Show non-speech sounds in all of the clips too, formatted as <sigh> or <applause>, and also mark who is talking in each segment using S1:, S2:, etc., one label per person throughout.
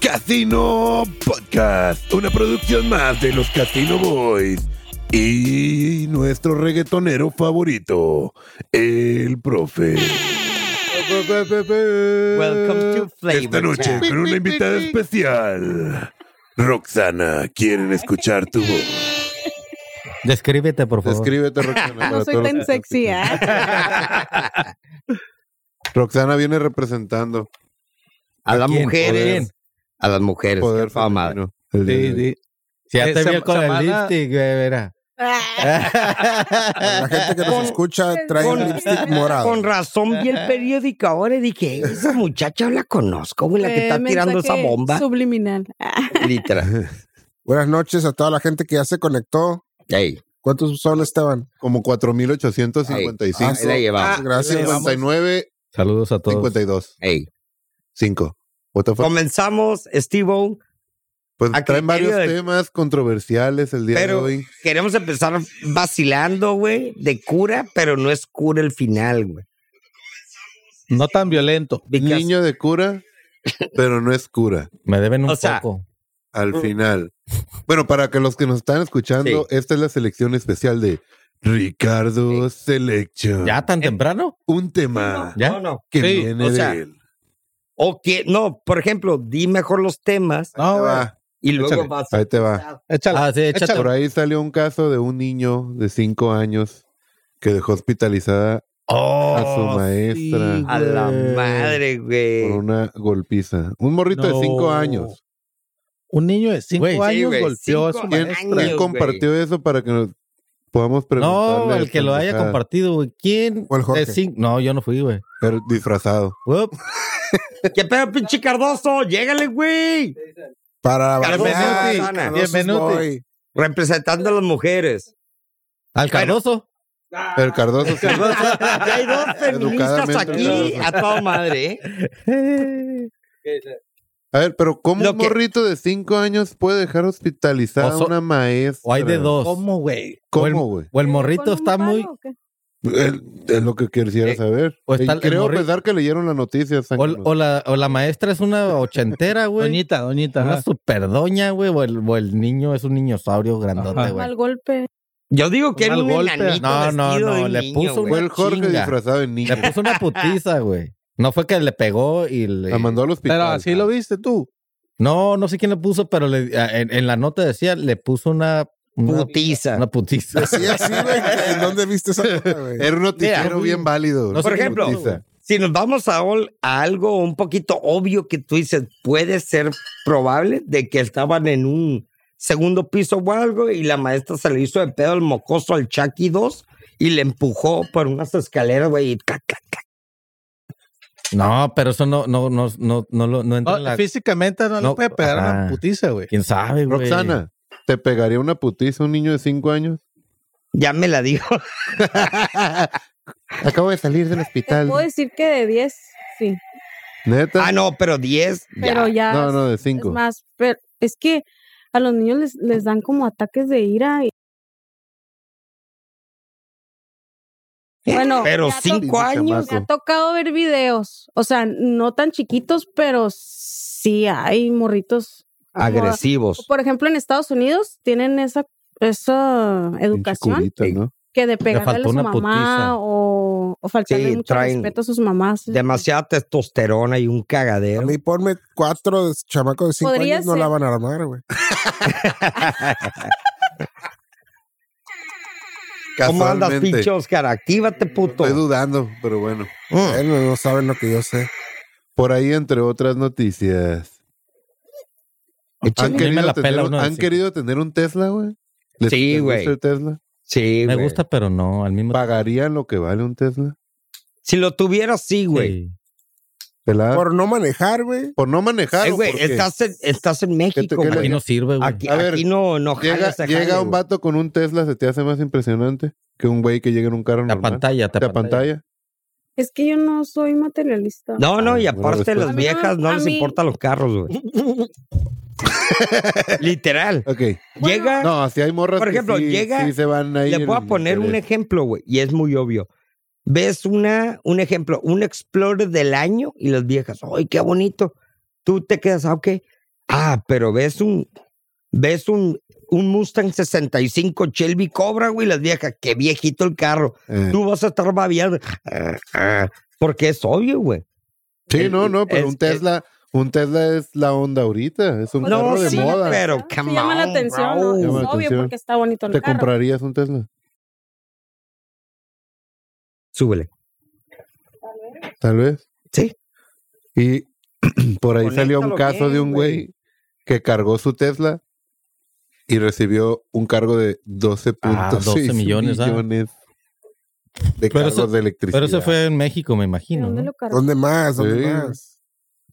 S1: Casino Podcast, una producción más de los Casino Boys y nuestro reggaetonero favorito, el profe.
S2: Welcome to Flavor
S1: Esta noche
S2: Town.
S1: con una invitada especial. Roxana, quieren escuchar tu voz.
S3: Descríbete, por favor.
S4: <laughs>
S5: Descríbete, Roxana.
S4: No
S5: para
S4: soy
S5: todos
S4: tan
S5: los-
S4: sexy, ¿eh?
S5: Roxana viene representando
S2: A las
S3: ¿Quién?
S2: mujeres.
S3: ¿Quién?
S2: A las mujeres.
S5: poder
S2: qué fama.
S5: femenino. El día de hoy.
S3: Si ya
S6: Eh,
S3: te
S6: Sam-
S3: vi con el
S6: Samantha-
S3: lipstick, güey, verá.
S6: La gente que nos escucha trae
S4: con-
S6: un lipstick morado.
S2: Con razón vi el periódico ahora y dije, esa muchacha la conozco, güey, <laughs> la que
S4: Eh,
S2: está tirando esa
S4: mensaje
S2: bomba.
S4: Subliminal. Ah,
S5: <laughs>
S2: Literal.
S6: Buenas noches a toda la gente que ya se conectó.
S2: Ey,
S6: ¿Cuántos son, Esteban?
S5: Como
S2: ahí
S5: 4,855.
S2: la llevamos.
S5: Ah, Gracias.
S6: ahí la llevamos.
S5: 59,
S3: Saludos a todos.
S5: 52.
S2: Ey.
S5: 5. What the fuck?
S2: Comenzamos, Steve.
S5: Pues
S2: a
S5: traen
S2: criterio
S5: varios
S2: de-
S5: temas controversiales el día
S2: Pero-
S5: de hoy.
S2: Queremos empezar vacilando, güey, de cura, pero no es cura el final, güey.
S6: No tan violento.
S2: Because-
S5: Niño de cura, pero no es cura.
S3: Me deben un
S2: O sea,
S3: poco.
S5: Al final. Bueno, para que los que nos están escuchando, esta es la selección especial de Ricardo Selection.
S3: ¿Ya tan
S2: em-
S3: temprano?
S5: Un tema
S3: ¿Ya?
S2: No, no.
S5: que
S6: Sí,
S5: viene
S2: o sea,
S5: de él.
S2: O que, no, por ejemplo, di mejor los temas
S6: No,
S5: Ahí te
S6: güey,
S5: Ah, va,
S2: y luego
S6: Échale.
S2: vas.
S5: ahí te va.
S6: échala.
S3: Ah, sí, échate.
S5: Por ahí salió un caso de un niño de cinco años que dejó hospitalizada a Ah,
S2: Oh,
S5: su maestra
S2: A la madre, güey.
S5: por una golpiza. Un morrito de cinco
S6: No.
S5: años.
S6: Un niño de cinco
S3: Güey, sí,
S2: años güey, golpeó a su cinco
S5: ¿Quién,
S2: maestra.
S5: quién
S2: güey.
S5: compartió eso para que nos podamos preguntarle?
S3: No, el que lo haya
S5: pendejada?
S3: compartido, güey. ¿Quién?
S6: O el Jorge.
S3: de cinco- No, yo no fui, güey.
S5: Pero er, disfrazado.
S3: Uop.
S2: ¿Qué pedo, pinche Cardoso? Llégale, güey.
S6: Para
S2: Carmen
S6: Ah,
S2: Nuti,
S6: Cardosos
S3: Carmen Nuti.
S6: Boy.
S2: Representando a las mujeres.
S3: Al Cardoso.
S5: El Cardoso. sí.
S2: Ya hay dos feministas
S5: Educadamente,
S2: aquí
S5: claro.
S2: a toda madre, ¿eh?
S5: A ver, pero ¿cómo
S2: Lo
S5: un
S2: que-
S5: morrito de cinco años puede dejar hospitalizada
S3: O so-
S5: a una maestra?
S3: O hay de dos.
S6: güey?
S5: ¿Cómo, güey?
S3: O el morrito está
S4: ¿Con un
S3: muy.
S4: palo o qué?
S5: El- Es lo que quisiera
S2: Eh,
S5: saber.
S3: o está
S5: Y
S3: pues el
S5: creo
S3: morri-
S5: pensar que leyeron la noticia.
S3: O,
S5: Sánchez.
S3: o la, o la maestra es una
S2: <laughs>
S3: ochentera, güey.
S7: Doñita, doñita.
S3: Una
S7: ajá.
S3: superdoña, güey. O el, o el niño es un niño saurio grandote,
S7: Ajá.
S3: güey.
S4: Mal golpe.
S2: Yo digo que
S7: Un
S2: era
S7: mal
S2: un
S7: golpe.
S2: enanito
S3: No, no,
S2: vestido
S3: no,
S2: de un
S3: le
S2: niño,
S3: puso
S2: güey.
S5: Fue el Jorge
S3: chinga.
S5: disfrazado de niño.
S3: Le puso una
S7: <laughs>
S3: putiza, güey. No fue que le pegó y le...
S5: La mandó al hospital.
S7: Pero así lo viste tú.
S3: No, no sé quién le puso, pero le- a- en, en la nota decía, le puso una... una
S2: Putiza.
S3: Una putiza.
S7: Sí, así, güey. ¿En dónde viste esa cosa, güey?
S5: <laughs> Era un noticiero
S3: Mira.
S5: bien válido.
S3: No
S2: Por
S3: sé qué
S2: ejemplo.
S3: putiza.
S2: Si nos vamos a, ol- a algo un poquito obvio que tú dices, puede ser probable de que estaban en un segundo piso o algo y la maestra se le hizo de pedo el mocoso al Chucky 2 y le empujó por unas escaleras, güey, y ca, ca, ca.
S3: <laughs> No, pero eso no, no, no, no, no, lo- no entra
S7: No,
S3: en la...
S7: Físicamente no,
S3: No,
S7: le puede pegar
S3: ajá.
S7: una putiza, güey.
S3: ¿Quién sabe, güey?
S5: Roxana, ¿te pegaría una putiza un niño de cinco años?
S2: Ya me la dijo.
S5: Acabo de salir del
S4: Te
S5: hospital.
S4: puedo decir que de 10, sí.
S5: ¿Neta?
S2: Ah, no, pero 10.
S4: Pero ya.
S5: no, no, de
S4: Es
S5: cinco.
S4: más, pero es que a los niños les, les dan como ataques de ira. y- Bueno,
S2: <laughs> Pero
S4: me ha
S2: cinco
S5: Sí,
S2: años.
S4: Me ha tocado ver videos, o sea, no tan chiquitos, pero sí hay morritos. como-
S2: Agresivos.
S4: Por ejemplo, en Estados Unidos tienen esa, esa
S5: Pinche
S4: educación
S5: culita, ¿no?
S4: que de pegarle a
S3: faltó
S4: su
S3: una putiza.
S4: mamá o, o faltarle
S2: Sí,
S4: mucho
S2: traen
S4: respeto a sus mamás.
S5: Pues,
S2: Demasiada testosterona y un
S7: A
S2: cagadero.
S7: mí ponme cuatro chamacos de cinco
S4: Podría
S7: años, no
S4: ser.
S7: la van a armar, güey.
S2: ¿Cómo andas,
S5: Casualmente.
S2: pinche Oscar? Actívate, puto.
S5: Estoy dudando, pero bueno.
S2: Mm.
S7: Bueno, no saben lo que yo sé.
S5: Por ahí, entre otras noticias.
S3: A
S5: ¿Han,
S3: mí
S5: querido,
S3: me la
S5: tener,
S3: pela
S5: un-
S3: uno de
S5: ¿han
S3: cinco.
S5: querido tener un Tesla, güey? ¿Les-
S2: Sí,
S5: les gusta
S2: güey.
S5: el Tesla?
S2: Sí,
S3: Me
S2: güey.
S3: gusta, pero no, al mismo
S5: ¿Pagarían lo que vale un Tesla?
S2: Si lo tuvieras, sí, güey.
S3: Sí.
S5: ¿Te la- Por,
S7: Por no manejar, güey.
S5: no manejar.
S2: Eh,
S5: o
S2: güey,
S5: por qué?
S2: estás en, estás en México,
S5: qué le-
S2: güey.
S3: Aquí no sirve, güey.
S2: Aquí,
S5: A ver,
S2: aquí no, no
S5: Llega,
S2: jala ese
S5: llega
S2: jale,
S5: un
S2: güey.
S5: vato con un Tesla, ¿se te hace más impresionante que un güey que llega en un carro
S3: La
S5: normal?
S3: pantalla, te
S5: ¿Te apantalla?
S4: Es que yo no soy materialista.
S2: No, no, y
S5: Ah, bueno,
S2: aparte
S5: después-
S4: A
S2: las
S4: mí no-
S2: viejas no
S4: a
S2: les
S4: mí-
S2: importan los carros, güey.
S5: <laughs>
S2: Literal.
S5: Ok.
S4: Bueno,
S2: llega,
S5: No, si hay morras
S2: Por
S5: que
S2: ejemplo,
S5: sí-
S2: llega-
S5: sí se van ahí.
S2: le voy a
S5: en-
S2: poner un
S5: en-
S2: ejemplo, güey, y es muy obvio. Ves una, un ejemplo, un Explorer del año y las viejas, ¡ay, qué bonito! Tú te quedas, ah, ok. Ah, pero ves un, ves un, un Mustang 65 Shelby Cobra, güey, las viejas, qué viejito el carro.
S5: Eh.
S2: Tú vas a estar babiando. Porque es obvio, güey.
S5: Sí,
S2: El-
S5: no, no, pero
S2: es-
S5: un Tesla, un Tesla es la onda ahorita, es un
S4: Pues
S5: carro
S4: sí,
S5: de
S4: sí,
S5: moda.
S2: pero
S4: Sí
S2: come
S4: llama la
S2: on,
S4: atención,
S2: bro.
S4: ¿no?
S5: Llama
S4: Es
S5: la
S4: obvio
S5: atención.
S4: porque está bonito el
S5: ¿Te
S4: carro.
S5: comprarías un Tesla?
S2: Súbele.
S5: Tal vez.
S2: Sí.
S5: Y <clears throat> por ahí salió
S2: Conéctalo
S5: un caso
S2: bien,
S5: de un güey que cargó su Tesla y recibió un cargo de 12.6
S3: Ah, 12 millones, ah.
S5: millones de
S3: Pero
S5: cargos
S3: eso-
S5: de electricidad.
S3: Pero ese fue en México, me
S4: ¿De
S3: imagino.
S4: dónde
S3: ¿no?
S4: lo cargó?
S7: ¿Dónde más? ¿Dónde
S5: Sí.
S7: más?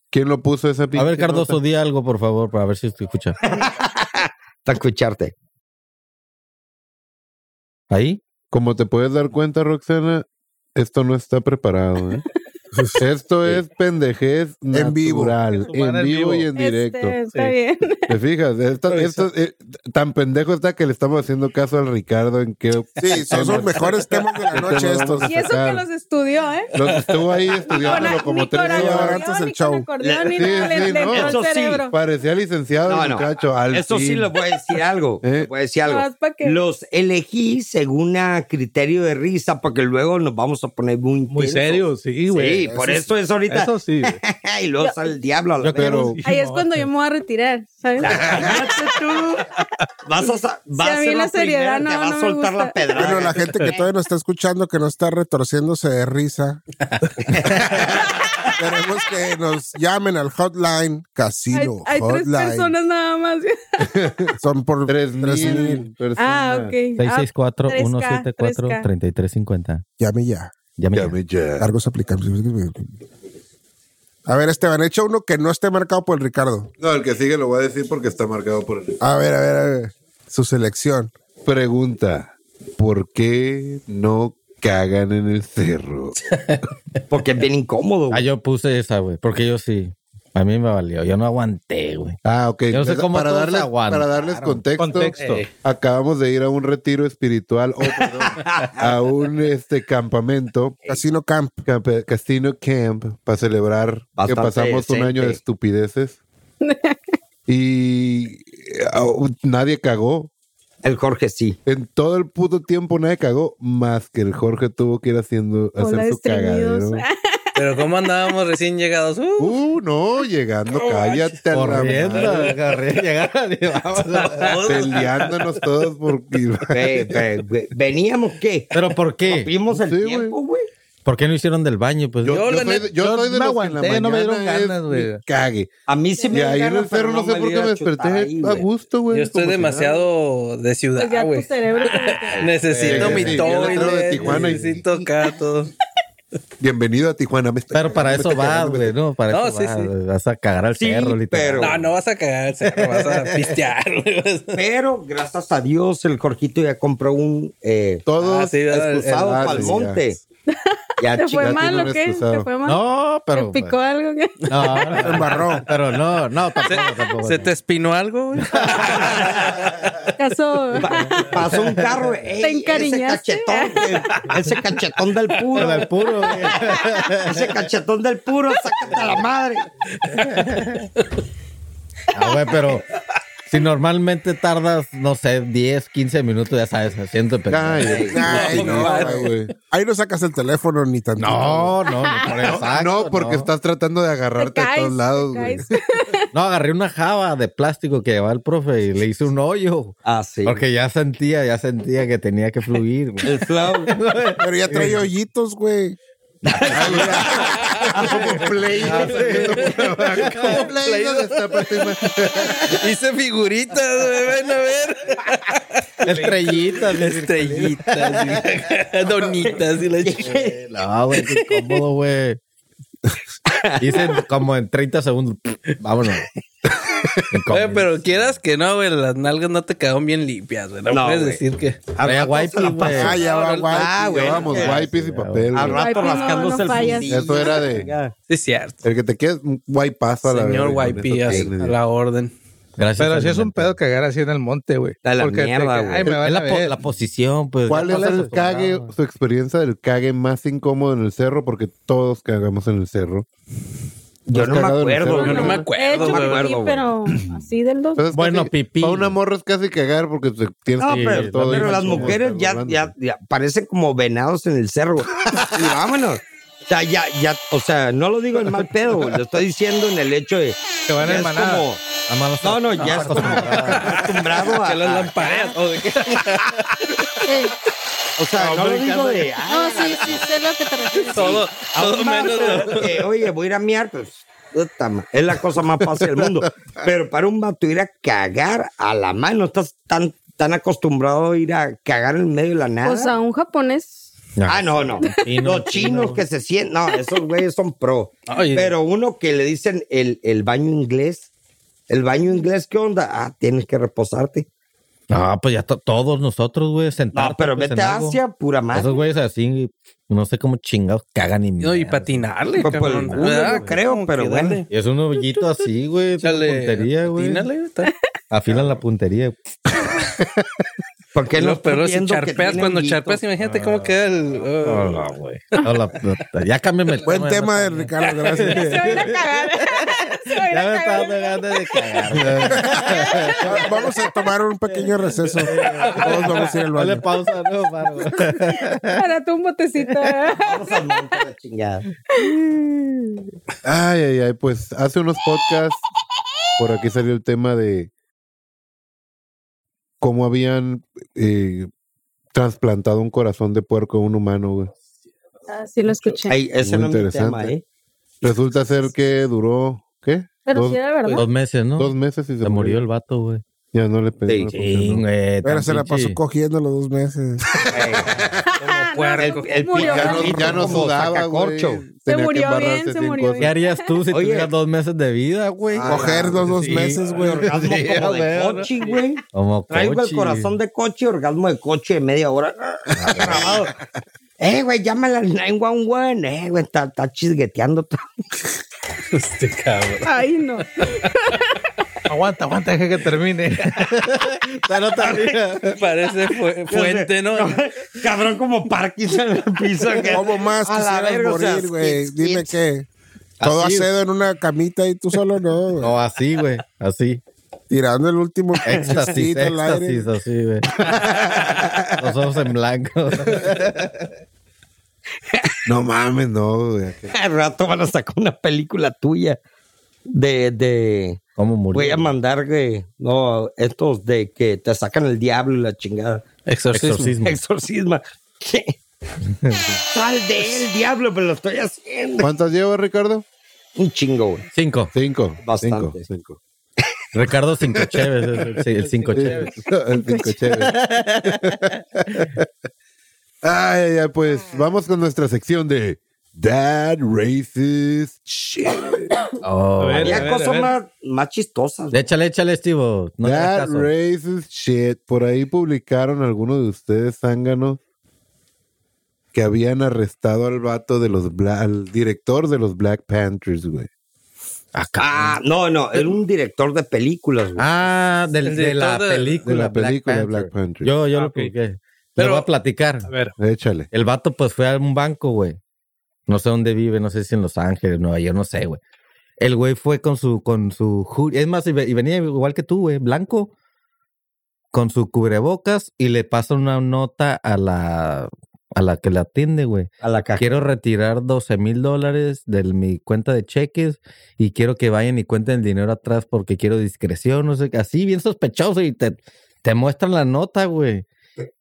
S5: ¿Quién lo puso esa
S3: A ver,
S5: pinche
S3: Cardoso,
S5: nota?
S3: di algo, por favor, para ver si te escucha.
S2: Para escucharte.
S3: ¿Ahí?
S5: Como te puedes dar cuenta, Roxana, esto no está preparado. <laughs> ¿eh? esto es pendejez
S7: En vivo.
S5: natural,
S6: Sumar
S5: en
S6: en
S5: vivo y
S6: vivo.
S5: en directo.
S4: Este,
S5: <laughs>
S4: está bien.
S5: ¿Te fijas? Esta-
S6: Eso.
S5: esta- eh, tan pendejo está que le estamos haciendo caso al Ricardo en que
S7: Sí, son los mejores temas de la
S5: Este
S7: noche
S5: lo
S7: estos.
S5: vamos
S4: Y eso que
S5: sacar.
S4: los estudió, ¿eh?
S5: Los estuvo ahí estudiándolo
S4: Con-
S5: como
S4: ni
S5: tres
S4: con
S5: horas.
S7: antes
S4: acordeón,
S7: del
S4: ni
S7: show.
S4: con acordeón, ni
S5: Sí,
S4: nada, le
S5: sí,
S4: le
S5: ¿no?
S4: entró el
S2: Eso sí.
S4: cerebro.
S5: Parecía licenciado
S2: No,
S5: el
S2: no.
S5: muchacho. Al
S2: Eso sí
S5: fin.
S2: les voy a decir algo.
S5: <laughs> Eh.
S2: les voy a decir algo.
S4: Nomás pa' que-
S2: Los elegí según a criterio de risa, porque luego nos vamos a poner muy
S6: Muy
S2: intensos.
S6: serio, sí,
S2: Sí,
S6: güey.
S2: por eso es ahorita.
S6: Eso sí. güey.
S2: <laughs> y luego sale el diablo. a la verga.
S5: Pero
S4: Ahí es cuando yo me voy a retirar, ¿sabes? <laughs>
S5: <laughs>
S2: vas a, sa- vas
S4: Si
S2: a
S4: a mí
S2: ser
S4: la
S2: la primera
S4: seriedad
S2: que
S4: no-
S2: va
S4: no
S2: a
S4: me
S2: soltar la
S4: gusta.
S2: pedrada.
S7: Bueno, la gente
S4: <laughs>
S7: que todavía nos está escuchando, que no está retorciéndose de
S5: <laughs>
S7: risa. Queremos que nos llamen al hotline
S4: Hay,
S7: casino.
S4: hay tres
S7: hotline.
S4: personas nada más. <laughs>
S7: Son por
S5: Tres mil
S7: mil.
S5: personas.
S4: Ah, ok. Ah, 3K.
S3: 664-174-3350.
S7: Llame ya.
S3: Llame ya.
S1: Llame ya.
S7: Largos aplicables. A ver, Esteban, echa uno que no esté marcado por el Ricardo.
S5: No, el que sigue lo voy a decir porque está marcado por el.
S7: A ver, a ver, a ver. Su selección.
S5: Pregunta: ¿Por qué no cagan en el cerro?
S2: Porque es bien incómodo.
S3: Ah,
S2: güey.
S3: yo puse esa, güey, porque yo sí. A mí me valió. Yo no aguanté, güey.
S5: Ah, ok.
S3: Yo no sé
S5: Entonces,
S3: cómo
S5: para,
S3: todos
S5: darles,
S3: aguantaron.
S5: para darles contexto,
S6: Contexto.
S5: eh, acabamos de ir a un retiro espiritual, oh, perdón, a un este campamento,
S7: Casino Camp.
S5: campe- Casino Camp, para celebrar
S2: Bastante
S5: que pasamos un año de
S2: decente.
S7: <laughs>
S5: estupideces. y eh, oh, nadie cagó.
S2: El
S5: <laughs>
S2: Jorge sí.
S5: En todo el puto tiempo nadie cagó, más que el Jorge tuvo que ir haciendo
S4: Hola,
S5: hacer su
S4: estreñidos.
S5: cagadero.
S8: Pero cómo andábamos recién llegados. Uh,
S5: Uh, no, llegando, cállate a la
S3: Corriendo,
S5: madre,
S3: agarré, <laughs> llegaron y vamos.
S5: peleándonos todos porque
S2: Ve- ve- ve- Veníamos, ¿qué?
S3: Pero ¿por qué?
S2: Vimos el
S5: Sí, güey.
S2: tiempo, güey.
S3: ¿Por qué no hicieron del baño? Pues
S5: Yo,
S8: Yo,
S5: yo
S8: la
S5: soy,
S8: neta,
S5: de- yo
S3: yo
S5: soy de
S3: me
S5: los que
S3: aguanté,
S5: en la
S3: no me dieron
S5: mañana
S3: ganas,
S5: es
S3: güey.
S5: mi Cague.
S2: A mí sí me
S5: Y ahí en el cerro
S2: perro
S5: no sé por qué me desperté a gusto, güey.
S8: yo estoy
S5: como si nada.
S8: demasiado
S4: Pues <laughs>
S8: de
S4: ya
S5: Ah,
S8: ciudad,
S4: tu
S8: güey.
S4: cerebro como que-
S8: Necesito
S5: Eh,
S8: mi
S5: sí, yo
S8: toile,
S5: entro de Tijuana y-
S8: necesito acá todo.
S5: "Ah, Bienvenido a Tijuana. me está
S8: <laughs>
S3: Pero para
S5: cagando,
S3: eso
S5: me está
S3: vas,
S5: cagando, me
S3: güey,
S5: está
S3: ¿no? Para
S8: No,
S3: eso
S8: sí,
S3: vas,
S8: sí.
S3: güey. vas a cagar al
S2: Sí,
S3: cerro, literal.
S2: pero-
S8: No, no vas a cagar, al cerro, vas a pistear. güey.
S2: Pero gracias a Dios, el Jorgito ya compró un eh,
S5: Todos
S8: Ah, sí, ¿verdad? El-
S2: excusado
S5: ah,
S2: pa'l
S5: sí,
S4: <laughs>
S2: monte. Ya,
S4: ¿Te
S2: chinga-
S4: fue
S5: Ah, tiene
S4: mal
S5: un
S4: o qué?
S5: excusado.
S4: ¿Te fue mal?
S3: No, pero.
S4: ¿Te picó algo? qué?
S3: No, no,
S7: embarró.
S3: Pero no, no, tampoco, tampoco.
S8: ¿Se te espinó algo? güey?
S4: ¿Acaso?
S2: pa- pasó un carro. ey,
S4: ¿Te encariñaste?
S2: Ese cachetón, que- ese cachetón del puro.
S3: Al puro, güey.
S2: Ese cachetón del puro, sácate a la madre.
S3: Ah, güey, pero si normalmente tardas, no sé, 10, 15 minutos, ya sabes, haciendo pendejo.
S5: Cállate.
S7: Ay, no,
S5: Chingada,
S7: güey.
S5: güey.
S7: Ahí no sacas el teléfono ni tanto.
S3: No, no, ah, no, por exacto,
S5: No, porque
S3: no.
S5: estás tratando de
S4: Te
S5: agarrarte a
S4: caes.
S5: todos lados,
S4: te
S5: güey.
S4: caes.
S3: No, agarré una java de plástico que llevaba el profe y le hice un hoyo.
S2: Ah, sí.
S3: Porque ya sentía, ya sentía que tenía que fluir. güey. <laughs>
S2: El flow.
S7: Pero ya trae hoyitos, güey.
S2: <laughs>
S5: Como play.
S8: <laughs>
S5: Como play. no destápate, güey.
S8: Hice figuritas, güey, ven a ver.
S3: Estrellitas.
S8: Estrellitas, y- donitas y la chica.
S3: No, güey, qué cómodo, güey. Hice como en 30 segundos. Vámonos.
S8: Oye, pero quieras que no, güey, las nalgas no te quedaron bien limpias, güey. No,
S2: No,
S8: puedes
S2: güey.
S8: decir que...
S3: Había guaypis, güey.
S7: Ah, ya va, guay.
S2: Ah, güey.
S5: Llevamos
S2: Eh,
S5: wipes y papel.
S2: Al
S5: güey.
S2: rato
S4: Ay, pues, no,
S2: rascándose
S4: no
S2: el
S4: fallas.
S2: fundillo.
S5: Eso era de-
S8: Sí, es cierto.
S5: El que te quede un wipe paso a la
S8: Señor
S5: verga, con
S8: Guaypías,
S5: eso
S8: a
S5: tienes.
S8: la orden.
S3: Gracias.
S6: Pero
S3: al
S6: si es un
S3: invento.
S6: pedo cagar así en el monte, güey.
S2: A la
S6: Porque te
S2: mierda,
S6: cae,
S2: güey.
S6: me
S3: Es
S6: van a
S3: la, po-
S6: ver.
S3: la posición, pues.
S5: ¿Cuál es el
S3: el
S5: cague, su experiencia del cague más incómodo en el cerro? Porque todos cagamos en el cerro.
S2: Yo no me acuerdo.
S8: Yo <laughs> no me
S4: He hecho
S8: acuerdo, güey.
S4: pipí, pero así del dos.
S5: Entonces,
S3: Bueno,
S5: casi-
S3: pipí.
S5: Para una morra es casi cagar porque te tienes
S2: No,
S5: que
S2: pero,
S5: hacer todo
S2: pero
S5: y
S2: las
S5: cómo
S2: mujeres
S5: estás
S2: ya,
S5: hablando.
S2: ya, ya parecen como venados en el cerro. güey. Y vámonos. O sea, ya, ya, o sea, no lo digo en mal pedo, güey, lo estoy diciendo en el hecho de.
S3: Que van
S2: ya
S3: en
S2: es
S3: manada.
S2: como-
S3: A malas-
S2: No, no, ya es como acostumbrado a.
S8: Que los lampareas. o de qué.
S4: Eh,
S2: o sea, no, lo digo de. "Ah,
S4: no,
S2: "Ay,
S4: sí, sí, sé lo que te refieres.
S8: "Ah, <laughs> Todo,
S2: a
S8: todo
S2: un
S8: menos.
S2: vato que, oye, voy a ir a miar, pues. puta ma- Es la cosa más fácil del mundo. Pero para un vato ir a cagar a la mano, estás tan, tan acostumbrado a ir a cagar en medio de la nada.
S4: O sea, un japonés.
S2: Ah, no, no.
S3: Chino,
S2: Los chinos que se sienten. No, esos güeyes son pro.
S8: Ay.
S2: Pero uno que le dicen el, el baño inglés. El baño inglés, ¿qué onda? Ah, tienes que reposarte.
S3: No, pues ya to- todos nosotros, güey, sentados. pues,
S2: No, pero vete a Asia, pura madre.
S3: Esos güeyes así, no sé cómo chingados cagan y
S8: No, y
S3: mean.
S8: patinarle,
S2: Pues, por el
S8: cabrón.
S2: culo,
S8: ¿verdad?
S2: yo creo,
S8: Como
S2: pero
S8: que
S2: bueno.
S8: dale.
S3: Y es un ovillito así, güey. tipo
S8: Chale,
S3: puntería, güey.
S9: <laughs>
S8: atínale, está.
S3: Afilan la puntería.
S2: ¿Por qué
S8: Los perros si
S2: entiendo que
S8: charpeas,
S2: tienen
S8: cuando
S2: guito?
S8: charpeas, imagínate
S9: Ah.
S8: cómo queda el. oh.
S3: Hola, güey. Hola, puta. ya cámbiame el
S7: Buen tema de
S3: ya
S7: Ricardo, gracias.
S5: <laughs>
S4: Se va a ir a cagar. Se va a ir
S3: me
S4: a
S3: estaba
S4: cagar.
S3: dando ganas de cagar.
S7: Va- Vamos a tomar un pequeño receso. Todos vamos a ir al
S3: Dale
S7: baño.
S3: pausa, no, Paro.
S4: Para tu un botecito.
S2: Vamos al monte a la chingada.
S5: Ay, ay, ay, pues hace unos podcasts por aquí salió el tema de cómo habían eh, trasplantado un corazón de puerco a un humano, güey.
S4: Ah, sí, lo escuché.
S2: Ay, ese
S5: Muy
S2: no es mi
S5: interesante.
S2: tema, ¿eh?
S5: Resulta ser que duró, ¿qué?
S4: Pero
S5: dos,
S4: sí era verdad.
S3: Dos meses, ¿no?
S5: dos meses y
S3: Se murió el vato, güey.
S5: Ya no le pedí. no le funcionó.
S3: Sí, güey.
S7: Pero
S3: tan
S7: se la pasó
S3: pinche-
S7: cogiendo
S2: <laughs>
S7: los dos meses.
S8: puerco.
S2: El, el
S4: Murió.
S5: ya no, ya no
S2: Como
S5: sudaba, güey.
S2: sacacorcho.
S5: Tenía que
S4: murió bien,
S5: embarrarse
S4: se
S5: sin
S4: murió
S5: cosas.
S3: ¿Qué harías tú si
S2: Oye.
S3: tuvieras dos meses de vida, güey?
S7: Ah, Coger los dos meses, güey.
S2: orgasmo como de
S3: güey.
S2: coche, güey.
S3: Como
S2: Traigo el
S3: cochi. <laughs>
S2: corazón de coche, orgasmo de coche de media hora. Grabado. <laughs> Eh, güey, llámala al 911. Eh, güey, está, está chisgueteando.
S8: Este
S3: pues,
S8: cabrón.
S4: Ay, no.
S6: Aguanta, aguanta, deja que termine.
S3: Ya no termina.
S8: Parece fu- fuente, ¿no?
S2: <laughs> Cabrón, como Parkinson en el <laughs> piso.
S7: ¿Cómo más
S2: A la
S7: quisieras
S2: verga, o sea,
S7: morir, güey?
S2: skits,
S7: Dime
S2: skits.
S7: qué. Todo
S3: Así.
S7: acedo en una camita y tú solo
S2: <laughs>
S7: no, güey.
S3: No, así, güey. Así.
S7: Tirando el último
S3: Éxtasis,
S7: chistito al aire.
S3: éxtasis, así, güey.
S5: <laughs>
S3: Los ojos en blanco.
S5: No mames, no, güey.
S2: Al rato van a sacar una película tuya de... de...
S3: ¿Cómo
S2: Voy
S3: murió?
S2: a mandar, güey, no, estos de que te sacan el diablo y la chingada.
S3: Exorcismo.
S2: Exorcisma.
S6: <laughs>
S2: ¿Qué? Sal de él, diablo, pero lo estoy haciendo.
S5: ¿Cuántas lleva, Ricardo?
S2: Un chingo, güey.
S3: Cinco.
S5: Cinco.
S2: Bastante.
S5: Cinco. <laughs>
S3: Ricardo Cinco Chévez. Sí, el Cinco Chévez.
S5: cinco. El cinco
S4: <laughs>
S5: chévere. Ay, ay, ay, pues
S4: Ah.
S5: vamos con nuestra sección de That Racist Shit.
S3: Oh.
S6: A ver.
S2: Había cosas
S6: ver.
S2: más, más chistosas. güey.
S3: Échale, échale, Estivo. No te hagas
S5: That
S3: caso.
S5: Racist Shit. Por ahí publicaron algunos de ustedes, zánganos, que habían arrestado al vato de los Bla- al director de los Black Panthers, güey.
S2: Ah, no, no, era un director de películas, güey.
S3: Ah, del-
S8: El
S3: de la
S8: director de-
S5: de
S3: película.
S5: la película
S3: Black
S5: Black
S3: Panther.
S5: Panther.
S3: Yo, yo
S6: Ah,
S3: lo
S6: ok.
S3: publiqué. Pero,
S8: Pero-
S3: voy a platicar.
S6: A ver,
S5: Échale.
S3: El vato, pues, fue a un banco, güey. No sé dónde vive, no sé si en Los Ángeles, Nueva York, no sé, güey. El güey fue con su, con su, ju- es más, y ve- y venía igual que tú, güey, blanco, con su cubrebocas y le pasa una nota a la, a la que le atiende, güey.
S6: Ah,
S2: A la caja.
S3: Quiero retirar 12 mil dólares de mi cuenta de cheques y quiero que vayan y cuenten el dinero atrás porque quiero discreción, no sé, qué. así bien sospechoso y te, te muestran la nota, güey.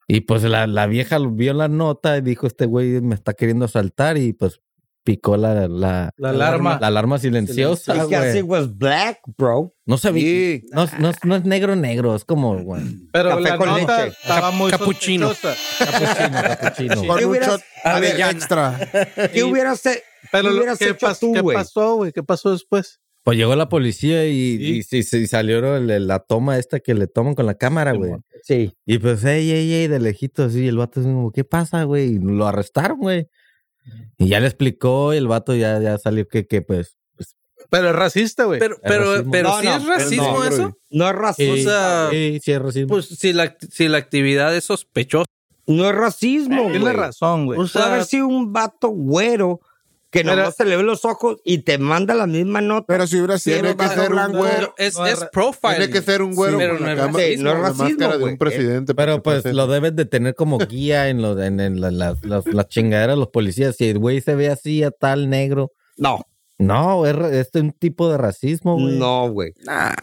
S3: Y pues la, la vieja lo- vio la nota y dijo, este güey me está queriendo saltar y pues picó la, la,
S6: La alarma.
S3: la alarma silenciosa,
S2: Y que así
S3: güey.
S2: was black, bro.
S3: No sabía,
S5: Sí.
S3: no, no, no es negro negro, es como, güey,
S6: pero
S2: Café
S6: la
S2: con
S6: nota
S2: leche.
S6: estaba muy
S8: Capuchino.
S6: sospechosa.
S3: capuchino, capuchino.
S2: Sí.
S7: Con un
S2: hubieras-
S7: shot
S8: Avellana.
S7: extra.
S2: ¿Qué hubieras, he-
S6: Pero
S2: ¿qué
S6: lo-
S2: hubieras
S6: ¿qué,
S2: hecho
S6: pas-
S2: tú,
S6: ¿qué
S2: güey?
S6: pasó, güey? ¿Qué pasó después?
S3: Pues llegó la policía y,
S6: Sí.
S3: y sí, sí, salió el- la toma esta que le toman con la cámara, güey.
S2: Sí.
S3: Y pues, ey, ey, ey, de lejito, así, el vato, así como, ¿qué pasa, güey? Y lo arrestaron, güey. Y ya le explicó, y el vato ya, ya salió que, que pues,
S6: Pero es racista, güey.
S8: Pero, pero,
S3: racismo.
S8: pero
S2: No,
S8: si
S2: no,
S8: es
S2: pero
S8: racismo
S2: no,
S8: eso.
S2: No es racismo.
S8: O sea,
S3: sí, sí, es racismo.
S8: pues si la, act- si la actividad es sospechosa.
S2: no es racismo,
S6: Tiene
S2: güey.
S6: razón, güey.
S2: Puede haber sido un vato güero que
S6: Pero-
S2: nomás se le ven los ojos y te manda la misma nota.
S7: Pero si hubiera sido
S2: Tiene
S7: tiene que
S2: que
S7: ser
S2: ser
S7: un
S2: un
S7: güero.
S8: Es,
S6: no,
S8: es
S6: no,
S8: profile.
S5: Tiene que ser un güero
S8: pero
S5: con la,
S8: no es
S5: cama-
S2: racismo,
S5: con la
S2: no es racismo,
S5: máscara de
S2: güey.
S5: un presidente.
S3: Pero
S5: para que
S3: pues
S5: pase.
S3: lo debes de tener como guía en, los, en, en la- la- las- las chingaderas de los policías. Si el güey se ve así a tal negro.
S2: No,
S3: No, es, ra- es un tipo de racismo, güey.
S2: no, güey.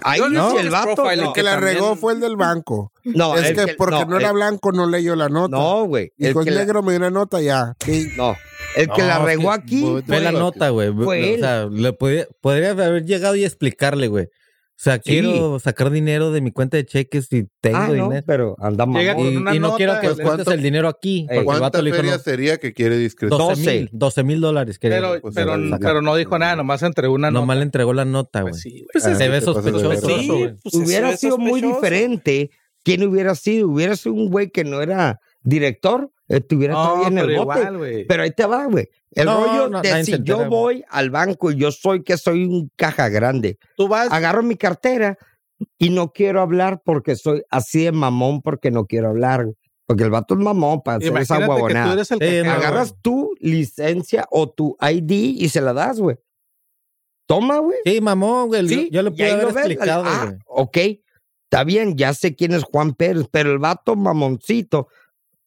S2: Ahí
S8: yo no
S2: no,
S8: sé
S2: el
S8: qué es
S2: vato.
S8: profile,
S2: no,
S7: El que la
S8: también-
S7: regó fue el del banco.
S2: no,
S7: es
S2: el
S7: que porque no,
S2: el-
S7: era blanco no leyó la nota.
S2: No, güey.
S7: Y
S2: El
S7: con
S2: que la-
S7: negro me dio una nota ya. ¿Qué?
S2: No, el que
S5: No,
S2: la
S5: es que-
S2: regó aquí.
S5: Muy-
S3: Fue la nota, güey.
S2: Fue
S3: O sea, le podía- podrías haber llegado y explicarle, güey. O sea, quiero sacar dinero de mi cuenta de cheques y tengo
S2: Ah, no,
S3: dinero.
S2: pero anda
S6: Llega
S2: mamón.
S6: con
S3: Y,
S6: una
S3: y no
S6: nota,
S3: quiero que
S6: pues,
S3: cuentes
S5: ¿cuánto-
S3: el dinero aquí. Porque el
S5: ¿Cuánta
S3: vato le dijo
S5: feria
S3: no,
S5: sería que quiere discreción?
S3: 12 mil, 12 mil dólares. quería.
S6: Pero,
S5: pues,
S6: pero,
S5: era la-
S6: pero no dijo nada, nomás entre una
S3: Nomás
S6: nota.
S3: le entregó la nota, güey.
S6: Pues sí, güey.
S8: Pues es-
S5: Ah,
S3: se ve
S5: te pasas de
S3: sospechoso.
S5: verga.
S8: sí,
S3: güey.
S8: pues eso
S2: hubiera
S8: es
S2: sido muy
S8: sospechoso.
S2: diferente. ¿Quién hubiera sido? Hubiera sido un güey que no era director, eh, estuviera
S6: No,
S2: todavía en
S6: pero
S2: el bote.
S6: igual, güey.
S2: Pero ahí te va, güey. El
S3: No,
S2: rollo
S3: no,
S2: de
S3: nadie
S2: si
S3: se entera,
S2: yo
S3: güey.
S2: voy al banco y yo soy que soy un caja grande,
S6: Tú vas,
S2: agarro mi cartera y no quiero hablar porque soy así de mamón porque no quiero hablar. güey. Porque el vato es mamón para hacer esa
S6: imagínate que tú
S2: huevonada.
S6: eres el
S3: Sí,
S6: que
S3: no,
S2: Eh, Agarras tu licencia o tu ID y se la das, güey. Toma, güey.
S3: Sí, mamón, güey.
S2: Sí,
S3: yo, yo le
S2: y
S3: pude
S2: ahí
S3: haber
S2: lo ves,
S3: explicado,
S2: ah,
S3: güey.
S2: ok, está bien, ya sé quién es Juan Pérez, pero el vato mamoncito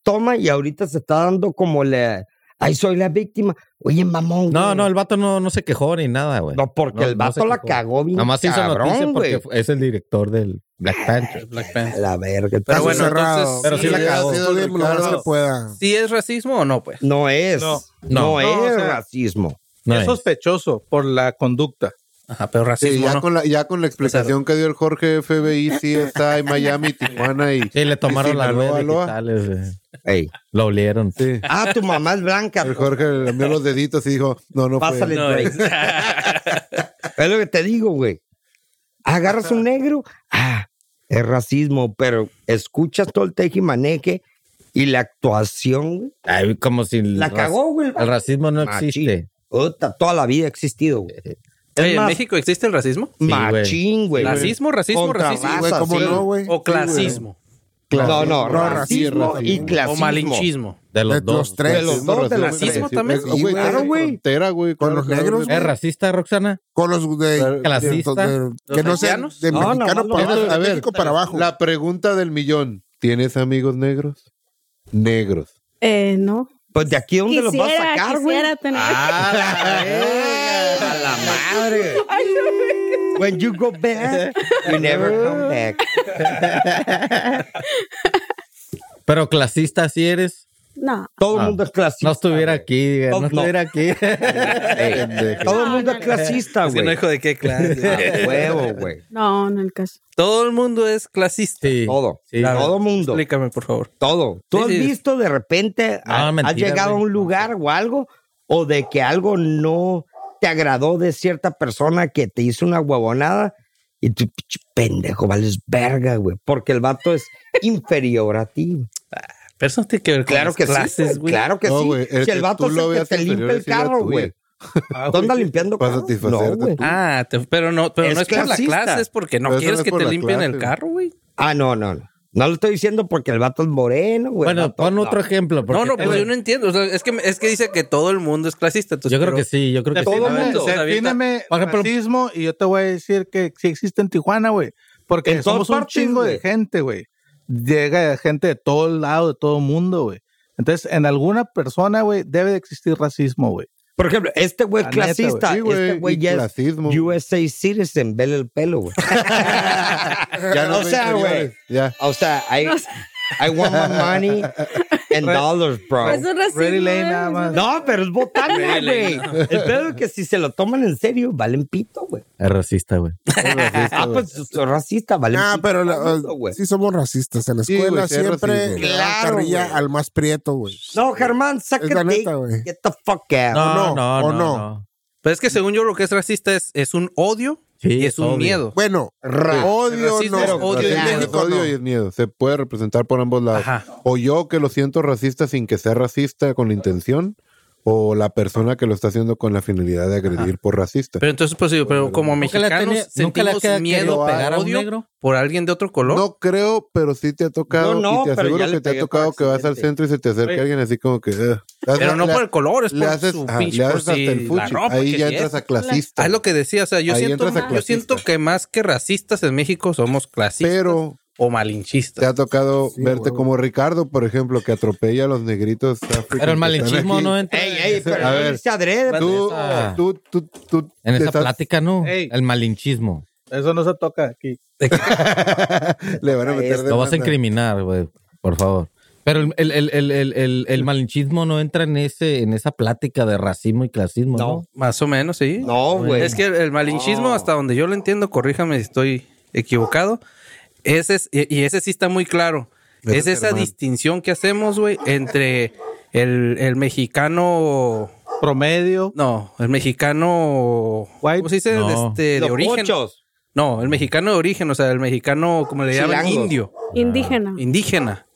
S2: toma y ahorita se está dando como le. Ahí soy la víctima. Oye, mamón.
S3: No,
S2: güey.
S3: no, el vato no, no se quejó ni nada, güey.
S2: No, porque
S3: no,
S2: el
S3: no
S2: vato
S3: se
S2: la
S3: quejó.
S2: cagó bien.
S3: Nada más hizo noticia
S2: cabrón,
S3: porque
S2: güey.
S3: fue- es el director del Black Panther.
S8: Black Panther.
S2: A La verga.
S7: Pero
S8: Pero
S2: entonces,
S8: bueno,
S7: bueno, cerrado.
S8: entonces,
S3: Pero sí la
S7: hubiera
S3: cagó.
S7: sido de lo más
S5: Ricardo.
S7: que pueda.
S8: ¿Sí es racismo o no, pues?
S2: No es. No,
S6: No,
S3: no,
S2: es
S6: o sea,
S2: racismo.
S3: No
S6: es
S3: es.
S6: sospechoso por la conducta.
S8: Ajá, pero
S5: Sí,
S8: racismo
S5: ya,
S8: no.
S5: con la, ya con
S2: Pues,
S5: la explicación que dio el Jorge
S2: <laughs>
S5: FBI, sí está en Miami, Tijuana y...
S3: Sí, le tomaron las
S5: Sinaloa,
S3: huellas
S5: Loa.
S3: digitales, güey. <laughs>
S2: Ey.
S3: Lo olieron.
S5: Sí.
S2: Ah, tu mamá es blanca.
S5: El Jorge le dio los deditos y dijo, no, no fue.
S2: Pásale el
S8: No,
S2: break.
S8: es-
S2: Es lo que te digo, güey. Agarras un negro, ah, es racismo, pero escuchas todo el tejimaneje y la actuación, güey,
S3: Ay, como si el
S2: la
S3: raci-
S2: cagó, güey. el
S3: El
S2: vato.
S3: racismo no
S2: Machín.
S3: existe.
S2: Puta, toda la vida ha existido, güey.
S8: Oye,
S2: Es
S8: ¿En
S2: más,
S8: México existe el racismo?
S3: güey.
S2: machín, güey.
S8: ¿Racismo, racismo,
S2: Contra
S8: racismo?
S2: raza,
S7: Güey, ¿cómo
S2: sí.
S7: no, güey?
S8: ¿O clasismo?
S2: No, no,
S7: No,
S2: racismo
S7: racismo,
S2: y
S7: racismo.
S2: clasismo.
S8: ¿O malinchismo?
S3: De los
S7: De
S3: dos.
S7: los tres.
S2: de los dos, de los
S8: racismo
S2: tres.
S8: también.
S5: Es- güey,
S7: Sí,
S5: claro,
S2: claro, güey.
S5: güey. Frontera, güey.
S7: Con
S5: claro,
S7: los
S5: claro,
S7: negros,
S5: güey.
S3: ¿Es racista, Roxana?
S7: Con los de.
S3: Clasista.
S7: de- de-
S8: ¿Los
S7: que no sé.
S8: haitianos?
S7: De
S2: No,
S7: mexicano
S2: nomás
S7: para
S2: los-
S7: abajo.
S5: A
S7: De
S5: ver,
S7: México para abajo. Ah,
S5: La pregunta del millón. ¿Tienes amigos negros? Negros.
S4: Eh, no.
S2: Pues de aquí, ¿dónde los vas a
S4: Quisiera,
S2: sacar, güey?
S4: quisiera tener.
S2: A la madre. When you go back, you never come back.
S3: Pero clasista sí eres.
S4: No.
S2: Todo
S3: Ah,
S2: el mundo es clasista.
S3: No estuviera
S2: güey.
S3: aquí, güey,
S2: No,
S3: no
S2: no.
S3: estuviera aquí.
S2: Ey, todo el mundo es clasista,
S8: Es <laughs> que no
S2: güey.
S8: dijo de qué clase.
S2: A huevo, güey.
S4: No, no el caso.
S8: Todo el mundo es clasista.
S3: Sí.
S2: Todo.
S3: Sí.
S2: Todo mundo.
S8: Explícame, por favor.
S2: Todo. ¿Tú
S8: Sí,
S2: has
S8: sí.
S2: visto de repente,
S3: No,
S2: ha- has
S3: mentira,
S2: llegado a
S3: güey.
S2: un lugar o algo, o de que algo no te agradó de cierta persona que te hizo una huevonada y tú, pinche pendejo, vales verga, güey, porque el vato es inferior a ti. güey.
S8: Pero eso no tiene que ver con
S2: Claro
S8: las
S2: que
S8: clases,
S2: sí, güey.
S8: güey.
S2: Claro que
S5: No,
S2: sí.
S5: güey, el
S2: si el
S5: que
S2: vato
S5: tú
S2: es
S5: lo
S2: el que
S5: veas
S2: te limpia
S5: inferior
S2: el
S5: es la
S2: carro,
S5: tuya.
S2: güey. ¿Tú andas limpiando
S5: Para
S2: carro? No,
S5: satisfacerte
S2: güey.
S5: tú.
S8: Ah, te- pero no, Ah, pero
S2: Es
S8: no es por la
S2: clasista.
S8: clase, es porque no
S5: Pero eso
S8: quieres
S5: no es
S8: que
S5: por
S8: te
S5: la
S8: limpien el
S5: clase.
S8: carro, güey.
S2: Ah, no, no, no. No lo estoy diciendo porque el vato es moreno, güey. el
S3: Bueno,
S2: vato-
S3: pon
S2: no.
S3: otro ejemplo. porque
S8: No, no,
S3: te-
S8: pues yo no entiendo. O sea, es, que, es que dice que todo el mundo es clasista. entonces,
S3: Yo creo
S8: pero-
S3: que sí, yo creo que sí.
S2: Todo mundo.
S8: o sea, avienta-
S6: Defíneme
S3: Por ejemplo-
S6: racismo y yo te voy a decir que sí existe en Tijuana, güey. Porque
S2: En todas
S6: somos un
S2: partes,
S6: chingo
S2: güey.
S6: de gente, güey. Llega gente de todo lado, de todo mundo, güey. Entonces, en alguna persona, güey, debe de existir racismo, güey.
S2: Por ejemplo, este güey es
S6: La neta, güey.
S2: clasista.
S5: Sí, güey,
S2: este güey
S5: y
S2: ya es
S5: clasismo.
S2: USA citizen. Vele el pelo, güey.
S5: Ya no
S2: o
S5: son
S2: sea,
S5: inferiores,
S2: güey.
S5: Ya.
S2: O sea, I,
S4: No sé.
S2: I want my money and dollars, bro.
S4: Pues un racismo.
S6: Ready Lane nada más.
S2: No, pero es botana,
S8: Really,
S2: güey. El pedo es que si se lo toman en serio, valen pito, güey.
S3: Es racista, güey.
S2: Ah, pues soy racista, valen
S7: Ah,
S2: pito.
S7: pero la-
S2: güey.
S7: sí somos racistas. En la
S5: Sí, güey,
S7: escuela
S5: sí hay
S7: siempre
S5: racismo.
S7: le dan
S2: Claro,
S7: carrilla
S2: güey.
S7: al más prieto, güey.
S2: No, Germán, sácate.
S7: la neta, güey.
S2: Get the fuck out.
S7: no?
S3: No, no,
S7: ¿O
S3: no.
S7: no?
S3: no.
S8: Pero es que según yo lo que es racista es, es un odio
S3: Sí,
S8: y es
S3: es
S8: un
S3: odio.
S8: miedo.
S7: Bueno, odio
S8: racismo
S7: no.
S8: es odio y
S7: en
S8: miedo.
S7: México
S5: odio
S7: no.
S5: y el miedo. Se puede representar por ambos lados.
S8: Ajá.
S5: O yo que lo siento racista sin que sea racista con intención. o la persona que lo está haciendo con la finalidad de agredir por racista.
S8: Pero entonces, pues sí, pero como
S3: Nunca le ha
S8: mexicanos
S3: teni- nunca le ha
S8: sentimos
S3: queda-
S8: miedo,
S3: querido pegar a un
S8: odio
S3: negro.
S8: por alguien de otro color.
S5: No creo, pero sí te ha tocado
S2: Yo no,
S5: y te
S2: pero
S5: aseguro
S2: ya le
S5: que te ha
S2: pegué por
S5: tocado que vas al
S2: accidente.
S5: centro y se te acerca
S8: Oye.
S5: alguien así como que... "Ugh".
S8: pero no
S5: Le-
S8: por el color, es
S5: le
S8: por
S5: haces,
S8: su
S5: ah,
S8: pinche
S5: le
S8: por
S5: haces hasta
S8: si
S5: el
S8: la
S5: fuchi.
S8: ropa
S5: Ahí
S8: que
S5: ya
S8: lleva.
S5: entras a clasista.
S8: Ah, Es lo que decía, o sea, yo
S5: Ahí
S8: siento,
S5: entras a
S8: yo
S5: clasista.
S8: siento que más que racistas en México somos clasistas
S5: Pero
S8: o
S5: te
S8: malinchistas.
S5: ha tocado
S7: Sí,
S5: verte
S7: huevo.
S5: como Ricardo, por ejemplo, que atropella a los negritos.
S3: Pero el malinchismo no entra.
S2: Ey, ey,
S3: en
S2: pero
S5: A
S2: no
S5: ver,
S2: dice adrede.
S5: Tú, eh,
S3: esa-
S5: tú, tú, tú- te
S3: esa
S5: estás-
S3: plática no.
S6: Ey.
S3: El malinchismo.
S6: Eso no se toca aquí.
S5: le van a meter
S3: Lo vas a
S5: demanda.
S3: incriminar, güey. Por favor. Pero el, el, el, el, el, el- el malinchismo no entra en ese en esa plática de racismo y clasismo, ¿no?
S2: No.
S8: Más o menos, sí.
S2: No, güey.
S8: Es que el malinchismo, hasta donde yo lo entiendo, corríjame si estoy equivocado, ese es- y y ese sí está muy claro.
S5: Ese
S8: es
S5: es
S8: esa
S5: Germán.
S8: distinción que hacemos, güey, entre el, el mexicano...
S6: Promedio.
S8: No, el mexicano...
S6: White.
S8: ¿Cómo se dice?
S3: No.
S8: Este, de
S2: Los
S8: origen.
S2: pochos.
S8: No, el mexicano de origen, o sea, el mexicano, como le llaman,
S2: Chilangos.
S8: indio,
S4: Indígena.
S8: Ah, indígena,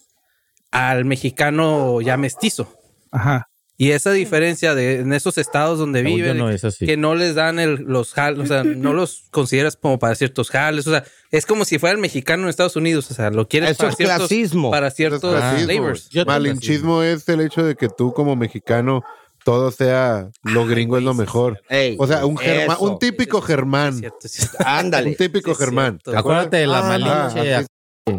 S8: al mexicano ya mestizo.
S6: Ajá.
S8: Y esa diferencia de en esos estados donde
S3: Según yo
S8: viven,
S3: no es así.
S8: que no les dan el, los jales, o sea, <laughs> no los consideras como para ciertos jales, o sea, es como si fuera el mexicano en Estados Unidos, o sea, lo quieres
S2: Eso
S8: para
S2: es
S8: ciertos,
S2: clasismo.
S8: para ciertos
S5: Eso es clasismo,
S8: flavors.
S5: güey. Malinchismo es el hecho de que tú como mexicano todo sea lo gringo es lo mejor.
S2: Ey,
S5: O sea, un, germa-
S2: eso.
S5: un típico germán.
S8: Cierto, sí.
S5: Un
S2: Ándale.
S5: típico
S8: Sí, es
S5: germán.
S8: cierto.
S3: Acuérdate de la
S5: Ah,
S3: malinche.
S5: ah,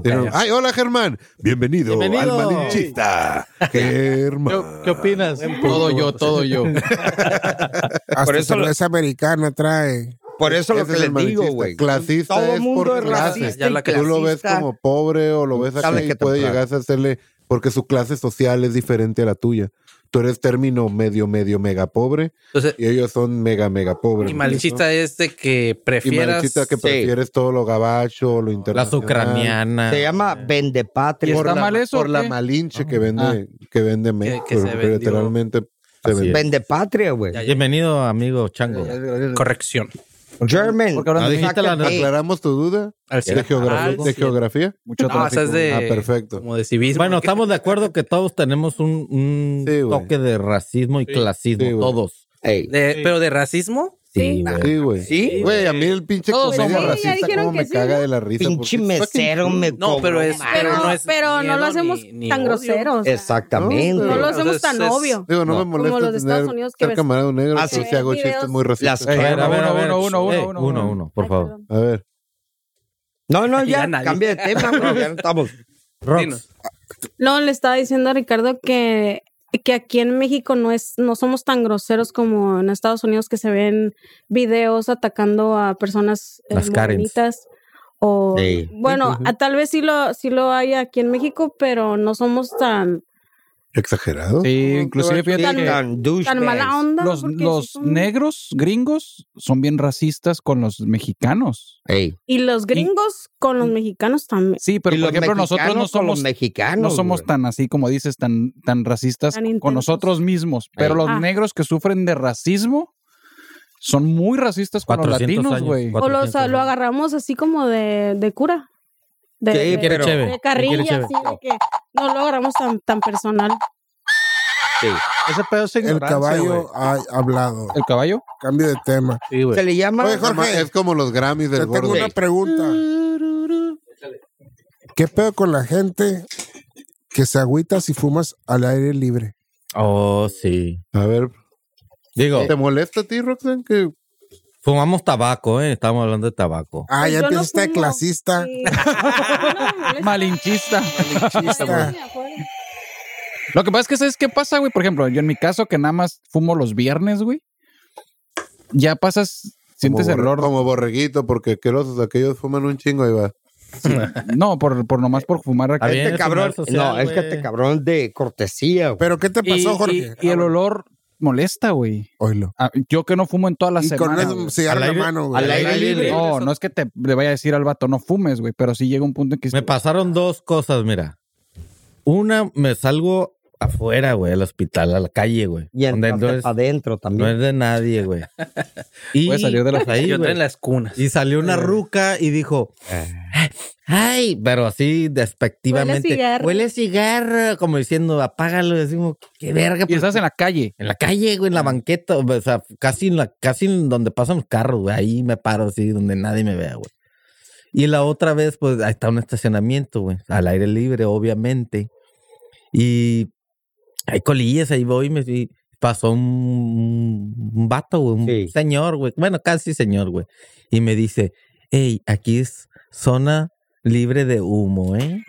S5: Dijeron, Ay, hola Germán. Bienvenido,
S3: Bienvenido.
S5: al malinchista. Germán.
S6: ¿Qué, qué opinas? Todo
S9: pues.
S6: yo, todo
S9: <laughs>
S6: yo.
S2: Por
S7: Hasta
S2: eso lo-
S7: cerveza americana trae.
S2: Por eso lo
S5: Ese
S2: que
S5: es el
S2: les digo,
S5: malinchisista.
S2: güey.
S5: Clasista
S2: Todo
S5: es
S2: el mundo
S5: por
S2: es
S5: clase.
S2: racista.
S8: Ya la
S2: y
S8: que
S5: Tú lo ves
S2: clasista.
S5: como pobre o lo ves
S2: Tarde
S5: así y
S2: que
S5: puede
S2: temprano.
S5: llegar a hacerle porque su clase social es diferente a la tuya. Tú eres término medio, medio, mega pobre
S8: Entonces,
S5: y ellos son mega, mega pobres.
S8: y malinchista es de que
S5: Y
S8: prefieras
S5: malinchista que prefieres todo lo gabacho, lo
S3: Las
S5: internacional.
S3: ucranianas.
S2: Se llama Vendepatria.
S6: ¿Está mal eso o
S5: Por la
S6: qué?
S5: malinche que vende, Ah. que vende México,
S8: que se
S5: que
S8: vendió.
S5: literalmente se
S3: Así
S5: vende.
S2: Vendepatria, güey.
S3: Bienvenido, amigo Chango.
S8: corrección.
S2: German.
S6: Porque ahora
S3: No, dijiste la-
S2: Sácate.
S5: Ah, ¿Aclaramos tu duda
S8: Al
S5: de
S8: cien.
S5: geografía?
S8: Al
S5: ¿De
S8: cien.
S5: geografía?
S6: Mucho
S8: No, o sea, es de,
S5: Ah, perfecto.
S8: Como de civismo.
S3: Bueno,
S8: Que-
S3: estamos de acuerdo que todos tenemos un, un
S5: Sí, güey.
S3: toque de racismo y clasismo.
S5: Sí, güey.
S3: todos.
S2: Ey.
S8: de- Pero de racismo.
S3: Sí, güey.
S5: Sí, güey.
S2: Sí.
S5: Güey, a mí el pinche
S6: Todos
S5: comedia
S6: somos-
S4: Sí, ya
S5: racista
S4: dijeron
S5: como
S4: que
S5: me
S4: sí,
S5: caga
S4: ¿no?
S5: de la risa.
S2: Pinche
S5: porque es fucking
S2: mesero me
S8: No, pero es-
S4: Pero,
S8: Pero no es
S4: pero no
S8: miedo
S4: lo hacemos
S8: ni- ni
S4: tan
S8: odio.
S4: groseros.
S2: Exactamente.
S5: No,
S4: No lo
S5: pero-
S4: hacemos
S8: Entonces,
S4: tan
S8: es-
S4: obvio.
S5: Digo, no, me
S4: No. Como
S5: molesta
S4: los de Estados
S5: tener
S4: Unidos que
S5: ser
S4: ves-
S5: camarada negro,
S2: Ah,
S5: pero
S4: sí.
S5: sí hago chistes
S4: Videos.
S5: muy racistas.
S2: Las
S3: A ver, a ver, a ver.
S6: Uno, uno, uno,
S3: Eh,
S6: uno,
S3: uno,
S6: uno.
S3: uno, por
S4: Ay,
S3: favor.
S4: perdón.
S5: A ver,
S2: No, no, ya,
S8: Ya nadie.
S2: cambia de tema, güey, ya no estamos.
S3: Rox,
S4: No, le estaba diciendo a Ricardo que, que aquí en México no es, no somos tan groseros como en Estados Unidos que se ven videos atacando a personas eh,
S3: Las Karens.
S4: morenitas. O
S2: Sí.
S4: bueno, a- tal vez sí lo, sí lo hay aquí en México, pero no somos tan,
S5: exagerado.
S6: Sí, inclusive fíjate que
S2: Tan douchebags.
S4: tan mala onda.
S9: los,
S4: porque sí
S9: los
S4: son-
S9: negros gringos son bien racistas con los mexicanos.
S2: Ey.
S4: Y los gringos con los mexicanos también.
S9: Sí, pero
S2: Y
S9: por
S2: los
S9: ejemplo nosotros no
S2: mexicanos con
S9: somos
S2: los mexicanos.
S9: no somos
S2: güey.
S9: tan así como dices tan tan racistas
S4: Tan intensos.
S9: con nosotros mismos, pero
S2: Ey.
S9: los
S4: Ah.
S9: negros que sufren de racismo son muy racistas con los
S3: 400
S9: latinos,
S3: años,
S9: güey.
S4: O los,
S3: 400,
S4: lo
S3: ¿no?
S4: agarramos así como de, de cura. De,
S2: Sí,
S4: de-
S3: pues
S2: quiere
S4: de
S3: cheve, ¿quién
S4: carrilla,
S3: quiere cheve?
S4: así de que no lo agarramos tan, tan personal.
S2: Sí.
S6: ese pedo es
S7: El
S6: ignorancia, güey.
S7: caballo ha hablado.
S9: El caballo
S7: Cambio de tema.
S6: Sí, güey.
S2: Se le llama. este
S7: Oye, Jorge,
S5: Es como los Grammys
S7: Te
S5: del
S7: tengo
S5: gordo.
S7: una pregunta. ¿Qué pedo con la gente que se agüita si fumas al aire libre?
S3: Oh, sí.
S5: A ver,
S3: Digo,
S5: ¿te molesta a ti, Roxanne? Que
S3: fumamos tabaco, ¿eh? Estamos hablando de tabaco.
S7: Ah, ya
S4: Yo no
S7: empieza este
S4: fumo.
S7: clasista.
S4: Sí. Yo no me molesta.
S9: malinchista.
S7: güey.
S9: <laughs> Lo que pasa es que sabes qué pasa, güey. Por ejemplo, yo en mi caso que nada más fumo los viernes, güey. Ya pasas, sientes
S5: como,
S9: el
S5: borre-
S9: olor.
S5: como borreguito, porque aquelosos aquellos fuman un chingo y va.
S9: No, por, por nomás por fumar acá.
S3: Está bien,
S2: Este
S3: es un
S2: cabrón.
S3: mal social,
S2: No, es que
S3: güey.
S2: este cabrón de cortesía, güey.
S7: ¿Pero qué te
S9: Y,
S7: pasó,
S9: y-
S7: Jorge?
S9: y el olor molesta, güey.
S7: Oílo.
S9: Ah, Yo que no fumo en toda la
S7: Y con
S9: semana.
S7: un
S3: Al
S7: cigarro en
S3: aire-
S7: la mano, güey.
S2: al aire libre.
S9: No, no es que te le vaya a decir al vato, no fumes, güey, pero sí llega un punto en que
S3: Me pasaron dos cosas, mira. Una, me salgo afuera, güey, al hospital, a la calle, güey.
S2: Y
S3: Donde no
S2: entrarte
S3: es,
S2: para adentro
S3: no
S2: también.
S3: es de nadie, güey. Y
S9: Puede salir de la-
S3: pues, ahí,
S8: Yo
S3: güey.
S8: en las cunas.
S3: Y salió una ruca y dijo, ay, pero así despectivamente.
S4: Huele a cigarro.
S3: Huele a cigarro", como diciendo, apágalo. Decimos, qué verga.
S9: Y
S3: pues,
S9: estás en la calle.
S3: en la calle, güey, en la banqueta, o sea, casi en la, casi en donde pasan los carros, güey. Ahí me paro así, donde nadie me vea, güey. Y la otra vez, pues, ahí está un estacionamiento, güey, al aire libre, obviamente. Y hay colillas, ahí voy, me y pasó un, un vato, güey, un
S2: Sí.
S3: señor, güey. Bueno, casi señor, güey. Y me dice, hey, aquí es zona libre de humo, ¿eh?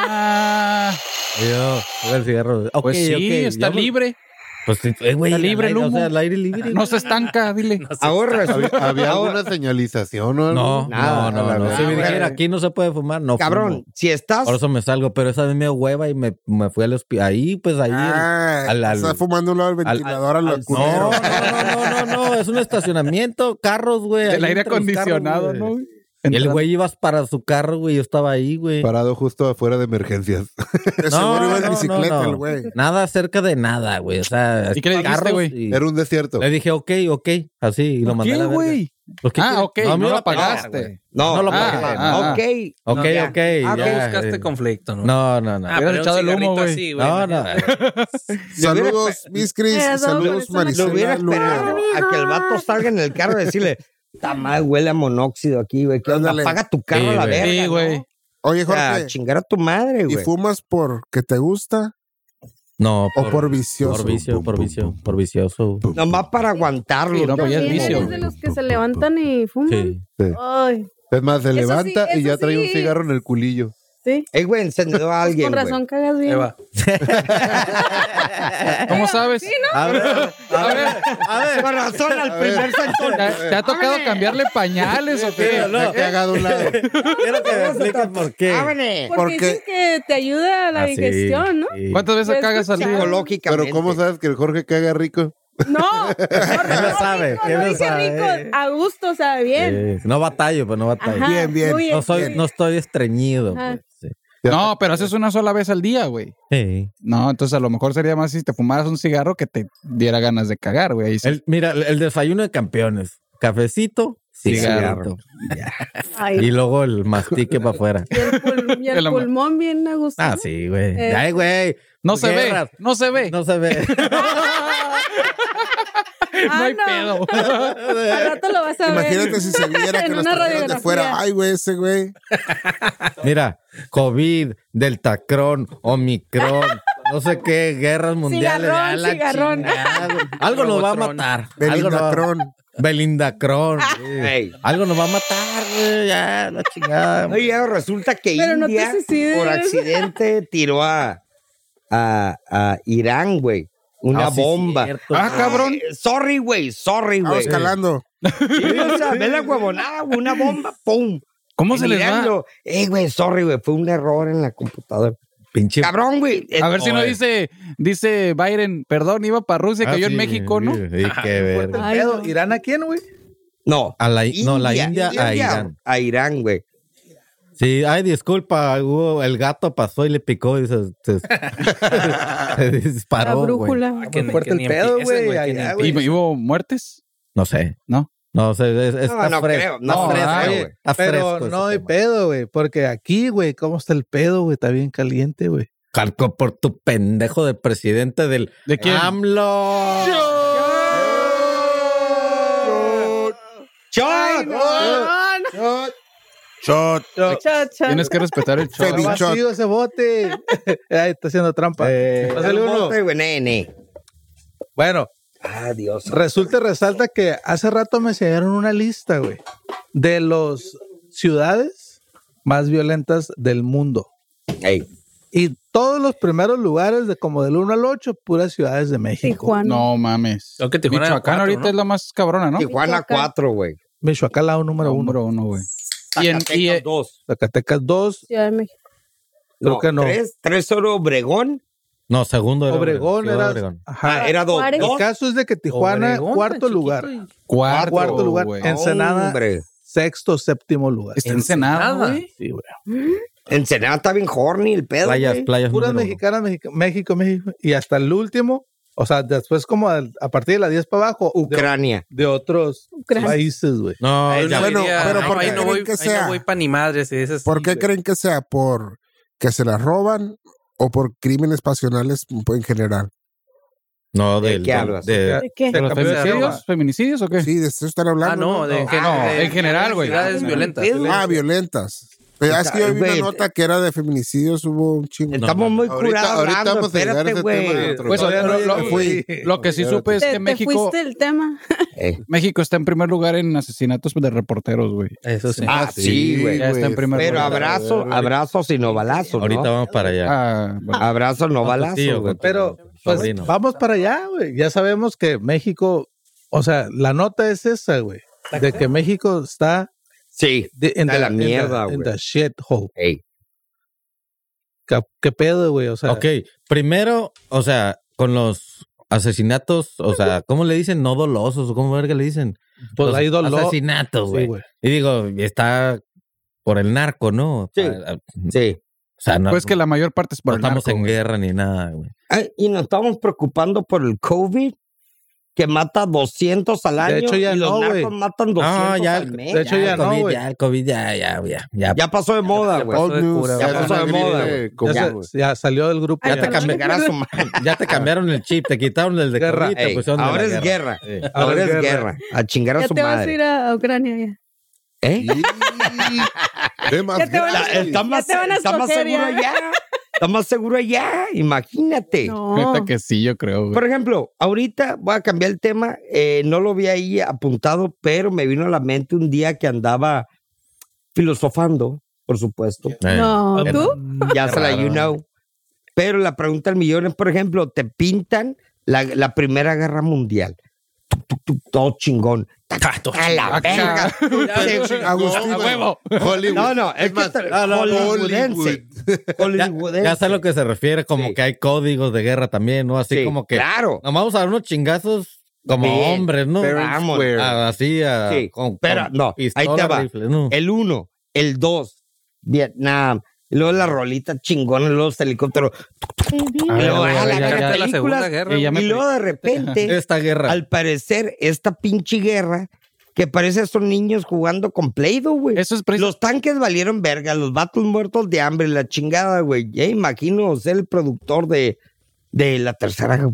S9: Ah,
S3: Y yo, "Oiga, el cigarro. "Ok,
S9: pues sí,
S3: ok".
S9: está
S3: Yo, pues,
S9: libre.
S3: Pues, sí, eh, güey,
S9: Está libre
S3: al
S9: el
S3: aire, o
S9: humo.
S3: sea, al aire libre.
S9: No se estanca,
S3: <laughs>
S9: dile.
S2: Ahora
S5: ¿Había, <laughs>
S2: resulta-
S5: había
S2: ahora-
S5: alguna señalización o algo?
S3: No,
S2: Nada,
S3: no,
S5: a la
S3: no, no.
S5: vez.
S3: Si me
S2: güey.
S3: dijera aquí no se puede fumar, no.
S2: cabrón,
S3: fumo.
S2: si estás,
S3: Por eso me salgo, pero esa vez me dio hueva y me, me fui al hospital. Ahí, pues ahí. el-
S7: Ah,
S3: al- al-
S7: está fumando un lado del
S3: al-
S7: ventilador a lo
S3: no,
S7: culero.
S3: no, no, no, no, no, es un estacionamiento, carros, güey.
S9: El
S3: ahí
S9: aire
S3: entre los carros,
S9: acondicionado,
S3: güey.
S9: ¿no?
S3: Y el
S9: Entrando.
S3: güey ibas para su carro, güey, yo estaba ahí, güey.
S5: Parado justo afuera de emergencias. <laughs>
S7: De
S3: No,
S7: seguro iba
S3: no,
S7: en
S3: no,
S7: bicicleta
S3: no.
S7: el güey.
S3: Nada cerca de nada, güey. O sea,
S9: ¿Y qué le dijiste,
S3: carros
S9: güey?
S3: y-
S5: Era un desierto.
S3: Le dije, ok, ok, así, y lo
S9: ¿Por
S3: mandé a
S9: qué,
S3: la verga.
S9: güey?
S3: Pues, ¿qué
S9: Ah,
S3: quieres?
S9: ok,
S3: No,
S9: no,
S3: me iba
S9: lo
S3: a pagar, güey.
S9: pagaste.
S2: no,
S3: no lo
S2: ah,
S3: pagué,
S2: ah,
S9: no.
S2: ok,
S3: Ok,
S2: no, ya.
S3: ok.
S8: Ah, no
S3: ya,
S8: buscaste
S3: eh,
S8: conflicto, ¿no?
S3: No, no, no.
S8: Ah,
S9: Hubieras
S8: pero un
S9: echado el humo,
S8: cigarrito
S9: güey.
S8: así, güey.
S3: No, no.
S7: Saludos, mis Cris.
S4: Mira,
S7: y Saludos,
S4: sobre-
S2: Lo hubiera
S7: Maricela.
S2: esperado
S7: Lugo.
S2: a que el vato salga en el carro y decirle, tamá, huele a monóxido aquí, güey. ¿Qué onda?
S7: Ándale.
S2: Paga tu carro
S3: Sí,
S2: a la
S3: güey.
S2: verga.
S9: Sí,
S2: ¿no?
S9: güey.
S7: Oye,
S2: O sea,
S5: Ah,
S7: Jorge,
S2: chingar a tu madre,
S7: ¿y
S2: güey.
S7: fumas porque te gusta
S3: No,
S7: o por vicioso?
S3: Por vicio, por vicio, por vicioso.
S2: Nomás para aguantarlo.
S9: Sí, no, pues ya es
S4: También
S9: vicio,
S4: eres de los que se levantan y fuman.
S3: Sí.
S4: Ay,
S5: Es más, se
S4: Eso sí,
S5: levanta y
S4: eso
S5: ya trae un
S4: sí.
S5: cigarro en el <laughs> culillo.
S4: sí.
S2: Ey, güey, encendió a
S4: Pues
S2: alguien,
S4: con
S2: güey.
S4: razón cagas bien.
S8: Ahí va.
S9: ¿Cómo sabes?
S3: A ver, a ver, a ver.
S2: Con razón al primer sentón.
S9: ¿Te ha- te ha tocado cambiarle pañales o qué?
S3: no.
S5: Se ha cagado a un <laughs> lado.
S3: Quiero que me expliques por qué.
S2: Ábrele.
S4: Porque
S7: Porque-
S4: dicen que te ayuda a Ah, la
S3: Así,
S4: digestión, ¿no?
S3: Ah, sí.
S9: ¿Cuántas veces
S4: Lo he
S9: cagas al día?
S2: Psicológicamente.
S5: Pero ¿cómo sabes que el Jorge caga rico?
S4: No, no, no,
S3: lo sabe?
S4: rico,
S3: ¿Quién
S4: no
S3: lo
S4: dije
S3: sabe?
S4: rico, a gusto, sabe bien.
S3: Sí, No batallo, pues no batallo.
S4: Ajá,
S7: Bien, bien.
S4: fluye,
S3: No, soy,
S4: fluye.
S3: no estoy estreñido.
S4: Ajá.
S3: pues, sí.
S9: No, pero haces una sola vez al día, güey.
S3: Sí.
S9: No, entonces a lo mejor sería más si te fumaras un cigarro que te diera ganas de cagar, güey. Ahí sí.
S3: El- mira, el el desayuno de campeones. Cafecito, cigarro.
S9: Cigarro.
S4: Ay,
S3: Y luego el mastique
S4: <laughs>
S3: para afuera.
S4: y el,
S9: <laughs>
S4: pul- y el
S9: El am-
S4: pulmón bien a gusto.
S3: Ah,
S4: ¿no?
S3: sí, güey.
S4: Eh.
S3: Ay, güey.
S9: No se ve,
S3: Guerras.
S9: no se ve.
S3: No se
S9: <laughs>
S3: ve.
S4: Ah,
S9: No hay
S4: no.
S9: pedo.
S4: Al rato lo vas a ver.
S7: Imagínate si se viera
S4: <laughs>
S7: que
S4: En
S7: nos
S4: una
S7: trajeran de
S4: radiografía.
S7: fuera. Ay, güey, ese güey.
S3: Mira, COVID, Deltacron, Omicron,
S4: <laughs>
S3: no sé qué, guerras mundiales.
S4: Cigarrón,
S3: a la
S4: cigarrón.
S3: chingada, güey. Algo nos va a matar. Algo nos va-
S7: Belindacrón.
S3: Belindacron.
S4: <laughs>
S2: Ey.
S3: Algo nos va a matar, güey. Ya, la chingada.
S2: No, y ahora resulta que
S4: Pero no te
S2: India,
S4: suicides.
S2: por accidente, tiró a, a, a Irán, güey. Una
S3: Ah, sí,
S2: bomba.
S3: cierto.
S9: Ah, cabrón.
S2: Ay, Sorry, güey.
S4: Ah,
S2: Sorry,
S7: Vamos
S2: güey.
S7: calando.
S2: Sí, o sea, ve la huevonada, güey, una bomba, pum.
S9: ¿Cómo se les
S2: Irán
S9: va?
S2: lo- Ey, güey, sorry, güey. Fue un error en la computadora.
S3: Pinche.
S2: Cabrón, güey. eh,
S9: A ver si no
S3: Oye.
S9: dice, dice Biden, perdón, iba para Rusia,
S3: Ah,
S9: cayó
S3: sí,
S9: en México, ¿no?
S3: sí, sí, qué verga.
S4: Ay, no.
S6: ¿Irán a quién, güey?
S2: No.
S3: A la, no, la India, a Irán.
S2: A Irán, güey.
S3: Sí, ay, disculpa, Hugo, el gato pasó y le picó y se, se- <laughs> se
S4: La
S3: disparó, güey.
S4: brújula.
S8: Ah, que ni-
S6: fuerte
S8: que
S6: el
S8: ni
S6: pedo,
S8: empieces,
S6: güey,
S8: que ni
S6: allá,
S9: ¿Y
S8: empieces.
S9: hubo muertes?
S3: No sé.
S9: ¿No?
S3: No sé, es, es-
S2: No,
S3: está
S2: no
S3: fresco.
S2: creo. No,
S3: Está
S9: no,
S3: fresco,
S9: ay,
S3: güey. Está
S6: Pero
S3: fresco
S6: no
S3: ese
S6: hay
S3: tema.
S6: pedo, güey. Porque aquí, güey, ¿cómo está el pedo, güey? Está bien caliente, güey.
S3: Carco por tu pendejo de presidente del
S9: ¿De quién?
S3: Ah, AMLO.
S2: ¡Shot!
S7: Shot.
S4: Cha, cha.
S9: Tienes que
S6: <laughs>
S9: respetar el show.
S7: Feliz. Bichot.
S6: vacío ese bote.
S3: <laughs>
S6: Ay, está haciendo trampa.
S3: Eh,
S5: Pues
S6: Pásale uno.
S2: Bote, güey, nene.
S6: Bueno,
S2: Ah, Dios.
S6: resulta y resalta que hace rato me enseñaron una lista, güey, de las ciudades más violentas del mundo.
S2: Ey.
S6: Y todos los primeros lugares, de como del 1 al 8, puras ciudades de México.
S4: Tijuana.
S9: No mames.
S8: Creo que Tijuana era
S9: Michoacán
S8: cuatro,
S9: ahorita
S8: ¿no?
S9: es la más cabrona, ¿no?
S2: Tijuana
S4: Michoacán.
S2: 4, güey.
S6: Michoacán, la número uno.
S9: Número uno, güey. Y en- y-
S2: Zacatecas 2.
S6: Zacatecas 2.
S4: Ciudad de México.
S6: creo que no.
S2: 3, oro Obregón.
S3: no, segundo era
S6: Obregón
S3: Ciudad
S6: era.
S3: Obregón.
S6: Ajá.
S2: Ah, era 2.
S4: Juárez.
S6: El caso es de que Tijuana,
S8: Obregón,
S6: cuarto
S8: tan
S6: lugar.
S8: chiquito y-
S9: Cuarto,
S6: Ah, Cuarto lugar.
S9: güey.
S6: Ensenada,
S2: Hombre.
S6: sexto, séptimo lugar.
S9: Está Ensenada, güey.
S6: Sí, güey.
S2: Ensenada está bien horny el pedo.
S3: Playas,
S2: güey.
S3: playas.
S6: Puras
S3: número uno.
S6: mexicanas, México, México, México. Y hasta el último, o sea,
S8: Oh.
S6: después como al- a, partir de las 10 para abajo, de,
S2: Ucrania.
S6: de otros
S4: Ucrania.
S6: países, güey.
S3: No,
S8: Ahí
S3: ya-
S8: no
S7: bueno,
S8: iría-
S7: pero
S8: no,
S7: ¿por
S8: ahí
S7: qué
S8: no voy,
S7: creen que
S8: ahí
S7: sea?
S8: no voy pa' ni madres. es así,
S7: ¿Por qué
S8: güey.
S7: creen que sea? ¿Por que se la roban o por crímenes pasionales en general?
S3: no,
S2: ¿De
S3: del-
S2: qué
S3: del-
S2: hablas?
S3: de-
S4: ¿De qué?
S9: ¿De los
S6: cambió de
S9: feminicidios?
S6: arroba.
S9: ¿Feminicidios o qué?
S7: Sí, de eso están hablando.
S8: Ah, no, de, gen-
S9: Eh. no,
S8: de-
S9: en general, güey.
S8: Ciudades
S9: Ah,
S8: violentas.
S2: sí.
S7: Ah, violentas. Eh, Es que yo vi una
S2: Güey,
S7: nota que era de feminicidios, hubo un chingo.
S2: Estamos muy
S5: Ahorita-
S2: curados
S5: ahorita
S2: hablando,
S5: vamos a llegar a
S2: espérate,
S5: ese
S2: güey.
S5: tema.
S9: Pues,
S6: Todavía
S9: lo-
S6: no
S9: lo-
S6: llegué.
S5: fui.
S9: Lo que sí supe es
S4: Te,
S9: que
S4: te
S9: México,
S4: fuiste del tema.
S2: Eh,
S9: México está en primer lugar en asesinatos de reporteros, güey.
S8: Eso sí.
S2: Ah, sí, güey.
S9: Ya está en primer
S2: Pero
S9: lugar.
S2: abrazo, abrazo y no balazo, ¿no?
S3: ahorita vamos para allá.
S9: Ah, bueno.
S2: Abrazo no
S3: tu tío,
S2: balazo, güey.
S3: con tu
S6: Pero pues,
S3: sobrino.
S6: vamos para allá, güey. Ya sabemos que México, o sea, la nota es esa, güey. De que México está
S2: Sí.
S6: de- en
S2: Está la
S6: en
S2: mierda,
S6: en
S2: güey.
S6: the shit hole.
S2: Ey.
S6: ¿Qué, qué pedo, güey? O sea,
S3: Ok, primero, o sea, con los asesinatos, o sea, ¿cómo le dicen? No dolosos, o ¿cómo verga le dicen?
S6: pues
S3: Los
S6: hay dolor.
S3: Asesinatos,
S6: Sí,
S3: güey.
S6: güey.
S3: y digo, está por el narco, ¿no?
S2: Sí.
S3: Pa- O
S2: Sí.
S3: sea, no,
S9: Pues que la mayor parte es
S3: no
S9: por el
S3: estamos
S9: narco,
S3: en
S9: güey.
S3: guerra ni nada, güey.
S2: Ay, y nos estamos preocupando por el COVID que mata 200 al año
S6: De hecho, ya
S2: y los
S6: no,
S2: narcos
S6: güey.
S2: matan 200
S3: No, ya,
S2: al mes.
S6: de hecho,
S3: el
S6: ya no,
S3: COVID,
S6: güey.
S3: ya, el COVID, ya, ya, ya, ya.
S2: Ya pasó de moda, güey.
S8: Old news.
S2: Ya pasó de moda, güey.
S5: Eh,
S6: Ya,
S5: como-
S6: se- ya salió del grupo.
S4: Ay,
S3: Ya te
S4: perdón.
S3: cambié.
S2: Llegar a
S6: <laughs>
S2: su madre.
S3: Ya te cambiaron el chip, te quitaron el de
S6: Guerra.
S3: COVID, te
S2: Ey,
S3: pusieron de
S2: ahora
S3: la
S2: es guerra.
S3: Sí.
S2: Ahora
S6: Ahora
S2: es
S6: es
S2: guerra. A chingar a
S4: Ya
S2: su
S4: te vas a ir
S2: madre.
S4: a Ucrania ya.
S2: ¿Eh?
S5: Ve más
S4: Ya te van a-
S2: La-
S5: grande.
S2: Está
S4: Ya
S2: más,
S4: te van a
S2: está más
S4: escoger
S2: seguro
S4: ya.
S2: allá. Está más seguro allá. Imagínate.
S4: No.
S9: Neta que sí, yo creo, güey.
S2: Por ejemplo, ahorita voy a cambiar el tema. eh, no lo vi ahí apuntado, pero me vino a la mente un día que andaba filosofando, por supuesto.
S3: Eh,
S4: No, ¿tú?
S2: Ya se la
S3: raro.
S2: you know. Pero la pregunta del millón es, por ejemplo, te pintan la, la Primera Guerra Mundial. Tuc, tuc, tuc, todo chingón. Ta, ta, ta, A la verga.
S7: Agustín,
S5: Hollywood.
S2: No, no, es que está- hollywoodense. Hollywoodense.
S3: Ya sé a lo que se refiere, como
S2: Sí.
S3: que hay códigos de guerra también, ¿no? Así
S2: Sí,
S3: como que
S2: Claro.
S3: Nos vamos a dar unos chingazos como
S2: Bien.
S3: hombres, ¿no?
S2: Fair and
S3: Vamos,
S2: square.
S3: a- así, a,
S2: Sí.
S3: con,
S2: Pero,
S3: con
S2: no, ahí te
S3: pistola,
S2: va.
S3: rifle, ¿no?
S2: El 1, el 2, Vietnam. y Luego la rolita chingona, y luego los helicópteros.
S9: A
S2: y
S9: ver,
S2: luego
S9: güey,
S2: a la
S9: ya,
S2: verga,
S9: ya,
S8: ya, la
S2: películas,
S8: Segunda Guerra,
S9: ya me
S2: Y luego de repente,
S3: Esta guerra.
S2: Este al parecer, esta pinche guerra que parece son niños jugando con Play-Doh, güey.
S9: Eso es precisamente
S2: Los tanques valieron verga, los vatos muertos de hambre, la chingada, güey. Ya imagino ser el productor de, de la tercera. Guerra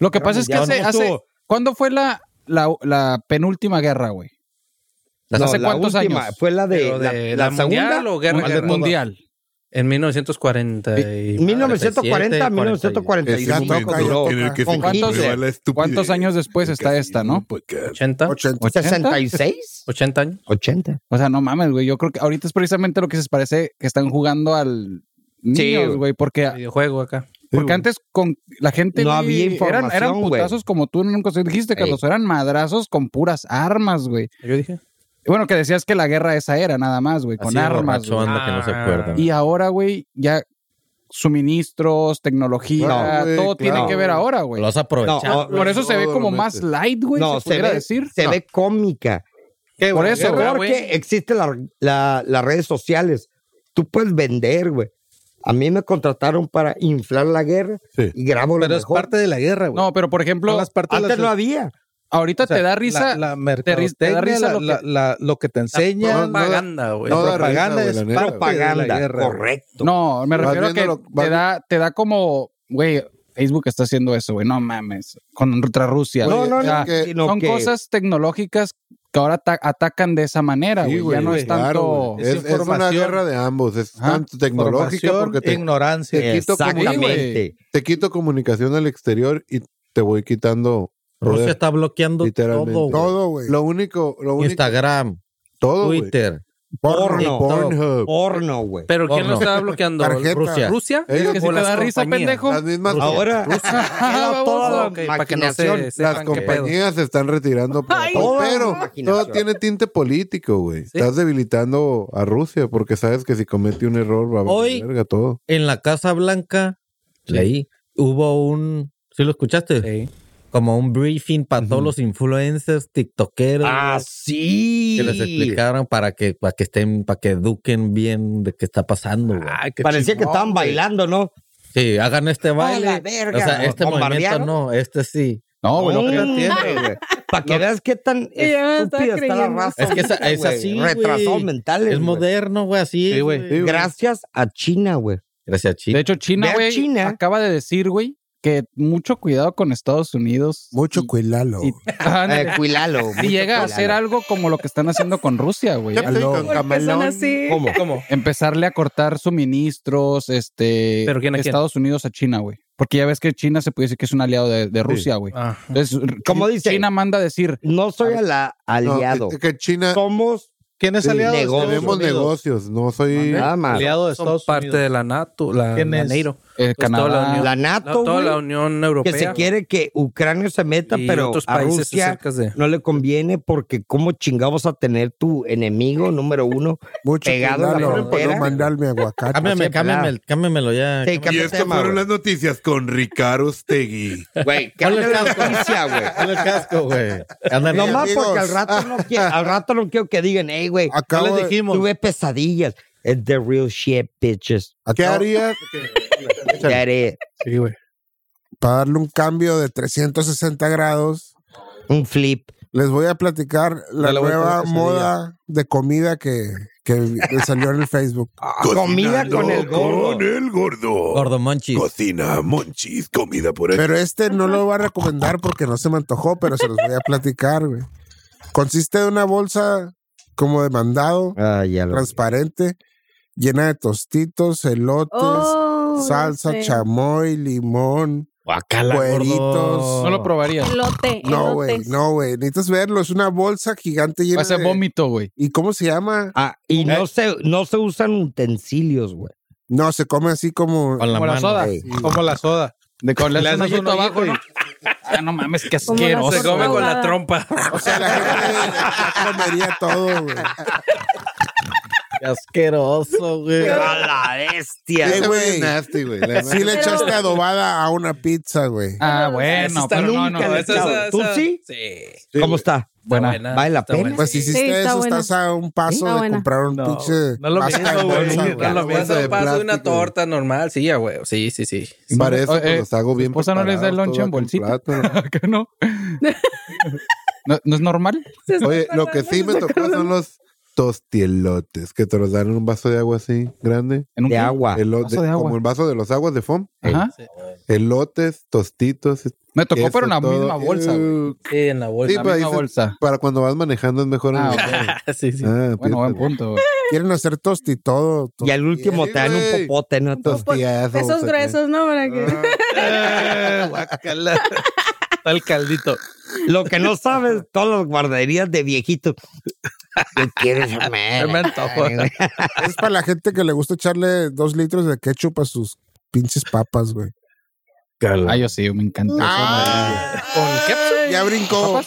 S9: Lo que pasa es que
S2: Mundial,
S9: hace,
S2: ¿no?
S9: hace-
S2: Estuvo-
S9: ¿cuándo fue la, la, la penúltima guerra, güey?
S2: No,
S9: ¿Hace
S2: la
S9: cuántos
S2: última
S9: años?
S2: Fue la de,
S8: Pero
S2: la,
S8: de
S2: la
S8: la
S2: segunda.
S8: mundial o guerra,
S9: Al
S8: guerra.
S9: mundial.
S8: En 1940. y-
S2: 1940 a 1945
S7: Exacto,
S2: que duró.
S7: cállate.
S1: Tiene que
S2: Con
S1: se comprueba
S9: Pues ¿Cuántos-
S1: la estupidez.
S9: ¿Cuántos años después
S1: El
S9: Pues está esta,
S1: Casino
S9: no?
S1: Podcast.
S8: 80.
S7: 80.
S9: 80.
S2: 66?
S8: 80 años.
S2: 80.
S9: O sea, no mames, güey. Yo creo que ahorita es precisamente lo que se parece que están jugando al niños,
S2: güey.
S9: güey, porque,
S8: Videojuego acá.
S9: porque antes con la gente
S2: No
S9: güey,
S2: había
S9: eran, eran
S2: información, güey.
S9: putazos como tú nunca dijiste,
S2: Ey.
S9: Carlos, eran madrazos con puras armas, güey.
S8: Yo dije.
S9: Bueno, que decías que la guerra esa era nada más, güey, con
S3: Así de
S9: armas.
S3: borracho
S9: güey.
S3: anda que no se acuerda.
S9: Y ahora, güey, ya suministros, tecnología,
S5: No, güey,
S9: todo tiene
S2: claro.
S9: que ver ahora,
S6: Pues,
S9: güey.
S3: Lo has aprovechado.
S2: No,
S9: Por eso se ve
S5: todo
S9: como
S5: lo
S9: más
S5: mete.
S9: light, güey,
S2: no,
S9: se,
S2: se,
S9: pudiera
S2: ve,
S9: decir.
S2: se
S9: No.
S2: ve cómica.
S9: Por eso,
S8: guerra,
S2: Porque
S8: güey.
S2: existen la- la- las redes sociales. Tú puedes vender, güey. A mí me contrataron para inflar la guerra
S5: Sí.
S2: y grabo lo
S6: Pero es
S2: mejor.
S6: parte de la guerra, güey.
S9: No, pero por ejemplo,
S6: Son las partes de
S2: Antes
S6: las-
S2: no había.
S9: ahorita
S6: o sea,
S9: te da risa.
S6: La, la
S9: te ri- te
S6: mercadotecnia,
S9: da risa
S6: la-
S9: lo
S6: la-
S9: que-
S6: la- lo que te enseña. no da-
S8: Propaganda, güey.
S5: no
S6: la
S5: da
S6: propaganda
S5: risa,
S6: es
S5: güey, la neta, güey.
S6: parte de la
S2: Propaganda,
S6: guerra, güey.
S2: correcto.
S9: no, me
S5: Vas
S9: refiero a que
S5: viendo lo- vas
S9: te da, te da como, güey, Facebook está haciendo eso, güey, no mames, contra Rusia.
S2: no,
S9: güey.
S2: no,
S9: O sea,
S2: no.
S5: es que
S2: sino
S9: Eh, son
S2: que-
S9: cosas tecnológicas que ahora ata- atacan de esa manera,
S5: Sí,
S9: güey. ya
S5: güey,
S9: no es
S5: claro,
S9: tanto.
S5: güey. Es, es una
S6: información.
S5: guerra de ambos. Es
S9: Ajá.
S5: tanto tecnológica
S6: Información,
S5: porque te,
S6: ignorancia.
S5: te quito,
S2: Exactamente.
S5: te quito comunicación al exterior y te voy quitando
S3: Rusia
S5: poder.
S3: está bloqueando
S5: Literalmente.
S3: todo. güey.
S7: Todo, güey.
S5: Lo único, lo único,
S3: Instagram,
S5: todo, güey.
S3: Twitter.
S2: Porno.
S5: Pornhub.
S2: Porno, güey.
S8: Pero ¿quién lo
S3: Porno.
S8: estaba bloqueando?
S7: Tarjeta.
S8: ¿Rusia? ¿Rusia?
S5: Ellos-
S9: Es que si
S8: ¿O
S9: te
S8: las
S9: da risa,
S8: compañías?
S9: pendejo.
S5: Las mismas
S9: <laughs>
S2: Ahora,
S9: Ah,
S2: toda
S8: Ok,
S2: la
S8: para que no se
S2: maquinación.
S5: las
S8: sepan qué pedo.
S5: compañías se están retirando por
S4: Ay,
S5: todo,
S2: no.
S5: pero
S2: Imaginación.
S5: todo tiene tinte político, güey. Estás debilitando a Rusia porque sabes que si comete un error va a
S3: Hoy-
S5: valer verga todo.
S3: En la Casa Blanca, leí, hubo un. ¿Sí lo escuchaste?
S8: Sí.
S3: como un briefing para todos los influencers, tiktokeros.
S2: Ah, sí.
S3: Que les explicaron para que, para que estén, para que eduquen bien de qué está pasando, güey.
S2: Parecía que estaban bailando, ¿no?
S3: Sí, hagan este baile.
S2: la verga,
S3: o sea,
S2: ¿lo
S3: este movimiento
S2: bombardearon?
S3: no, este sí.
S9: No, güey, lo
S2: Mm.
S9: que-
S2: <laughs> Para que veas qué
S4: Y
S2: tan
S4: yo me estaba
S2: estúpida está la
S4: creyendo.
S2: raza.
S3: Es que esa-
S2: ahorita,
S3: es
S2: güey.
S3: así, güey.
S2: Retrasados mentales.
S3: Es
S2: güey.
S3: moderno, güey, así.
S9: Sí,
S3: es,
S9: güey.
S3: güey.
S2: Gracias a China, güey.
S3: Gracias,
S9: De
S3: China.
S9: hecho,
S2: Ve
S9: China,
S2: a
S9: güey,
S2: China.
S9: acaba de decir, güey, que mucho cuidado con Estados Unidos.
S7: Mucho
S9: <laughs>
S7: cuidado.
S9: Y- Ándale.
S2: Eh, cuilalo. mucho
S9: Si llega a hacer
S2: cuilalo.
S9: algo como lo que están haciendo con Rusia, güey.
S7: Ya estoy con
S4: ¿Por qué son
S7: camelón.
S4: así?
S8: ¿Cómo? ¿Cómo?
S9: Empezarle a cortar suministros, este,
S8: ¿Pero quién a quién?
S9: Estados Unidos a China, güey. Porque ya ves que China se puede decir que es un aliado de, de Rusia, güey.
S8: Ah.
S9: Entonces,
S2: Como
S9: Chi-
S2: dice-
S9: China manda a decir,
S2: No soy a la
S5: No,
S2: aliado.
S5: es que China
S2: Somos
S6: ¿Quién es
S5: Sí,
S6: aliado? de
S2: negocio.
S6: Estados
S5: tenemos
S6: Unidos?
S5: negocios, no soy
S2: nada más.
S6: Aliado de
S8: Son
S6: Estados
S8: parte
S6: Unidos.
S8: de Ah, la NATO, la,
S6: ¿Quién
S8: la
S6: es?
S8: NATO.
S9: eh,
S8: Pues toda la
S9: Canadá.
S8: Unión-
S2: La NATO,
S8: toda la
S2: güey,
S8: Unión
S2: que
S8: Europea.
S2: se quiere que Ucrania se meta,
S8: y
S2: pero
S8: otros
S2: a
S8: países
S2: Rusia
S8: acerca de...
S2: no le conviene porque cómo chingados a tener tu enemigo número uno.
S7: Mucho
S2: pegado a la
S7: cuidado por
S2: frontera.
S7: no
S3: <laughs>
S7: mandarme
S3: Cámbiame,
S7: aguacate.
S2: siempre,
S3: cámbiame,
S2: ah.
S3: el- cámbiamelo ya.
S2: Sí,
S1: Y
S2: ¿Qué
S1: estas
S2: tema,
S1: fueron
S2: güey?
S1: las noticias con Ricardo Stegui.
S2: Güey, que hable la noticia, güey.
S3: Ponle el casco, güey. Ándale.
S7: No
S2: Nomás
S7: amigos.
S2: porque al rato, <laughs> no quiero, al rato no quiero que digan, hey, güey,
S7: Acabo
S2: no les
S7: de-
S2: dijimos. tuve pesadillas. It's the real shit, bitches.
S7: ¿Qué harías
S2: That it.
S6: Sí, güey.
S7: para darle un cambio de 360 grados?
S2: Un flip.
S7: Les voy a platicar la
S6: Dale vuelta a la
S7: nueva
S6: quesadilla.
S7: moda de comida que, que me salió en el Facebook.
S2: Comida con el gordo.
S1: Con el gordo.
S3: Gordo Monchis.
S1: Cocina, monchis, comida por aquí.
S7: Pero este no lo voy a recomendar porque no se me antojó, pero se los voy a platicar, güey. Consiste de una bolsa como de mandado,
S2: Ah, ya lo.
S7: transparente, llena de tostitos, elotes,
S4: Oh, ya
S7: salsa,
S4: sé.
S7: chamoy, limón,
S3: Guacala,
S7: Cueritos.
S9: No lo probaría.
S4: Elote,
S7: No, güey,
S4: elotes.
S7: no, güey. Necesitas verlo. Es una bolsa gigante
S9: Va
S7: llena
S9: a ser
S7: de...
S9: vómito, güey.
S7: ¿Y cómo se llama?
S2: Ah, y no se, no se usan utensilios, güey.
S7: No, se come así como...
S3: Con la
S6: Como la
S3: mano.
S6: soda.
S2: güey.
S6: Como la soda.
S9: De con
S6: Le
S9: le haces
S6: haces
S9: un hoyito
S6: un hoyito
S9: abajo,
S6: y-
S9: ¿no? Ah, no mames, qué
S4: Como la
S9: asqueroso.
S8: Se come con la
S4: Ahogada.
S8: trompa.
S7: O sea, la gente comería todo, güey.
S3: Qué asqueroso, güey.
S2: A la bestia.
S7: Ese güey,
S5: nasty, güey. la
S7: sí le
S4: Pero-
S7: echaste adobada a una pizza, güey.
S9: Ah,
S8: Esa
S9: bueno,
S8: está
S9: pero no,
S8: nunca
S9: no.
S8: la he
S9: esa-
S8: echado.
S9: <laughs> esa-
S2: ¿Tú sí?
S8: Sí.
S2: ¿Cómo está?
S9: Buena.
S2: ¿Vale la
S8: está
S2: pena?
S8: buena.
S7: Pues si hiciste
S4: está
S7: eso,
S4: buena.
S7: estás a un paso
S4: Está
S7: de
S4: buena.
S7: comprar un
S6: No,
S7: pinche
S6: no lo
S7: pasta
S6: mismo,
S7: en
S6: güey.
S7: bolsa, güey.
S8: No lo
S5: bolsa
S8: mismo,
S5: de
S8: paso de una
S5: plástico.
S8: torta normal, sí, ya, güey. Sí, sí, sí.
S5: Para eso
S9: Eh,
S5: pues, los hago bien
S9: esposa no les da el
S5: preparados,
S9: lonche
S5: todo
S9: en bolsita.
S5: va con plato.
S9: ¿Qué no? ¿No, no es normal?
S4: Se está
S5: Oye, lo que
S4: tardando
S5: sí
S4: en
S5: me tocó
S4: sacarlo.
S5: son los tostielotes, que te los dan en un vaso de agua así, grande.
S9: ¿En un
S2: Ah, De
S9: qué?
S2: agua. Eh,
S5: Elote-
S9: Vaso de agua.
S5: Como el vaso de los aguas de FOM.
S9: Ajá.
S5: Elotes, tostitos.
S9: Me tocó,
S5: queso,
S9: pero en la
S5: todo.
S9: misma bolsa, güey.
S5: Ew.
S8: Sí, en la
S5: Sí,
S8: bolsa.
S9: la
S5: pero ahí
S9: misma
S5: se-
S9: bolsa.
S5: Para cuando vas manejando es mejor en
S9: Ah,
S5: la
S9: ok.
S5: bolsa.
S8: sí, sí.
S5: Ah,
S9: Bueno, buen
S5: piénsalo.
S9: punto. güey.
S7: Quieren hacer tosti todo. to-
S2: Y al último te dan un
S5: güey.
S2: popote, ¿no? <laughs>
S5: Tostillazo, o
S4: Esos
S5: sea,
S4: gruesos, ¿no? Para que-
S6: Eh, guácala. Está el caldito.
S2: Lo que no sabes, todas las guarderías de <laughs> viejitos. ¿Qué quieres, comer?
S6: Me antojó.
S7: Es para la gente que le gusta echarle dos litros de ketchup a sus pinches papas, güey.
S9: Ah, yo sí, me encanta. eso,
S8: ¿Con qué?
S7: Ya brincó.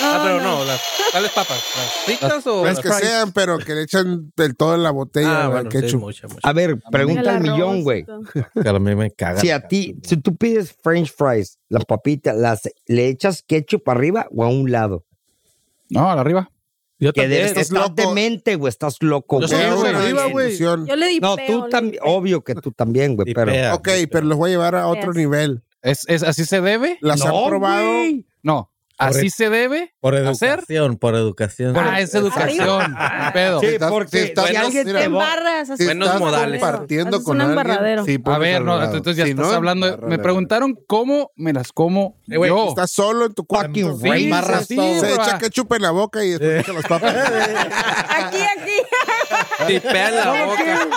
S8: Ah, pero no. las- ¿Cuáles papas? ¿Las fritas o
S7: No es
S8: las
S7: que
S8: fries?
S7: sean, pero que le echan del todo en la botella
S8: Ah,
S7: al
S8: bueno, sí,
S7: ketchup.
S8: mucha, mucha.
S2: A ver,
S4: El
S2: pregunta al
S4: arroz,
S2: millón, güey.
S4: todo.
S3: Pero a mí me caga.
S2: Si a ti, si tú pides French fries, las papitas, las, ¿le echas ketchup arriba o a un lado?
S9: güey. No, a la arriba.
S6: Yo
S2: Que de,
S6: también.
S2: estás,
S7: estás loco.
S2: demente, güey, estás loco.
S6: Yo
S2: güey.
S6: soy
S7: Era
S6: eso
S7: una
S6: arriba, güey.
S7: discusión.
S4: Yo le di
S2: No,
S4: peo, le
S2: tú
S4: di
S2: también, Oh,
S4: peo.
S2: obvio que tú también, güey, pero...
S6: Ah,
S7: Ok, pero los voy a llevar a otro
S4: Yes.
S7: nivel.
S9: ¿Es, es, ¿Así se debe?
S7: ¿Las
S2: No,
S7: han probado? <laughs>
S2: güey.
S9: No. ¿Así se debe?
S3: Por
S9: ¿Hacer?
S3: educación, por educación.
S9: Ah, es educación. ni pedo.
S2: Sí,
S5: estás-
S2: porque
S5: sí, estás-
S2: si
S8: bueno,
S2: alguien
S5: mira,
S4: Te
S2: te...
S5: vos-
S4: embarras. así.
S5: Si
S8: Buenos
S5: estás
S8: modales.
S5: compartiendo
S4: Haces
S5: con
S4: un
S5: alguien,
S4: embarradero.
S5: sí,
S9: A
S5: pones
S9: ver,
S5: al
S9: no,
S5: lado.
S9: entonces ya
S5: Si
S9: estás
S5: no,
S9: hablando.
S5: embarra,
S9: me
S5: la
S9: preguntaron cómo me las como
S8: Eh, güey,
S9: yo.
S7: Estás solo en tu cuarto.
S2: Fucking
S7: Se
S2: racist.
S9: barras
S7: se
S9: todo.
S7: echa ketchup en la boca y después echa las papas.
S4: Aquí, aquí.
S8: Tipea Ah, en la boca.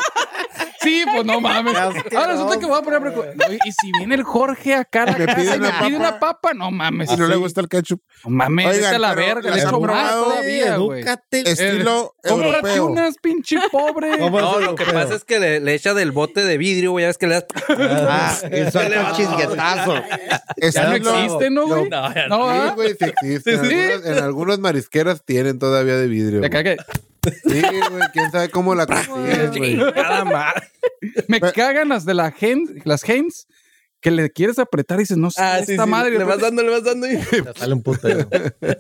S9: Sí, pues no
S8: <laughs>
S9: mames. Ahora resulta que voy a poner. preocup- No, Y si viene el Jorge acá a la
S7: Me
S9: casa
S7: pide
S9: y me
S7: una
S9: pide
S7: papa.
S9: una papa, no mames.
S7: Si no le gusta el ketchup.
S9: No mames,
S7: Oigan,
S9: vete a la
S7: pero
S9: verga.
S7: las
S9: Le
S7: han
S9: echo más
S7: probado,
S9: todavía, güey.
S6: eh,
S9: Eh,
S7: Estilo
S9: Cómprate
S7: europeo.
S9: unas, pinche
S7: <laughs>
S9: pobre.
S8: No, lo que pasa es que le, le echa del bote de vidrio, güey. Ya ves que le das.
S2: Ah, y suelta un chisguetazo.
S9: Ya no
S7: Estilo-
S9: existe, ¿no, güey?
S8: No, ya
S9: No,
S5: Sí,
S9: ¿ah?
S5: güey, sí existe.
S9: <laughs> Sí, sí.
S5: En, algunas, en algunas marisqueras tienen todavía de vidrio.
S9: De Pues, acá
S5: güey.
S9: que-
S5: Sí, güey, quién sabe cómo
S9: <laughs>
S5: la consiguen, güey.
S8: Nada más.
S9: Me cagan las de la Heinz, las Heinz que le quieres apretar y dices, no sé,
S8: Ah, sí,
S9: esta
S8: sí,
S9: madre.
S8: Le
S9: yo
S8: vas
S9: creo
S8: dando, le vas dando. y-
S3: Te sale un putero.
S8: Eh.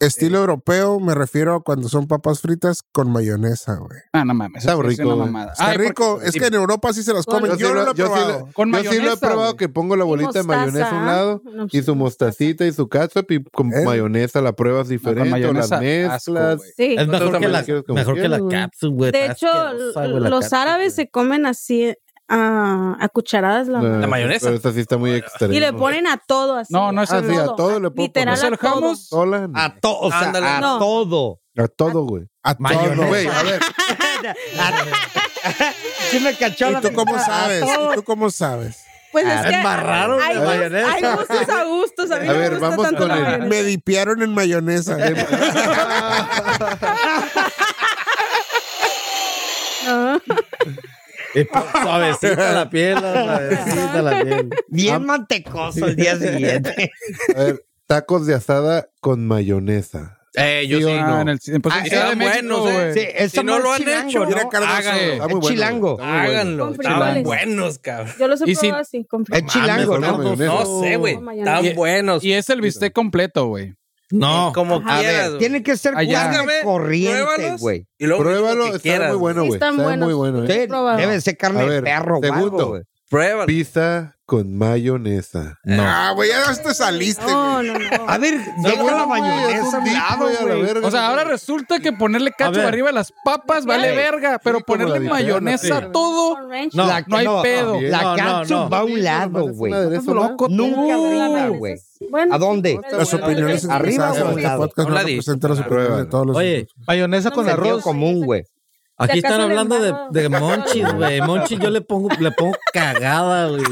S7: Estilo europeo, me refiero a cuando son papas fritas con mayonesa, güey.
S9: que- Ah, no mames.
S5: Está
S9: eso es
S5: rico,
S9: una
S5: güey.
S9: mamada.
S7: Está
S9: Ay, porque-
S7: rico. Es que en Europa sí se las comen.
S5: Yo
S7: Yo,
S5: sí
S7: no lo he
S5: lo- yo sí
S7: probado.
S5: lo-
S9: Con
S5: Yo sí lo he
S9: mayonesa,
S5: probado
S9: güey.
S5: que pongo la bolita de
S4: mostaza,
S5: mayonesa a un
S4: ¿ah?
S5: lado
S4: No,
S5: y su
S4: sí,
S5: mostacita y su catsup y con
S7: ¿Eh?
S5: mayonesa la pruebas diferente o las
S9: mayonesa, asco,
S5: mezclas.
S9: güey.
S4: Sí.
S3: Es mejor que
S8: también
S3: la,
S8: la
S5: quieres como
S3: mejor que
S5: quieras,
S3: la
S5: güey.
S3: capsu, güey.
S4: De
S3: Está
S4: hecho,
S3: asquerosa, güey, la
S4: los
S3: capsu,
S4: árabes
S3: güey.
S4: se comen así ah, a, a cucharadas la
S5: No,
S8: La mayonesa.
S5: Pero esta sí está muy extrema.
S4: Y le ponen a todo así.
S9: No, no es
S5: Ah, sí, a todo le puedo
S4: Literal,
S9: poner.
S4: a todo.
S9: Salgamos.
S5: Sola, no.
S2: A todo, o sea,
S8: Ándale.
S2: a
S4: No.
S2: todo.
S5: A todo, güey.
S7: A todo,
S2: Mayonesa.
S7: güey. A ver,
S2: Sí me cachó
S7: ¿y
S2: la
S7: tú cómo
S2: a
S7: sabes?
S2: todo.
S7: ¿Y tú
S5: <laughs>
S7: cómo sabes?
S4: Pues es
S2: Ah,
S4: que
S2: embarraron la
S4: hay, gust-
S2: mayonesa.
S4: hay gustos a gustos. A mí
S5: A
S4: no me
S5: ver,
S4: gusta
S5: vamos
S4: tanto
S5: con
S4: la
S5: el-
S4: mayonesa.
S7: Me dipearon en mayonesa.
S5: Eh,
S4: No.
S3: Y pues, <laughs> suavecita la piel, suavecita la piel.
S2: Bien mantecoso
S3: <laughs>
S2: el día siguiente.
S5: A ver, tacos de asada con mayonesa.
S8: Eh, yo
S5: Sí
S8: sí.
S5: o
S9: Ah,
S5: no.
S9: en el- pues, en
S8: Ah,
S9: Ciudad de
S8: están
S9: México,
S8: buenos, eh.
S9: güey.
S2: Sí, es
S8: Si no
S2: amor
S8: lo han
S2: chilango,
S8: hecho,
S2: ¿no?
S7: Mira, Carlos,
S5: Está
S9: Hágale.
S2: Es
S5: muy bueno,
S2: chilango.
S5: güey.
S8: Háganlo.
S4: Con
S8: Estaban
S4: frijoles.
S8: buenos, cabrón.
S4: Yo los he
S9: Y si-
S4: probado así, con
S2: Es
S3: Ah,
S2: chilango,
S5: mames,
S2: ¿no?
S5: güey.
S8: No
S5: Eso.
S8: sé, güey.
S4: Oh, mayonesa.
S8: Estaban buenos.
S9: Y es el bistec completo, güey.
S2: Eh,
S3: No.
S8: Como
S4: Ajá.
S8: quieras. güey.
S2: Tiene que ser
S9: Allá.
S2: carne
S8: Búscame,
S2: corriente,
S8: pruébalos
S2: güey.
S8: Y luego
S5: Pruébalo,
S8: lo que
S5: está
S8: quieras,
S5: muy bueno,
S4: Sí,
S5: güey.
S4: están
S5: está muy
S4: buenos.
S5: bueno, eh.
S2: Sí,
S4: Probado.
S2: Debe ser carne
S5: A
S2: de
S5: ver,
S2: perro, o algo,
S5: segundo.
S2: güey.
S8: Pruébalo.
S5: Pizza con mayonesa.
S7: Ah, güey, ya hasta saliste, güey.
S4: No, no, no.
S2: A ver, llegó la
S5: güey, es
S2: mayonesa a
S5: un
S2: un
S5: dip,
S2: lado,
S5: güey, a la
S2: güey.
S5: verga.
S9: O sea, ahora resulta que ponerle cacho
S3: ver.
S9: arriba a las papas vale
S3: Ey.
S9: verga, pero
S5: como la
S9: ponerle
S5: de
S9: mayonesa
S5: Diana,
S9: a todo.
S4: Con ranch.
S9: No, no hay pedo.
S2: La
S3: No, no,
S2: catsup
S3: no.
S2: va a un
S5: Nomás
S2: lado,
S5: es
S2: güey.
S5: una de esas, ¿no?
S2: Nunca arriba,
S4: mayonesa.
S2: güey.
S4: Bueno,
S2: ¿A dónde?
S4: pero
S7: Las
S4: bueno,
S7: opiniones
S4: pero-
S2: Arriba
S7: expresadas
S2: o
S7: en
S2: un
S7: este
S2: lado.
S7: podcast
S8: Hola,
S7: no
S8: Di.
S7: representan las
S8: Ah,
S7: opiniones de
S5: pruébalo.
S7: todos los.
S3: Oye,
S6: Mayonesa
S4: No
S6: con
S4: me
S2: Sentido
S6: arroz.
S2: común, güey.
S3: aquí
S4: Si
S3: están
S4: acaso le
S3: hablando de,
S4: embarro-
S3: de monchis, güey. Monchis yo le pongo, le pongo cagada, güey.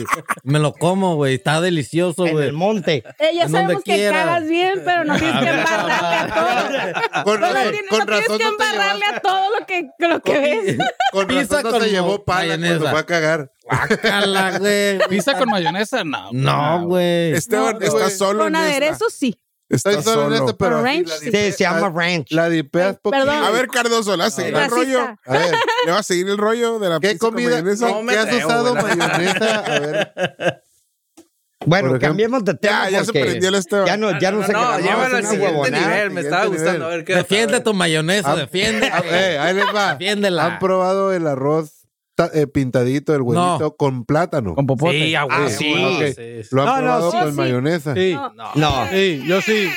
S3: Me lo como, güey. Está delicioso,
S2: En
S3: <laughs>
S2: el
S3: güey.
S2: monte.
S4: Eh, ya
S3: En
S4: sabemos
S3: donde
S4: que
S3: quiera.
S4: cagas bien, pero no tienes que embarrarle a todo.
S8: Ah.
S5: Con
S4: No,
S5: razón,
S4: tienes-
S5: con
S4: Pues, no tienes
S5: razón
S4: que
S5: no te
S4: embarrarle a todo lo que, lo que ves.
S5: Con
S3: Pizza
S5: razón no
S3: con
S5: se llevó pala
S3: mayonesa.
S5: cuando fue a cagar.
S3: Guácala, güey.
S9: Pizza con mayonesa, no. pues
S3: No, güey.
S7: Esteban,
S5: No,
S7: estás
S5: güey.
S7: solo
S4: Con
S7: en esta.
S4: aderezo, sí.
S5: Estoy
S7: Estás
S5: solo en
S7: solo.
S5: esto, pero
S4: Con
S5: así
S4: ranch,
S5: la
S4: sí.
S2: Sí,
S5: dipe-
S2: se llama
S5: la-
S2: ranch.
S5: La dipeas poquito.
S4: perdón.
S7: A ver, Cardoso, le vas a seguir el
S4: Racista.
S7: rollo.
S5: A <laughs> ver,
S7: ¿Le vas a seguir el rollo de la
S5: Ah, ¿qué
S7: pizza con
S5: comida?
S7: mayonesa?
S8: No me
S5: ¿Qué has
S8: creo,
S5: usado
S8: güey,
S7: <laughs>
S8: la
S5: mayonesa? A ver,
S2: Bueno,
S5: Por ejemplo-
S2: cambiemos de tema.
S7: Ya, ya se
S2: porque
S7: prendió el Esteban.
S2: Ya no, ya no,
S8: No,
S2: se grabó,
S8: no,
S2: es
S8: llévalo al
S2: una
S8: siguiente
S2: huevonada.
S8: nivel. Me estaba
S5: Siguiente
S8: gustando. A
S5: nivel.
S8: ver qué.
S3: Defiende tu mayonesa,
S5: Ah,
S3: defiende.
S5: a ver, ahí les va.
S3: Defiéndela.
S5: ¿Han probado el arroz ta- eh, pintadito, el huevito,
S3: No.
S5: con plátano?
S9: Con popote.
S8: Sí, a huevo,
S2: Ah, sí.
S8: a huevo,
S5: Ok. ¿Lo han
S2: No, no,
S5: probado
S2: sí,
S5: con
S4: sí.
S5: mayonesa?
S6: Sí.
S4: No.
S2: No,
S6: Sí, yo sí.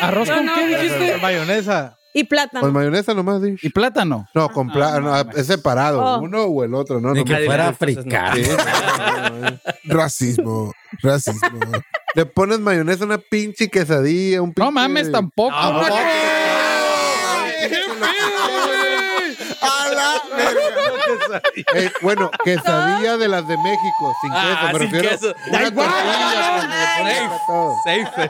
S9: Ah, ¿Arroz
S4: No,
S9: con
S4: no,
S9: qué
S4: pero-
S9: dijiste?
S6: Mayonesa.
S4: Y plátano.
S5: ¿Con mayonesa nomás? Dish?
S9: Y plátano.
S5: No, con plátano. ah, es separado,
S4: Oh.
S5: uno o el otro. No,
S3: Ni
S5: no,
S3: que fuera
S8: entonces no.
S3: africano.
S7: Racismo. Racismo.
S5: Le pones mayonesa a una pinche quesadilla, un pinche...
S9: No mames, tampoco.
S3: No,
S9: güey.
S7: ¡A la verga!
S5: Eh, bueno, quesadilla de las de México, sin queso,
S8: Ah,
S5: me
S8: sin
S5: refiero.
S8: queso.
S5: Una
S8: Da igual,
S5: tortilla
S8: safe.
S5: con todo.
S8: Safe.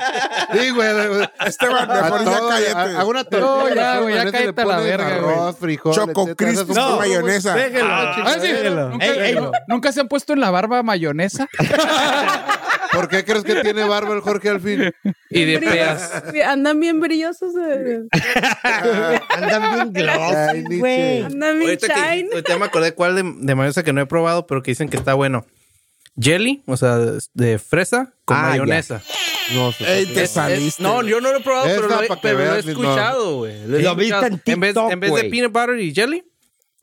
S5: Sí, güey. güey.
S7: Esteban,
S5: A
S7: mejor ya
S5: todo,
S7: cállate.
S5: a- a una tortilla.
S9: No, ya,
S5: con
S9: güey, ya
S5: mayonesa le
S9: cállate a la
S5: pones
S9: verga, güey.
S5: Arroz, frijol,
S7: Choco
S5: etcétera, haces
S7: Crispis
S5: un
S7: con
S5: jugo, güey.
S7: mayonesa.
S9: Ah, sí. ¿Nunca, eh,
S3: Ey, ey.
S9: nunca se han puesto en la barba mayonesa?
S5: ¿Por qué crees que tiene barba el Jorge al fin?
S8: Y de peas.
S2: <laughs>
S4: Brillos- Andan bien brillosos. eh,
S2: andan bien
S5: Ay,
S2: glossy,
S5: Nietzsche.
S2: güey.
S4: Andan bien
S8: Ahorita, que,
S4: shine. Eh,
S8: ahorita me acordé cuál de, de mayonesa que no he probado, pero que dicen que está bueno. Jelly, o sea, de- de fresa con
S2: Ah, ya.
S8: mayonesa.
S5: No, se-
S7: Ey, te
S8: Es- es-
S7: saliste.
S8: no, yo no lo he probado,
S5: Esa
S8: pero lo he,
S5: pa' que
S8: pero lo he
S5: veas, mi
S8: escuchado, güey. he
S2: Lo viste
S8: escuchado.
S2: en
S8: vez,
S2: TikTok,
S8: en vez de
S2: güey.
S8: peanut butter y jelly,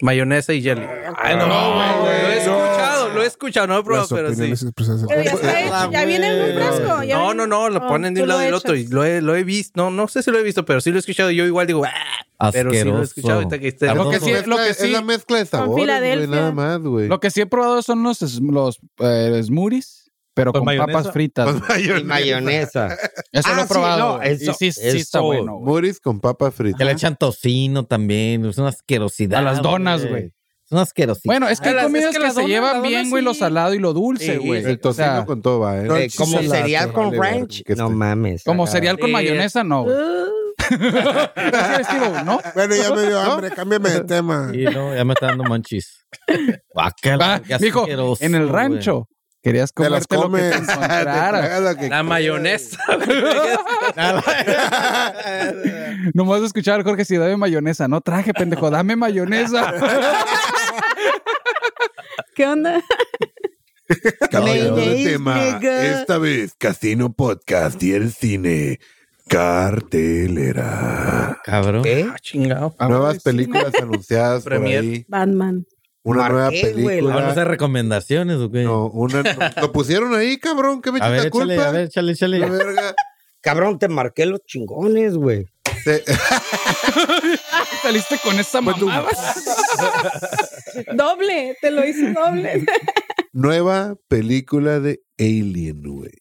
S8: mayonesa y jelly. Ay, no, güey. Lo he escuchado, lo he escuchado, no lo he probado,
S7: Las
S8: pero sí.
S7: opiniones
S5: Pues
S7: expresadas en
S4: Pero ya,
S7: este
S4: está hecho, ya viene muy fresco. ya
S8: No,
S4: viene-
S8: no, no, lo
S4: Oh,
S8: ponen de un
S4: tú lo
S8: lado y del
S4: echas.
S8: otro. Y lo he, lo he visto, no, no sé si lo he visto, pero sí lo he escuchado. Yo igual digo, ah, pero sí lo he
S3: Asqueroso.
S8: escuchado. Ahorita que esté-
S9: Lo que sí-
S5: mezcla-
S9: lo que
S5: Es
S9: sí-
S5: la mezcla de sabores, güey,
S4: Filadelfia.
S5: nada más, güey.
S9: Lo que sí he probado son los, es- los eh, smoothies, pero
S6: ¿Con
S9: con,
S6: mayonesa?
S9: papas fritas.
S7: Pues,
S9: güey.
S2: Y mayonesa.
S9: Eso
S2: Ah,
S9: lo he
S2: sí,
S9: probado.
S2: no,
S9: güey.
S2: eso-
S9: y sí, sí está
S2: eso.
S9: bueno, güey.
S5: Muris con papa frita.
S3: Que le echan tocino también. Es una asquerosidad.
S9: A las donas, güey.
S3: Es una asquerosidad.
S9: Bueno, es que
S8: Ah,
S9: hay
S8: las-
S9: comidas
S8: es que
S9: que,
S8: las
S9: se
S8: donas-
S9: llevan
S8: las
S9: bien,
S8: donas
S9: güey,
S8: sí.
S9: lo salado y lo dulce,
S8: Sí,
S9: güey.
S5: El tocino
S9: O sea,
S5: con todo va,
S2: Eh,
S5: ¿eh?
S2: como
S5: Sí,
S2: cereal
S5: late,
S2: con
S5: vale,
S2: ranch.
S5: verga, que
S2: No
S5: estoy-
S2: mames.
S9: como cereal con
S8: Sí.
S9: mayonesa, no, güey.
S4: Uh,
S9: <laughs> Así de estilo, ¿no?
S7: Bueno, ya me dio hambre, cámbiame de
S3: <laughs>
S7: tema.
S3: Y no, ya me está dando manchis.
S9: <laughs> Ah,
S3: Guácala, qué
S9: mijo,
S3: asqueroso,
S9: en el
S3: güey.
S9: rancho querías
S7: Te
S9: comer
S7: las comes. <laughs>
S5: Haga lo que
S8: La mayonesa.
S9: Nomás de escuchar, Jorge, si dame mayonesa. No traje, pendejo,
S7: <laughs>
S9: dame mayonesa.
S4: ¿Qué onda?
S1: Cambiando de
S2: Ladies,
S1: tema,
S2: nigga.
S1: esta vez Casino Podcast y el cine. Cartelera.
S3: Cabrón.
S2: ¿Qué?
S8: Ah, chingado.
S5: Nuevas películas anunciadas por
S8: Premier.
S5: ahí.
S4: Batman.
S5: Una nueva
S2: Marqué, güey,
S5: película.
S2: la
S3: ¿Van a hacer Ah, recomendaciones o qué?
S5: No, una, lo pusieron ahí, cabrón. ¿Qué me
S3: a ver,
S5: echa
S3: échale,
S5: culpa?
S3: a ver, échale, échale.
S5: La verga.
S2: Cabrón, te marqué los chingones, güey.
S5: Se-
S9: <laughs> Saliste con esa
S7: Pues
S9: mamada.
S4: Doble, te lo hice doble.
S5: nueva película de Alien, güey.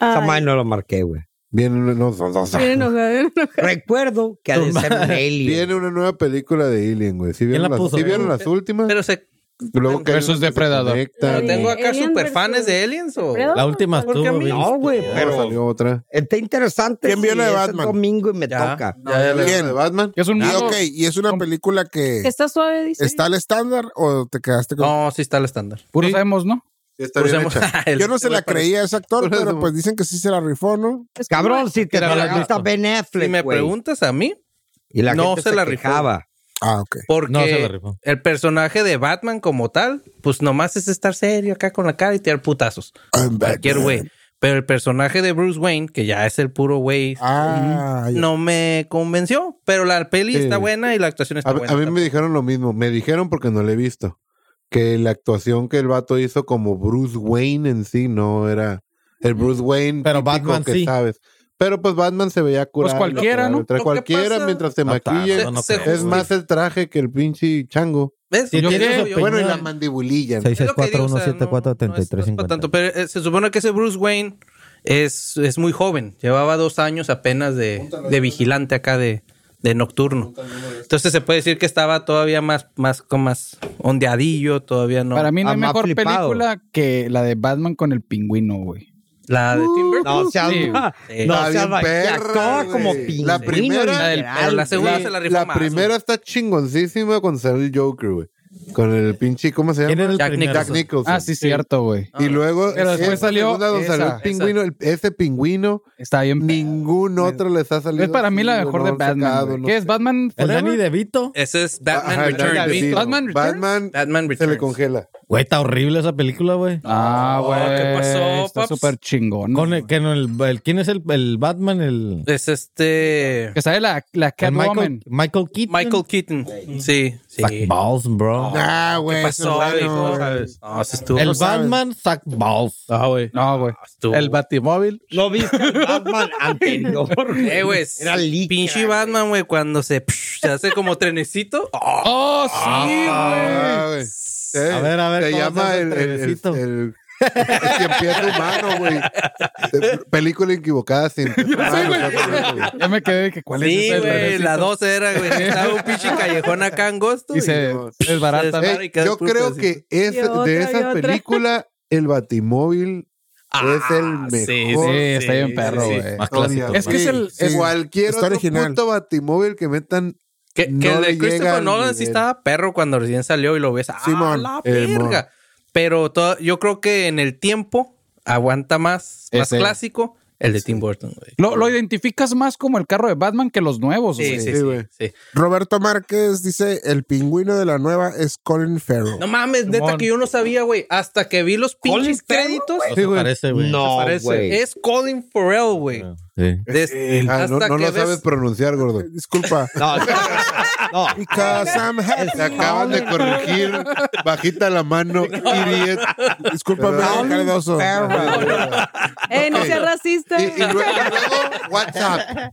S2: Jamás
S4: Ay,
S2: no lo marqué, güey.
S5: Viene una, no, no, no, no.
S4: bien enojada, eh. bien enojada.
S2: Recuerdo que ha de ser un alien.
S5: Viene una nueva película de Alien, güey. ¿Sí vieron,
S3: la
S5: las,
S3: puso?
S5: ¿sí vieron las últimas?
S8: Pero se,
S5: Luego que hay
S9: Versus
S5: unas que se
S9: Depredador.
S5: conectan.
S8: pero tengo acá
S4: Alien
S8: super
S4: versus-
S8: fans de Aliens o.
S4: Depredador.
S3: La última
S4: ¿Por
S3: estuvo
S4: qué a mí?
S3: bien.
S2: No, güey,
S5: Luego
S2: pero
S5: salió otra.
S2: está interesante.
S7: ¿Quién
S2: si
S7: vio la de
S2: es el
S7: Batman?
S2: domingo y me
S8: Ya.
S2: toca.
S7: ¿Quién?
S5: ¿De Batman?
S9: Es un
S7: Y
S9: mundo-
S7: ok, y es una película que
S4: Está suave, dice.
S7: está al estándar o te quedaste con.
S8: No, sí está el estándar.
S9: Puro sabemos, ¿no?
S5: Sí, está bien
S8: Usemos-
S5: hecha.
S8: <laughs> El-
S7: Yo no se la creía a ese actor,
S5: Por eso.
S7: pero pues dicen que sí se la rifó, ¿no?
S4: Es como-
S2: Cabrón, si te
S9: Mira,
S2: la
S9: mira,
S2: gusta
S9: gato.
S2: Ben
S8: Si
S2: Affleck,
S8: me
S2: güey.
S8: preguntas a mí,
S2: Y la
S8: no
S2: gente
S8: se
S2: se,
S8: la rifó.
S2: quejaba.
S7: Ah, ok.
S8: porque
S3: No, se la rifó.
S8: el personaje de Batman como tal, pues nomás es estar serio acá con la cara y tirar putazos.
S7: I'm
S8: Cualquier
S7: Batman.
S8: güey. Pero el personaje de Bruce Wayne, que ya es el puro güey,
S7: Ah, ya.
S8: no me convenció. Pero la peli
S5: Sí.
S8: está buena y la actuación está
S5: A,
S8: buena.
S5: a mí me dijeron lo mismo. Me dijeron porque no la he visto. Que la actuación que el vato hizo como Bruce Wayne en sí no era el Bruce Wayne
S3: Pero
S5: típico
S3: Batman
S5: que
S3: sí.
S5: sabes. Pero pues Batman se veía curado.
S9: cualquiera, ¿no?
S5: Entre
S8: Lo que
S5: cualquiera
S8: pasa-
S5: mientras se
S3: No tanto,
S5: maquille.
S3: no
S8: se-
S3: creo,
S5: Es
S3: güey.
S5: más el traje que el pinche chango.
S8: ¿Ves?
S3: Si
S8: Yo
S3: tienes
S8: creo-
S3: opinión,
S8: yo-
S5: Bueno, y la
S3: no.
S5: mandibulilla. ¿no?
S3: 664
S8: o sea, no- no es- no es para tanto, pero eh, se supone que ese Bruce Wayne es, es muy joven. Llevaba dos años apenas de, de vigilante acá de, de nocturno. Entonces se puede decir que estaba todavía más, más, con más ondeadillo, todavía no.
S9: Para mí no
S2: Ah,
S9: hay
S2: más
S9: mejor
S2: flipado.
S9: película que la de Batman con el pingüino, güey.
S8: La de Tim Burton.
S2: No seas,
S9: Sí,
S2: ma-
S8: sí.
S2: no
S5: Está
S2: seas
S5: bien
S2: ma- que
S5: perra,
S2: actúa
S5: güey.
S2: como
S5: La
S2: pingüino.
S5: primera-
S8: La del-
S2: literal,
S8: pero la
S2: güey.
S8: segunda se la rifó
S5: La
S8: más,
S5: primera está chingoncísima con ser el Joker, güey. Con el pinche, ¿cómo se
S3: ¿Quién era
S5: llama?
S3: el
S8: Jack
S3: primero?
S5: Jack Nicholson.
S9: Ah, sí, cierto, güey.
S5: Y luego
S9: Pero después
S5: esa
S9: salió
S5: segunda donde
S9: esa.
S5: salió el pingüino, el- ese pingüino
S9: Está bien.
S5: Ningún otro les ha salido.
S9: Es para mí la
S5: así,
S9: mejor de
S5: honor sacado,
S9: Batman. güey.
S5: no
S9: ¿Qué
S5: sé.
S9: es Batman
S3: El Danny
S9: Forever?
S3: DeVito.
S8: Ese es Batman
S5: Ajá,
S8: Returns.
S5: Batman Returns.
S9: Batman Returns.
S5: Batman
S8: Batman
S5: se le
S8: Returns.
S5: congela.
S3: Güey, está horrible esa película, güey.
S9: Ah,
S8: Oh,
S9: güey.
S8: ¿qué pasó,
S9: Está
S8: paps?
S9: súper chingón.
S3: Con el, que no, el, el- ¿Quién es el, el Batman? El,
S8: Es este.
S9: Que sale la, la
S3: el Michael,
S9: Catwoman.
S3: Michael Keaton.
S8: Michael Keaton. Sí, sí.
S3: Zach Balls, bro.
S7: Ah, güey.
S8: ¿Qué pasó,
S7: ese es
S8: hijo?
S7: bueno.
S8: No, ese estuvo.
S3: el
S7: no sabes.
S3: Batman, Zach Balls.
S9: No, güey. No, güey.
S8: Ah, estuvo-
S9: El Batimóvil.
S2: No viste el Batman
S9: ah,
S2: anterior. güey.
S8: Eh, güey.
S2: Era licra,
S8: Pinche
S2: güey.
S8: Batman, güey, cuando se, se hace como trenecito. Oh,
S9: ¡Oh, sí,
S5: Ah,
S9: güey!
S5: güey.
S3: A ver, a ver,
S5: eh, Se
S3: ¿cómo se
S5: llama
S3: hace
S5: el.
S3: el
S5: el, el,
S3: trenecito?
S5: el- el cien pies humano, güey. Eh, Película equivocada
S9: <laughs>
S5: sin.
S9: Ya me quedé de que cuál
S8: sí,
S9: es ese
S8: güey.
S9: trenecito?
S8: La 12 era, güey. Estaba un pinche callejón acá angosto.
S9: Y se
S5: Sí,
S9: es barata.
S8: Se-
S9: ¿no?
S5: Ey, Eh, yo creo que es,
S4: Y otra,
S5: de
S4: y
S5: esa
S4: otra.
S5: película, el Batimóvil es el
S8: sí, Ah, sí,
S5: mejor.
S9: Sí, está bien
S8: sí,
S9: perro,
S8: sí.
S9: güey.
S3: Más clásico.
S9: Es que es el- es-
S5: cualquier
S7: está
S5: otro
S7: original.
S5: puto batimóvil que metan
S8: Que, que
S5: No
S8: el
S5: le
S8: de
S5: llega
S8: Christopher
S5: al
S8: Nolan sí
S5: nivel.
S8: estaba perro cuando recién salió y lo ves. ¡Ah,
S7: Simón,
S8: la
S5: eh, mon.
S8: verga! Pero to- yo creo que en el tiempo aguanta más, más
S9: Ese.
S8: clásico, el de Tim Burton, güey.
S9: Lo, lo identificas más como el carro de Batman que los nuevos,
S8: Sí,
S9: güey.
S8: sí,
S5: sí,
S8: sí,
S5: güey.
S8: sí.
S7: Roberto Márquez dice: El pingüino de la nueva es Colin Farrell.
S8: No mames, neta
S9: Simón.
S8: que yo no sabía, güey. Hasta que vi los
S2: ¿Colin
S8: pinches
S2: Farrell,
S8: créditos.
S3: No se Ah, parece, güey.
S2: No,
S8: parece.
S2: güey.
S8: Es Colin Farrell, güey.
S3: Sí.
S8: Des-
S7: eh,
S5: Ah, no,
S8: hasta
S5: no
S8: que
S5: lo
S8: ves-
S5: sabes pronunciar, gordo.
S7: Disculpa.
S2: No, <laughs> no, no.
S7: Because I'm happy.
S5: Te acaban de corregir. Bajita la
S4: <laughs>
S5: mano. idiot.
S7: Discúlpame,
S5: Colin
S7: Cardoso.
S4: Eh, no seas racista.
S5: Y, y luego, y luego, WhatsApp.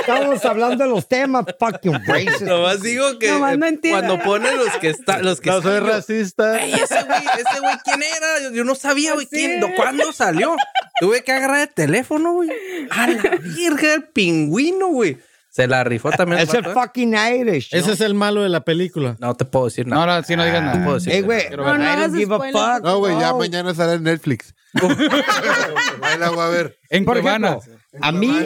S2: Estamos hablando de los temas fucking racist.
S8: <laughs> Nomás digo que
S4: Nomás no
S8: eh,
S4: entiendo.
S8: cuando ponen los que está, los que
S6: No soy
S8: salen, yo,
S6: racista.
S8: "Ey, ese güey, ese güey, ¿quién era? Yo, yo no
S4: Ah,
S8: sabía, güey, quién, de cuándo salió. Tuve que agarrar el teléfono, güey. A la virgen, el pingüino, güey. Se la rifó también.
S2: Es el
S8: vato, ¿eh?
S2: fucking Irish. ¿no?
S3: Ese es el malo de la película.
S8: No te puedo decir
S9: No,
S8: nada.
S9: no, sí, no digas
S8: No
S9: nada.
S8: puedo decir
S2: Ey, güey,
S8: nada.
S2: no,
S4: No, no hagas
S2: give a
S4: spoilers.
S2: fuck.
S5: No, güey, ya
S2: no.
S5: mañana sale en Netflix. Ahí la voy a ver.
S9: En
S2: Por
S9: Cuevana.
S2: ejemplo, a mí,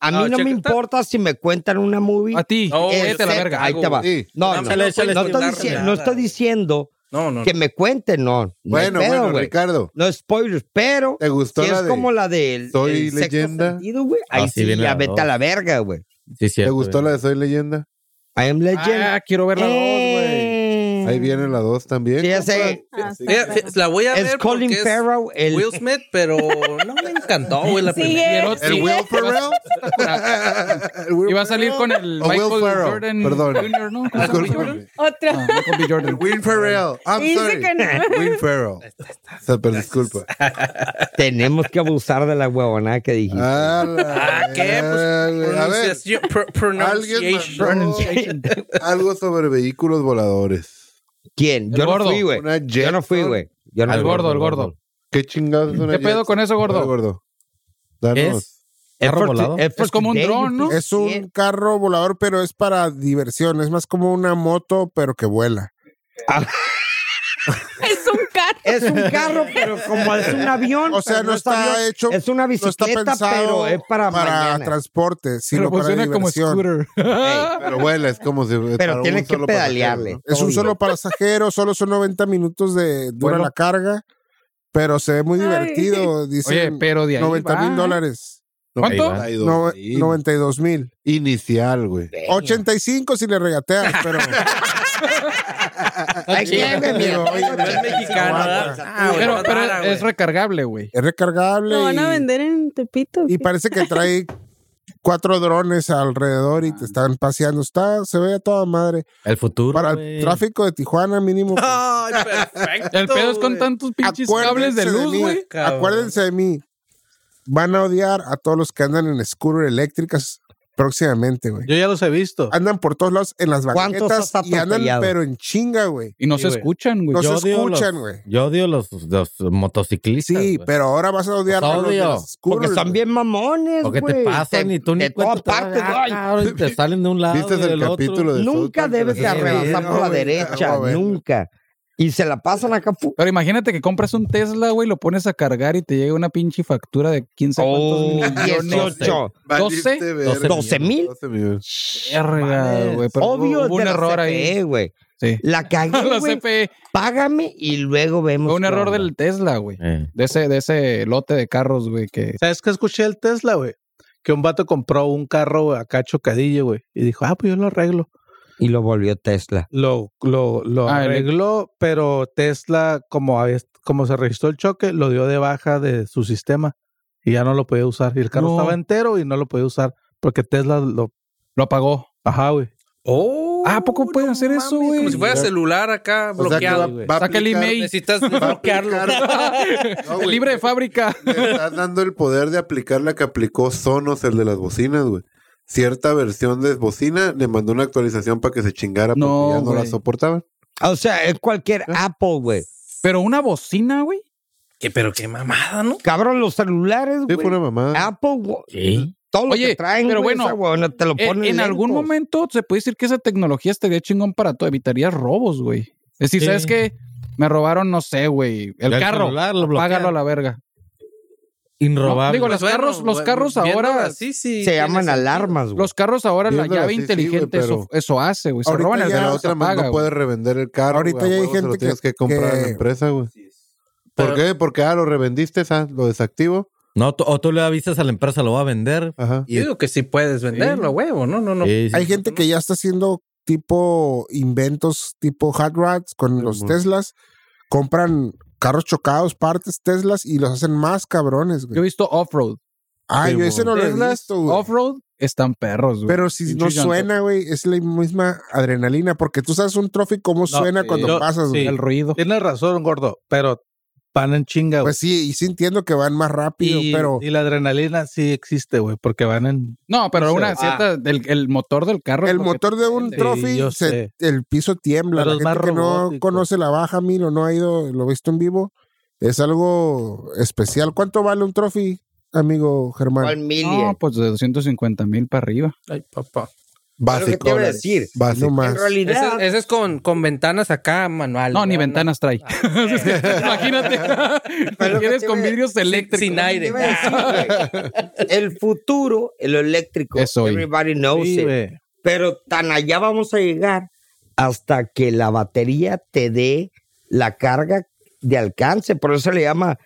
S2: a mí
S8: No,
S2: no, me
S8: checa-
S2: importa si me cuentan una movie.
S9: A ti.
S8: No,
S9: Vete
S8: yo
S9: a la
S8: sé,
S9: verga.
S2: Ahí te va.
S5: Sí.
S2: No, no,
S8: No, me lo
S2: no
S8: puedes
S2: estoy
S8: contar
S2: dici-
S8: nada.
S2: no estoy diciendo
S8: No, no.
S2: que me cuenten, no. no
S5: Bueno,
S2: hay pedo,
S5: bueno,
S2: güey.
S5: Ricardo.
S2: No spoilers, pero
S5: ¿Te gustó
S2: si
S5: la
S2: es
S5: de-
S2: como la del
S5: Soy
S2: del sexto
S5: leyenda?
S2: sentido, güey, ahí
S3: Ah, sí,
S2: sí,
S3: viene
S2: ya
S3: la
S2: vete
S3: dos.
S2: a la verga, güey.
S3: Sí, cierto,
S5: ¿Te gustó
S3: güey.
S5: la de Soy Leyenda?
S2: I am legend.
S9: Ah, quiero ver la dos, güey.
S2: Eh,
S5: Ahí viene la 2 también.
S2: Sí, ya sé.
S4: Ah, está
S8: Mira,
S4: claro.
S8: Eh, fí- la voy a ver.
S2: Es Colin
S8: porque es
S2: Farrell, el-
S8: Will Smith, pero no me encantó, güey, la
S4: Sigue.
S8: primera.
S7: ¿El Will Ferrell?
S9: Y va a salir con el
S5: O Will
S9: Michael
S5: Ferrell,
S9: Jordan
S5: perdón.
S9: Jr., ¿no? ¿Cómo se llama?
S5: Discúlpame.
S4: Otra.
S9: Ah, Michael B. Jordan.
S5: Will Ferrell. I'm
S4: Dice
S5: sorry.
S4: que no.
S5: Will Ferrell. Super disculpa.
S2: Tenemos que abusar de la huevonada que dijiste.
S5: Ah,
S8: Ah, ¿qué? Pues,
S5: a ver,
S8: pronunciación- pro- pronunciation.
S5: alguien mandó algo sobre vehículos voladores.
S2: ¿Quién? Yo
S9: El
S2: no
S9: gordo.
S2: fui, güey.
S5: Una
S2: Yo no fui,
S5: Jetson.
S2: güey. Yo no
S9: Al
S2: fui.
S9: gordo, al gordo.
S5: ¿Qué chingados es una
S9: ¿Qué pedo
S5: Jetson?
S9: con eso, gordo?
S5: A ver, gordo. Danos.
S3: Es- ¿Carro
S2: for-
S3: volado?
S2: for
S9: Es como un
S2: today,
S9: dron, ¿no?
S7: Es un carro volador, pero es para diversión. Es más como una moto, pero que vuela.
S4: Es un carro.
S2: Es un carro, pero como es un avión.
S7: O sea,
S2: pero
S7: no
S2: es
S7: está
S2: avión,
S7: hecho-
S2: Es una
S7: No está
S2: bicicleta,
S7: pensado
S2: pero es para, mañana.
S7: transporte,
S9: Pero
S7: sino para
S9: funciona como
S7: diversión.
S9: scooter.
S2: Ey,
S5: Pero vuela, es como si. para
S2: pero
S5: un
S2: tienes que
S5: solo pasajero,
S2: pedalearle.
S5: ¿no?
S7: Es un
S2: Obvio.
S7: solo pasajero, solo son 90 minutos de dura
S9: Bueno.
S7: la carga, pero se ve muy
S4: Ay.
S7: divertido.
S9: Oye,
S7: Dicen
S9: pero de ahí
S7: 90
S9: va.
S7: mil dólares.
S9: ¿Cuánto?
S3: Ahí va.
S5: 92
S7: No,
S5: mil.
S7: 92 mil.
S5: Inicial, güey.
S7: 85 si le regateas, pero.
S2: Ay,
S7: <laughs>
S2: ¿quién me
S7: Digo,
S2: miró?
S7: oye,
S8: Es mexicano, ¿verdad? Ah, güey,
S9: Pero, pero
S8: para,
S9: es
S8: güey.
S9: recargable, güey.
S7: Es recargable.
S4: Lo van a
S7: y-
S4: vender en Tepito.
S7: Y parece que trae cuatro drones alrededor y te están paseando. Está, se ve a toda madre.
S3: El futuro.
S7: Para
S3: güey.
S7: el tráfico de Tijuana, mínimo. pues,
S8: Ay, perfecto.
S9: El pedo es con
S8: güey.
S9: tantos pinches cables
S7: Acuérdense
S9: de luz,
S7: mí,
S9: güey.
S8: cabrón.
S7: Acuérdense de mí. Van a odiar a todos los que andan en scooter eléctricas próximamente, güey.
S6: Yo ya los he visto.
S7: Andan por todos lados en las
S2: ¿Cuántos
S7: banquetas
S2: has
S7: y andan,
S2: atropellado?
S7: pero en chinga, güey.
S9: Y no
S8: Sí,
S9: se
S8: güey.
S9: escuchan, güey.
S7: No se
S3: Yo odio los-
S7: escuchan, güey.
S3: Yo odio los, los motociclistas.
S7: Sí, pues,
S3: güey.
S7: pero ahora vas a odiar
S3: Los
S7: a los de
S3: odio,
S7: las
S2: Porque
S7: scooters,
S2: son
S7: güey.
S2: bien mamones,
S3: Porque
S2: güey.
S3: te pasan y tú ni
S2: de todas
S3: cuenta te
S2: partes.
S3: das, ah,
S2: ay,
S9: Ah,
S3: cabrón, y te salen de un lado
S5: ¿Viste
S3: y
S5: el
S3: del otro.
S9: pues,
S5: capítulo de South
S2: nunca
S5: Park de
S2: debes
S5: las
S2: de
S5: escooters?
S2: arrebatar por la
S7: güey,
S2: derecha,
S7: no, güey.
S2: nunca. Y se la pasan acá. fu-
S9: Pero imagínate que compras un Tesla, güey, lo pones a cargar y te llega una pinche factura de 15
S2: Oh,
S9: cuantos millones.
S2: 18.
S5: Valiste
S9: 12,
S5: verga.
S2: 12 mil.
S5: 12 mil.
S9: Verga, güey. Pero
S2: Obvio,
S9: hubo un
S2: de la
S9: error
S2: CFE,
S9: ahí.
S2: güey.
S9: Sí.
S2: La cagué,
S9: <laughs> La
S2: güey.
S9: CFE.
S2: Págame y luego vemos.
S9: Fue un
S2: qué
S9: error
S2: onda.
S9: del Tesla, güey.
S3: Eh.
S9: De ese, de ese lote de carros, güey, que...
S6: ¿Sabes qué escuché el Tesla, güey? Que un vato compró un carro güey, acá chocadillo, güey. Y dijo, ah, pues yo lo arreglo.
S2: Y lo volvió Tesla.
S6: Lo, lo, lo
S9: Ah, el-
S6: arregló, pero Tesla, como, había- como se registró el choque, lo dio de baja de su sistema. Y ya no lo podía usar. Y el carro
S9: No.
S6: estaba entero y no lo podía usar. Porque Tesla lo...
S9: Lo apagó.
S6: Ajá, güey.
S8: Oh,
S9: Ah, ¿a poco pueden hacer eso, güey?
S8: Como si fuera celular acá
S5: O sea que va,
S8: bloqueado. güey.
S5: va a
S9: Saca el
S5: aplicar-
S9: email.
S8: Necesitas
S5: va a
S8: bloquearlo.
S5: aplicar-
S7: "Ah,
S5: No, güey.
S9: Libre de fábrica.
S5: Le estás dando el poder de aplicar la que aplicó Sonos, el de las bocinas, güey. Cierta versión de bocina le mandó una actualización para que se chingara porque
S9: No,
S5: ya no la
S9: güey.
S5: soportaban.
S2: O sea, es
S9: ¿Eh?
S2: cualquier Apple, güey.
S9: Pero una bocina, güey.
S8: Que, pero qué mamada, ¿no?
S2: Cabrón, los celulares,
S5: Sí,
S2: güey.
S5: fue una
S9: Ah,
S5: mamada.
S9: pues
S2: Apple, güey.
S3: Sí.
S2: Todo lo
S9: Oye,
S2: que traen,
S9: pero
S2: güey,
S9: bueno,
S2: esa huevona te lo
S9: E, En,
S2: ponen
S9: en algún
S2: lentos.
S9: momento se puede decir que esa tecnología estaría chingón para todo. Evitarías robos, güey. Es decir,
S3: Sí.
S9: ¿sabes qué? Me robaron, no sé, güey. El
S3: Ya
S9: carro.
S3: celular lo bloquean.
S9: Págalo a la verga. No,
S3: Inrobable.
S9: digo, los carros, los carros ahora.
S8: Sí, sí.
S2: Se
S8: tiene
S2: llaman
S8: sentido.
S2: alarmas, güey.
S9: Los carros ahora, la
S5: Viéndolo
S9: llave
S5: así, sí,
S9: inteligente,
S5: güey,
S9: eso, eso hace, güey. Se
S7: Ahorita
S9: roban el
S7: ya-
S5: de
S9: carro,
S5: la
S9: y se
S5: otra mano
S9: apaga,
S5: no
S9: güey.
S5: puedes revender el carro.
S7: Ahorita
S5: güey, a
S7: ya hay
S5: huevo se lo
S7: gente
S5: tienes
S7: que-
S5: que comprar a la
S7: que-
S5: empresa, güey.
S8: Pero-
S5: ¿Por qué? Porque ah, lo revendiste, ah, lo desactivo.
S3: No, tú- o tú le avisas a la empresa, lo va a vender.
S5: Ajá.
S8: Yo digo que sí puedes venderlo, huevo, ¿no? No, no.
S3: Sí, sí.
S7: Hay gente que ya está haciendo tipo inventos, tipo hot rods con los
S5: Simón.
S7: Teslas. Compran carros chocados, partes Teslas y los hacen más cabrones,
S9: Yo he
S7: güey.
S9: visto off-road.
S7: Ah, yo ese no lo he
S9: Teslas,
S7: visto, güey.
S9: Off-road están perros, güey.
S7: Pero si
S9: Pinche
S7: no
S9: llanta.
S7: suena, güey, es la misma adrenalina, porque tú sabes un trophy cómo suena
S9: eh, sí.
S7: cuando
S6: No,
S7: pasas,
S6: sí.
S7: güey.
S9: El ruido.
S6: Tienes razón, gordo, pero van en chinga, güey.
S7: Pues sí, y sí entiendo que van más rápido,
S6: y,
S7: pero
S6: y la adrenalina sí existe, güey, porque van en...
S9: No, pero
S6: Eso.
S9: una cierta. El, el motor del carro. es
S7: Ah. el
S9: lo que
S7: motor
S9: te
S7: de un
S9: prende.
S6: Sí,
S7: trophy,
S6: yo
S7: se-
S6: sé.
S7: el piso tiembla.
S6: Pero
S7: la
S6: es
S7: gente
S6: más
S7: que no
S6: robótico.
S7: conoce la baja mil o no ha ido, lo ha visto en vivo, es algo especial. ¿Cuánto vale un trophy, amigo
S2: ¿Cuál
S7: Germán?
S2: mili, eh?
S9: No, pues de 250 mil para arriba.
S8: Ay, papá.
S2: Pero ¿Qué te iba a
S7: dólares.
S2: decir?
S7: Básico.
S2: En
S7: más.
S8: Ese,
S2: realidad,
S8: ese es con, con ventanas acá manual.
S9: No, ni
S8: ¿verdad?
S9: ventanas trae.
S8: Ah.
S9: <laughs>
S7: <laughs>
S8: <laughs>
S9: Imagínate.
S2: Pero
S9: Quieres
S2: que
S9: con
S2: tiene-
S9: vidrios eléctricos.
S8: sin aire.
S2: te iba a <laughs> decir, güey, el futuro, el eléctrico,
S9: Es hoy.
S2: everybody knows
S6: Sí,
S2: it.
S6: güey.
S2: Pero tan allá vamos a llegar hasta que la batería te dé la carga de alcance. Por eso le llama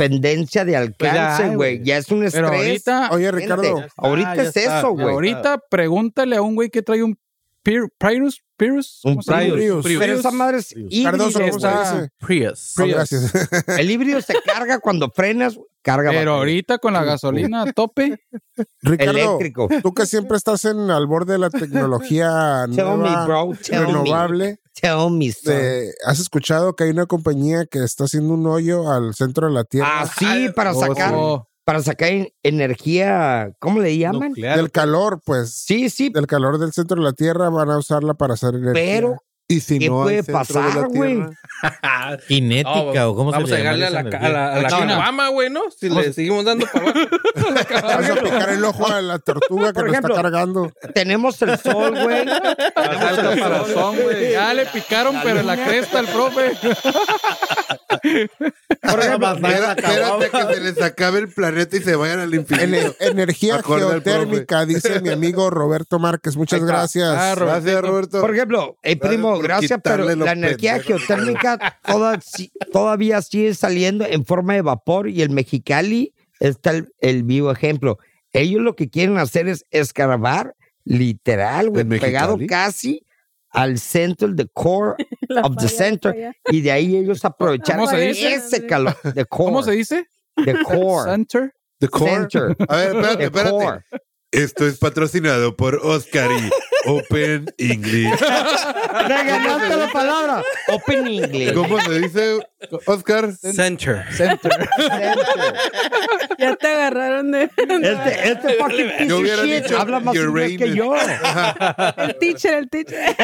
S2: dependencia de
S6: Pues ya
S2: alcance,
S6: hay,
S2: güey.
S6: güey.
S2: ya es un estrés.
S9: Pero ahorita,
S7: Oye,
S2: Gente,
S7: Ricardo,
S2: ahorita
S6: ya
S2: es
S6: está,
S2: eso,
S6: ya
S2: güey.
S9: ahorita pregúntale a un güey que trae un Pir- Prius, Prius,
S3: Un
S9: ¿cómo se llama?
S3: Prius.
S2: Pero esa madre es
S7: Cardoso,
S2: híbrido,
S7: ¿cómo se
S2: güey.
S7: dice?
S8: Prius.
S7: Oh, gracias.
S2: El híbrido se carga cuando frenas, carga
S9: Pero
S2: batería.
S9: ahorita con la gasolina a tope,
S7: <laughs> <laughs> Ricardo,
S2: eléctrico.
S7: tú que siempre estás en al borde de la tecnología
S2: <laughs> Tell me,
S7: nueva,
S2: bro, tell me.
S7: renovable,
S2: Tell me, son.
S7: eh, ¿has escuchado que hay una compañía que está haciendo un hoyo al centro de la Tierra?
S2: Así para
S9: oh,
S2: sacar,
S9: oh,
S2: para sacar en- energía, ¿cómo le llaman?
S8: Nuclear.
S7: Del calor, pues.
S2: Ah, Sí, sí,
S7: Del calor del centro de la Tierra van a usarla para hacer energía.
S2: pero
S5: Y si
S2: ¿Qué
S5: no, al
S2: puede
S5: centro de la
S2: pasar, güey?
S5: Tierra,
S3: Cinética o cómo se
S8: Vamos
S3: le
S8: a
S3: llama
S8: llegarle a
S3: esa
S8: la, ca- a
S3: energía?
S8: la, a la
S2: No, no.
S8: caguama, güey, ¿no? Si le seguimos dando para abajo.
S2: <laughs>
S7: Vas a picar el ojo a la tortuga que
S2: Por
S7: nos está
S2: ejemplo.
S7: cargando.
S2: tenemos el sol, güey.
S9: tenemos el caparazón, güey. Ya le picaron, pero en la cresta al profe.
S3: <laughs>
S5: Espérate que se les acabe el planeta y se vayan al infinito.
S2: <laughs>
S7: Ener- energía
S5: Acorde al
S7: geotérmica, dice mi amigo Roberto Márquez. Muchas gracias.
S9: Ah, Roberto.
S5: Gracias, Roberto.
S2: Por ejemplo, eh, primo,
S5: por
S2: gracias, pero
S5: quitarle los
S2: la energía
S5: pendejos.
S2: geotérmica toda- si- todavía sigue saliendo en forma de vapor y el Mexicali está el, el vivo ejemplo. Ellos lo que quieren hacer es escarbar, literal, güey,
S5: ¿En
S2: pegado
S5: Mexicali?
S2: casi al centro, el the core,
S4: La
S2: Of the
S4: falla,
S2: center.
S4: falla.
S2: y de ahí ellos aprovecharon
S9: <laughs> ¿Cómo se dice?
S2: ese calor, the
S7: Oh.
S2: core,
S9: ¿Cómo se dice?
S2: the core,
S9: Center.
S5: The core.
S2: center,
S5: A ver, espérate,
S2: the
S5: espérate.
S2: core.
S5: Esto es patrocinado por Oscar y Open English.
S2: Te ganaste la palabra. Open English.
S5: ¿Cómo se dice, Oscar?
S8: Center.
S2: Center.
S4: Ya te agarraron de.
S2: Este, este fucking piece
S5: Yo
S2: of
S5: hubiera
S2: shit
S5: dicho
S2: habla más inglés que
S5: Uranus.
S2: yo.
S4: El teacher, el teacher.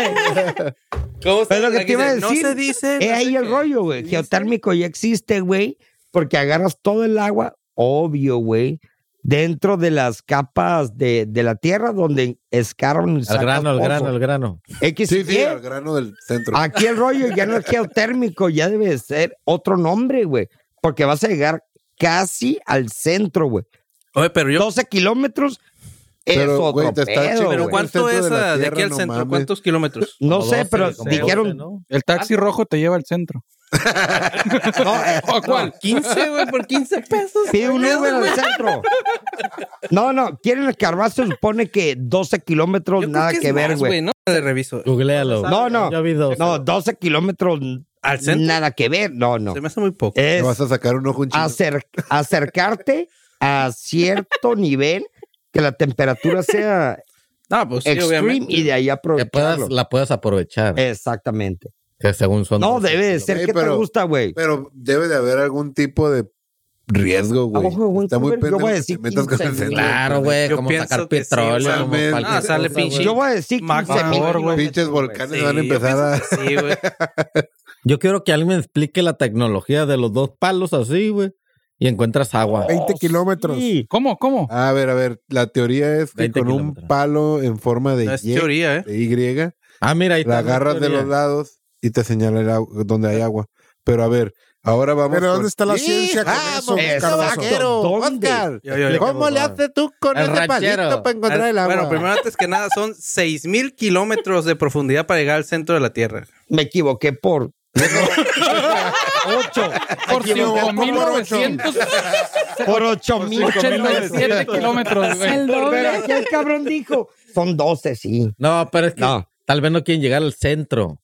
S8: ¿Cómo se
S2: Es lo que te iba a
S8: No
S2: decir.
S8: se dice.
S2: Es
S8: no
S2: ahí
S8: sé
S2: el
S8: qué.
S2: rollo, güey. Geotérmico ya existe, güey, porque agarras todo el agua, obvio, güey, dentro de las capas de, de la tierra donde escarban y
S3: Al
S2: sacan
S3: grano, al
S2: pozo.
S3: grano, al grano.
S2: X,
S5: Sí, sí,
S2: Y.
S5: al grano del centro.
S2: Aquí el rollo ya no es geotérmico, ya debe ser otro nombre, güey, porque vas a llegar casi al centro, güey.
S8: Oye, pero yo.
S2: 12 kilómetros es
S5: Pero,
S2: otro
S5: güey, te está
S2: pedo,
S5: chido,
S2: güey.
S8: Pero
S5: güey.
S8: ¿cuánto
S5: El centro
S8: es
S5: de la
S8: ah, de
S5: Tierra,
S8: aquí al
S5: no
S8: centro?
S5: mames.
S8: ¿Cuántos <laughs> kilómetros?
S2: No
S3: Como
S2: sé,
S3: 12,
S2: pero
S3: como
S2: dijeron
S3: 12, ¿no?
S9: <laughs> El taxi rojo te lleva al centro.
S2: No, eh,
S9: ¿O cuál?
S8: 15, güey, por 15 pesos.
S2: Pide un Uber al centro. No, no, quieren escarbar, se supone que 12 kilómetros,
S8: Yo creo
S2: nada que,
S8: es
S2: ver,
S8: más,
S2: güey.
S8: ¿no? Le reviso.
S3: Googlealo.
S2: No, no.
S3: Yo vi dos.
S2: No, 12 kilómetros,
S8: ¿Al centro?
S2: nada Eh, que ver, no, no.
S8: Se me hace muy poco.
S5: Te
S2: Es
S5: vas a sacar un ojo un chino.
S2: acer- acercarte a cierto <laughs> nivel que la temperatura sea
S8: No, pues sí,
S2: extreme
S8: obviamente.
S2: y de ahí
S3: Que puedas,
S2: aprovecharlo.
S3: la puedas aprovechar.
S2: Exactamente.
S3: que según son.
S2: Eh, No, debe de ser.
S5: Ey,
S2: ¿Qué te
S5: pero-
S2: gusta, güey?
S5: Pero debe de haber algún tipo de riesgo, güey.
S2: Ojo, güey,
S5: Está muy
S2: Uber, yo
S5: pendejo
S2: voy a
S5: que
S2: decir
S5: te metas con el
S2: 15 mil.
S5: centro.
S3: Claro, güey.
S8: Yo
S3: Como
S8: pienso
S3: sacar
S8: que sí,
S3: petróleo.
S5: güey.
S3: como
S5: Mames.
S3: cualquier
S8: Ah, sale
S3: cosa, güey.
S8: pinche.
S2: Yo voy a decir
S8: Mac-
S2: 15 mil
S9: Favor, güey.
S5: Pinches
S2: kilómetros, güey.
S5: volcanes
S8: Sí,
S5: van a
S8: yo
S5: empezar a...
S8: pienso que Sí, <laughs> güey.
S3: Yo quiero que alguien me explique la tecnología de los dos palos así, güey. Y encuentras agua.
S7: 20 kilómetros.
S2: Sí.
S9: ¿Cómo? ¿Cómo?
S5: A ver, a ver, la teoría es que
S3: 20
S5: con un
S3: kilómetros.
S5: palo en forma de,
S8: No es
S5: Y,
S8: teoría, ¿eh?
S5: de Y,
S3: Ah, mira, ahí
S5: la
S3: está
S5: agarras de
S3: teoría.
S5: los lados y te señala el agua- donde hay agua. Pero a ver, ahora vamos
S7: Pero
S5: con-
S7: ¿dónde está la ciencia con
S5: Ah,
S7: eso,
S5: vamos,
S7: Cardoso?
S5: vaquero,
S2: ¿Dónde?
S5: Oscar,
S8: Yo, yo, yo.
S5: ¿Cómo le haces tú con
S3: El
S5: ese
S3: ranchero.
S5: palito para encontrar el agua?
S8: Bueno, primero antes que nada, son 6000 kilómetros de profundidad para llegar al centro de la Tierra.
S2: Me equivoqué por
S9: Por <laughs>
S2: Por 8 mil.
S9: 5.987 kilómetros, güey.
S4: El doble.
S2: Pero aquí el cabrón dijo, son 12, sí.
S3: No, pero es que
S2: No.
S3: tal vez no quieren llegar al centro,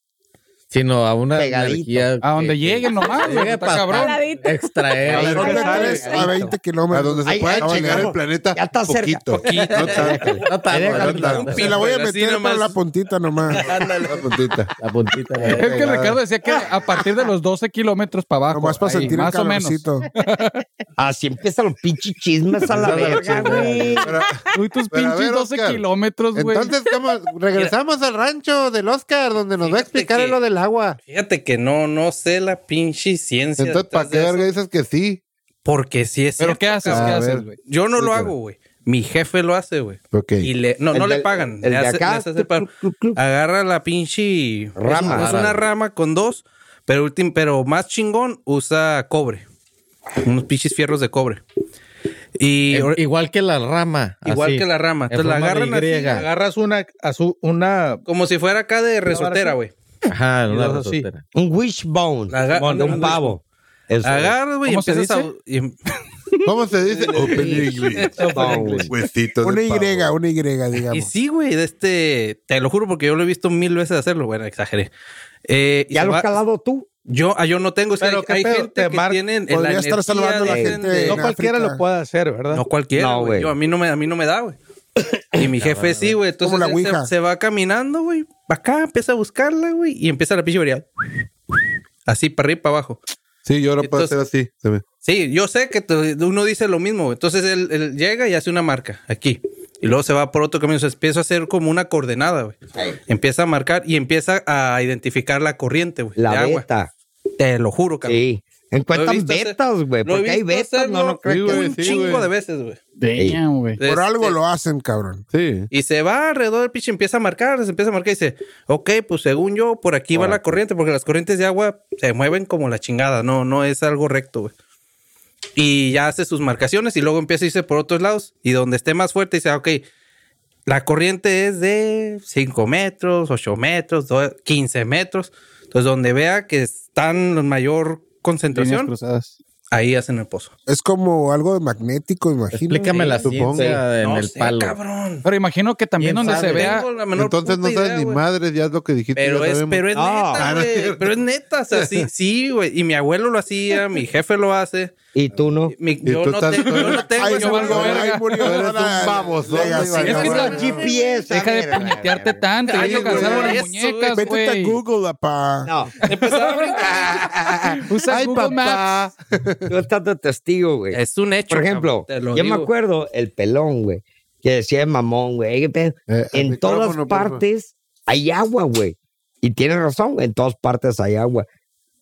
S3: sino a una
S2: Pegadito.
S3: energía.
S9: A donde
S3: que-
S9: lleguen nomás,
S3: que
S9: güey.
S3: llegue
S9: Está
S3: pa-
S9: cabrón.
S4: Paradito.
S3: Extraer.
S7: A ver,
S2: Ahí está,
S7: ¿dónde
S2: ahí
S7: estás?
S2: está.
S7: A 20
S5: a
S7: kilómetros.
S5: donde se
S2: Ahí- ahí
S5: pueda llegar
S2: llegamos.
S5: el planeta.
S2: Ya está cerca.
S5: poquito. No tanto.
S3: No tanto,
S2: Ahí
S3: no
S2: déjalo.
S3: tanto.
S7: Se la voy a
S8: Pero así
S7: meter
S8: nomás.
S7: por la puntita nomás.
S5: La puntita.
S3: La puntita. la-
S9: Es que Ricardo decía que a partir de los 12 kilómetros para abajo.
S7: Nomás para
S9: ahí,
S7: sentir el
S9: más o menos.
S7: calorcito.
S2: Así empiezan los pinches chismes a la verga, güey.
S5: Pero-
S9: Uy, tus
S5: Pero a
S9: pinches
S5: ver,
S9: 12
S5: Oscar,
S9: kilómetros, güey.
S5: Entonces, <laughs> ¿cómo? regresamos al rancho del Oscar, donde nos va a
S8: Fíjate
S5: explicar
S8: que-
S5: lo del agua.
S8: Fíjate que no, no sé la pinche ciencia.
S5: Entonces, ¿para
S8: detrás
S5: qué
S8: de eso.
S5: verga dices que sí?
S8: Porque sí es
S9: ¿Pero
S8: cierto.
S9: qué haces?
S5: A
S9: ¿Qué haces,
S5: ver.
S9: güey?
S8: Yo no lo
S5: Explícame.
S8: hago, güey. Mi jefe lo hace, güey.
S5: Ok.
S8: Y le, no,
S2: El
S8: no le
S2: del-
S8: pagan.
S2: El
S8: le
S2: de
S8: hace- le
S2: acá.
S8: hace hacer paro. Agarra la pinche
S2: Rama.
S8: Es una rama con dos, pero ultim- pero más chingón usa cobre. Unos pinches fierros de cobre. Y
S3: Eh, Igual que la rama.
S8: igual
S3: así.
S8: que la rama.
S3: En
S8: Entonces la
S3: forma de
S8: agarran así,
S3: Y.
S6: Agarras una, azu- una
S8: como si fuera acá de resortera, güey.
S3: Ajá,
S6: Y
S3: una
S6: dos así.
S3: resortera.
S2: Un wishbone
S8: Aga-
S2: bueno, de
S8: un
S2: un pavo. Eso es.
S8: Agarra, güey, y em,
S9: ¿Cómo se
S8: empiezas a. y-
S5: ¿Cómo se
S7: <laughs>
S5: dice? Open <laughs> English.
S2: No, güey.
S5: Huesito de
S7: Una Y,
S5: pavo.
S7: una Y,
S8: Y
S7: digamos.
S8: sí, güey, de este, te lo juro porque yo lo he visto mil veces hacerlo, bueno, exageré. Eh, y
S2: ¿Ya
S8: se
S2: lo
S8: va-
S2: has calado tú?
S8: Yo, ah, yo no tengo, es que
S6: Pero
S8: hay,
S6: qué
S8: hay
S6: pedo,
S8: gente
S6: te
S8: que
S6: mar-
S8: tiene la
S7: podría estar
S8: energía
S7: salvando a la
S8: de-
S7: gente
S8: de-
S6: No
S7: En
S6: cualquiera
S7: África.
S6: lo puede hacer, ¿verdad?
S8: No cualquiera,
S2: No,
S8: güey.
S2: güey.
S8: Yo, a mí no me, a mí no me da, güey. Y mi jefe sí, güey. Entonces
S7: Como la
S8: él se-
S7: ouija.
S8: se, va caminando, güey. Pa' acá, empieza a buscarla, güey. Y empieza la pinche variedad. Así, para arriba y para abajo.
S5: Sí, yo ahora puedo hacer así. se ve.
S8: Sí, yo sé que te- uno dice lo mismo, güey. Entonces él, él llega y hace una marca aquí. Y luego se va por otro camino. O sea, empieza a hacer como una coordenada, güey. Empieza a marcar y empieza a identificar la corriente, güey. de
S2: La
S8: agua.
S2: beta.
S8: Te lo juro, cabrón.
S2: Sí.
S8: Lo he
S2: Encuentran
S8: visto hacer-
S2: betas, güey.
S8: Lo he
S2: Porque hay
S8: visto
S2: betas, no,
S8: hacerlo
S2: no creo que...
S5: güey,
S8: Un
S5: sí,
S8: chingo
S5: güey.
S8: de veces, güey.
S9: Damn, güey.
S7: Por algo
S8: Este-
S7: lo hacen, cabrón.
S5: Sí.
S8: Y se va alrededor del pinche, empieza a marcar, se empieza a marcar y dice, ok, pues según yo, por aquí va la corriente, porque las corrientes de agua se mueven como la chingada, no, no es algo recto, güey. Y ya hace sus marcaciones y luego empieza a irse por otros lados y donde esté más fuerte dice, ah, ok, la corriente es de 5 metros, 8 metros, do- 15 metros. Entonces, donde vea que están en mayor
S9: Líneas
S8: concentración,
S9: cruzadas.
S8: ahí hacen el pozo.
S7: Es como algo de magnético, imagino.
S3: Explícame la
S5: Supongo.
S3: ciencia en
S8: no
S3: el
S8: sé,
S3: palo.
S8: cabrón.
S9: Pero imagino que también
S3: ¿Quién
S9: donde
S3: sabe?
S9: se vea.
S8: Tengo la menor
S5: Entonces no
S8: puta
S5: sabes
S8: idea,
S5: ni
S8: güey.
S5: madre, ya es lo que dijiste.
S8: Pero
S5: ya
S8: es,
S5: sabemos.
S8: pero es
S2: Ah,
S8: neta,
S5: no es
S8: güey.
S5: cierto.
S8: Pero es neta, o sea, sí, sí, güey. Y mi abuelo lo hacía, mi jefe lo hace.
S2: Y tú no.
S8: Mi- yo,
S5: tú
S8: no
S5: estás-
S8: te- yo no tengo
S7: Ahí
S8: ese
S7: murió,
S8: valor,
S9: verga.
S7: ahí murió
S5: Eres un
S7: la-
S5: baboso,
S7: la- la-
S5: güey,
S7: la-
S9: Es que
S7: la-
S9: no,
S7: la-
S2: GPS.
S9: Deja de
S2: mira,
S9: puñetearte
S2: mira,
S9: tanto.
S8: Ay,
S9: Ya me
S8: güey,
S9: cansaron las
S8: eso,
S9: muñecas,
S7: Vete a
S9: güey.
S7: Google, apá.
S2: mira. No,
S8: empezaba a brincar.
S9: Usa
S5: Ay,
S9: Google
S5: papá.
S9: Maps.
S2: <laughs> tú estás de testigo, güey.
S8: Es un hecho.
S2: Por ejemplo,
S8: cabrón, te
S2: yo
S8: lo
S2: me
S8: digo.
S2: acuerdo el pelón, güey, que decía el mamón, güey. "Ey, pe-
S5: Eh, al
S2: en todas
S5: micrófono, por favor.
S2: partes hay agua, güey. Y tiene razón, en todas partes hay agua.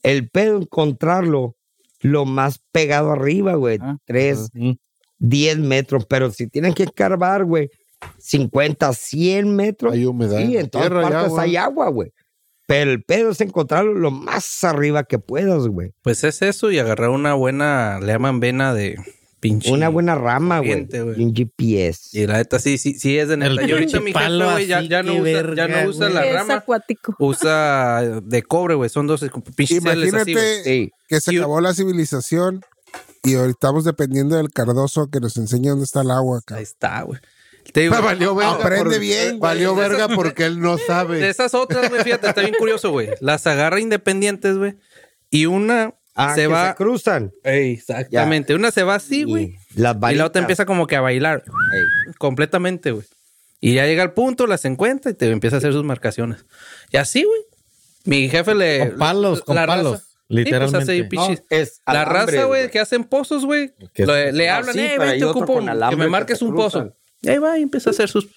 S2: El pedo encontrarlo lo más pegado arriba, güey.
S9: Ah,
S2: Tres,
S8: pues
S9: mm.
S2: diez metros. Pero si tienen que escarbar, güey, 50, 100 metros.
S5: Hay humedad.
S2: Sí,
S5: la
S2: en todas
S5: tierra, hay
S2: partes
S5: agua.
S2: hay agua, güey. Pero el pedo es encontrarlo lo más arriba que puedas, güey.
S8: Pues es eso y agarrar una buena, le llaman vena de pinche.
S2: Una buena rama, güey.
S8: Corriente, güey.
S2: Y Un GPS.
S8: Y la neta, sí, sí, sí es de neta.
S3: El
S8: Y ahorita mi jefe,
S3: palo
S8: güey, ya,
S3: así,
S8: ya no
S3: qué
S8: usa, ya
S3: verga,
S8: no usa
S3: güey.
S8: la
S4: Es
S8: rama.
S4: acuático.
S8: Usa de cobre, güey. Son dos pinches celes así, güey.
S7: Imagínate
S2: Sí.
S7: que se
S8: Y-
S7: acabó la civilización y ahorita estamos dependiendo del cardoso que nos enseña dónde está el agua,
S8: Ahí
S7: cabrón.
S8: está, güey. Te digo,
S5: <laughs> Valió verga
S7: Aprende
S5: por-
S7: bien, güey.
S5: Valió <laughs> verga porque él no
S8: De
S5: sabe.
S8: esas otras, güey, fíjate, está bien curioso, güey. Las agarra independientes, güey. Y una
S2: Ah,
S8: se
S2: que
S8: va.
S2: se cruzan.
S8: Ey, exactamente. Una se va así, güey.
S2: Y las
S8: Y la otra
S2: varitas.
S8: empieza como que a bailar
S2: Ey.
S8: completamente, güey. Y ya llega al punto, las encuentra y te empieza a hacer sus marcaciones. Y así, güey. Mi jefe le.
S3: Con palos, con
S8: raza-
S3: palos,
S8: Sí, pues,
S3: literalmente.
S8: hace ahí pinches-
S2: No, es
S8: la
S2: alambre,
S8: raza, güey,
S2: güey.
S8: que hacen pozos, güey.
S3: Que-
S8: Le, le
S2: No,
S8: hablan,
S2: sí,
S8: eh,
S2: pero
S8: ven,
S2: hay
S8: te
S2: otro
S8: ocupo
S2: con
S8: que
S2: alambre
S8: me
S2: que
S8: marques
S2: te
S8: un pozo.
S2: cruzan.
S8: Y ahí va y empieza a hacer sus.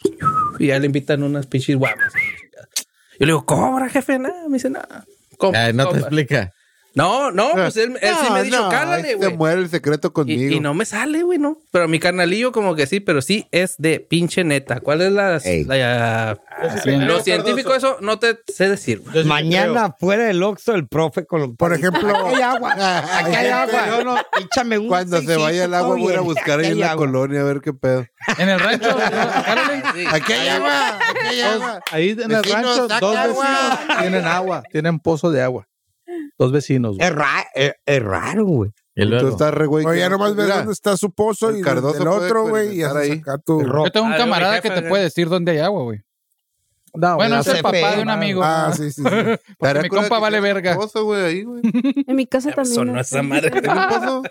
S8: Y ya le invitan unas pinches guamas. Yo le digo, cobra, jefe, nada. Me dice, nada.
S3: Ay, no te explica.
S8: No, no, pues él, él sí me ha
S5: No,
S8: dicho,
S5: no,
S8: cálale,
S5: ahí
S8: güey.
S5: Se muere el secreto conmigo.
S8: Y, y no me sale, güey, no. Pero mi carnalillo como que sí, pero sí es de pinche neta. ¿Cuál es la...
S2: Ey.
S8: la- lo científico eso no te sé decir, güey.
S2: Mañana fuera del Oxxo el profe con los-
S5: Por ejemplo,
S2: <laughs> Aquí
S5: <laughs>
S2: hay agua, aquí hay agua.
S5: Yo no-
S2: Échame un
S5: cuando se
S2: seisito,
S5: vaya el agua,
S2: todo
S5: voy a ir a
S2: bien.
S5: buscar
S2: Aquí
S5: ahí en
S2: hay
S5: la
S2: agua.
S5: colonia a ver qué pedo.
S9: En el rancho. Cálale.
S8: Sí.
S5: Aquí hay agua, aquí hay agua.
S6: Ahí en el
S5: Vecinos,
S6: rancho,
S5: saca
S6: dos vecinos
S5: agua.
S6: tienen agua, tienen pozo de agua. Dos vecinos, güey.
S2: Es, ra- es- es raro, güey.
S3: Y
S5: Tú
S3: luego,
S5: estás re güey.
S7: Oye, ya nomás ves
S5: Mira,
S7: dónde está su pozo
S5: el
S7: y
S5: Cardoso
S7: desde el
S5: puede
S7: otro, güey, y
S5: experimentar
S7: haces
S5: ahí.
S7: acá tu...
S9: Yo tengo un
S8: Ah, yo, mi
S9: camarada
S8: jefe,
S9: que te
S8: güey.
S9: puede decir dónde hay agua, güey.
S6: No,
S9: Bueno,
S6: güey,
S9: es el
S2: hace
S9: papá
S2: feo,
S9: de un
S6: nada.
S9: amigo.
S7: Ah, sí,
S9: <laughs>
S7: sí, sí.
S9: Porque
S5: ¿Te
S9: mi
S5: acuerdas
S9: compa
S5: que
S9: vale
S5: tiene un
S9: verga.
S5: pozo, güey, ahí, güey?
S4: En mi casa también.
S8: Sonó
S4: hay.
S8: esa madre.
S5: ¿Tiene un pozo?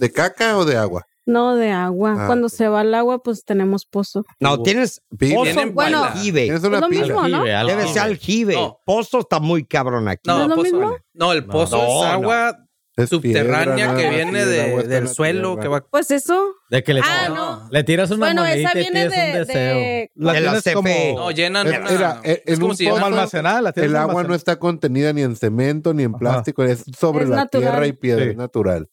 S5: ¿De caca o de agua?
S4: No, de agua.
S5: Ah.
S4: Cuando se va el agua, pues tenemos pozo.
S2: No, tienes
S5: Pibe.
S2: pozo
S8: Tienen
S2: bueno,
S8: pala.
S2: jibe.
S5: Tienes una
S4: es lo
S5: pila.
S4: mismo, ¿no?
S3: Aljibe, aljibe.
S2: Debe ser aljibe.
S8: No.
S2: Pozo está muy cabrón aquí.
S8: No,
S4: ¿No es lo
S8: pozo,
S4: mismo?
S8: güey. No, el
S3: No.
S8: pozo
S2: No,
S8: es
S2: no.
S8: agua
S5: Es piedra,
S8: subterránea
S5: nada
S8: que
S5: más, y el
S8: viene
S5: agua
S8: de,
S5: está en
S8: del
S5: la
S8: suelo
S5: tierra.
S8: que va...
S4: Pues eso.
S3: de que le,
S4: Ah, no.
S3: le tiras una
S4: Bueno, esa
S3: monedita y pides
S4: viene
S3: un
S4: de,
S3: deseo.
S4: <laughs> de-
S6: La
S2: De la E.
S6: tienes como,
S2: CFE.
S8: No, llenan...
S5: Es-
S8: una-
S5: mira, eh,
S8: es
S5: en
S8: como
S5: un
S8: si
S5: pozo-
S8: llenan-
S6: como almacenada. La tienes
S5: El agua no
S6: almacenada.
S5: está contenida ni en cemento ni en plástico, es sobre
S4: Es
S5: la
S4: natural.
S5: tierra y piedra,
S6: Sí.
S5: es natural.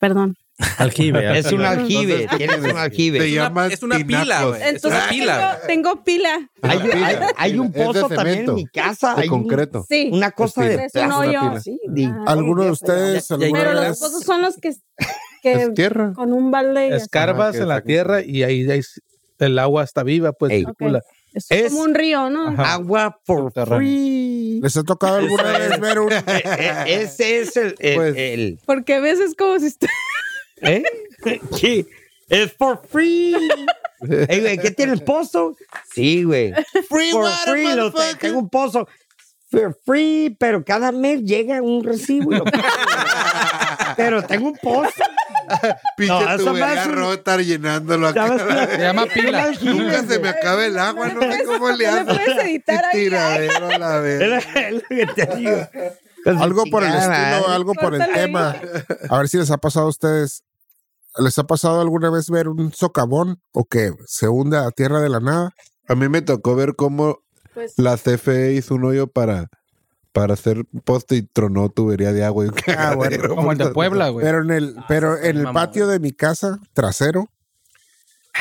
S4: Perdón.
S3: Aljibe.
S2: Es un
S3: aljibe.
S2: aljibe. Tienes un
S5: Se
S2: aljibe.
S8: una-
S5: llama
S8: es una pila,
S5: tinacos.
S8: güey. Es
S4: Entonces
S8: una
S4: tengo-
S8: pila.
S4: Tengo, pila.
S2: Hay,
S5: Es una
S2: hay-
S5: pila,
S2: hay un
S5: es de
S2: pozo también en
S5: cemento,
S2: mi casa.
S5: de
S2: hay un-
S5: concreto.
S4: Sí.
S2: una cosa
S5: Es
S2: de
S4: Es un
S5: una
S4: hoyo.
S5: pila.
S4: sí.
S2: de-
S4: Ajá.
S7: <laughs> ¿Alguno de ustedes
S8: Ya- ya-
S7: alguna
S4: Pero
S8: Bueno,
S7: vez
S4: los pozos son los que, que
S5: Es tierra.
S4: con un balde. y así.
S5: Ajá,
S6: Escarbas
S5: que
S6: en la
S5: sacan-
S6: tierra y ahí ahí s- el agua está viva, pues.
S2: Ey.
S6: circula.
S4: Es,
S2: Es-
S4: como un río, ¿no?
S6: Ajá.
S2: Agua por free.
S7: les ha tocado alguna vez ver un...
S2: Eh, eh, E, Ese es el. el-
S5: Pues-
S2: el-
S4: Porque a veces como si estu-
S2: ¿eh? <laughs> Sí, es for free. Ey, güey, ¿qué <laughs> tienes pozo? Sí, güey. Free for free, lo te- tengo un pozo. For free, pero cada mes llega un recibo. y lo <laughs> pago. pero tengo un pozo.
S5: Pinche
S2: No, eso me
S5: tubería
S2: hace un-
S5: rota llenándolo acá.
S2: ¿Sabes qué?
S9: Se llama pila.
S5: Nunca se me acaba el agua,
S4: <laughs>
S5: no sé Ah, cómo le
S10: No le
S5: hago.
S10: puedes editar ahí.
S5: Tiradero a la vez.
S2: Es lo- es lo que te digo. Pues,
S7: Algo por el
S2: chingada madre.
S5: ¿eh?
S7: estilo, algo por el
S10: Córtale.
S7: tema. A ver si les ha pasado a ustedes. ¿Les ha pasado alguna vez ver un socavón o que se hunde a tierra de la nada?
S5: A mí me tocó ver cómo
S4: Pues,
S5: la CFE hizo un hoyo para, para hacer poste y tronó tubería de agua. Y un cagadero.
S9: Como el de Puebla, güey.
S7: Pero en el, pero en el
S8: mamón.
S7: patio de mi casa, trasero,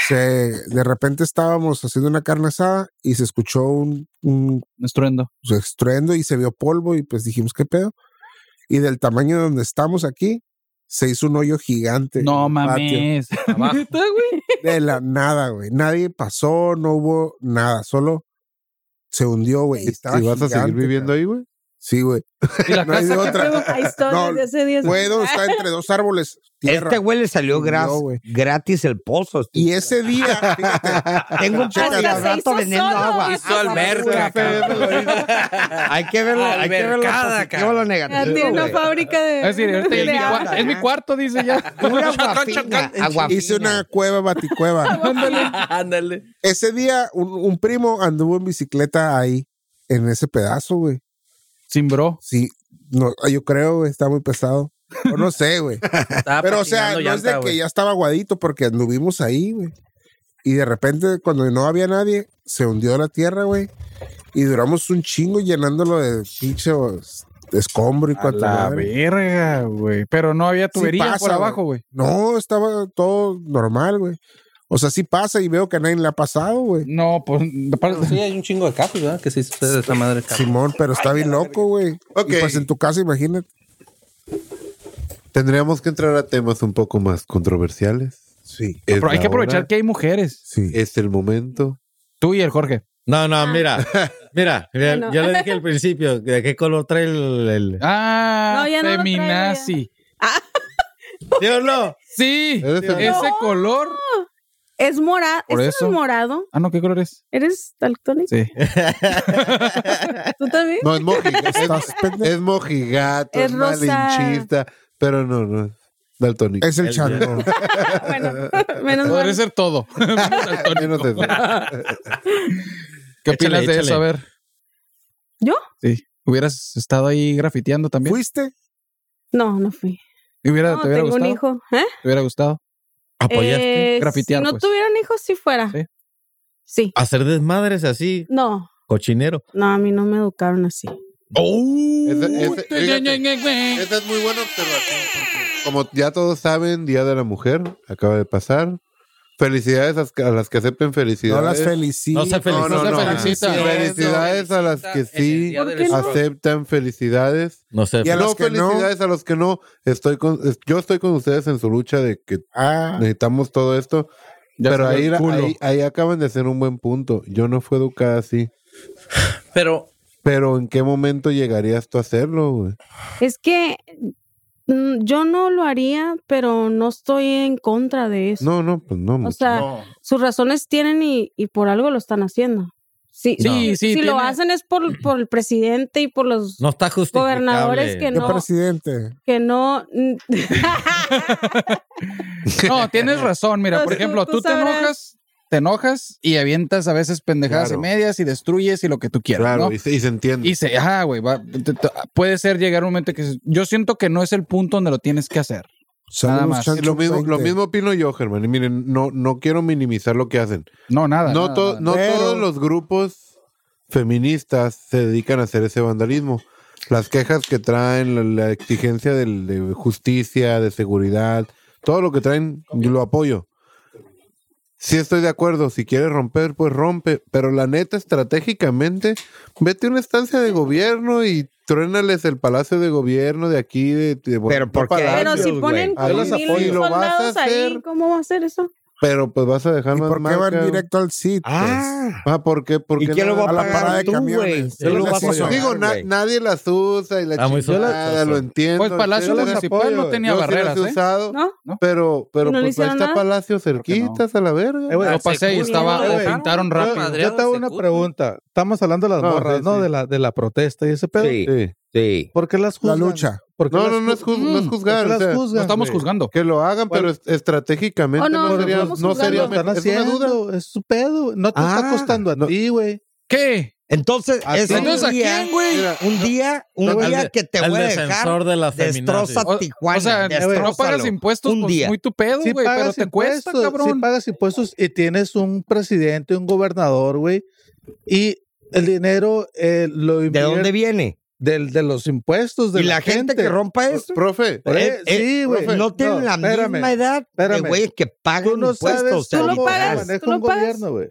S7: se, de repente estábamos haciendo una carne asada y se escuchó un, un
S9: Estruendo.
S7: su estruendo y se vio polvo y pues dijimos, ¿qué pedo? Y del tamaño de donde estamos aquí, se hizo un hoyo gigante.
S9: No
S7: en el
S6: <laughs>
S7: patio.
S9: mames.
S8: Abajo.
S9: Neta, güey.
S7: De la nada, güey. Nadie pasó, no hubo nada. Solo se hundió, güey. Y estaba
S5: Este, ¿Y vas a seguir
S7: gigante,
S5: viviendo
S7: cabrón.
S5: ahí, güey?
S7: Sí, güey.
S9: Y la
S7: No hay de
S9: casa, ¿qué <laughs>
S7: otra.
S9: pedo?
S4: hay historias
S7: No,
S4: de hace Ah, 10
S7: Puedo, está entre dos árboles. Tierra.
S2: Este güey le salió
S7: Hundió,
S2: gras-
S7: güey.
S2: gratis el pozo.
S7: y ese día,
S5: <laughs>
S7: fíjate,
S2: Tengo un pozo
S10: Hasta
S2: y al
S10: se
S2: rato
S10: hizo
S2: vendiendo
S10: solo.
S4: Ah,
S2: agua.
S8: Hizo alberca, cabrón.
S2: Hay que verlo, hay que verlo
S8: Albercada,
S2: positivo lo
S8: cabrón.
S2: negativo.
S4: Tiene una
S2: güey.
S4: fábrica de.
S9: Es decir, ahorita ya es, mi
S4: de agua.
S9: cua- es mi cuarto, dice ya.
S2: Una guafina, aguafina.
S7: hice una cueva, baticueva.
S8: <laughs> Ándale.
S7: ese día, un, un primo anduvo en bicicleta ahí, en ese pedazo, güey.
S9: Sin bro.
S7: Sí, no, ah, yo creo, güey, está muy pesado. O no sé, güey.
S8: Estaba
S7: Pero, o sea,
S8: patinando
S7: no es
S8: llanta,
S7: de que
S8: güey.
S7: ya estaba aguadito porque anduvimos ahí, güey. Y de repente, cuando no había nadie, se hundió la tierra, güey. Y duramos un chingo llenándolo de pinche o, s- de escombro y cuanto
S9: La
S7: madre.
S9: verga, güey. Pero no había
S7: Sí
S9: tubería por
S7: pasa,
S9: abajo, güey.
S7: No, estaba todo normal, güey. O sea, sí pasa y veo que a nadie le ha pasado, güey.
S9: No, pues.
S8: Sí, hay un chingo de casos, ¿verdad? Que sí sucede esa madre. cabrón.
S7: Simón, pero está bien loco, güey.
S5: Ok.
S7: Y, pues en tu casa, imagínate.
S5: Tendríamos que entrar a temas un poco más controversiales.
S7: Sí.
S5: Es
S9: <laughs> Pero hay
S5: la
S9: que aprovechar
S5: hora,
S9: que hay mujeres.
S7: Sí.
S5: Es el momento.
S9: Tú y el Jorge.
S3: No, no, mira. Mira, mira,
S4: Ah. Bueno.
S3: yo le dije al principio de qué color trae
S5: <laughs>
S3: el. el-
S9: Ah,
S4: No, ya no lo traigo,
S9: feminazi.
S3: ¿Sí o no?
S9: Sí,
S5: Eres
S9: ese color.
S4: Es morado.
S9: Por
S4: ¿Esto no
S9: eso.
S4: es morado?
S9: Ah, no, ¿qué color es?
S4: ¿Eres daltónico? <laughs>
S9: Sí.
S4: ¿Tú
S9: <laughs>
S4: también?
S5: No, es mojigato. <laughs>
S7: Estás pendejo.
S5: es mojigato, es,
S4: Es rosa.
S5: malinchista. Pero no, no. Daltónico.
S7: Es el chango.
S4: Bueno, <laughs> menos
S9: Podría
S4: mal.
S9: ser todo.
S5: Menos eso.
S9: ¿Qué
S3: Échale,
S9: opinas de
S3: échale.
S9: eso? A ver.
S4: ¿Yo?
S9: Sí. ¿Hubieras estado ahí grafiteando también?
S7: ¿Fuiste?
S4: No, no fui.
S9: ¿Te hubiera,
S4: No,
S9: te hubiera
S4: tengo
S9: gustado?
S4: un hijo. ¿Eh?
S9: ¿Te hubiera gustado?
S4: Eh,
S9: ¿Apoyaste? Grafitear,
S4: Si no
S9: pues.
S4: tuvieron hijos, si fuera.
S9: Sí.
S4: Sí.
S3: Hacer desmadres así,
S4: No,
S3: cochinero.
S4: no, a mí no me educaron así.
S5: Ese- ese- fíjate, Esa es muy buena observación. porque Como ya todos saben, Día de la Mujer acaba de pasar. Felicidades a a las que acepten
S7: No
S5: felicidades.
S7: las felicito.
S3: No se felicita.
S5: no,
S9: se
S5: no.
S9: felicita.
S5: Felicidades a las que sí
S4: ¿Por qué no?
S5: aceptan felicidades.
S3: No sé.
S7: Y a
S5: no
S7: los que no.
S5: felicidades a los que no. Estoy con, es- yo estoy con ustedes en su lucha de que
S7: Ah,
S5: necesitamos todo esto.
S9: Ya
S5: pero
S9: salió
S5: ahí,
S9: el
S5: la-
S9: culo.
S5: ahí, ahí acaban de hacer un buen punto. Yo no fui educada así.
S8: Pero
S5: Pero ¿en qué momento llegarías tú a hacerlo, güey?
S4: Es que mm, yo no lo haría, pero no estoy en contra de eso.
S5: No, no, pues no.
S4: o
S5: mucho.
S4: sea, sus razones tienen y, y por algo lo están haciendo. Sí,
S9: Sí,
S4: no.
S9: sí,
S4: si lo
S9: tiene-
S4: hacen es por, por el presidente y por los
S3: No está justificable.
S4: gobernadores que
S7: ¿Qué
S4: no,
S7: presidente?
S4: que no. mm,
S9: No, tienes razón. Mira, por
S4: Pues tú-
S9: ejemplo,
S4: tú
S9: tú, te
S4: sabrás.
S9: enojas, te enojas y avientas a veces pendejadas
S5: Claro.
S9: y medias y destruyes y lo que tú quieras,
S5: claro,
S9: ¿no?
S5: y, se- y se entiende.
S9: Y se, ajá, güey, va- te- te- puede ser llegar un momento que se- yo siento que no es el punto donde lo tienes que hacer. Nada más.
S5: lo mismo, lo mismo opino yo, Germán. Y miren, no, no quiero minimizar lo que hacen.
S9: No, nada.
S5: No,
S9: nada,
S5: to-
S9: nada.
S5: no
S7: Pero-
S5: todos los grupos feministas se dedican a hacer ese vandalismo. Las quejas que traen, la, la exigencia del- de justicia, de seguridad, todo lo que traen, yo lo apoyo. Sí estoy de acuerdo, si quieres romper, pues rompe, pero la neta, estratégicamente, vete a una estancia de gobierno y truénales el palacio de gobierno de aquí, de, de-
S2: Pero ¿por
S5: Palacio.
S2: qué?
S4: <laughs> pero si
S2: güey.
S4: ponen
S5: Ahí
S4: como
S5: los
S4: mil
S5: apoyo. ¿Lo vas a
S4: soldados ahí,
S5: hacer?
S4: ¿cómo va a hacer eso?
S7: pero pues vas a dejar
S1: ¿Y
S7: más
S1: por qué
S7: marca,
S1: van
S7: güey?
S1: directo al CID?
S2: Ah,
S7: Ah, ¿por qué? ¿Por
S2: ¿y
S7: qué
S2: quién lo
S7: no?
S2: va a
S1: pues? a la parada
S2: pagar
S1: de
S2: tú, güey?
S1: camiones.
S2: Tú lo
S1: Yo
S2: vas a
S1: las-
S2: pagar,
S7: Digo, na-
S2: güey.
S7: nadie las usa y la
S3: Ah, muy
S7: chingada,
S3: solas.
S7: lo entiendo.
S9: Pues Palacio
S7: etcétera.
S9: Municipal
S7: Yo las
S9: no tenía
S7: Yo sí
S9: barreras,
S7: las he
S9: ¿eh?
S7: usado,
S4: ¿No?
S7: Pero, pero
S4: ¿Y no le
S7: pues ahí
S4: hicieron
S7: está
S4: nada?
S9: que
S7: Palacio
S9: no.
S7: cerquitas a la verga.
S5: Eh, güey,
S9: Yo pasé y
S4: Se
S9: estaba,
S4: cubre,
S9: lo
S4: güey.
S9: pintaron
S5: Yo-
S9: rápido.
S8: madre,
S5: Yo te hago
S8: se
S5: una
S8: cubre.
S5: pregunta. Estamos hablando de las
S7: No,
S5: morras,
S7: sí,
S5: ¿no?
S7: sí.
S5: De la, de la protesta y ese pedo.
S2: Sí,
S7: Sí.
S2: sí.
S5: ¿Por qué las
S1: La
S5: juzgan?
S1: lucha.
S5: ¿Por qué
S7: No,
S5: las
S7: no, no es,
S5: juzgan?
S7: juz- no es juzgar.
S5: ¿Por qué
S7: o sea,
S5: las juzgan,
S9: No estamos
S5: güey?
S9: juzgando.
S7: que lo hagan, pero est- estratégicamente
S4: Oh, no,
S7: no,
S4: no
S7: sería,
S4: estamos
S7: no sería
S4: juzgando.
S7: es
S5: Están
S7: una duda.
S5: haciendo, es su pedo. No te está
S2: Ah.
S5: costando a
S7: No.
S5: ti, güey.
S9: ¿Qué?
S2: Entonces,
S7: ¿A
S2: es
S7: ti?
S9: Entonces,
S2: un
S9: ¿a
S2: día,
S9: quién, güey?
S7: Mira,
S2: un día, un
S3: Al
S2: día
S3: de-
S2: que te
S3: al
S2: voy a
S3: defensor
S2: dejar
S3: de la
S2: destroza
S9: O,
S2: Tijuana.
S9: o sea, no
S2: destrózalo.
S9: pagas impuestos,
S2: Un
S9: pues
S2: día.
S9: muy tu pedo,
S5: Si
S9: güey, pero te cuesta, cabrón.
S5: sí pagas impuestos y tienes un presidente, un gobernador, güey. Y el dinero eh, lo
S2: ¿De dónde
S5: invierte
S2: viene?
S5: del, de los impuestos de
S2: Y la gente que rompa eso
S7: Profe,
S5: Eh,
S2: eh,
S5: sí, güey.
S2: no tienen la
S5: espérame.
S2: misma edad de
S5: espérame.
S2: güey que pagan
S5: Tú no
S2: impuestos.
S5: sabes
S2: o sea,
S4: tú lo
S5: cómo
S4: pagas,
S2: literal.
S5: maneja
S4: tú lo
S5: un
S4: pagas.
S5: gobierno, güey.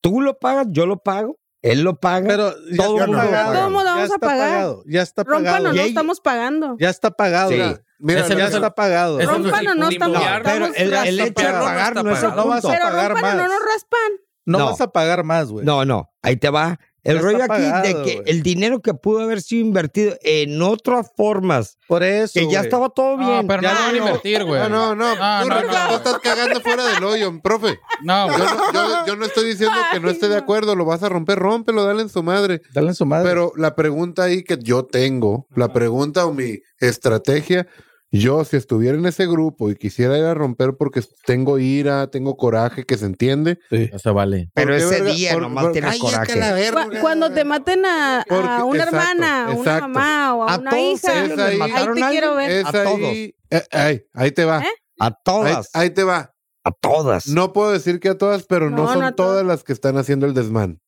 S2: Tú lo pagas, yo lo pago, él lo paga.
S5: Pero ya
S2: Todo
S5: está
S2: mundo
S5: pagado.
S1: paga. Todo
S4: mundo
S5: Ya
S4: vamos a
S5: está
S4: pagar.
S5: pagado, Ya está
S4: Rompan o
S5: pagado.
S4: no
S2: Y-
S4: estamos pagando.
S5: Ya está pagado.
S2: Sí.
S5: güey.
S7: mira,
S3: Ese
S5: Ya
S7: mira,
S3: es el-
S5: está pagado.
S3: Ese-
S4: Rompan o no
S8: Limpiar,
S4: estamos
S2: No,
S8: estamos
S2: pero el, el
S8: raspa-
S2: hecho de
S8: perro no
S2: pagar
S8: está
S2: no es el
S8: pagado.
S5: No vas
S2: punto.
S5: a
S4: Pero
S5: pagar
S4: rompan o no
S5: más.
S4: nos raspan.
S5: No
S2: No.
S5: vas a pagar más, güey.
S2: No, no, ahí te va. El
S5: pues, Ya está
S2: rollo aquí de
S5: pagado,
S2: que
S5: güey.
S2: el dinero que pudo haber sido invertido en otras formas,
S5: Por eso.
S2: que ya
S5: güey.
S2: estaba todo
S9: No,
S2: bien.
S9: pero no
S5: Ya
S9: van a
S5: no.
S9: invertir, güey.
S7: No, no, no.
S9: Ah,
S7: tú,
S9: no,
S7: Ricardo,
S9: no.
S7: estás cagando fuera del hoyo, profe.
S9: No,
S7: Yo
S9: güey.
S7: no, yo- yo no estoy diciendo que no
S4: Ay,
S7: esté de
S4: no.
S7: acuerdo, lo vas a romper, rómpelo, dale en su madre.
S5: Dale en su madre.
S7: Pero la pregunta ahí que yo tengo, la pregunta o mi estrategia, yo si estuviera en ese grupo y quisiera ir a romper porque tengo ira, tengo coraje, que se entiende.
S3: No se vale.
S2: Pero
S7: ¿por qué,
S2: ese
S7: verga?
S2: día
S7: Por-
S2: nomás
S7: por-
S2: tienes
S7: Cállate
S2: coraje.
S7: la verga.
S4: Cu- Cuando te maten a, a
S7: Porque-
S4: una
S7: exacto,
S4: hermana, a una
S7: exacto.
S4: mamá o a,
S2: A
S4: una
S2: todos
S4: hija,
S7: ellos les
S4: ahí,
S2: mataron
S4: te
S2: a
S4: quiero ver.
S7: Es
S2: a
S7: ahí, eh, ahí, ahí te va.
S4: ¿Eh?
S2: A
S7: Ahí,
S2: todas,
S7: ahí te va.
S2: a todas.
S7: No puedo decir que a todas, pero no,
S4: No, no
S7: son
S4: a todas.
S7: todas las que están haciendo el desmán.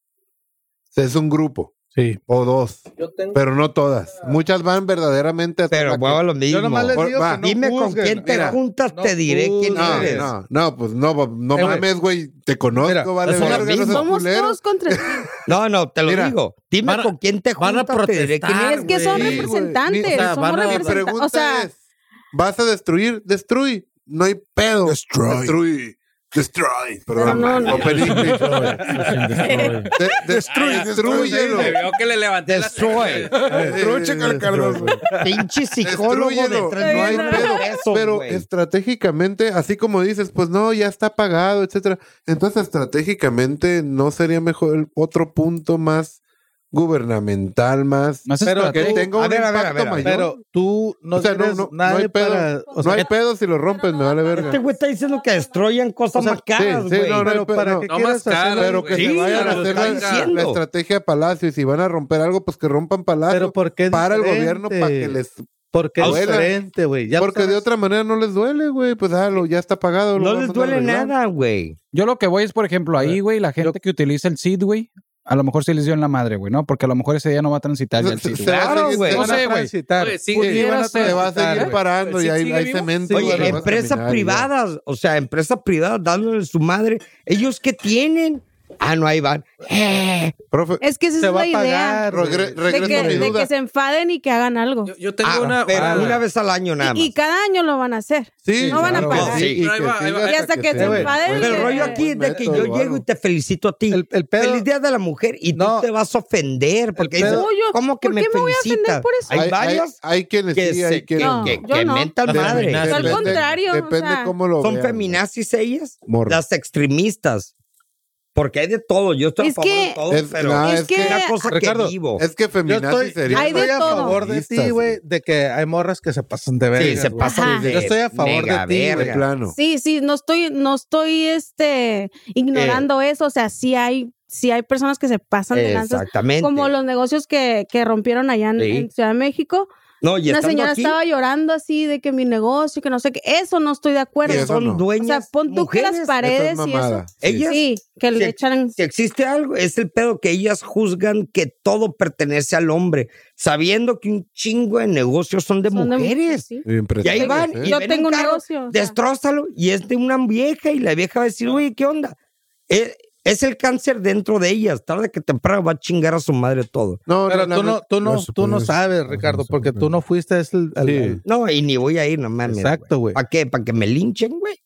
S7: Es un grupo
S5: sí.
S7: o dos, pero no todas. Muchas van verdaderamente a
S2: pero
S7: a que-
S2: vuelvo a lo mismo.
S5: Yo nomás les
S7: Por-
S5: digo
S7: va,
S5: que no
S2: Dime con
S5: juzguen.
S2: quién te
S5: Mira,
S2: juntas,
S5: no
S2: te diré quién
S7: No,
S2: eres.
S7: no, no, pues no, no
S5: Eh, güey.
S7: mames, güey. Te conozco,
S5: Mira,
S7: vale.
S2: es lo
S7: verga,
S2: mismo.
S7: no seas
S4: Somos
S7: culero.
S4: todos contra ti.
S2: No, no, te lo
S7: Mira,
S2: digo. Dime
S3: van a-
S2: con quién te
S3: van a
S2: juntas, te diré quién
S3: protestar,
S2: eres.
S4: Es que son
S7: Sí, güey.
S4: representantes,
S7: Ni- o
S3: sea,
S4: somos
S3: van a-
S7: Mi
S4: representantes.
S7: pregunta
S4: O sea,
S7: es, ¿vas a destruir? Destruy. No hay pedo.
S1: Destroy.
S7: Destruy. Destroy. Perdón.
S4: Pero no, no.
S7: Open English. De- de-
S1: Destruy,
S7: Destrúyelo.
S8: Se vio que le levanté la
S2: Destroy.
S1: Destruye, Carlos, güey.
S2: Pinche psicólogo de
S7: Destrúyelo.
S2: tres
S7: No hay
S2: millones de
S7: pedo.
S2: pesos,
S7: Pero
S2: güey.
S7: estratégicamente, así como dices, pues no, ya está pagado, etcétera. Entonces, estratégicamente, ¿no sería mejor el otro punto más gubernamental, más,
S9: Más
S5: Pero
S7: que
S9: estrategia.
S7: tenga
S2: a
S7: un
S2: ver, a ver, a
S7: impacto
S2: ver, a ver.
S7: mayor?
S5: Pero tú no
S7: O sea, no,
S5: tienes
S7: no, no
S5: nadie
S7: hay pedo.
S5: para. O
S7: no
S5: sea,
S7: hay pedo si lo rompen, me vale
S2: Este
S7: verga.
S2: güey está diciendo que destruyan cosas más caras,
S7: sí,
S2: güey.
S7: sí, no, no,
S5: pero
S7: pero-
S5: para
S7: no,
S5: qué
S8: no
S5: quieres
S8: más caro,
S5: hacer la-
S7: Pero que
S8: Sí,
S7: se vayan a
S8: lo
S7: hacer
S8: está
S7: la,
S2: diciendo.
S7: la estrategia Palacio y si van a romper algo, pues que rompan Palacio.
S5: Pero ¿por qué
S7: para el
S5: diferente?
S7: gobierno, para que les...
S5: Porque es
S7: Abuela.
S5: diferente, güey. Ya
S7: Porque de
S5: sabes-
S7: otra manera no les duele, güey. Pues ah, lo- ya está pagado.
S2: No
S7: lo vamos
S2: les
S7: a
S2: duele
S7: arreglar.
S2: nada, güey.
S9: Yo lo que voy es, por ejemplo, ahí, güey, la gente que utiliza el CID, güey, a lo mejor se les dio en la madre, güey, ¿no? Porque a lo mejor ese día no va a transitar ya el CID.
S7: Se- se
S9: güey.
S7: va a
S2: Claro,
S7: seguir-
S2: güey.
S7: se
S9: No
S7: van
S9: sé,
S7: a-
S5: van a
S9: güey.
S5: transitar.
S8: Oye,
S7: sí,
S8: sigue.
S7: van a-
S9: Pudiera ser.
S7: se va a seguir
S5: güey.
S7: parando
S8: ¿Sí
S7: y ahí,
S8: sigue
S7: ahí
S8: vivo?
S7: cemento.
S5: Sí,
S7: güey,
S2: Oye,
S5: bueno,
S7: lo vas a
S2: empresas
S7: caminar y ya.
S2: privadas, o sea, empresas privadas dándole su madre. ¿Ellos qué tienen? Ah, no, ahí van. Eh,
S7: Profe,
S4: es que esa
S5: Se
S4: es
S5: va
S4: la
S5: a
S4: idea.
S5: pagar. güey.
S7: regre-
S4: De
S7: regreso
S4: que,
S7: a mi
S4: de
S7: duda.
S4: que se enfaden y que hagan algo.
S8: Yo, yo tengo
S2: ah,
S8: una.
S2: pero
S8: una-
S2: una vez al año nada más.
S4: Y, y cada año lo van a hacer.
S7: Sí,
S4: No van a
S7: que
S4: pagar.
S7: sí,
S8: Pero ahí
S7: que
S8: va, ahí
S7: siga
S8: va.
S4: Y hasta que se
S7: sea.
S4: enfaden,
S7: Buen-
S2: Pero el
S4: Eh,
S2: rollo
S7: buen
S2: aquí es de que yo
S7: método,
S2: llego y te felicito a ti.
S5: El, el pedo.
S2: Feliz Día de la Mujer y
S5: No.
S2: tú te vas a ofender porque
S5: pedo-
S2: dices,
S4: No, yo-
S2: ¿cómo que
S4: ¿por
S2: me
S4: qué me voy a
S2: felicitas?
S4: ofender por eso?
S2: Hay, varias
S7: Hay, quienes
S2: que
S7: sí, hay
S2: se que,
S7: quienes
S4: No,
S2: que,
S4: yo
S2: que
S4: no.
S2: mentan
S3: Las
S2: madre.
S3: feminazis.
S4: Al
S7: Depende-
S4: contrario, o
S7: Depende
S4: sea.
S7: cómo lo
S2: Son
S7: vean,
S2: feminazis ellas,
S7: morra.
S2: las extremistas. Porque hay de todo, yo estoy
S4: Es
S2: a favor
S4: que-
S2: de todo,
S7: Es-
S2: pero
S7: no,
S4: es
S7: es
S4: que-
S2: es
S7: que
S2: una cosa
S5: Ricardo,
S2: que vivo.
S7: es que
S5: Yo
S7: feminazis
S5: estoy,
S7: sería
S4: Hay
S5: yo estoy
S4: de
S5: a
S4: todo.
S5: favor de ti,
S7: Feministas,
S5: güey, de que hay morras que se pasan de verga.
S2: sí, se pasan
S4: Ajá.
S2: de
S5: Yo estoy a favor de
S2: mega
S5: ti, güey.
S7: de
S2: verga.
S7: plano.
S4: Sí, sí, no estoy, no estoy este ignorando eso. O sea, sí hay, sí hay personas que se pasan de lanzas.
S2: Exactamente.
S4: Como los negocios que, que rompieron allá en,
S2: Sí.
S4: en Ciudad de México.
S2: no, y
S4: Una
S2: estando
S4: señora
S2: aquí,
S4: estaba llorando así de que mi negocio, que no sé qué. Eso no estoy de acuerdo.
S7: Y
S2: que
S7: eso
S2: son
S7: no.
S4: o sea,
S2: dueñas
S4: pon tú que
S2: mujeres.
S4: las
S7: Eso es
S4: paredes y eso.
S7: mamada.
S2: Ellas,
S4: Sí, que
S2: Sí.
S4: le echan.
S2: si existe algo, es el pedo que ellas juzgan que todo pertenece al hombre, sabiendo que un chingo de negocios son de
S4: son de
S2: mujeres.
S4: sí.
S2: Y ahí
S7: Empresarias,
S2: van.
S7: ¿eh?
S2: y
S4: Yo
S2: ven
S4: tengo un
S2: carro,
S4: negocio, o sea.
S2: Destrózalo. Y es de una vieja. Y la vieja va a decir, oye, ¿qué onda? Eh, Es, el cáncer dentro de ellas. Tarde que temprano va a chingar a su madre todo.
S7: No,
S5: Pero tú no, tú no,
S1: no se
S5: tú no
S1: puede-
S5: sabes,
S1: no
S5: Ricardo,
S1: se
S5: porque
S1: puede.
S5: tú no fuiste a ese- al-
S7: Sí.
S5: al-
S2: No, y ni voy a ir, no mames.
S5: Exacto, güey.
S2: ¿Para qué? ¿Para que me linchen, güey?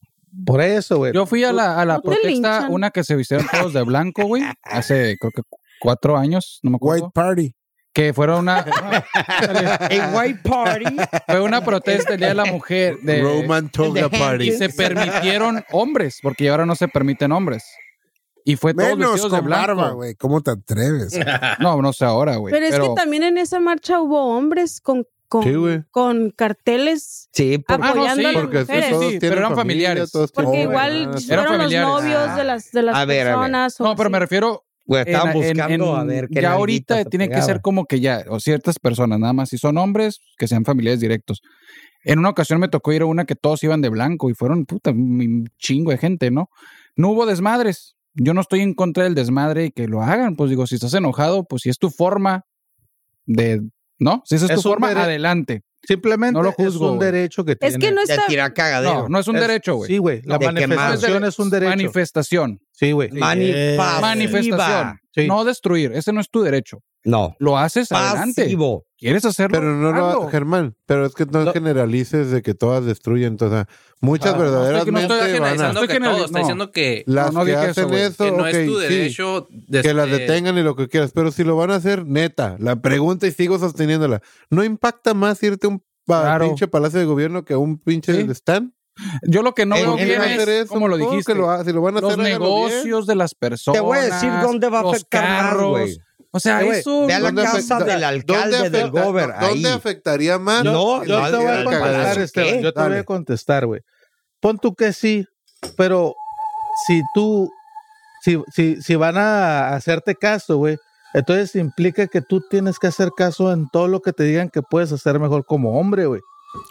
S5: Por eso, güey.
S9: Yo fui a la, a la
S4: No te
S9: protesta,
S4: linchan.
S9: una que se vistieron todos de blanco, güey, hace creo que cu- cuatro años, no me acuerdo.
S1: White Party.
S9: Que fueron una,
S2: <laughs> A white party.
S9: fue una protesta el Día de la Mujer. De,
S7: Roman Toga
S9: y
S7: Party.
S9: se permitieron hombres, porque ahora no se permiten hombres. Y fue todos
S1: Menos
S9: vestidos de
S1: con
S9: blanco.
S1: barba, güey. ¿Cómo te atreves?
S7: <laughs>
S9: No, no sé ahora, güey.
S4: Pero es que también en esa marcha hubo hombres con, con,
S7: Sí, güey.
S4: con carteles
S2: Sí, por-
S9: Ah, no,
S4: apoyando a
S9: sí,
S4: las
S7: Porque
S4: mujeres.
S9: sí, todos- sí, pero eran familiares.
S7: todos
S4: Porque
S7: tienen-
S4: igual
S7: Ah,
S9: eran
S4: fueron los
S9: familiares.
S4: novios de las, de las
S2: A ver, a ver.
S4: personas. o
S9: No, pero
S4: así.
S9: me refiero.
S2: güey,
S9: en-
S2: estaban
S9: en-
S2: buscando a
S9: en-
S2: ver qué
S9: Ya
S2: nalguita
S9: ahorita
S2: se
S9: tiene que ser
S2: pegaba.
S9: como que ya, o ciertas personas, nada más. Si son hombres, que sean familiares directos. En una ocasión me tocó ir a una que todos iban de blanco y fueron, puta, un chingo de gente, ¿no? No hubo desmadres. Yo no estoy en contra del desmadre y que lo hagan. Pues digo, si estás enojado, pues si es tu forma de. ¿No? Si esa es,
S5: Es
S9: tu
S5: un
S9: forma,
S5: dere-
S9: adelante.
S5: Simplemente
S9: No lo
S5: es
S9: juzgo,
S5: un
S9: güey.
S5: derecho que
S4: Es
S5: tiene.
S4: que no
S2: De
S4: está.
S2: tirar
S9: No,
S2: cagadero.
S9: no es un
S5: Es-
S9: derecho, güey.
S5: Sí, güey. La
S2: De quemar.
S5: manifestación es un derecho.
S9: Manifestación.
S5: sí, güey.
S2: Manifa-
S9: eh, Manifestación.
S5: Sí.
S9: No destruir. Ese no es tu derecho.
S2: No.
S9: Lo haces adelante.
S2: Pasivo.
S9: ¿Quieres hacerlo?
S7: Pero no lo,
S9: hazlo.
S7: Germán, pero es que no,
S9: No.
S7: generalices de que todas destruyen. o sea, muchas
S9: no estoy- no
S7: verdaderamente
S9: estoy
S7: van a-
S9: generalizando.
S8: Generalizando
S9: Estoy
S8: que todo,
S9: generaliz-
S8: está
S9: no.
S8: diciendo que,
S7: Las
S9: No, no
S7: que
S9: dije eso,
S7: hacen
S9: güey.
S7: eso,
S8: que no
S7: ok,
S8: es tu
S7: sí,
S8: derecho
S7: que las
S8: este,
S7: detengan y lo que quieras. Pero si lo van a hacer, neta, la pregunta y sigo sosteniéndola. ¿No impacta más irte a un pa-
S9: Claro.
S7: pinche palacio de gobierno que a un pinche
S9: Sí.
S7: stand?
S9: Yo lo que no
S2: Eh,
S9: veo
S2: ¿quién
S9: bien
S7: ¿Quieren
S9: es,
S7: hacer eso?
S9: como lo
S7: No, que
S9: dijiste,
S7: lo ha- si lo van a
S9: los
S7: hacer, hágalo bien.
S9: negocios de las
S2: Te
S9: personas.
S2: voy a decir dónde va a
S9: los
S2: afectar más,
S9: carros.
S2: güey.
S9: O sea,
S5: Eh, güey,
S9: eso...
S2: ve a la
S7: ¿Dónde
S2: casa
S7: afecta-
S2: del alcalde,
S7: ¿Dónde
S2: del
S7: afecta-
S2: gober, ahí.
S7: ¿Dónde afectaría más?
S2: No,
S7: Yo
S2: no,
S5: te voy a
S7: el
S5: contestar,
S7: cagadazo.
S5: Esteban,
S2: ¿Qué?
S5: este, Yo te voy
S7: Dale.
S5: a contestar, güey. Pon tú que sí, pero si tú, si, si, si van a hacerte caso, güey, entonces implica que tú tienes que hacer caso en todo lo que te digan que puedes hacer mejor como hombre, güey.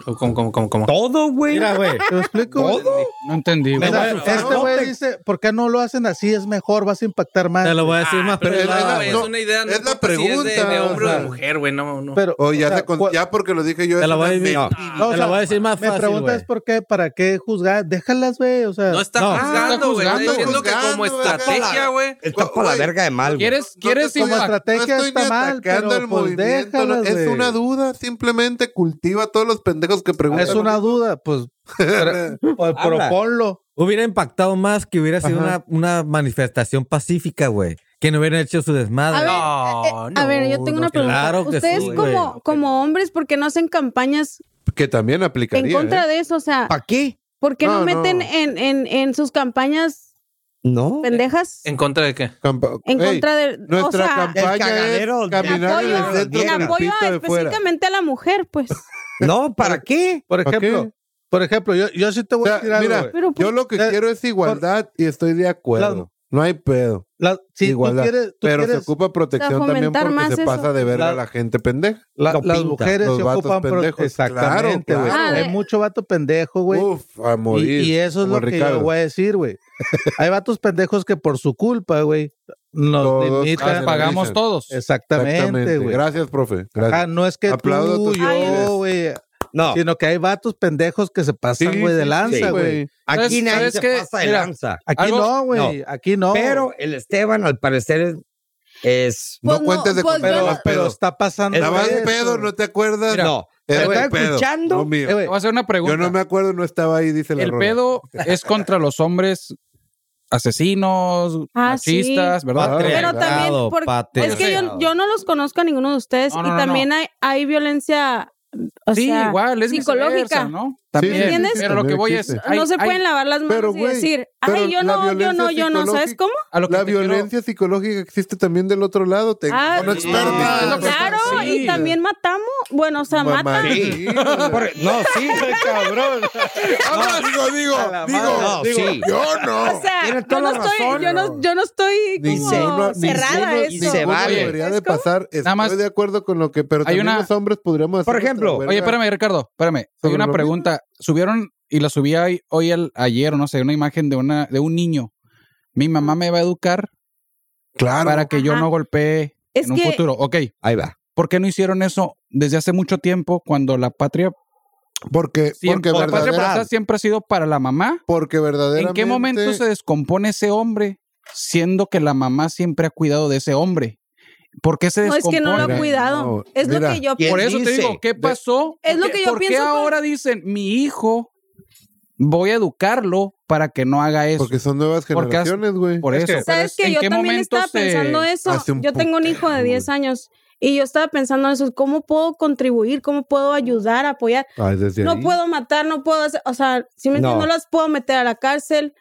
S8: o como- como- como- como-
S2: Todo, güey.
S3: Mira, güey.
S5: ¿Te lo explico? güey?
S9: No entendí.
S5: O
S9: güey.
S5: sea,
S8: Bueno,
S5: este
S8: no
S5: güey dice, ¿por qué no lo hacen así? Es mejor, vas a impactar más.
S11: Te lo voy a decir más
S8: Ah, pero es,
S7: pelada,
S8: la-
S11: pelado.
S8: es
S7: no,
S8: una idea no
S7: es la
S8: importa si es de- de,
S7: pregunta,
S8: hombre
S7: o
S8: o de
S7: sea.
S8: mujer, güey, no, no.
S5: Pero,
S7: O ya,
S5: sea,
S7: se con-
S5: cua-
S7: ya porque lo dije yo.
S11: Te
S7: es
S11: la voy a
S7: una
S11: decir-
S7: mentira.
S5: no, o
S11: Te
S5: sea,
S11: la voy a decir más
S5: me
S11: fácil,
S5: preguntas
S11: güey.
S5: por qué, para qué juzgar, déjalas, güey, o sea,
S8: no está
S11: no,
S8: juzgando, güey. Está
S7: juzgando,
S8: diciendo que
S7: juzgando,
S8: como
S7: güey.
S8: estrategia, güey.
S2: Está por la
S7: Güey,
S2: verga de mal, güey.
S9: ¿Quieres, quieres
S7: te estoy
S5: como
S9: impact-
S7: atac-
S5: estrategia
S7: no estoy
S5: está
S7: ni
S5: mal,
S7: atacando
S5: pero
S7: el
S5: pues
S7: movimiento, no,
S5: déjalas,
S7: es
S5: güey.
S7: una duda, simplemente cultiva a todos los pendejos que preguntan.
S5: es una duda, pues,
S7: <laughs>
S5: pero, pues, pero
S2: Habla.
S5: ponlo.
S3: Hubiera impactado más que hubiera sido
S5: Ajá.
S3: una, una manifestación pacífica, güey. Que no hubieran hecho su
S4: A ver,
S3: desmadre.
S8: No,
S4: eh, a ver, yo tengo
S3: no,
S4: una pregunta.
S3: claro que
S4: Ustedes
S3: sí,
S4: como,
S3: güey.
S4: como hombres, ¿por qué no hacen campañas
S7: que también aplicaría.
S4: en contra de eso? O sea,
S2: ¿Para qué?
S4: ¿por qué no,
S7: No,
S4: meten
S7: no.
S4: En, en, en sus campañas
S2: No.
S4: pendejas
S8: ¿En contra de qué?
S7: ¿eh? Campa-
S4: en
S7: Ey,
S4: contra de... o
S7: nuestra
S4: sea,
S2: del
S7: campaña es
S2: cagadero,
S7: caminar en
S4: apoyo,
S7: el centro
S4: en
S7: con el
S4: apoyo
S7: pito de fuera.
S4: específicamente a la mujer, pues.
S2: No, ¿para qué?
S5: Por
S7: ¿Para
S5: ejemplo,
S7: qué?
S5: por ejemplo, yo, yo sí te
S7: O
S5: voy
S7: sea,
S5: a decir algo.
S7: mira,
S5: güey.
S4: Pero, pues,
S7: Yo lo que
S5: Eh,
S7: quiero es igualdad y estoy de acuerdo. No hay pedo.
S5: La- si
S7: igualdad.
S5: tú quieres, tú
S7: Pero se
S5: quieres-
S7: ocupa protección también
S4: fomentar
S7: porque
S4: más
S7: se
S4: eso.
S7: pasa de ver a
S5: La-
S7: la gente pendeja.
S5: la-
S2: lo
S5: las
S2: pinta,
S5: mujeres
S7: los
S5: se
S7: vatos
S5: ocupan pro-
S7: pendejos.
S5: exactamente,
S7: Claro,
S5: güey.
S4: claro.
S5: Hay mucho vato pendejo, güey.
S7: Uf, a
S5: Y,
S7: morir.
S5: y eso es
S7: como
S5: lo que
S7: Ricardo.
S5: yo voy a decir, güey. Hay vatos pendejos que por su culpa, güey, nos
S7: Todos
S5: limitan.
S7: hacen-
S9: pagamos todos?
S5: Exactamente, güey.
S7: Gracias, profe. Gracias.
S5: Ajá, no es que
S7: Aplaudo
S5: tú,
S7: tus
S5: yo,
S7: ideas.
S5: güey,
S2: No.
S5: sino que hay vatos pendejos que se pasan,
S7: Sí,
S5: güey, de
S7: sí,
S5: lanza,
S7: sí,
S5: güey.
S2: Aquí
S9: ¿Sabes-
S2: nadie
S9: sabes
S2: se
S9: qué?
S2: pasa de
S9: Mira,
S2: lanza.
S5: Aquí
S9: Algo-
S5: no, güey. Aquí no.
S2: Pero el Esteban, al parecer, es.
S7: No
S4: Pues
S7: cuentes de
S4: pues
S7: con-
S4: yo
S5: pero,
S4: no-
S5: pero
S7: pedo.
S5: está pasando.
S7: Nada más
S5: eso.
S7: pedo, ¿no te acuerdas?
S2: es no.
S7: Era
S2: ¿Lo
S7: el
S2: está
S7: pedo,
S2: escuchando?
S7: no mío.
S5: Eh, güey,
S9: Te voy a hacer una pregunta.
S7: Yo no me acuerdo, no estaba ahí, dice la
S9: El
S7: rola.
S9: pedo es contra los hombres asesinos,
S4: Ah, sí.
S9: machistas, ¿verdad?
S4: Pero
S7: Ah, Patriarcado,
S4: también, porque- es que yo,
S3: patriarcado.
S4: yo no los conozco a ninguno de ustedes
S9: No, no,
S4: y
S9: no,
S4: también
S9: no.
S4: Hay, hay violencia o
S9: sí,
S4: sea,
S9: igual, es
S4: psicológica.
S9: psicológica, ¿no?
S7: Sí,
S9: También.
S4: ¿Entiendes?
S9: Pero lo que
S7: También
S9: voy es...
S7: existe.
S9: hay-
S4: no se
S9: hay-
S4: pueden lavar las manos
S7: pero,
S4: y
S7: güey,
S4: decir,
S7: pero
S4: ay, yo
S7: la
S4: no, yo no,
S7: violencia
S4: yo no, ¿sabes
S7: psicológica-
S4: cómo?
S9: a lo que
S7: La
S9: te quiero-
S7: violencia psicológica existe también del otro lado. Te
S4: Ah,
S7: no
S4: sí.
S7: expertas.
S9: Es lo que-
S4: Claro,
S9: sí.
S4: y también matamos, bueno, o sea,
S7: Mamá,
S4: matan.
S7: sí.
S2: Por- no, sí.
S7: cabrón.
S1: No, digo, digo, digo.
S2: No, sí.
S1: Yo no.
S4: O sea,
S2: Tienes
S4: yo
S2: toda
S4: no,
S2: la
S4: estoy,
S2: razón,
S4: yo,
S2: bro.
S4: no, yo no estoy como
S7: Ninguno,
S4: cerrada a
S7: ninguno,
S4: eso.
S2: se
S7: ninguno
S2: vale.
S7: debería de
S4: ¿Sabes cómo?
S7: pasar. Estoy
S9: Nada más-
S7: de acuerdo con lo que, pero
S9: Hay
S7: también
S9: una-
S7: los hombres podríamos. hacer
S2: Por ejemplo,
S9: Oye,
S7: nuestra huelga.
S9: espérame, Ricardo, espérame. Hay
S7: Sobre
S9: una
S7: lo
S9: pregunta. Subieron y la subí hoy, hoy al- ayer, no sé, una imagen de una de un niño. Mi mamá me va a educar
S7: Claro.
S9: para que yo
S4: Ajá.
S9: no golpee
S4: Es
S9: en un
S4: que-
S9: futuro. Ok,
S2: Ahí va.
S9: ¿por qué no hicieron eso desde hace mucho tiempo cuando la patria,
S7: Porque,
S9: siempre,
S7: porque,
S9: la patria
S7: verdadera-
S9: potestad siempre ha sido para la mamá?
S7: porque verdaderamente.
S9: ¿En qué momento se descompone ese hombre siendo que la mamá siempre ha cuidado de ese hombre? ¿Por qué se
S4: No, es
S9: descompone?
S4: que no lo
S7: Mira,
S4: ha cuidado.
S7: no,
S4: es
S7: mira.
S4: lo que yo
S2: ¿Quién
S9: Por eso
S2: dice?
S9: te digo, ¿qué pasó?
S4: Es lo que yo
S9: ¿Por
S4: pienso
S9: qué
S4: con-
S9: ahora dicen, mi hijo, voy a educarlo para que no haga eso.
S7: Porque son nuevas
S9: Porque has-
S7: generaciones, güey.
S9: Por eso. pero
S4: ¿Sabes
S9: es-
S4: que
S9: ¿en
S4: yo
S9: qué
S4: también
S9: momento
S4: estaba
S9: se-
S4: pensando eso?
S7: hace un
S4: Yo tengo un hijo de
S7: putero,
S4: 10 años y yo estaba pensando en eso, ¿cómo puedo contribuir? ¿Cómo puedo ayudar, apoyar?
S7: Ah, es desde
S4: No
S7: ahí.
S4: puedo matar, no puedo hacer, o sea, si me entiendes,
S2: No.
S4: no las puedo meter a la cárcel.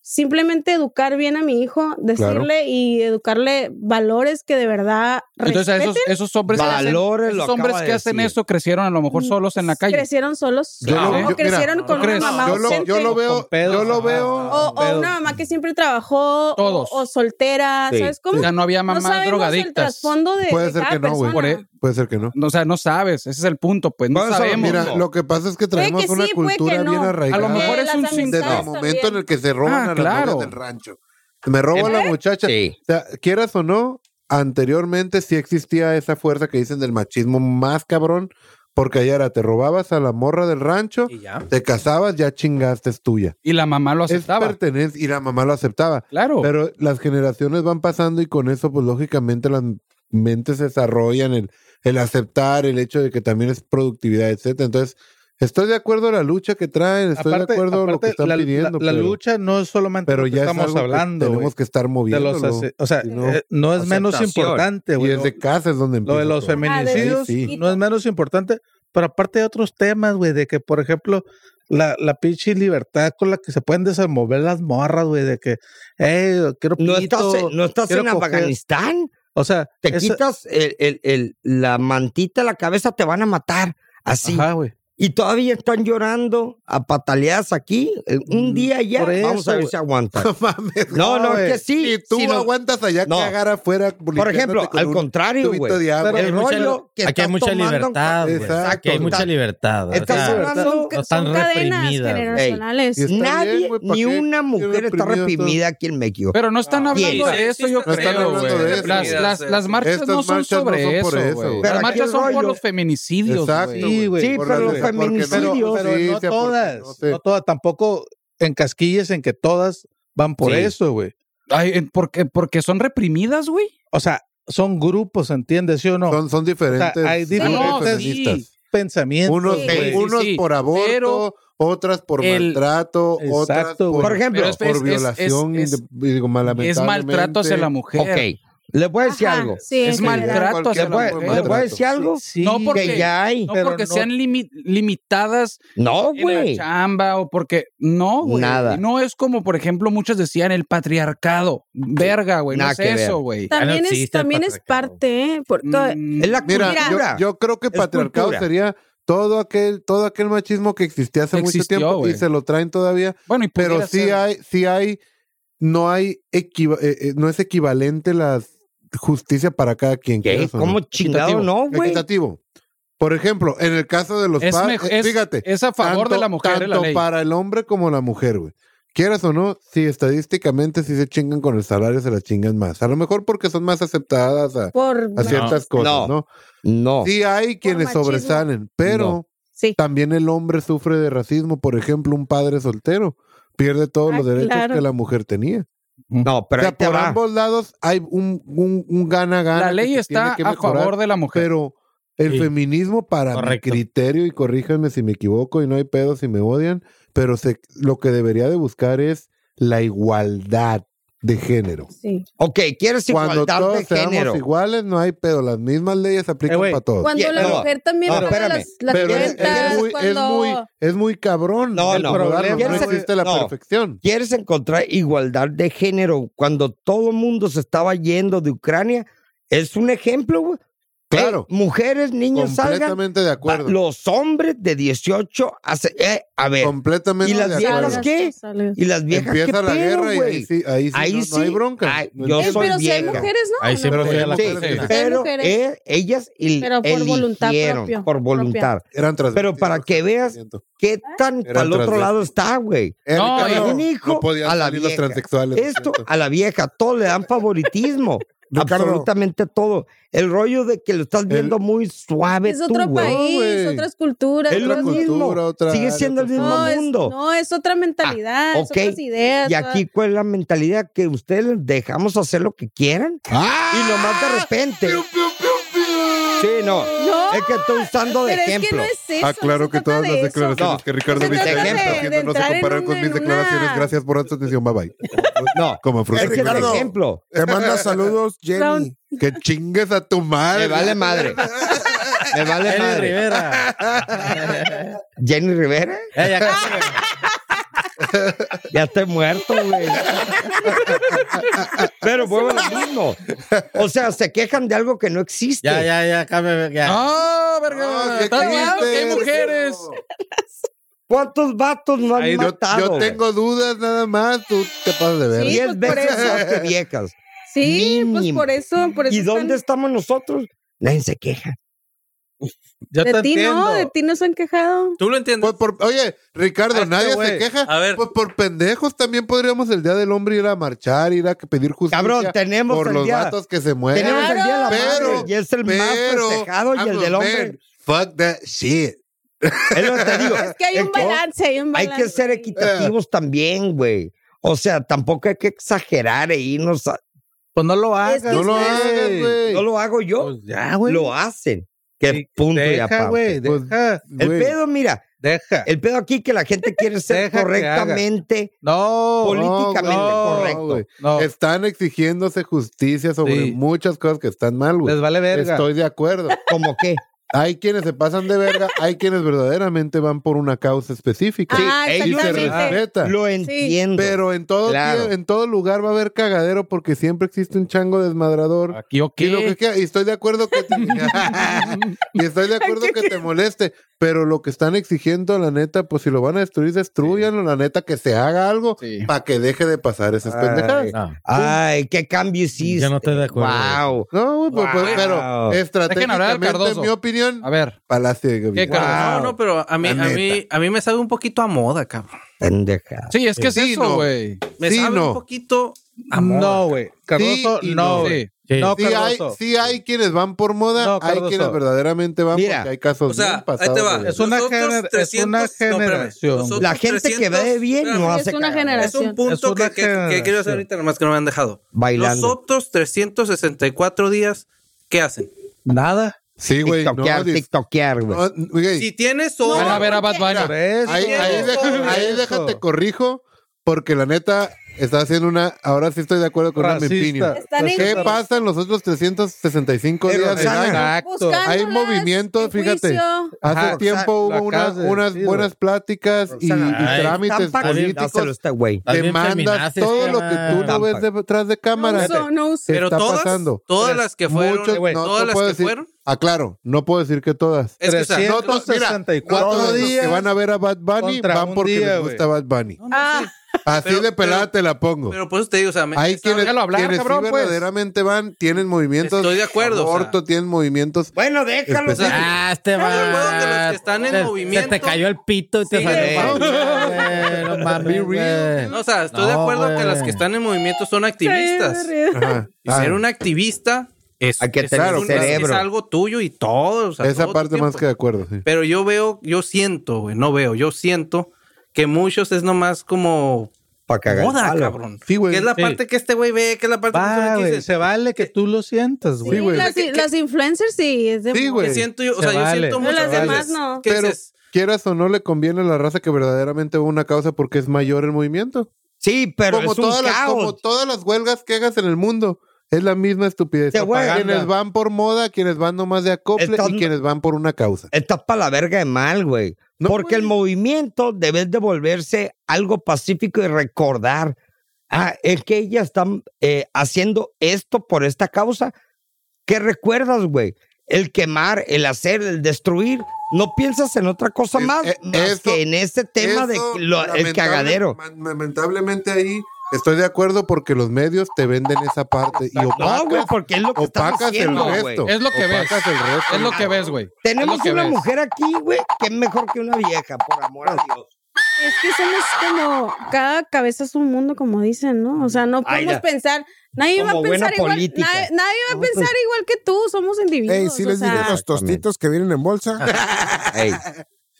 S4: Simplemente educar bien a mi hijo, decirle y educarle valores que de verdad
S9: Entonces, a
S4: respeten.
S9: esos, esos hombres, que hacen,
S2: Valores, lo
S9: esos hombres
S2: acaba de
S9: que hacen
S2: decir.
S9: eso crecieron a lo mejor
S4: Mm,
S9: solos en la calle.
S4: Crecieron solos.
S7: Yo
S4: o
S7: lo- yo-
S4: crecieron
S7: mira,
S4: con una
S9: ¿no crees?
S4: mamá
S7: yo lo,
S4: ausente.
S7: yo lo veo,
S5: Con pedos,
S7: yo lo
S5: ajá.
S7: veo.
S4: o, o
S5: Pero-
S4: una mamá que siempre trabajó. o-
S9: Todos.
S4: O, soltera.
S2: Sí.
S4: ¿Sabes cómo?
S9: O sea, no había
S4: no
S9: mamás
S4: sabemos el
S9: drogadictas.
S4: trasfondo de,
S7: Puede
S4: de
S7: ser
S4: cada
S7: que no, güey.
S4: persona.
S9: Por e-
S7: Puede ser que no.
S9: O sea, no sabes, ese es el punto, pues no
S2: Por eso,
S9: sabemos.
S7: Mira,
S2: no.
S7: lo que pasa es que traemos
S4: que
S7: una
S4: sí, puede que
S7: cultura
S4: no.
S7: bien
S4: A lo
S7: arraigada.
S9: A lo mejor
S4: Eh,
S9: es
S4: las
S9: un
S4: amistades
S7: desde
S9: síntoma.
S7: el momento en el que se
S9: Ah,
S7: roban a la
S9: claro.
S7: novia del rancho. Me robo a la muchacha.
S2: Sí.
S7: O sea, quieras o no, anteriormente sí existía esa fuerza que dicen del machismo más cabrón, porque allá era, te robabas a la morra del rancho,
S8: Y ya.
S7: te casabas, ya chingaste es tuya.
S9: Y la mamá lo
S7: Es
S9: aceptaba.
S7: pertenencia y la mamá lo aceptaba.
S9: Claro.
S7: Pero las generaciones van pasando y con eso, pues lógicamente las mentes se desarrollan, el, el aceptar, el hecho de que también es productividad, etcétera. Entonces, estoy de acuerdo a la lucha que traen, estoy de acuerdo a lo que
S5: aparte,
S7: están
S5: la, la-
S7: pidiendo.
S5: la
S7: pero,
S5: lucha no es solamente
S7: pero
S5: lo que
S7: ya es
S5: estamos
S7: algo que
S5: hablando. güey.
S7: tenemos que estar
S5: de
S7: moviendo.
S5: los ase- o sea,
S7: si
S5: eh,
S7: no,
S5: no, es menos
S2: aceptación.
S5: importante,
S7: Y
S5: güey.
S7: desde casa es donde
S5: Lo,
S7: empieza.
S5: de los
S7: todo.
S5: feminicidios
S7: Ah, Sí,
S4: sí.
S5: no es menos importante, pero aparte de otros temas, güey, de que, por ejemplo, la, la pinche libertad con la que se pueden desenvolver las morras, güey, de que, eh, quiero
S2: No
S5: pito",
S2: estás, en- no estás
S5: quiero
S2: en
S5: coger.
S2: Afganistán.
S5: O sea,
S2: Te
S5: esa-
S2: quitas el, el- el- la mantita, la cabeza, te van a matar. Así.
S5: Ajá, güey.
S2: Y todavía están llorando a pataleadas aquí. eh, Un
S5: Mm,
S2: día ya.
S5: por
S2: Vamos
S5: eso,
S2: a ver
S5: güey.
S2: si aguantan.
S7: No mames.
S2: No, no, es que sí.
S7: Y tú
S2: si no-
S7: aguantas allá
S2: No.
S7: cagar afuera.
S2: por ejemplo, al
S7: contrario,
S2: contrario, güey.
S5: Pero-
S2: El
S3: Hay mucha-
S2: rollo que
S3: aquí hay
S2: estás
S3: mucha
S2: tomando-
S3: libertad, güey.
S7: Exacto.
S3: Aquí hay mucha
S2: Estás-
S3: libertad. o
S2: estás
S3: sea,
S2: hablando-
S4: son,
S3: no
S4: son
S3: están
S4: cadenas
S3: reprimidas, güey.
S4: generacionales.
S7: Y está
S2: Nadie,
S7: bien, güey, ¿pa'
S2: ni
S7: qué?
S2: una mujer está
S7: reprimido todo?
S2: reprimida aquí en México.
S9: Pero no están
S2: Ah,
S9: hablando
S2: sí,
S9: de eso, yo
S8: sí, sí, están
S9: creo,
S7: hablando
S9: güey.
S7: de eso.
S9: Las, las, las marchas
S7: Estas
S9: no son
S7: marchas no
S9: sobre
S7: son por
S9: eso,
S7: eso,
S9: güey.
S7: güey.
S2: Pero
S9: Las
S2: aquí
S9: marchas
S2: el
S9: son por
S2: rollo-
S9: los feminicidios,
S7: Exacto,
S9: güey.
S5: Sí, güey.
S2: Sí,
S7: Por
S2: pero
S7: eso,
S2: los
S7: porque no-
S5: Pero,
S2: feminicidios.
S5: pero
S7: Sí,
S5: no
S7: sí, aporta,
S5: todas,
S7: no
S5: no,
S7: sé.
S5: todas, tampoco en casquillas en que todas van por
S2: Sí.
S5: eso, güey.
S9: Ay, en- porque, porque son reprimidas, güey.
S5: O sea, son grupos, ¿entiendes? ¿Sí o no?
S7: Son, son diferentes.
S5: O sea, hay
S7: grupos
S4: diferentes-
S7: feministas.
S9: sí.
S5: Pensamientos.
S7: Unos,
S4: Sí,
S7: güey,
S9: sí,
S7: unos
S9: sí.
S7: por aborto,
S9: Pero
S7: otras por
S9: el-
S7: maltrato, otras
S5: Exacto,
S7: por,
S5: güey.
S2: Por ejemplo,
S9: Pero es-
S7: por violación,
S9: es- es-
S7: de- digo,
S9: Es maltrato hacia la
S7: lamentablemente.
S9: mujer.
S2: ok, les voy a decir
S4: Ajá,
S2: algo.
S4: sí,
S9: Es
S4: en general.
S9: maltrato hacia
S2: Les
S9: la
S2: voy,
S9: mujer.
S2: les
S7: maltrato.
S2: voy a decir algo
S5: Sí,
S9: No, porque-
S2: que ya hay.
S9: No
S5: Pero
S9: porque
S5: no-
S9: sean limi- limitadas
S2: No,
S9: en la
S2: güey.
S9: chamba o porque no, güey.
S2: Nada.
S9: No es como, por ejemplo, muchas decían el patriarcado. Verga, güey. No
S2: Nada
S9: es
S2: que ver.
S9: eso, güey.
S3: Ya
S4: También
S3: no
S4: es,
S3: existe el
S4: también es
S3: patriarcado.
S4: parte, ¿eh? Por todo-
S9: Mm,
S2: Es la
S7: Mira,
S4: Mira,
S2: cultura.
S7: yo, yo creo que
S2: Es
S7: patriarcado
S2: cultura.
S7: sería todo aquel, todo aquel machismo que existía hace mucho
S9: Existió,
S7: tiempo y
S9: güey.
S7: se lo traen todavía.
S9: Bueno, y
S7: Pero
S9: pudiera
S7: sí
S9: ser.
S7: hay, sí hay, no hay, equiva- eh, eh, no es equivalente la justicia para cada quien.
S2: ¿Qué?
S7: quieras o no.
S2: ¿Cómo chingado
S9: Equitativo.
S2: no, güey?
S7: Equitativo. Por ejemplo, en el caso de los
S9: Es,
S7: padres,
S9: mej- es-
S7: fíjate,
S9: es a favor
S7: tanto-
S9: de la mujer la
S7: tanto
S9: ley.
S7: para el hombre como la mujer, güey. Quieras o no, sí, estadísticamente sí se chingan con el salario, se la chingan más. A lo mejor porque son más aceptadas a,
S4: por
S7: a
S2: No.
S7: ciertas cosas, ¿no?
S2: No.
S7: Sí hay quienes
S4: machismo.
S7: sobresalen, pero
S2: No.
S4: Sí.
S7: también el hombre sufre de racismo. Por ejemplo, un padre soltero pierde todos
S4: Ah,
S7: los derechos
S4: claro.
S7: que la mujer tenía.
S2: No,
S7: O
S2: pero ahí
S7: sea,
S2: te
S7: por
S2: va.
S7: ambos lados hay un un- un gana-gana.
S9: La ley
S7: que se
S9: está
S7: tiene que
S9: a
S7: mejorar,
S9: favor de la mujer.
S7: Pero el
S3: Sí.
S7: feminismo, para
S3: Correcto.
S7: mi criterio, y corríjanme si me equivoco y no hay pedo si me odian, pero se- lo que debería de buscar es la igualdad de género.
S4: Sí.
S2: Ok, quieres
S7: Cuando
S2: igualdad de
S7: todos
S2: género.
S7: seamos iguales, no hay pedo. Las mismas leyes aplican
S5: Eh, güey,
S7: para todos.
S4: Cuando
S2: Yeah,
S4: la
S2: no,
S4: mujer también
S2: no,
S4: paga
S2: espérame.
S4: las, las
S7: Pero es, es
S4: cuentas,
S7: muy, es,
S4: cuando...
S7: muy, es muy cabrón.
S2: No,
S7: el
S2: no.
S7: problema,
S2: Quiere
S7: no
S2: ser-
S7: existe la
S2: no.
S7: perfección.
S2: ¿Quieres encontrar igualdad de género cuando todo el mundo se estaba yendo de Ucrania? Es un ejemplo, güey.
S7: Claro.
S2: Eh, mujeres, niños salgan.
S7: Completamente de
S2: Va,
S7: acuerdo.
S2: Los hombres de 18 hace, eh, a ver.
S7: Completamente
S2: ¿Y las
S7: de
S2: viejas
S7: acuerdo.
S2: qué? Y las viejas ¿qué
S7: Empieza la
S2: pedo,
S7: guerra y
S2: güey?
S7: ahí sí, ahí sí,
S2: Ahí
S7: no, no
S2: sí.
S7: hay bronca.
S2: Ay,
S7: No
S2: yo
S4: Eh,
S7: entiendo.
S2: soy
S4: pero si hay
S2: vieja.
S4: mujeres, no.
S3: Ahí
S4: no,
S3: se
S7: Pero
S3: puede
S7: sí,
S3: la
S2: Sí,
S3: mujer.
S2: pero,
S4: mujeres.
S2: eh, ellas el-
S4: Pero por voluntad
S2: eligieron
S4: propia,
S2: por voluntad.
S7: Eran
S2: Pero para que veas qué tan
S7: Eran
S2: para el otro
S7: transvestites.
S2: lado está, güey.
S9: No,
S2: Oye, un hijo
S7: podían
S2: a la
S7: salir
S2: vieja.
S7: los transexuales.
S2: Esto a la vieja, todo le dan
S7: <laughs>
S2: favoritismo.
S12: Ricardo.
S2: Absolutamente todo. El rollo de que lo estás viendo muy suave
S4: Es
S2: tú,
S4: otro
S2: güey.
S4: país,
S7: güey.
S4: otras culturas.
S2: Es lo
S4: otras-
S7: cultura,
S2: mismo.
S7: otra-
S2: Sigue siendo el
S7: otra-
S2: mismo
S4: no, es,
S2: mundo.
S4: no, es otra mentalidad,
S2: Ah,
S4: es
S2: ok.
S4: otras ideas.
S2: Y aquí, ¿cuál es la mentalidad? Que
S7: ¡Ah!
S2: ustedes les dejamos hacer lo que quieran. Y nomás de repente. Sí, no.
S4: No,
S2: Es que estoy usando de
S4: pero es que
S2: ejemplo.
S4: no es eso.
S7: Ah, claro
S4: no
S7: que
S4: se trata
S7: todas
S4: de
S7: las
S4: eso.
S7: declaraciones
S2: No,
S7: que Ricardo
S4: se
S7: ahorita
S4: trata
S7: está
S4: de-
S7: haciendo
S4: de
S7: no se
S4: entrar en
S7: comparan
S4: un-
S7: con mis
S4: en una-
S7: declaraciones. Gracias por tu atención. Bye bye.
S2: No.
S7: Como fruta.
S2: Es que es de
S13: Ricardo.
S2: ejemplo.
S13: Te manda saludos,
S2: <laughs>
S13: Jenny.
S4: Raúl.
S7: Que chingues a tu madre.
S2: Me vale madre. Me vale
S5: Jenny
S2: madre.
S5: Rivera.
S2: Jenny Rivera.
S5: Ey, acá-
S2: Ya estoy muerto, güey. Pero vuelvo a lo mismo. O sea, se quejan de algo que no existe.
S5: ya, ya, ya, cámbiame, ya.
S9: ¡Ah,
S7: Ah,
S9: verga!
S7: qué
S9: ¡Estás
S7: triste.
S9: viendo que hay mujeres!
S2: ¿Cuántos vatos no han
S7: Ay, yo,
S2: matado?
S7: yo
S2: güey?
S7: tengo dudas nada más. Tú te pasas de ver.
S4: Sí,
S2: Diez
S4: pues, por
S2: veces
S4: eso.
S2: más que viejas.
S4: Sí, pues
S2: Mínimo.
S4: por eso, por eso
S2: ¿Y
S4: están-
S2: dónde estamos nosotros? Nadie se queja.
S5: Yo te
S4: De ti
S5: entiendo.
S4: no, de ti no se han quejado.
S8: ¿Tú lo entiendes?
S7: Pues por- oye, Ricardo,
S5: Este
S7: nadie se
S5: güey.
S7: queja.
S8: A ver.
S7: Pues por pendejos también podríamos el Día del Hombre ir a marchar, ir a que pedir justicia.
S2: Cabrón, tenemos
S7: Por
S2: el
S7: los
S2: día-
S7: vatos que se mueren.
S2: Tenemos el día de la
S7: Pero-
S2: madre y es el más
S7: Pero,
S2: festejado y
S7: I'm
S2: el
S7: a
S2: del hombre.
S7: man. Fuck that shit.
S2: Es lo que te digo.
S4: <laughs> Es que hay un
S2: Es que-
S4: balance, hay un
S2: Hay
S4: balance.
S2: que ser
S7: Eh.
S2: equitativos también, güey. O sea, tampoco hay que exagerar e irnos a-
S5: Pues no lo hagas.
S4: Es que
S7: No lo
S4: ustedes-
S7: hagas, güey.
S2: No lo hago yo.
S5: Pues ya, güey.
S2: Lo hacen. Que
S5: Sí,
S2: punto y
S5: Deja,
S2: aparte.
S5: güey.
S7: Pues,
S5: Deja,
S2: El
S7: Güey.
S2: pedo, mira,
S5: deja.
S2: el pedo aquí que la gente
S7: <laughs>
S2: quiere ser
S5: Deja que
S2: correctamente,
S5: No,
S2: políticamente
S5: no,
S2: correcto.
S7: güey.
S5: no.
S7: Están exigiéndose justicia sobre
S5: Sí.
S7: muchas cosas que están mal,
S5: Les
S7: güey.
S5: vale verga.
S7: Estoy de acuerdo.
S2: Como que
S7: Hay quienes se pasan de verga, hay quienes verdaderamente van por una causa específica.
S4: Ah,
S2: Sí,
S7: y se
S4: exactamente.
S7: respeta.
S2: lo entiendo.
S7: Pero en todo,
S2: Claro.
S7: tie- en todo lugar va a haber cagadero porque siempre existe un chango desmadrador.
S9: Aquí o
S7: Y, lo que
S9: qué.
S7: quiera- y estoy de
S2: <laughs>
S7: acuerdo que te, y estoy de acuerdo que te moleste, pero lo que están exigiendo, la neta, pues si lo van a destruir, destruyanlo, la neta, que se haga algo
S9: Sí.
S7: para que deje de pasar esas pendejadas.
S3: No,
S2: Ay,
S7: pues,
S2: qué cambio hiciste.
S3: Yo no estoy de acuerdo.
S2: Wow.
S7: No, güey, pues,
S2: Wow.
S7: pues, pero
S9: Dejen hablar al
S7: estratégicamente, en
S9: Cardoso.
S7: mi opinión,
S9: A ver.
S7: Palacio de
S9: ¿Qué
S7: Gobierno.
S9: Cardoso?
S8: No, no, pero a mí,
S7: La
S8: a mí, a mí me sabe un poquito a moda, cabrón.
S2: Pendeja.
S9: Sí, es que es
S7: Sí,
S9: eso,
S7: no.
S9: güey.
S8: Me
S7: Sí,
S8: sabe
S7: no.
S8: un poquito a moda.
S5: Ah, No, güey. Cardoso,
S7: Sí y no.
S5: no, güey.
S9: Sí.
S3: Sí.
S5: No,
S7: Sí hay,
S5: Cardoso.
S7: sí hay quienes van por moda,
S5: No,
S7: hay
S5: Cardoso.
S7: quienes verdaderamente van
S2: Mira,
S7: porque hay casos
S8: O sea,
S7: pues bien
S8: ahí
S7: pasados.
S8: te va.
S7: de-
S5: Es una
S8: Nosotros
S5: gener- es una
S8: espérame.
S5: generación.
S8: Nosotros
S2: La gente que
S8: 300
S2: ve bien no
S8: espérame.
S2: hace
S4: Es una
S2: cagada.
S4: generación.
S8: Es un
S5: Es
S8: punto
S5: una
S8: que, que, que quiero hacer
S5: generación.
S8: ahorita, nomás que no me han dejado.
S2: Bailando.
S8: Los otros 364 días, ¿qué hacen?
S5: Nada.
S7: Sí, güey. no,
S2: TikTokear,
S7: dis-
S2: tiktokear, güey.
S7: no, güey,
S8: Si tienes hoy,
S9: Van a ver a Bad
S5: Por
S9: Bunny.
S5: eso.
S7: ahí, ahí
S8: eso,
S7: deja- ahí
S5: eso.
S7: déjate corrijo, porque la neta está haciendo una. Ahora sí estoy de acuerdo con una
S5: Racista.
S7: opinión.
S4: Están en-
S7: ¿Qué pasa en los otros 365
S2: Pero,
S7: días del
S2: Sana,
S7: año?
S5: Exacto.
S4: Buscándolas,
S7: Ah, Hay movimiento,
S4: en
S7: fíjate.
S4: juicio.
S7: Hace
S5: Ajá,
S7: tiempo
S5: lo
S7: hubo una-
S5: acabas de
S7: unas
S5: decir,
S7: buenas pláticas y, y
S3: Ay,
S7: trámites
S2: Tampa- Dáselo a
S7: políticos,
S2: este güey.
S3: Estás bien
S7: demandas,
S3: feminazis,
S7: todo
S3: qué
S7: lo que tú no
S3: mal.
S7: ves detrás de
S4: No
S7: cámara.
S4: uso, no uso.
S7: se
S8: pero
S7: está
S8: todas,
S7: pasando.
S8: todas las que fueron, eh,
S7: Muchos-
S8: güey,
S7: no,
S8: todas
S7: no
S8: las que
S7: puedo decir-
S8: fueron,
S7: Aclaro, no puedo decir que todas.
S8: es que, o sea,
S5: 300.
S8: no-
S7: No, to- mira,
S5: 164
S7: cuatro días
S5: días
S7: que van a ver a Bad Bunny
S5: contra
S7: van
S5: un
S7: porque
S5: día,
S7: les gusta Bad Bunny.
S4: Ah,
S7: Así
S8: pero-
S7: de pelada
S8: pero-
S7: te la pongo.
S8: pero por eso te digo, o sea, me-
S7: Hay
S8: esa-
S7: quienes,
S9: déjalo hablar,
S7: quienes
S9: cabrón,
S7: sí
S9: pues.
S7: verdaderamente van, tienen movimientos.
S8: Estoy de acuerdo, o
S7: Aborto, tienen movimientos.
S2: Bueno, déjalo.
S7: Especial.
S2: déjalo.
S3: Ah, este
S8: Estamos
S3: va.
S8: hablando de los que están en
S3: Se-
S8: movimiento.
S3: Se te cayó el pito y te
S8: Sí,
S3: salió.
S7: güey.
S3: Güey, No mames, güey.
S8: no, o sea, estoy de
S3: No,
S8: acuerdo que
S3: güey.
S8: las que están en movimiento son
S4: ay,
S8: activistas.
S4: me río.
S7: Ajá.
S8: Y ser
S7: Ah,
S8: un activista es,
S2: Hay que
S8: es
S2: tener
S8: un-
S2: cerebro.
S8: es algo tuyo y todo. o sea,
S7: Ah, esa
S8: todo tu
S7: parte más
S8: tiempo.
S7: que de acuerdo. sí.
S8: Pero yo veo, yo siento, güey, no veo, yo siento que muchos es nomás como
S2: Para cagar.
S8: moda,
S2: Palo.
S8: cabrón.
S7: Sí, güey.
S8: Que es la
S5: Sí.
S8: parte que este güey ve, que es la parte que
S5: Va,
S8: ustedes
S5: güey.
S8: dicen.
S5: Se vale que tú lo sientas, güey.
S4: Sí, las, las influencers sí, es de
S7: Sí,
S8: Que
S7: güey.
S8: siento yo, o
S5: Se
S8: sea, yo
S5: vale.
S8: siento
S5: Pero
S8: muchas
S4: las demás
S8: veces
S4: no.
S8: que
S7: Pero
S8: dices,
S7: quieras o no, le conviene a la raza que verdaderamente va a una causa porque es mayor el movimiento.
S2: Sí, pero
S7: como,
S2: es un
S7: todas las,
S2: caos.
S7: como todas las huelgas que hagas en el mundo. Es la misma estupidez.
S2: Te voy a-
S7: Quienes van por moda, quienes van nomás de acople
S2: Estás-
S7: y quienes van por una causa.
S2: Estás para la verga de mal, güey.
S7: No, pues,
S2: Porque el movimiento debe de volverse algo pacífico y recordar, ah, es que ellas están eh, haciendo esto por esta causa. ¿Qué recuerdas, güey? El quemar, el hacer, el destruir. No piensas en otra cosa
S7: Es-
S2: más,
S7: eh,
S2: más
S7: eso-
S2: que en este tema de
S7: Eso,
S2: lo- el
S7: lamentable-
S2: cagadero.
S7: man- Lamentablemente ahí estoy de acuerdo porque los medios te venden esa parte y opacas,
S2: No, güey, pues, porque es lo que estamos
S7: opacas
S2: haciendo,
S7: el
S2: güey.
S7: resto.
S9: Es lo que ves.
S7: opacas el resto.
S9: Es lo que ves, güey.
S2: Tenemos
S9: Es lo que
S2: una
S9: ves.
S2: mujer aquí, güey, que es mejor que una vieja, por amor a Dios.
S4: Es que somos como, cada cabeza es un mundo, como dicen, ¿no? O sea, no
S2: Ay,
S4: podemos
S2: la-
S4: pensar, nadie va a
S2: como buena
S4: pensar igual, nadie,
S2: política. pues.
S4: nadie va a pensar igual que tú, somos individuos.
S13: Ey, sí
S4: o
S13: les
S4: sea,
S13: digo los tostitos que vienen en bolsa.
S2: Ey,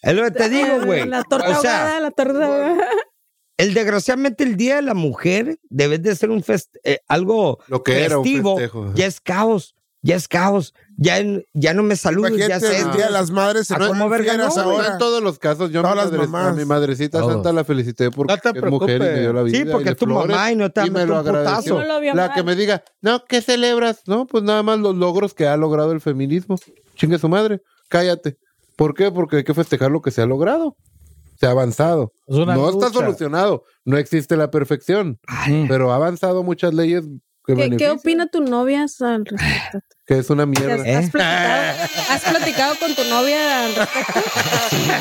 S2: Es lo que <laughs> te digo, güey.
S4: La torta
S2: O sea,
S4: ahogada, la torta ahogada.
S2: el desgraciadamente el Día de la Mujer debe de ser un fest- eh, algo
S7: Lo que era un
S2: festivo,
S7: festejo.
S2: ya es caos, ya es caos, ya, en- ya no me saludan, ya
S7: Imagínate
S2: sé.
S7: el día de las madres en
S2: ¿A cómo verga
S7: fieras
S2: no, güey?
S5: Ahora en
S7: ahora.
S5: todos los casos, yo a mi,
S7: Todas las
S5: madre-
S7: mamás.
S5: a mi madrecita
S3: Todos.
S5: santa la felicité porque
S6: No te
S5: es mujer y me dio la vida.
S2: Sí, porque
S5: y le
S2: tu
S5: flores,
S2: mamá y no te
S5: y me
S2: metido
S5: lo
S2: un
S5: agradeció.
S2: putazo.
S4: No lo vio
S5: La
S4: mal.
S5: que me diga, no, ¿qué celebras? No, pues nada más los logros que ha logrado el feminismo. Chingue su madre, cállate. ¿Por qué? Porque hay que festejar lo que se ha logrado. Se ha avanzado.
S6: Es una
S5: no está
S6: lucha.
S5: solucionado. No existe la perfección. Pero ha avanzado muchas leyes que
S4: ¿Qué, ¿Qué
S5: benefician,
S4: opina tu novia
S2: <laughs>
S4: al respecto?
S5: que es una
S4: ¿Te
S5: mierda.
S4: ¿Has, has platicado, has platicado con tu novia
S2: <laughs>
S4: al respecto?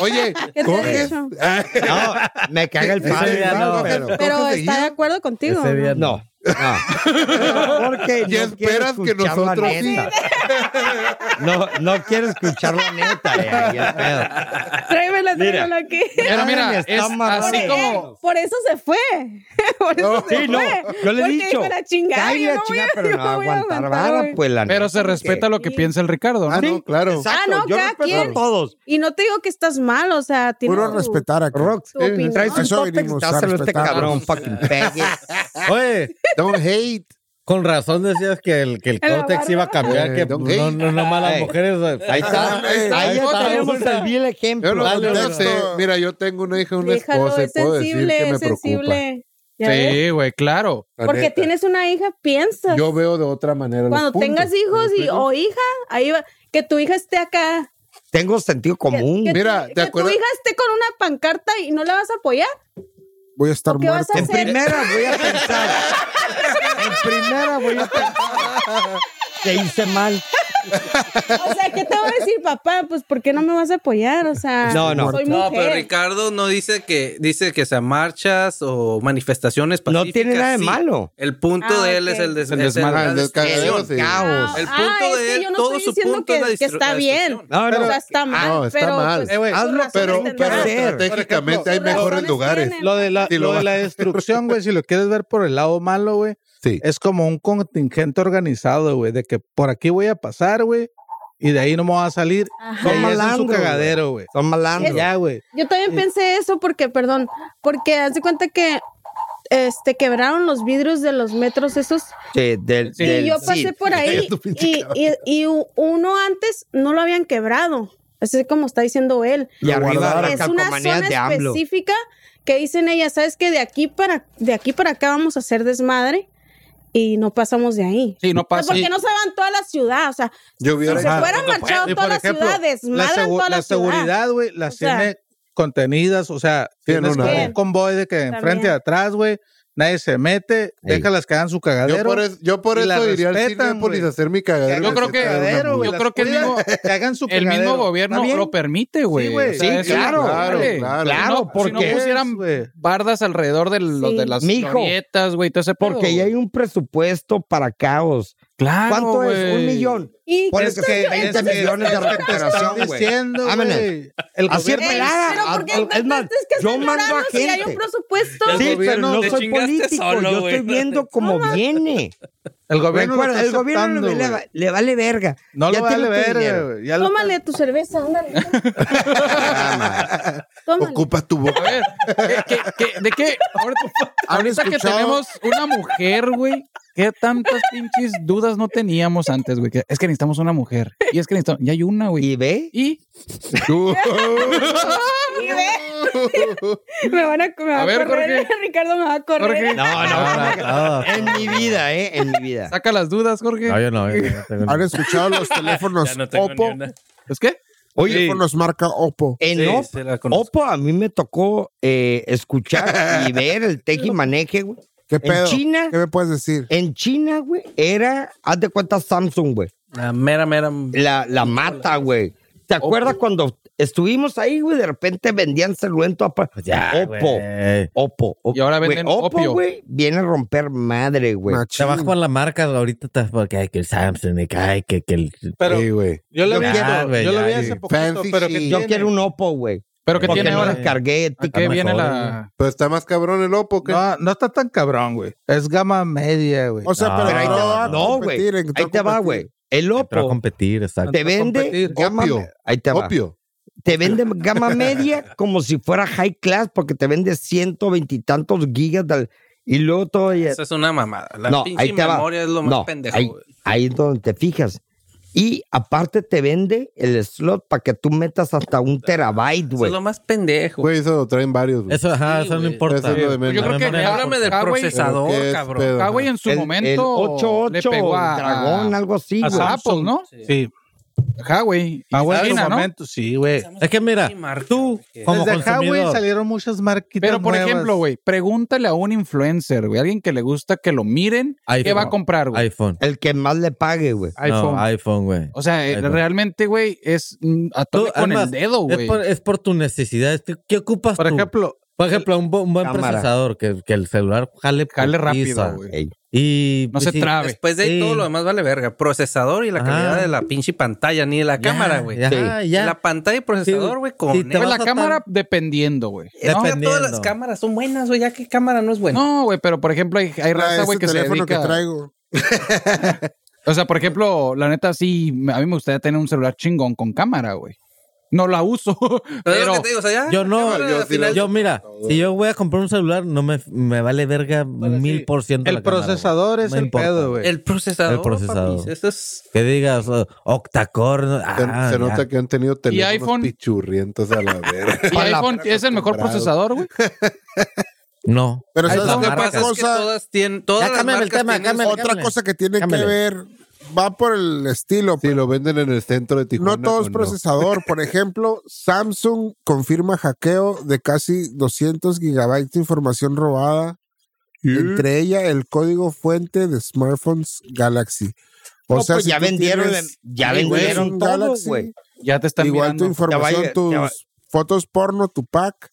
S5: Oye,
S4: ¿Qué te ha
S5: coges.
S4: dicho?
S5: Ah,
S2: No, me caga
S7: <laughs>
S2: el padre.
S3: día
S2: No,
S3: no,
S2: pero-
S4: Pero
S5: coges
S4: está de acuerdo contigo.
S3: Ese
S4: ¿no?
S3: día
S2: no. no. Porque
S5: ¿Qué
S2: no quiero
S5: esperas que
S2: escuchar la
S5: nosotros sí?
S2: neta. No, no quiero escuchar la neta. eh, ahí el pedo.
S4: Tráemela,
S2: Mira.
S4: tráemela aquí.
S9: Pero
S2: Ay,
S9: mira,
S2: está
S9: es
S2: amarrado.
S9: así
S4: Eh,
S9: como.
S4: Por eso se fue. <laughs> Por eso se
S2: Sí, no,
S4: fue.
S2: yo le he
S4: Porque
S2: dicho.
S4: dijo la chingada,
S2: Cállate,
S4: yo no voy a-
S2: chingada, pero
S4: yo
S2: no
S4: no voy a
S2: aguantar
S4: aguantar
S2: vara,
S4: hoy.
S2: pues la
S9: Pero
S2: neta,
S9: se
S2: porque-
S9: respeta lo que piensa el Ricardo.
S5: ah,
S9: ¿no?
S5: no, claro.
S2: Exacto,
S4: Ah, no,
S2: yo
S4: cada
S2: respeto
S4: quien.
S2: a todos.
S4: Y no te digo que estás mal, o sea, tiene
S7: Puro
S4: tu-
S7: respetar acá.
S2: Rox,
S5: eh,
S4: tu opinión.
S2: traes un
S7: Eso
S2: tópico,
S7: venimos, a
S2: dáselo a este
S7: respetarnos.
S2: cabrón para que me pegue.
S3: Oye,
S5: Don't hate.
S3: con razón decías que el, que el
S4: En la
S3: córtex
S4: barba.
S3: iba a cambiar,
S5: Eh,
S3: que
S5: don
S3: no,
S5: Gay.
S3: no, no más las
S2: Ey.
S3: mujeres.
S2: Ahí está, Ah, ahí está, ahí
S3: está,
S2: tenemos
S3: resulta.
S2: el vil ejemplo.
S5: Yo <laughs> no,
S3: Dale,
S5: yo no
S3: dale.
S5: sé. Mira, yo tengo una hija, una
S4: Déjalo,
S5: esposa, y
S4: es
S5: puedo decir que
S4: sensible,
S5: me
S4: es sensible. ¿Ya ves?
S9: Sí, güey, claro.
S5: preocupa. La
S4: Porque
S5: neta.
S4: tienes una hija, piensas.
S5: Yo veo de otra manera. los
S4: Cuando
S5: puntos.
S4: tengas hijos y, o hija, ahí va, que tu hija esté acá.
S2: Tengo sentido
S4: Que,
S2: común.
S4: que tu-
S5: Mira, ¿te
S4: que tu
S5: acuerdas?
S4: hija esté con una pancarta y no la vas a apoyar.
S7: Voy a estar
S4: ¿O qué vas
S7: muerto.
S4: a
S2: En
S4: hacer?
S2: primera voy a pensar. En primera voy a pensar que hice mal.
S4: O sea, ¿qué te va a decir, papá? Pues, ¿por qué no me vas a apoyar? O sea,
S2: No, no.
S4: soy
S8: No, pero
S4: mujer.
S8: Ricardo no dice que dice que sea marchas o manifestaciones
S2: No
S8: pacíficas.
S2: tiene nada de
S8: sí.
S2: malo.
S8: El punto
S4: Ah,
S8: de él
S4: ok.
S8: es el, des
S5: El
S8: es el-
S5: desmadre,
S8: la
S5: el descagadero,
S8: destrucción.
S5: sí.
S2: Caos.
S8: El
S4: Ah,
S8: punto
S4: es
S8: de
S4: que
S8: él,
S4: yo no
S8: todo
S4: estoy
S8: su
S4: diciendo
S8: punto
S4: que-
S8: es la
S4: que
S8: distru-
S4: está
S8: la
S4: bien.
S8: destrucción.
S2: No,
S4: o
S2: no.
S4: sea, está mal,
S5: Ah, No, está
S4: pero,
S5: mal.
S4: pues,
S6: Eh, güey,
S4: sus
S2: hazlo,
S4: razones
S5: Pero,
S4: tendrán.
S5: pero
S2: hacer.
S5: estratégicamente hay
S4: Sus razones
S5: mejores lugares.
S4: tienen.
S6: Lo de la,
S5: Sí, lo
S6: lo de
S5: vas
S6: la destrucción, güey, si lo quieres ver por el lado malo, güey,
S5: Sí.
S6: es como un contingente organizado, güey, de que por aquí voy a pasar, güey, y de ahí no me voy a salir.
S4: Ajá.
S6: Y ahí hacen
S2: malandros,
S6: su
S2: güey.
S6: cagadero, güey.
S2: Son malandros.
S6: Ya, güey.
S4: Yo también pensé eso porque, perdón, porque haz de cuenta que este quebraron los vidrios de los metros esos
S2: Sí, del- del-
S4: y yo pasé
S2: sí.
S4: por ahí
S5: tu pinche
S4: y, y- y u- uno antes no lo habían quebrado, así como está diciendo él.
S2: Y arriba
S7: guardaron.
S2: la
S4: Es una
S2: calcomanía
S4: zona
S2: de AMLO.
S4: específica que dicen ellas, sabes que de aquí para de aquí para acá vamos a hacer desmadre y no pasamos de ahí.
S9: Sí, no pasa.
S4: Porque no se van toda la ciudad, o sea,
S5: Yo
S4: si
S5: hubiera.
S4: se fueran
S6: No
S4: marchado
S6: puede. Y,
S4: toda la ciudad,
S6: la,
S4: desmadran
S6: segu-
S4: toda la,
S6: la
S4: ciudad.
S6: seguridad, güey, las
S4: O sea.
S6: tiene contenidas, o sea,
S5: Sí, en
S6: tienes
S5: una
S6: como
S4: área.
S6: un convoy de que enfrente
S4: También.
S6: y atrás, güey, nadie se mete, déjalas que hagan su cagadero.
S5: Yo por eso, yo por
S6: y la
S5: eso diría al
S6: respetan,
S5: Cinépolis
S6: güey.
S5: a hacer mi cagadero.
S9: Yo
S5: y
S9: creo que-
S5: respetar una
S9: cagadero,
S6: Cagadero,
S5: mula.
S6: güey,
S9: Yo
S6: las
S9: creo que el
S6: cuidan, que hagan su
S9: El
S6: cagadero.
S9: mismo gobierno
S6: ¿Está bien?
S9: lo permite, güey.
S6: Sí, güey.
S9: O sea,
S2: Sí,
S9: eso-
S2: claro,
S5: claro,
S9: vale.
S5: claro.
S2: Claro,
S9: Si no-
S2: porque-
S9: Si no pusieran
S6: güey.
S9: bardas alrededor de los
S4: Sí.
S9: de las
S2: Mijo.
S9: glorietas, güey, todo ese pedo,
S2: Porque ya hay
S9: güey.
S2: un presupuesto para caos.
S9: Claro,
S2: ¿Cuánto es?
S9: Ah, güey.
S2: Un millón.
S4: Y
S2: Por eso
S6: Es
S2: que
S6: que-
S2: 20
S6: es que-
S2: millones de
S6: es que te <laughs>
S2: recuperación,
S6: están
S2: güey.
S6: diciendo,
S2: Vámonos.
S6: güey, el
S2: Así es
S6: gobierno-
S4: Ey,
S2: pelada.
S4: pero ¿por qué
S2: Al- es más,
S4: trataste que
S2: yo
S4: se
S2: mando a
S4: ignoraron si hay
S2: gente.
S4: un presupuesto?
S2: Sí, pero no
S8: te
S2: soy
S8: chingaste
S2: político.
S8: solo,
S2: yo
S8: güey.
S2: estoy viendo cómo viene.
S6: El gobierno, lo
S2: Recuerda,
S6: está
S2: el gobierno
S6: aceptando,
S2: le,
S6: güey.
S2: vale- le vale verga.
S6: No
S2: Ya
S6: lo
S2: tiene
S6: vale
S2: tu
S6: ver,
S2: dinero.
S6: güey. Ya lo-
S4: Tómale tu cerveza,
S2: <laughs>
S4: ándale. Tómale.
S5: Ocupa tu
S9: A
S5: boca.
S9: ver, ¿qué- qué- qué- ¿de qué? Ahorita, ahorita que
S7: escuchado?
S9: tenemos una mujer, güey, ¿qué tantas pinches dudas no teníamos antes, güey? Que Es que necesitamos una mujer. Y es que necesitamos. Ya hay una, güey.
S2: Y ve.
S9: Y,
S4: Y ve. <laughs> me van a, me va a,
S9: A ver,
S4: correr.
S9: Jorge.
S4: <laughs> Ricardo me va a correr. <laughs>
S9: Jorge,
S2: No,
S3: Ah,
S2: no, no. En mi vida, ¿eh? En mi vida.
S9: saca las dudas, Jorge.
S3: No, Ah, yo no, yo no
S2: Ah,
S3: tengo
S7: <laughs> ¿Han escuchado los teléfonos
S8: <laughs> Ya no tengo ni
S7: Oppo?
S8: una.
S9: ¿Es qué?
S2: Oye,
S7: Teléfonos marca Oppo.
S2: en
S8: Sí,
S2: Op-
S8: se la conozco.
S2: Oppo a mí me tocó eh, escuchar y ver el teji maneje, güey.
S7: ¿Qué pedo?
S2: China?
S7: ¿Qué me puedes decir?
S2: En China, güey, era, haz de cuenta Samsung, güey.
S8: La mera, mera.
S2: La, la mata, güey. ¿Te acuerdas cuando estuvimos ahí, güey? De repente vendían celuento a pa- Oppo.
S3: Pues Güey.
S2: Oppo.
S9: Y ahora venden
S2: Güey, Oppo,
S9: opio.
S2: güey, viene a romper madre, güey.
S7: Machín.
S3: Trabajo con la marca ahorita ta- porque hay que el Samsung, y que hay que, que el...
S6: Pero
S5: Sí, güey.
S6: yo lo vi,
S3: Ya,
S6: esto,
S3: güey,
S6: yo lo
S3: ya,
S6: vi
S3: sí.
S6: hace poquito,
S5: Fancy
S6: pero que
S5: shit.
S2: Yo
S6: tiene-
S2: quiero un Oppo, güey.
S9: ¿Pero qué
S2: Porque
S9: tiene
S2: no
S9: ahora?
S2: descargué.
S9: ¿A
S2: tic-
S9: qué
S3: mejor,
S9: viene
S7: eh?
S9: la...?
S5: Pero está más cabrón el Oppo que.
S6: No, no está tan cabrón, güey. Es gama media, güey.
S7: O sea,
S3: No,
S7: pero
S3: pero ahí
S7: entró
S3: te va,
S7: a
S2: No, güey.
S7: competir, entró
S2: Ahí
S7: a
S2: te va,
S7: competir.
S2: güey. El
S3: Entró a
S2: Oppo
S3: competir, exacto.
S2: te vende
S6: competir.
S2: gama,
S5: Opio.
S2: ahí te va.
S5: Opio.
S2: Te vende gama media como si fuera high class porque te vende ciento veintitantos gigas de- y luego todo
S8: Esa es una mamada. La
S2: No,
S8: pinche
S2: ahí te va.
S8: memoria es lo más
S2: No,
S8: pendejo.
S2: ahí,
S8: güey.
S2: ahí es donde te fijas. Y aparte te vende el slot para que tú metas hasta un terabyte,
S8: Eso es
S2: güey.
S8: lo más pendejo.
S5: Güey, eso lo traen varios, güey.
S3: Eso, ajá,
S8: Sí,
S3: eso no
S8: güey.
S3: importa.
S5: Eso es lo de menos.
S9: Pues, Yo creo que
S3: Háblame
S9: háblame
S8: Háblame
S9: del
S8: del
S9: procesador.
S8: procesador,
S5: Pero qué es
S8: cabrón.
S5: pedo.
S9: Huawei Ah, en su
S2: El- El
S9: momento le
S2: 88,
S9: pegó a
S2: dragón, algo así,
S9: a
S2: güey.
S9: Apple, ¿no?
S6: Sí.
S9: Huawei. y
S6: Ah, bueno, en su
S9: China, ¿no?
S6: momento, sí, güey.
S3: Es que mira,
S8: Sí, marca,
S3: tú,
S8: güey.
S3: como
S6: Desde Huawei
S3: consumidor,
S6: salieron muchas marquitas
S9: Pero por
S6: nuevas.
S9: ejemplo, güey, pregúntale a un influencer, güey, alguien que le gusta que lo miren, ¿qué
S3: iPhone.
S9: va a comprar, güey?
S3: iPhone.
S2: El que más le pague, güey.
S8: Ah,
S9: iPhone.
S3: No, iPhone, güey.
S9: O sea, eh,
S3: iPhone.
S9: realmente, güey, es mm, a
S3: Tú,
S9: tope con
S3: además,
S9: el dedo,
S3: Es
S9: güey.
S3: por, es por tu necesidad. es que- ¿Qué ocupas
S6: Por
S3: tú?
S6: ejemplo,
S3: Por ejemplo, un, bu- un buen
S2: Cámara.
S3: procesador, que, que el celular jale,
S9: Jale
S3: putiza.
S9: rápido, güey.
S2: Ey.
S3: Y pues
S9: No se
S3: sí,
S9: trabe.
S8: Después de ahí
S3: Sí.
S8: todo lo demás vale verga. Procesador y la
S3: Ajá.
S8: calidad de la pinche pantalla, ni de la
S3: ya,
S8: cámara, güey.
S3: Ya,
S2: Sí.
S3: ya.
S8: La pantalla y procesador, güey, con
S3: Sí, te
S9: Pues
S3: vas
S9: la
S3: a
S9: cámara
S3: tan-
S9: dependiendo, güey.
S8: Es
S9: ¿no?
S8: que todas las
S3: dependiendo.
S8: cámaras son buenas, güey. Ya que cámara no es buena.
S9: No, güey, pero por ejemplo, hay, hay
S7: Ah,
S9: raza, güey,
S7: ese
S9: que se
S7: teléfono que
S9: dedica...
S7: traigo.
S9: O sea, por ejemplo, la neta, sí, me- a mí me gustaría tener un celular chingón con cámara, güey. No la uso, <laughs>
S8: Pero es lo
S9: pero...
S8: que te digo, o sea, ya,
S3: Ah, Yo
S8: la
S3: no,
S8: cámara al
S3: yo,
S8: final-
S3: mira, si yo voy a comprar un celular, no me, me vale verga mil por ciento.
S6: el
S3: la cámara, güey.
S6: procesador es
S3: No
S6: el
S3: importa.
S6: pedo, güey.
S8: el procesador.
S3: El procesador.
S8: papis, esto es.
S3: Que digas oh, octacore.
S5: Se,
S3: ah,
S5: se
S3: ya.
S5: nota que han tenido teléfonos
S9: iPhone?
S5: pichurrientos a la verga.
S9: Y iPhone es el mejor
S5: acostumbrado.
S9: procesador, güey.
S3: No.
S7: Pero
S3: Ahí
S7: ¿sabes
S3: está
S7: qué
S8: Lo que
S3: marca.
S8: pasa es que
S7: cosa-
S8: todas tienen. Todas
S3: Ya,
S8: las
S3: cámbiame el
S8: marcas
S3: tema,
S8: tienen
S3: cámbiame el
S8: otra-
S7: Otra
S3: cámbiale,
S7: cosa que tiene
S3: cámbiale.
S7: que ver va por el estilo.
S5: Si
S7: pero
S5: lo venden en el centro de Tijuana.
S7: no todo es
S5: ¿o
S7: procesador. Por ejemplo, Samsung confirma hackeo de casi 200 gigabytes de información robada. Entre ella el código fuente de smartphones Galaxy. O
S2: No,
S7: sea,
S2: pues
S7: si
S2: ya
S7: tú
S2: vendieron,
S7: tienes
S2: ya
S7: iOS,
S2: vendieron
S7: un
S2: todo,
S7: Galaxy,
S2: güey.
S9: Ya te están
S7: Igual
S9: mirando.
S7: tu información,
S2: Te va a-
S7: tus
S2: te va-
S7: fotos porno, tu pack,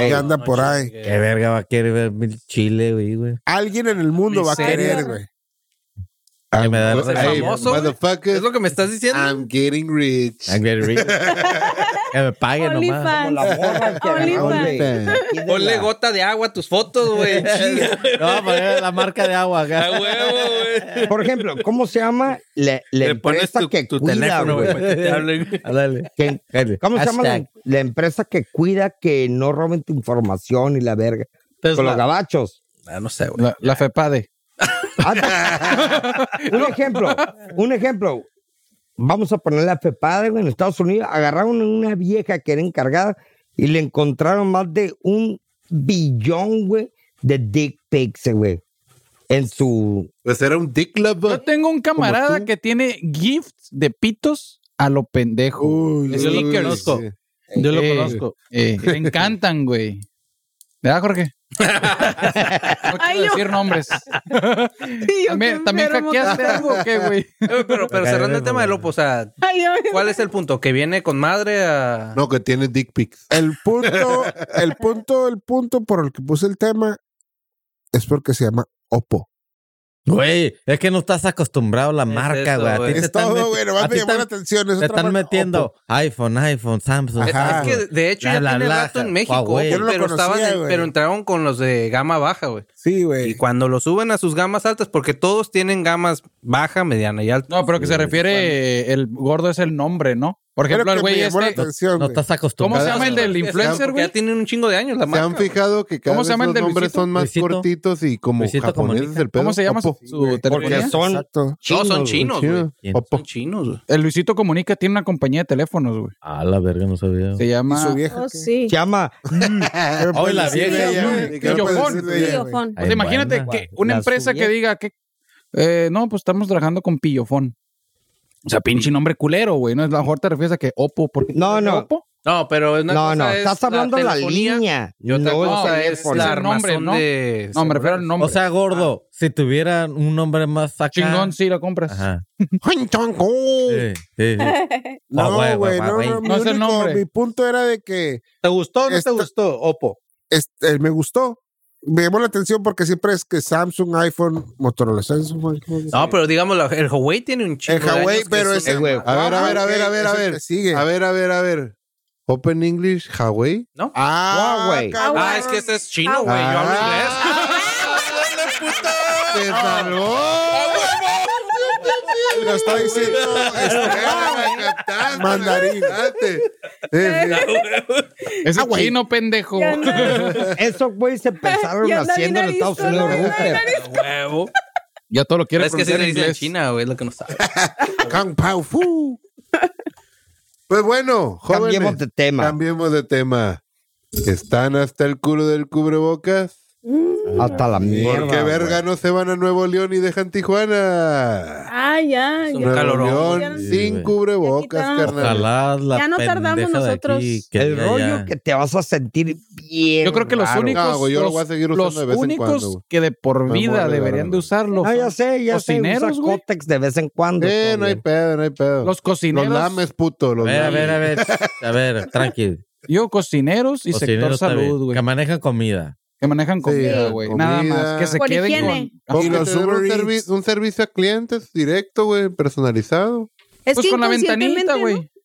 S2: Ey,
S7: ya anda por ahí.
S3: Qué verga va a querer ver mil chile, güey, güey.
S7: Alguien en el mundo va a
S8: Miseria.
S7: querer, güey.
S3: Que me da
S5: no?
S8: el
S5: Hey,
S8: famoso, güey.
S5: motherfucker,
S8: Es lo que me estás diciendo.
S3: Ah,
S5: I'm getting rich.
S3: I'm getting rich. que me paguen nomás.
S2: Como
S4: OnlyFans.
S2: la morra que agarró
S4: OnlyFans.
S2: de- aquí de
S8: Ponle
S2: la-
S8: gota de agua a tus fotos,
S3: <laughs>
S8: güey. Chinga.
S3: No, poner la marca de agua
S8: A
S3: acá.
S8: huevo, güey.
S2: Por ejemplo, ¿cómo se llama la, la
S8: Le pones
S2: empresa
S8: tu,
S2: que
S8: tu
S2: cuida,
S8: teléfono, güey,
S2: güey?
S8: para que te hablen. güey.
S3: Ándale.
S2: Que-
S3: Ándale.
S2: ¿Cómo se llama la,
S3: Ah, Hashtag.
S2: la empresa que cuida que no roben tu información y la verga? Con los gabachos.
S8: Ah, no sé, güey.
S9: La, la FEPADE.
S2: Anda. un ejemplo, un ejemplo. Vamos a ponerle a FEPADE, güey, en Estados Unidos. Agarraron a una vieja que era encargada y le encontraron más de un billón, güey, de dick pics, güey. En su...
S5: Pues era un dick
S9: Yo
S5: lover.
S9: tengo un camarada que tiene gifts de pitos a lo pendejo.
S5: Uy,
S9: Yo lo
S5: uy,
S9: conozco.
S5: sí.
S6: Yo lo
S9: Eh,
S6: conozco.
S9: Eh, te encantan, güey. ¿Verdad, Jorge? <laughs> No
S4: Ay,
S9: quiero
S4: yo- <laughs>
S9: decir nombres. También, también hackeaste algo, o ¿qué, güey?
S8: Eh, Pero, pero cerrando el tema de Lopo, o sea, ¿cuál es el punto? ¿Que viene con madre a.?
S5: No, que tiene dick pics.
S7: El punto, el punto, el punto por el que puse el tema es porque se llama Oppo.
S3: Güey, es que no estás acostumbrado a la marca,
S8: eso,
S3: güey. A ti
S8: güey.
S3: te
S7: Es
S3: están meti-
S7: todo, güey.
S3: a
S7: Nomás
S3: ti
S7: me llamó
S3: están-
S7: la atención. Es
S3: Te
S7: otra
S3: están
S7: marca,
S3: metiendo
S7: Oppo.
S3: iPhone, iPhone, Samsung.
S8: Es-
S7: Ajá,
S8: es que
S7: güey.
S8: de hecho
S3: La-
S8: ya
S3: la-
S8: tiene
S3: la-
S8: rato en México,
S3: Huawei. Yo
S7: no lo
S8: pero, estaban
S7: conocía,
S8: en-
S7: güey.
S8: pero entraron con los de gama baja, güey.
S7: Sí,
S8: Y
S7: güey.
S8: cuando lo suben a sus gamas altas, porque todos tienen gamas baja, mediana y alta.
S9: <laughs> No, pero que se refiere, el gordo es el nombre, ¿no? Por
S7: Creo
S9: ejemplo, el
S7: que me
S9: güey
S7: llamó la
S9: este.
S7: atención,
S3: no
S7: güey.
S3: estás
S9: ¿Cómo
S3: acostumbrado.
S9: se llama el del influencer,
S8: Porque
S9: güey?
S8: ya tienen un chingo de años la
S5: ¿Se han
S8: marca. güey.
S5: fijado que cada
S9: ¿Cómo se llama
S5: vez
S9: el de
S5: los nombres
S9: Luisito?
S5: son más
S3: Luisito.
S5: cortitos y como
S3: Luisito
S5: japoneses
S3: comunica.
S5: el pedo?
S9: ¿Cómo se llama su,
S5: Oppo.
S9: su
S2: Porque
S9: telefonía?
S2: son
S7: Exacto.
S8: No, son
S2: chinos,
S8: chinos, güey.
S3: ¿Quién?
S5: Oppo.
S8: Son chinos, güey.
S9: El Luisito Comunica tiene una compañía de teléfonos, güey.
S3: Ah, la verga, no sabía.
S9: Se
S7: Y
S9: llama.
S7: su vieja.
S4: Oh,
S7: ¿qué?
S4: sí.
S2: Se llama...
S7: ¿Qué me
S3: Hoy
S7: puedes
S3: la
S7: decir de
S3: vieja,
S7: ella,
S9: güey.
S7: güey? ¿Qué me
S9: Chillofón.
S7: puedes decir de ella, güey?
S4: Videofón.
S9: O sea, imagínate
S3: Ay,
S9: que
S3: bueno.
S9: una
S3: La
S9: empresa
S3: suya.
S9: que diga que eh, no, pues estamos trabajando con Pillofón. O sea, pinche nombre culero, güey. No es la mejor te refieres a que Oppo, porque
S2: No, no.
S9: Oppo.
S8: No, pero una
S2: No,
S8: cosa
S2: no,
S8: es
S2: estás hablando de la
S8: telefonía
S2: línea.
S8: Y otra
S2: no el
S8: cosa es
S2: teléfono.
S8: la
S9: El nombre,
S8: armazón
S9: ¿no?
S8: de...
S9: No, me refiero al nombre.
S3: O sea, gordo, si tuviera un nombre más acá.
S9: chingón sí la compras.
S3: Ajá.
S7: Hong Kong, oh.
S3: Sí, Ah, sí, sí. Huawei,
S7: No, güey, no,
S3: Huawei.
S7: no, mi
S9: No es el
S7: único-
S9: nombre.
S7: mi punto era de que
S6: ¿Te gustó o no
S7: esta-
S6: te gustó, Oppo?
S7: este, me gustó. Me llamó la atención porque siempre es que Samsung, iPhone, Motorola, Samsung, iPhone.
S8: No, pero digamos, la- el Huawei tiene un chingo
S7: El Huawei, pero
S8: es...
S7: ese-
S2: Eh, güey,
S5: A ver, a ver, a ver, a ver, a
S7: Es el
S5: ver.
S7: Ah, que sigue.
S5: A ver, a ver, a ver. Open English, Hawaii.
S7: Ah,
S2: Huawei.
S7: cabrón.
S8: Ah, es que ese es chino, güey.
S5: Ah,
S8: Yo hablo inglés.
S5: <laughs> ¡Te salvó!
S7: Lo está diciendo este, mandarín. Eh,
S9: Ese
S7: Ah,
S9: es chino pendejo.
S8: <laughs>
S2: Esos güey se empezaron
S4: Ya anda
S2: haciendo en
S4: bien
S2: Estados
S4: arisco,
S2: Unidos.
S4: ¿no?
S2: güey.
S8: Huevo.
S9: <laughs> Ya todo lo quiere
S8: Es que se
S9: pronunciar
S8: le
S9: en
S8: dice en
S9: inglés.
S8: China, güey, es lo que no sabe.
S7: Kang Pao Fu. Pues bueno, jóvenes.
S2: Cambiemos de tema.
S7: Cambiemos de tema. ¿Están hasta el culo del cubrebocas?
S2: Hasta la mierda.
S7: ¿Por qué verga no se van a Nuevo León y dejan Tijuana?
S4: Ah, ya.
S8: Es un
S4: ya.
S7: Nuevo
S8: calorón,
S7: León
S4: güey.
S7: sin
S3: Sí,
S7: cubrebocas,
S4: Ya quitaron.
S7: carnal.
S3: Ojalá la
S4: Ya no tardamos
S3: pendeja de
S4: nosotros.
S3: aquí que
S2: El
S3: diga
S2: rollo
S3: ya.
S2: que te vas a sentir bien.
S9: Yo creo que los
S2: raro.
S9: únicos,
S7: No, güey, yo lo
S9: los,
S7: voy a seguir usando
S9: los
S7: de vez en
S9: únicos
S7: cuando, güey.
S9: que de por
S7: Me voy a
S9: vida
S7: regalar,
S9: deberían de
S7: güey.
S9: usarlo
S2: Ah, ya sé, ya sé. Usa
S9: Cocineros, güey.
S2: Cotex de vez en cuando.
S7: Eh,
S2: todo
S7: no hay
S2: bien.
S7: pedo, no hay pedo.
S9: los
S7: Los
S9: cocineros,
S7: lames, puto.
S3: A
S7: Los
S3: ver, a
S7: lames.
S3: ver, a ver, a ver, tranquilo.
S9: yo cocineros y sector salud, güey,
S3: Que manejan comida.
S9: que manejan comida,
S7: Sí,
S9: güey,
S7: comida.
S9: nada más, que se
S4: Por
S9: queden
S4: higiene.
S9: con,
S7: Póngale
S14: los
S7: tener un,
S14: Uber
S7: servi-
S14: Eats.
S7: un servicio a clientes directo, güey, personalizado.
S4: Es
S9: pues
S4: que
S9: con la ventanita,
S4: inconscientemente,
S9: güey.
S4: ¿no?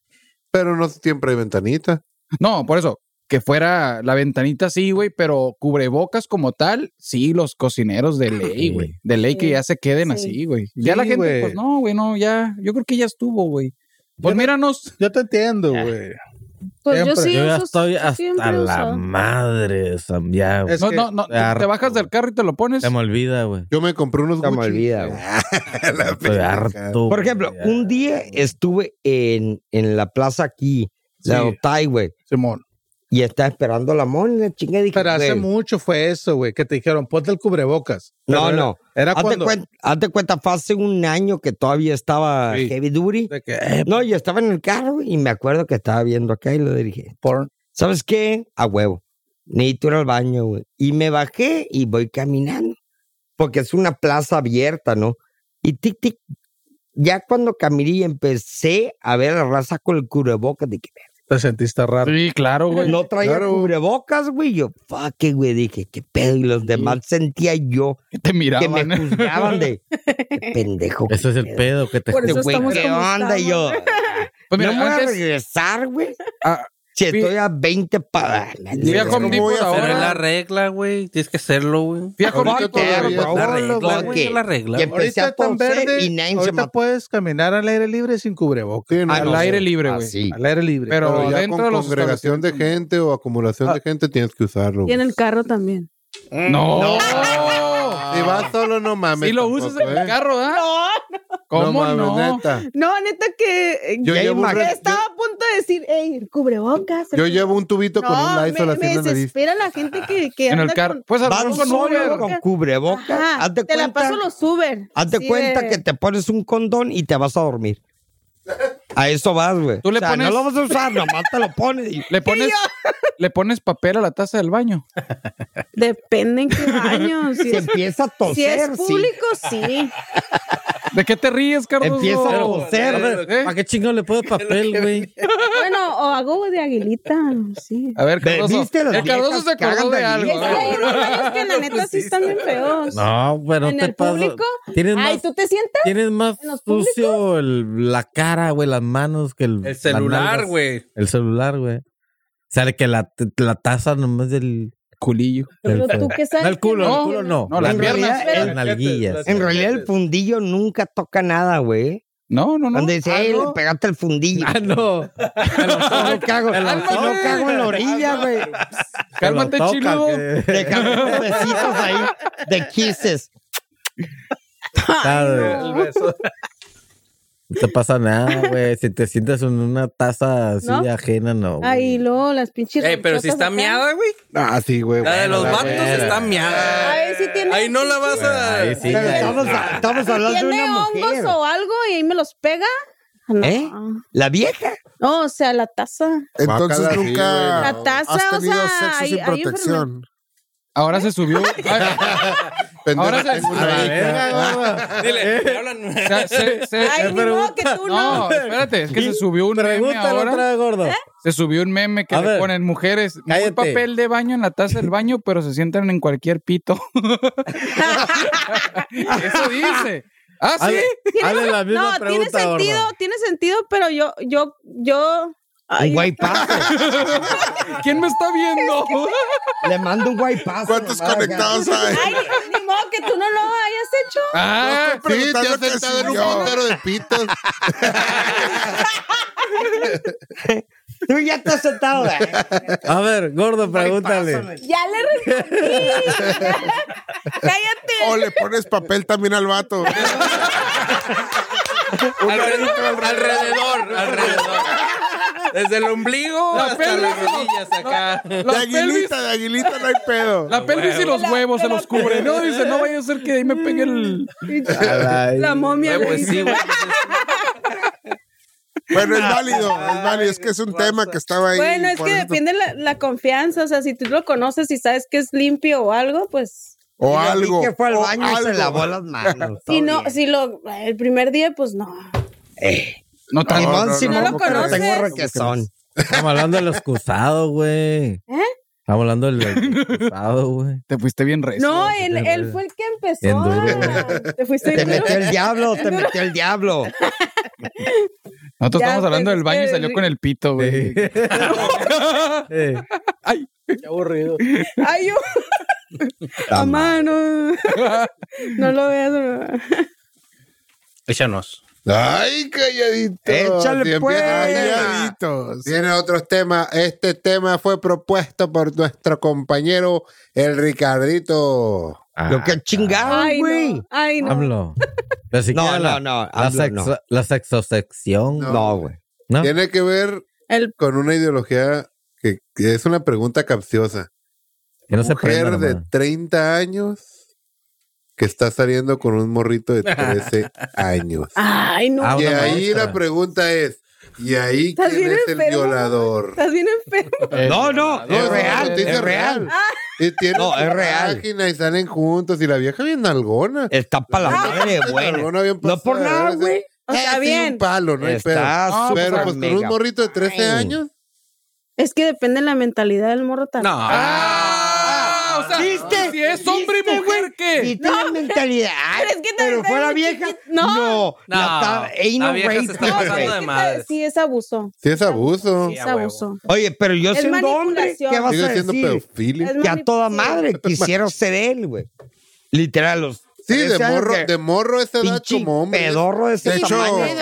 S7: Pero no siempre hay ventanita.
S9: No, por eso. Que fuera la ventanita, sí, güey, pero cubrebocas como tal, sí, los cocineros de ley,
S3: Sí.
S9: güey. De ley que
S4: Sí,
S9: ya se queden
S4: sí.
S9: así, güey. Ya la
S5: Sí,
S9: gente,
S5: güey.
S9: pues no, güey, no, ya. Yo creo que ya estuvo, güey. Pues míranos.
S5: Yo te entiendo, güey.
S4: Pues yo
S5: Siempre.
S4: sí,
S3: Yo ya
S4: eso
S3: estoy
S4: siempre
S3: hasta
S4: he
S3: la
S4: usado.
S3: madre, Sam, ya, güey.
S5: Es
S9: No,
S5: que-
S9: no, no. Te,
S3: harto,
S9: te bajas del
S3: güey.
S9: carro y te lo pones.
S3: Se me olvida, güey.
S7: Yo me compré unos
S2: Se me
S7: Gucci.
S2: olvida,
S7: <laughs>
S2: güey.
S7: La
S3: Estoy
S7: pendeja.
S3: harto.
S2: Por ejemplo,
S3: güey, Ah, ya.
S2: un día estuve en, en la plaza aquí, la
S5: Sí.
S2: Otay, güey,
S5: Simón.
S2: y estaba esperando la mona, la chinga, y dije,
S5: Pero hace
S2: güey,
S5: mucho fue eso, güey, que te dijeron, ponte el cubrebocas. Pero
S2: No,
S5: era-
S2: no.
S5: Era
S2: Hazte
S5: cuando...
S2: cuenta, hazte cuenta, fue hace un año que todavía estaba
S5: Sí.
S2: Heavy Duty.
S5: de que, eh,
S2: No, yo estaba en el carro güey, y me acuerdo que estaba viendo acá y lo dirigí.
S5: porn.
S2: ¿Sabes qué? A huevo. Necesito ir al baño, güey. Y me bajé y voy caminando. Porque es una plaza abierta, ¿no? Y tic, tic. Ya cuando caminé y empecé a ver a la raza con el cubrebocas, dije,
S5: Te sentiste raro.
S9: Sí, Pues,
S2: <laughs>
S9: claro, güey.
S2: no traía
S7: claro.
S2: cubrebocas, güey. Yo, fuck, it, güey. Dije, qué pedo. Y los demás sentía yo
S9: Que te
S2: que
S9: miraban.
S2: me
S9: ¿eh?
S2: juzgaban de qué pendejo.
S3: Ese es el
S2: qué
S3: pedo que te
S4: Por
S2: Este
S4: eso
S2: güey,
S4: estamos
S2: ¿qué
S4: como
S2: onda? Y yo,
S9: Pues mira,
S2: no me voy a
S9: antes,
S2: regresar, güey.
S9: ah,
S2: Si
S9: Fí-
S2: estoy a 20 para.
S9: fui a Home
S7: ¿Cómo voy
S9: Depot
S7: a
S8: Pero es la
S9: ahora.
S8: regla, güey. Tienes que hacerlo, güey.
S9: Fui a Home
S7: Ahorita
S9: Depot,
S7: todavía
S9: güey.
S7: está
S8: La regla, güey.
S2: porque-
S8: es La regla.
S2: y
S8: güey.
S2: empecé a
S5: Ahorita tan
S2: toser
S5: verde,
S2: y nadie se
S5: ahorita
S2: mató.
S5: puedes caminar al aire libre sin cubrebocas.
S7: Sí, no,
S9: Al
S7: Ah, no,
S9: aire libre, güey.
S2: Así.
S5: Al aire libre.
S9: Pero-
S7: Pero ya
S9: dentro
S7: con
S9: de los
S7: congregación de gente o acumulación de gente tienes que usarlo.
S4: Y
S7: güey.
S4: en el carro también.
S9: No.
S7: Si vas solo, no mames.
S9: Si lo
S7: tampoco,
S9: usas en
S7: ¿eh?
S9: el carro, ¿ah? ¿Cómo
S7: mames,
S9: no?
S7: neta.
S4: No, neta que eh,
S7: Yo
S4: ya
S7: llevo un
S4: imagino-
S7: re-
S4: estaba a punto de decir, ey, el cubrebocas. el
S7: Yo
S4: cubre-
S7: llevo un tubito con
S4: No,
S7: un Lysol
S4: me,
S7: así en la
S4: me
S7: nariz.
S4: desespera la gente que, que
S9: En el
S4: anda
S9: carro.
S4: con-
S9: Pues a lo
S2: Van
S9: mejor con
S2: solo
S9: Uber.
S2: con cubrebocas.
S4: Ajá,
S2: Hazte
S4: te
S2: cuenta,
S4: la paso los Uber.
S2: hazte
S4: así
S2: cuenta
S4: de-
S2: que te pones un condón y te vas a dormir. A eso vas, güey.
S9: Tú
S2: O
S9: le
S2: sea,
S9: pones-
S2: No lo vas a usar, nomás te lo pones. y-
S9: Le pones, <laughs> le pones papel a la taza del baño.
S4: Depende en qué baño. <laughs> Si
S2: Si
S4: es,
S2: empieza a toser,
S4: si es
S2: sí.
S4: público, sí.
S9: ¿De qué te ríes, Carlos?
S2: Empieza a toser.
S9: ¿Eh?
S3: ¿Para qué chingo le
S9: <laughs>
S3: puedo papel, güey?
S4: Bueno, o hago de aguilita, sí.
S9: A ver, Cardoso.
S2: ¿Viste las
S9: El
S2: viejas
S9: Cardoso se
S2: cagan
S9: acordó
S2: de
S9: de algo.
S4: Es que hay
S9: ¿eh?
S4: unos baños que la neta sí están bien feos.
S3: No, pero
S4: ¿En
S3: te
S4: el
S3: paso.
S4: público?
S3: Tienes
S4: Ay,
S3: más,
S4: ¿tú te sientas?
S3: tienes más
S4: ¿En los públicos?
S3: sucio el- la cara, güey, las manos que el.
S8: El
S3: las
S8: celular,
S3: nalgas.
S8: güey.
S3: El celular, güey. O sea, de que la, la taza nomás del.
S9: Culillo.
S3: del-
S4: Pero tú qué sabes.
S3: No, el culo,
S4: que
S3: el culo no.
S9: No, las
S2: En
S9: piernas.
S2: realidad,
S3: Las nalguillas.
S2: En realidad, el fundillo nunca toca nada, güey.
S9: No, no, no.
S2: Donde dice,
S9: Ah,
S2: "Ey,
S9: no.
S2: le pegaste el fundillo.
S3: Ah,
S2: <laughs>
S3: no. <laughs>
S2: No cago, no cago en la
S3: Ah,
S2: orilla, güey.
S9: Cálmate,
S3: Lo toca,
S9: chilo.
S3: que-
S2: Dejamos unos besitos ahí de kisses.
S3: Está de- No te pasa nada, güey. Si te sientas en una taza así
S4: ¿No?
S3: ajena, no. güey.
S4: Ay, luego las pinches.
S8: Ey, Eh, pero si
S4: ranchotas
S8: está
S4: acá.
S8: miada, güey.
S7: Ah, sí, güey.
S8: La de
S7: bueno,
S8: los
S7: la
S8: vatos
S7: güey.
S8: está miada.
S4: Ay, sí tiene-
S8: Ahí no la vas a.
S3: Ahí sí,
S2: Pero
S3: ya-
S2: estamos, estamos hablando de
S4: ¿Tiene
S2: una
S4: hongos
S2: mujer.
S4: o algo y ahí me los pega? No.
S2: ¿Eh? La vieja.
S4: No, o sea, la taza.
S14: Entonces
S7: Guácala, sí,
S14: nunca
S7: güey,
S4: La taza,
S14: has
S4: o
S14: tenido
S4: sea,
S14: sexo
S4: hay-
S14: sin
S4: hay
S14: protección.
S9: Ahora se subió.
S7: Pendejo,
S9: Ahora se-
S7: tengo una
S9: a la
S7: hija.
S3: Ah,
S8: Dile, te hablan.
S9: Se- se- se-
S4: Ay, ni modo que tú no.
S9: no, espérate, es que se subió un meme
S3: Pregúntalo
S9: ahora.
S3: otra vez, gordo.
S9: Se subió un meme que
S3: A
S9: le
S3: ver,
S9: ponen mujeres,
S3: cállate.
S9: un papel de baño en la taza del baño, pero se sientan en cualquier pito. Eso dice. Ah, sí.
S3: Hazle, hazle la misma
S4: No, <laughs> tiene
S3: pregunta,
S4: sentido,
S3: gordo.
S4: tiene sentido, pero yo, yo, yo. <laughs>
S2: Un guay paso.
S9: ¿Quién me está viendo?
S2: Le mando un guay paso.
S14: ¿Cuántos
S2: nomás,
S14: conectados
S2: acá.
S14: hay?
S4: Ay, ni modo que tú no lo hayas hecho.
S9: <laughs> Ah,
S7: Sí, te
S14: Preguntando
S7: has
S14: que si
S7: sentado <laughs> en un
S14: yo-
S7: puntero de pitos.
S2: Tú ya estás sentado. güey.
S3: A ver, gordo, pregúntale.
S2: Pásame.
S4: Ya le respondí. <laughs> Cállate.
S7: O le pones papel también al
S9: <laughs>
S7: vato.
S8: Alrededor, alrededor, alrededor. Desde el ombligo
S9: La
S8: hasta
S9: pelvis,
S8: las rodillas acá.
S7: De
S9: La pelvis,
S7: aguilita, de aguilita no hay pedo.
S9: la pelvis y los huevos se los cubre, ¿no? Dice, no vaya a ser que de ahí me pegue el...
S4: La momia. le
S8: Güey, pues
S4: dice.
S8: sí, güey.
S7: Bueno,
S3: <laughs>
S7: es válido, es válido. Es que es un tema que estaba ahí.
S4: Bueno, es
S7: por
S4: que
S7: eso-
S4: depende la, la confianza. O sea, si tú lo conoces y sabes que es limpio o algo, pues.
S2: Y
S7: O
S2: yo vi
S7: algo.
S2: Que fue al
S7: o
S2: baño y se
S7: algo.
S2: lavó las
S7: <laughs>
S2: manos.
S4: Si no,
S2: Está bien.
S4: si lo. El primer día, pues no.
S2: Eh,
S9: No tan...
S7: No,
S2: Simón,
S7: no,
S2: si
S4: no,
S2: no,
S4: no,
S2: pero
S4: no,
S2: tengo
S4: no,
S2: requesón.
S3: Estamos hablando del excusado, güey.
S4: ¿Eh?
S3: Estamos hablando del
S4: <laughs>
S3: excusado, güey.
S9: Te fuiste bien recio.
S4: No, él, él fue el que
S3: Bien
S4: empezó.
S3: duro,
S4: Te fuiste
S2: <laughs> Te
S4: bien duro.
S2: metió el
S4: <laughs>
S2: diablo, te metió el diablo.
S9: Nosotros
S4: Ya,
S9: estamos hablando
S4: pues,
S9: del baño y
S4: es que-
S9: salió con el pito, güey.
S3: Eh,
S6: Qué aburrido.
S4: Ay, yo. Mamá, no. No lo veas. no.
S8: Échanos.
S7: Ay, calladito.
S2: Échale,
S7: Así empiezan
S2: pues.
S7: Calladitos. Viene otros temas. Este tema fue propuesto por nuestro compañero, el Ricardito.
S2: Lo que chingado,
S4: Ay,
S2: Ah, güey.
S4: no. Ay, no.
S3: hablo. Ni siquiera
S2: No,
S3: la-
S2: no, no,
S3: La,
S2: AMLO
S3: sexo- la sexosección.
S7: No.
S2: No, güey.
S3: ¿no?
S7: Tiene que ver
S4: El-
S7: con una ideología que, que es una pregunta capciosa.
S3: Que no se prenda,
S7: Mujer de
S3: nomás.
S7: 30 años que está saliendo con un
S3: <laughs>
S7: morrito de 13 años.
S4: Ay, no.
S3: Ah,
S7: Y
S3: una
S7: ahí
S3: maestra.
S7: la pregunta es, ¿y ahí
S4: Estás
S7: quién
S4: bien
S7: es el
S4: enfermo,
S7: violador?
S4: Estás bien enfermo.
S2: No, no,
S7: No,
S2: es
S7: una
S2: real,
S7: noticia
S2: es real.
S4: Ah.
S7: Y tienen
S2: No,
S7: su
S2: es real.
S7: página y salen juntos y la vieja bien nalgona.
S2: Está para la
S4: Ah.
S2: madre, güey.
S7: Nalgona bien
S2: No
S7: pasada,
S2: por nada,
S7: ¿verdad?
S2: güey.
S4: O sea,
S7: Eh, sí,
S4: bien.
S7: un palo, no hay pedo.
S2: Está
S9: Ah,
S7: Pero
S2: súper
S7: pues con un
S2: mega.
S7: morrito de 13
S2: Ay.
S7: años.
S4: Es que depende de la mentalidad del morro también.
S8: No.
S9: Ah, o sea,
S2: ¿Viste?
S9: si es hombre y
S2: ¿Viste,
S9: mujer,
S2: Y
S9: ¿qué?
S2: tiene mentalidad.
S4: <laughs> Pero es que
S2: Pero
S4: también
S2: fuera
S4: está bien
S2: vieja.
S4: chiquita.
S2: No.
S4: No.
S2: No, la está- ain't
S8: la
S2: no
S8: vieja se
S2: rape,
S8: está
S2: güey.
S8: pasando de madres.
S4: Sí, es abuso.
S7: Sí, es abuso.
S8: Sí,
S4: Es
S8: a huevo.
S4: abuso.
S2: Oye, pero yo
S4: Es
S2: soy un hombre.
S4: manipulación.
S2: ¿Qué vas
S7: Sigue
S2: a
S7: siendo
S2: decir?
S7: pedofilia.
S4: Es
S2: Que a toda
S4: manipulación.
S2: madre quisiera ser él, güey. Literal, los.
S7: Sí, de
S2: 13 años
S7: morro,
S2: que-
S7: de morro a esa edad
S2: pinche
S7: como hombre.
S2: pedorro de ese
S7: De hecho-
S2: tamaño.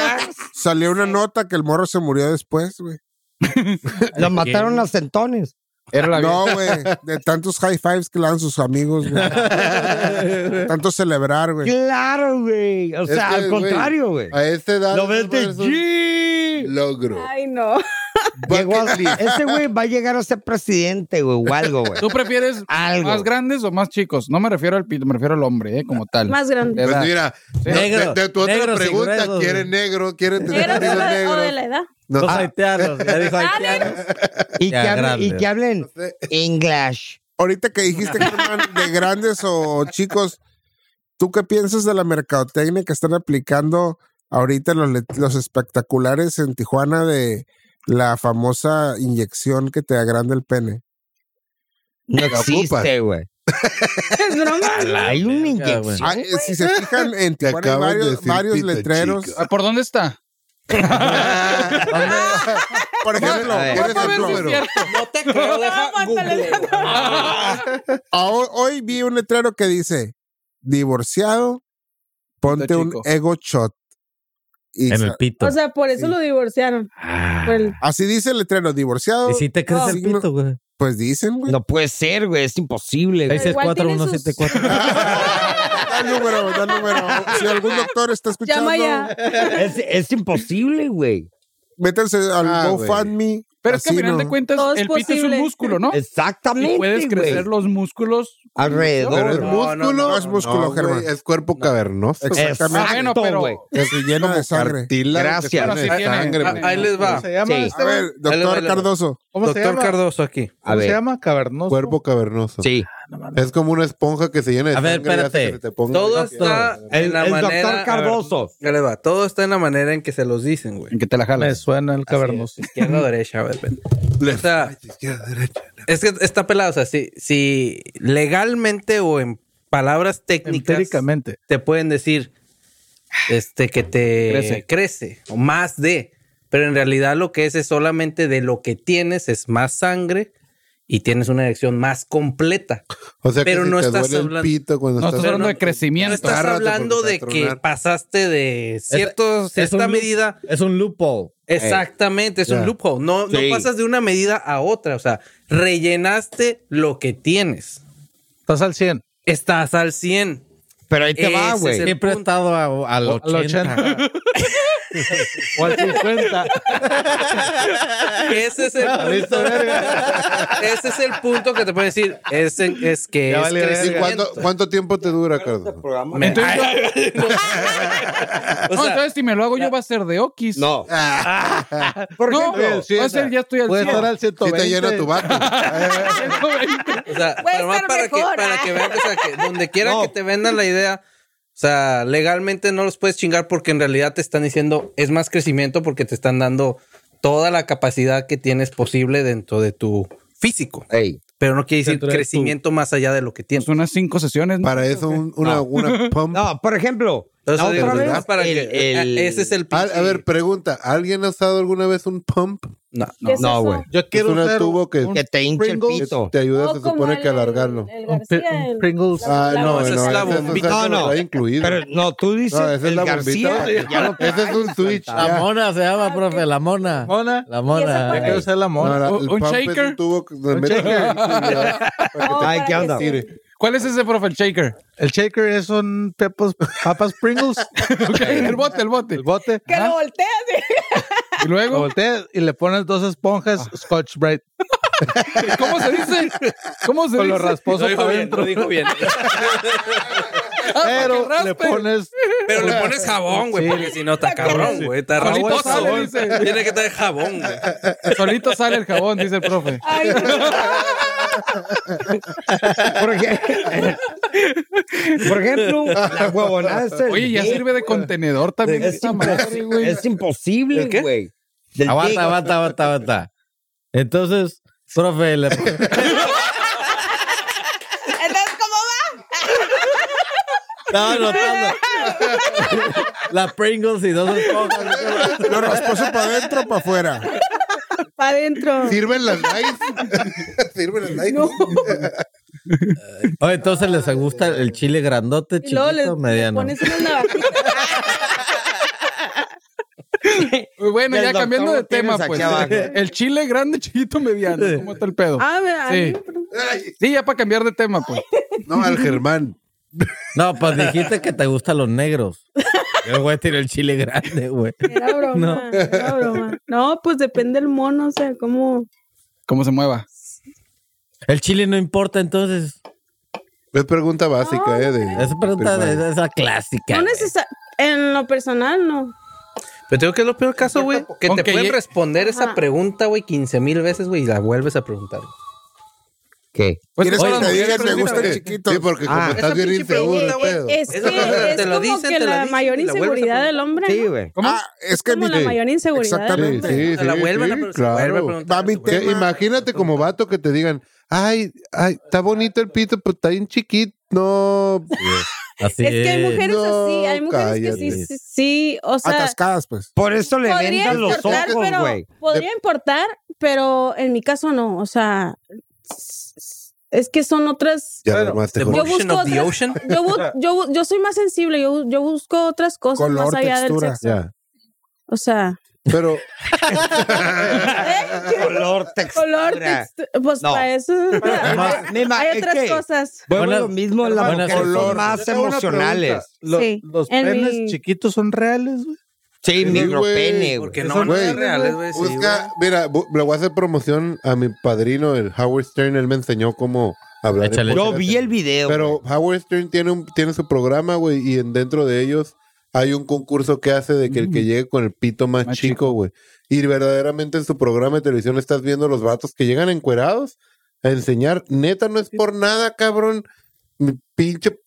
S7: Salió una nota que el morro se murió después, güey.
S2: <laughs> Lo mataron a centones.
S9: Era la
S7: No, güey. De tantos high fives que le dan sus amigos, güey.
S2: <laughs>
S7: Tanto celebrar,
S9: Pues.
S7: güey.
S2: Claro, güey. O
S7: Es
S2: sea,
S7: que,
S2: al
S7: güey,
S2: contrario, güey.
S7: A esa edad.
S2: Lo ves de
S7: es un
S2: G.
S7: Logro.
S4: Ay, no.
S2: Llegó a- <laughs> Ese güey va a llegar a ser presidente, güey, o algo, güey.
S9: ¿Tú prefieres
S2: Algo.
S9: más grandes o más chicos? No me refiero al pito, me refiero al hombre, ¿eh? Como tal.
S4: Más grande.
S9: De
S7: Pues
S9: edad.
S7: mira, no,
S3: Negro,
S7: de, de tu otra
S3: negro sin
S7: pregunta,
S3: gruesos,
S7: ¿quiere
S3: güey.
S7: negro? ¿Quiere tener
S4: Negro o de, o
S7: amigos
S4: de
S7: negros?
S4: la edad. <laughs>
S7: No,
S3: Los
S7: ah,
S3: haitianos, ya dijo
S4: Ah,
S3: haitianos.
S2: Y que,
S3: Ya,
S2: hablen, y
S3: grande.
S2: que hablen
S7: no sé.
S2: English.
S7: Ahorita que dijiste que eran de grandes o chicos, ¿tú qué piensas de la mercadotecnia que están aplicando ahorita los, le- los espectaculares en Tijuana de la famosa inyección que te agranda el pene?
S2: No
S7: Preocupas.
S2: existe, güey.
S4: Es
S2: <laughs>
S4: broma.
S2: Hay una
S3: verga, güey.
S2: inyección.
S7: Ah, eh, si se fijan, en Tijuana hay
S5: acabas de
S7: varios,
S5: decir
S7: varios
S5: pito,
S7: letreros.
S9: Ah, ¿Por dónde está?
S7: Por ejemplo,
S2: A ver,
S7: por
S9: Vamos a ver si
S7: ejemplo,
S9: es
S7: pero-
S9: cierto.
S8: No te creo, deja
S4: Vamos,
S8: Google.
S7: Ah, ho- hoy vi un letrero que dice: divorciado, ponte un
S9: chico.
S7: ego shot. Y
S3: En
S7: sa-
S3: el pito.
S4: O sea, por eso
S7: Sí.
S4: lo divorciaron.
S3: Ah.
S4: Por el-
S7: así dice el letrero: divorciado,
S3: ¿Y si te crees
S7: No.
S3: el pito, güey?
S7: pues dicen, güey.
S2: No puede ser, güey. Es imposible,
S3: Ahí
S2: güey.
S4: Ese-
S3: es
S4: igual tiene <laughs>
S3: 4174.
S7: <laughs> da el número, da el número. Si algún doctor está escuchando,
S4: Llama ya.
S2: Es, es imposible, güey.
S7: métanse al
S5: Ah, güey.
S7: GoFundMe.
S9: Pero es que al
S7: así,
S9: final
S7: ¿no?
S9: de cuentas,
S4: Todo es
S9: el pito es un
S4: posible.
S9: músculo, ¿no?
S2: Exactamente,
S9: Y puedes crecer
S2: güey.
S9: los músculos.
S7: Pero es
S2: Alrededor. güey.
S7: músculo, no, es músculo,
S5: No, güey,
S7: Germán.
S5: es cuerpo cavernoso. güey.
S9: Ah, bueno,
S2: Exacto,
S9: pero-
S2: güey.
S7: Que se llena de sangre.
S5: Cartílagos que
S2: Gracias.
S9: Bueno, sí
S5: tienen
S9: tiene.
S5: sangre,
S9: Ah,
S5: güey.
S9: ah,
S8: Ahí les va.
S6: ¿Cómo se llama?
S2: Sí.
S6: este,
S7: A ver,
S8: Dale,
S7: doctor
S8: dale.
S7: Cardoso,
S6: ¿Cómo se
S8: Doctor
S6: llama?
S8: Cardoso aquí.
S2: A
S6: ¿Cómo se
S2: ver,
S6: llama? Cavernoso.
S7: cuerpo cavernoso.
S2: sí.
S7: Es como una esponja que se llena de
S3: A ver,
S7: sangre. y hace
S3: espérate.
S7: que se te ponga-
S8: Todo está en
S2: El,
S8: la
S2: el
S8: manera.
S2: doctor Cardoso.
S8: Ya les va. Todo está en la manera en que se los dicen, güey.
S9: En que te la
S6: Me
S9: jalas.
S6: suena el cavernoso.
S8: Izquierda, derecha, a ver, ven. O sea, es que está pelado. O sea, si, si legalmente o en palabras técnicas
S6: Empíricamente.
S8: te pueden decir este que te
S9: Crece.
S8: crece. o más de, pero en realidad lo que es es solamente de lo que tienes es más sangre y tienes una erección más completa.
S7: O sea,
S8: Pero
S7: que si
S8: no
S7: te
S8: estás
S7: duele
S8: hablando-
S7: el pito cuando
S9: No, estás
S7: estás
S9: hablando
S8: no-
S9: de crecimiento.
S8: No estás
S7: Agárrate
S8: hablando
S7: porque
S8: de
S7: te va a
S8: que
S7: tronar.
S8: pasaste de cierto,
S3: es
S8: cierta
S3: un loop.
S8: medida.
S3: Es un loophole.
S8: Exactamente, es
S7: Ya.
S8: un loophole. No,
S2: Sí.
S8: no pasas de una medida a otra. O sea, rellenaste lo que tienes.
S5: Estás al 100.
S8: Estás al 100.
S2: Pero ahí te va,
S8: Ese es
S2: güey.
S8: el
S3: Siempre he
S8: punto.
S3: estado a- al
S5: Al
S3: 80.
S2: <laughs>
S5: 80. o al 50.
S8: Ese es el
S2: <laughs> Ah,
S8: punto. <laughs> Ese es el punto que te pueden decir. Es, es que
S5: Ya
S8: es
S5: vale, verga.
S7: ¿Y cuánto,
S8: crecimiento.
S7: cuánto tiempo te dura, Cardo?
S8: Me- O
S9: Ah, No,
S8: sea,
S9: entonces si me lo hago yo va a ser de Oquis.
S2: No.
S9: ¿Por
S5: no?
S9: no, va a
S5: Sí,
S9: ser-
S5: o sea,
S9: ya estoy al
S5: Puede
S9: 100.
S5: estar al
S7: Si te
S5: 120.
S7: llena tu vato.
S8: O sea,
S4: Puede
S8: pero más
S4: estar
S8: para,
S4: mejor,
S8: que, para
S4: ah.
S8: que vean que, o sea, que donde quiera que te vendan la idea, o sea, legalmente no los puedes chingar porque en realidad te están diciendo es más crecimiento porque te están dando toda la capacidad que tienes posible dentro de tu físico.
S2: Ey.
S8: Pero no quiere decir
S3: Dentro de tu-
S8: crecimiento más allá de lo que tienes.
S9: Son Pues unas cinco sesiones. ¿no?
S7: Para eso, un- una, una pump.
S2: No, por ejemplo,
S8: Entonces,
S2: la otra
S8: digo,
S2: vez,
S8: nomás para
S2: el-
S8: que- eh, e,
S2: el-
S8: ese es el
S7: A,
S8: pinche-
S7: a ver, pregunta. ¿Alguien ha usado alguna vez un pump?
S8: No,
S4: ¿Qué es
S2: no,
S4: eso?
S2: güey.
S5: Yo quiero
S7: es un
S5: usar
S7: tubo que,
S2: que te hinche el
S5: Pringles.
S2: pito.
S7: te ayuda,
S4: Oh,
S7: se
S4: como
S7: supone
S4: el-
S7: que alargarlo.
S4: el
S5: un Pri-
S4: García,
S5: un
S4: el-
S5: Pringles.
S7: Ah, no,
S8: ese
S7: no,
S8: es la
S7: ese-
S8: bombita.
S7: ese
S2: No, no.
S7: lo trae incluido.
S2: Pero no, tú dices
S7: No, esa es
S2: el
S7: la
S2: García.
S7: bombita.
S2: ya lo-
S7: Ese es un switch.
S3: La
S7: ya.
S3: mona se llama, profe, la mona.
S5: Mona.
S3: La
S4: Ah,
S5: Yo
S4: ¿Y
S3: mona.
S4: esa
S5: quiero
S3: Ey.
S5: usar la
S7: No,
S5: mona.
S7: la- el
S9: ¿Un
S7: pump es
S9: shaker?
S7: un tubo que donde
S5: Un
S7: metes
S5: shaker.
S7: el culo, ya, para que
S2: Ay,
S4: para
S2: ¿qué
S4: que
S2: onda?
S4: sí.
S7: tire.
S9: ¿Cuál es ese, profe, el shaker?
S5: El shaker es un pepos, papas <laughs> Pringles.
S9: Ok, el bote, el bote.
S5: El bote.
S4: Que lo volteas.
S9: Y
S5: Lo
S9: luego,
S5: volteas y Ah. le pones dos esponjas Scotch <laughs> Brite.
S9: ¿cómo se dice? ¿Cómo se
S5: Con lo
S9: dice?
S5: rasposo
S8: lo dijo
S5: para
S8: bien,
S5: adentro.
S8: lo dijo bien.
S5: Pero
S9: para que
S5: le
S9: raspe.
S5: pones
S8: <laughs> Pero le pones jabón, güey,
S5: Sí.
S8: porque si no está cabrón, güey. Está
S9: Solito
S8: raboso.
S9: sale,
S8: güey.
S9: dice.
S8: Tiene que tener jabón, güey.
S9: Solito sale el jabón, dice el profe.
S4: Ay,
S2: Por ej- por ejemplo, la huevonada es el
S9: Oye, ya
S2: dick,
S9: sirve de
S2: güey.
S9: contenedor también.
S2: Es,
S9: esta
S2: impos-
S9: madre, güey.
S2: es imposible, güey. Del dick.
S3: Aguanta, aguanta, aguanta, aguanta. Entonces, profe, le-
S4: <laughs>
S2: <laughs>
S4: Entonces, ¿cómo va?
S3: estaba anotando. La Pringles y dos esponjas.
S15: Lo rasposo para adentro o para afuera.
S4: Para adentro.
S7: Sirven las likes. <laughs> Sirven las likes.
S3: Oye, entonces les gusta el chile grandote,
S4: y luego
S3: chiquito,
S4: le, le
S3: mediano.
S4: pones unas navajitas.
S9: Pues Bueno,
S2: Del
S9: ya
S2: doctor
S9: cambiando de
S2: lo tienes
S9: tema,
S2: aquí
S9: pues.
S2: abajo.
S9: <laughs> El chile grande, chiquito, mediano. ¿Cómo está el pedo?
S4: Ah, me- a mí
S9: Sí. Sí, ya para cambiar de tema, pues.
S7: No, al Germán.
S3: No, pues dijiste que te gustan los negros. Yo voy a tirar el chile grande, güey.
S4: Era broma,
S3: No.
S4: era broma. No, pues depende del mono, o sea, cómo.
S9: ¿Cómo se mueva?
S3: El chile no importa, entonces.
S7: Es pregunta básica, ¿eh? de-
S3: Esa pregunta
S7: primaria.
S3: es la clásica.
S4: No necesa- En lo personal, no.
S8: Pero tengo que es lo peor caso, güey. Que
S9: Aunque
S8: te pueden
S9: ye-
S8: responder esa
S4: Ajá.
S8: pregunta, güey, 15 mil veces, güey, y la vuelves a preguntar.
S2: ¿Qué?
S9: Pues
S15: ¿Quieres
S9: eso
S15: que
S9: las
S15: te
S9: mujeres
S15: diga, me
S9: preguntan,
S15: gustan
S9: güey.
S15: chiquitos?
S7: Sí, porque como
S2: Ah.
S7: estás
S8: Esa
S7: bien
S8: pinche
S7: inseguro,
S8: pregunta, güey,
S7: pedo.
S4: Es que
S8: Es lo que-
S4: es
S8: te lo
S4: como
S8: dicen,
S4: que
S8: te la
S4: la
S8: dicen
S4: mayor
S8: y la vuelves a
S4: inseguridad del
S2: Sí,
S4: hombre.
S2: güey.
S9: ¿Cómo?
S15: Ah, es que
S4: Como
S15: mi-
S4: la mayor inseguridad.
S7: Sí,
S15: Exactamente.
S7: sí,
S8: O sea, la
S7: sí,
S8: vuelven a
S7: sí,
S8: preguntar, se la vuelven a
S7: claro.
S8: preguntar,
S15: Va mi
S8: se
S7: Que
S15: tema.
S7: imagínate como vato que te digan, ay, ay, está bonito el pito, pero está bien chiquito. No,
S3: Así
S4: Es que hay mujeres
S7: No,
S4: así, hay mujeres que sí,
S7: cállate.
S4: sí, sí, o sea,
S15: Atascadas, pues.
S2: Por eso le
S4: podría
S2: vendan los
S4: importar,
S2: ojos,
S4: pero
S2: güey.
S4: podría importar, pero en mi caso no, o sea, s- es que son otras
S7: ya nomás te
S8: The
S7: juro.
S4: yo
S8: motion
S4: busco
S8: of the
S4: otras-
S8: ocean.
S4: yo,
S2: <laughs>
S4: bu- yo, bu- yo soy más sensible, yo, bu- yo busco otras cosas
S15: Color,
S4: más allá
S15: textura.
S4: del sexo.
S7: Ya.
S4: O sea,
S2: <laughs>
S4: <laughs>
S8: <laughs>
S7: Pero
S4: ¿eh? <laughs>
S2: Color,
S4: color,
S2: textura.
S4: textu- pues
S2: No.
S4: para eso
S2: Además, me
S4: <laughs>
S2: ima-
S4: hay
S2: es
S4: otras
S2: que-
S4: cosas.
S2: Bueno,
S3: Buenas-
S2: lo mismo, las
S3: buenas
S2: mujeres
S3: color.
S2: son más
S5: Yo tengo una
S2: emocionales.
S5: pregunta. Lo-
S4: Sí,
S5: Los
S4: en
S5: penes
S4: mi-
S5: chiquitos son reales, güey.
S2: Sí, micropene, güey.
S8: Porque
S7: Eso
S8: no, no
S7: güey.
S8: es reales, güey. Pues sí,
S7: busca, mira, bu- le voy a hacer promoción a mi padrino, el Howard Stern. Él me enseñó cómo hablar. en
S3: Échale.
S2: Yo
S7: podcast.
S2: vi el video.
S7: Pero Howard Stern tiene, un, tiene su programa, güey, y en, dentro de ellos hay un concurso que hace de que
S3: Mm.
S7: el que llegue con el pito más,
S9: Más
S7: chico, güey. Y verdaderamente en su programa de televisión estás viendo los vatos que llegan encuerados a enseñar. Neta, no es por nada, cabrón. Mi pinche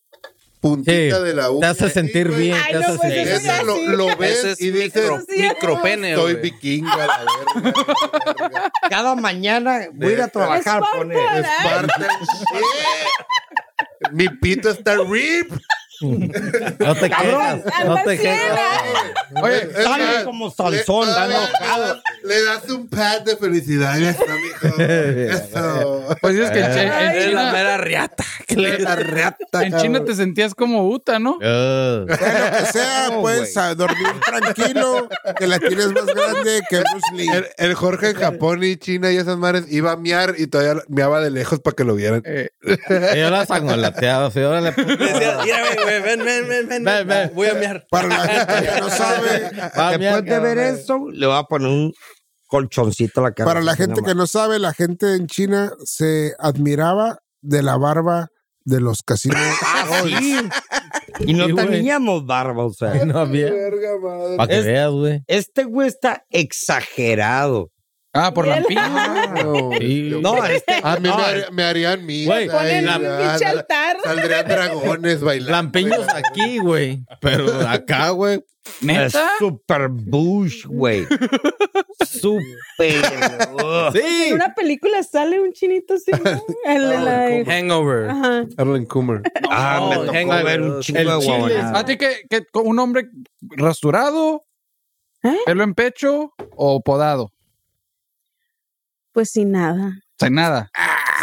S7: puntita
S3: Sí,
S7: de la
S3: Te
S7: uña
S3: hace
S7: ahí,
S3: sentir
S7: güey.
S3: bien.
S4: Ay,
S3: te
S4: no,
S3: hace
S4: pues,
S3: sentir
S4: eso
S3: bien.
S4: es
S7: Neta, lo, lo ves
S8: Ese es
S7: y dices,
S8: micro,
S4: Sí,
S8: micropene,
S7: soy
S8: güey.
S7: vikinga, la verga. la verga". <laughs>
S2: Cada mañana voy a ir a trabajar con él.
S4: Esparta, ¿eh?
S7: Parte- ¡Eh! Mi pito está rip.
S3: No te quejas. No te quejas.
S9: Oye,
S7: Es
S2: Sale
S7: más,
S2: como salsón,
S7: le-
S2: da
S7: le-
S2: enojado.
S7: Le das un pad de felicidad. Eso, mijo. <laughs> Eso.
S9: pues dices que en, Chi- en
S8: Eres la
S9: China,
S8: mera riata.
S7: La reata,
S9: en China
S7: cabrón.
S9: te sentías como Uta, ¿no?
S3: Ugh.
S7: Bueno, que sea, pues, a dormir tranquilo, que la tienes más grande que Bruce Lee.
S5: El, el Jorge en Japón y China y esas madres iba a miar y todavía meaba de lejos para que lo vieran.
S9: Eh,
S3: Y Yo la sangolateaba, sí, órale. pues.
S8: Decía, <laughs> Mira, güey, güey, ven, ven, ven, ven,
S3: Ven, ven.
S8: Voy a miar.
S7: Para la gente que no sabe,
S3: Va,
S2: Después
S3: Ah, mira,
S2: de ver
S3: cabrón.
S2: eso, le voy a poner un colchoncito a la cara.
S7: para la gente que no sabe, la gente en China se admiraba de la barba de los casinos.
S3: Ah,
S2: Y no
S3: Sí, güey.
S2: teníamos barba, o sea.
S3: No había.
S5: <laughs>
S3: Para que
S2: Es-
S3: veas, güey.
S2: Este güey está exagerado.
S9: ah, por lampiño.
S3: Sí.
S2: No, este.
S5: A mí
S2: no,
S5: Ah, me, har- me harían misa.
S3: Güey,
S5: y
S4: Ponen
S5: la-
S4: un
S5: la-
S4: pinche altar.
S5: Saldrían dragones bailando.
S3: Lampiños aquí, güey. Pero acá, güey.
S2: Es
S9: ¿Neta?
S2: super bush, güey. super.
S4: En
S2: ugh.
S3: Sí.
S4: una película sale un chinito así, ¿no? El de la de-
S8: Hangover.
S4: Ajá.
S5: Harlan Coomer.
S2: Ah, me tocó
S8: Hangover
S2: ver un
S8: dos.
S2: chingo de
S3: El chile.
S2: huevonada.
S9: ¿A ti que, que con un hombre rasurado,
S4: ¿Eh?
S9: pelo en pecho o podado? O
S4: Pues sin nada.
S9: sea, nada.